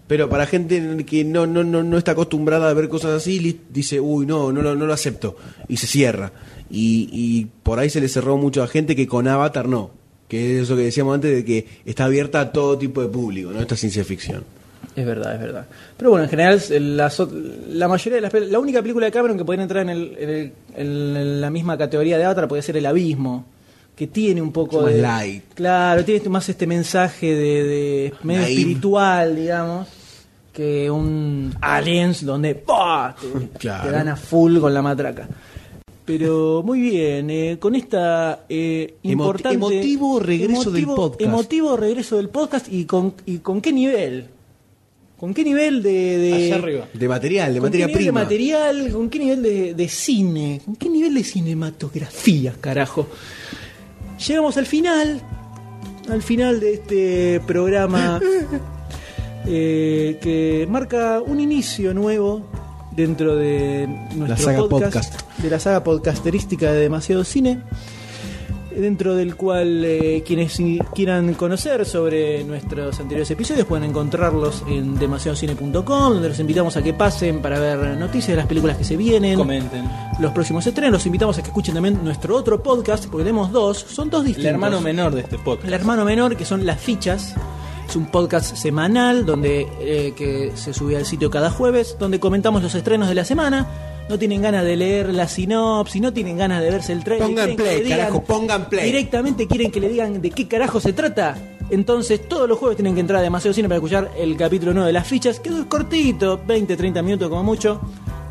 pero para gente que no, no, no, no está acostumbrada a ver cosas así, li- dice, uy, no, no, lo- no lo acepto, y se cierra. Y, y por ahí se le cerró mucho a gente que con Avatar no, que es eso que decíamos antes de que está abierta a todo tipo de público, ¿no? Esta ciencia ficción.
Es verdad, es verdad. Pero bueno, en general, las ot- la, mayoría de las pel- la única película de Cameron que podría entrar en, el- en el- en la misma categoría de Avatar puede ser El Abismo, que tiene un poco
Mucho
de.
más light.
Claro, tiene este- más este mensaje de, de medio
naive.
espiritual, digamos, que un Aliens donde ¡pah! te, te dan a full con la matraca. Pero muy bien, eh, con esta eh, importante
emotivo regreso del podcast.
Emotivo regreso del podcast y con, y con qué nivel. ¿Con qué nivel de, de-
Allá arriba. De material, de
¿Con
materia
qué nivel
prima.
de material? ¿Con qué nivel de, de cine? ¿Con qué nivel de cinematografía, carajo? Llegamos al final, al final de este programa eh, que marca un inicio nuevo dentro de nuestro
saga
de la saga podcasterística de Demasiado Cine dentro del cual eh, quienes i- quieran conocer sobre nuestros anteriores episodios pueden encontrarlos en demasiadocine.com, donde los invitamos a que pasen para ver noticias de las películas que se vienen,
Comenten.
los próximos estrenos, los invitamos a que escuchen también nuestro otro podcast, porque tenemos dos, son dos distintos.
El hermano menor de este podcast.
El hermano menor, que son las fichas. Es un podcast semanal donde eh, que se sube al sitio cada jueves, donde comentamos los estrenos de la semana. No tienen ganas de leer la sinopsis, no tienen ganas de verse el trailer. quieren
Pongan
que
play,
le digan-
carajo, pongan play.
Directamente quieren que le digan de qué carajo se trata. Entonces todos los jueves tienen que entrar a Demasiado Cine para escuchar el capítulo 9 de las fichas, que es cortito, 20, 30 minutos como mucho.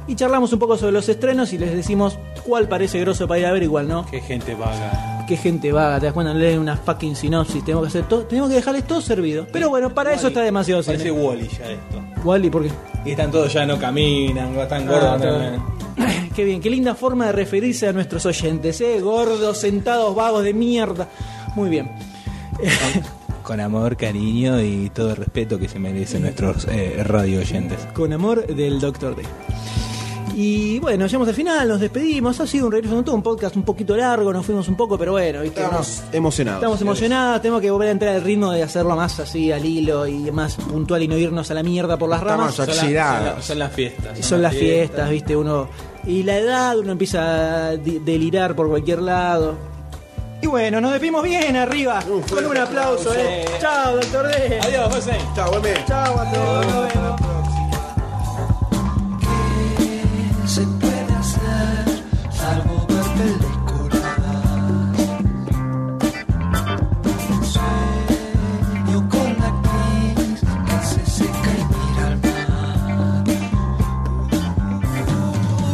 Y charlamos un poco sobre los estrenos y les decimos cuál parece grosso para ir a ver, igual no.
Qué gente vaga.
Qué gente vaga, te das cuenta, no leen una fucking sinopsis, tenemos que hacer todo, tenemos que dejarles todo servido. Pero bueno, para eso está demasiado
Parece
cine.
Wally ya esto.
Wally, porque
Y están todos ya no caminan, están gordos.
Ah,
no,
está.
no.
qué bien, qué linda forma de referirse a nuestros oyentes, eh, gordos, sentados, vagos de mierda. Muy bien.
Con amor, cariño y todo el respeto que se merecen nuestros eh, radio oyentes.
Con amor del Doctor D. Y bueno, llegamos al final, nos despedimos. Ha sido un regreso, no todo un podcast un poquito largo, nos fuimos un poco, pero bueno, ¿viste?
Estamos
no.
emocionados.
Estamos
señores.
emocionados, tenemos que volver a entrar al ritmo de hacerlo más así al hilo y más puntual y no irnos a la mierda por las ramas.
Estamos oxidados.
Son, las fiestas.
Son, las fiestas, viste, uno. Y la edad, uno empieza a di- delirar por cualquier lado. Y bueno, nos despedimos bien arriba. con un aplauso, eh. Chao, doctor D.
Adiós, José.
Chao, vuelve.
Chao, a todos. Nos vemos.
se puede hacer salvo ver películas. Sueño con la actriz que se seca y mira al mar.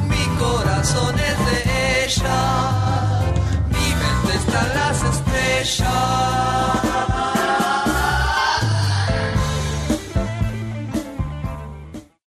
Mi corazón es de ella, mi mente está en las estrellas.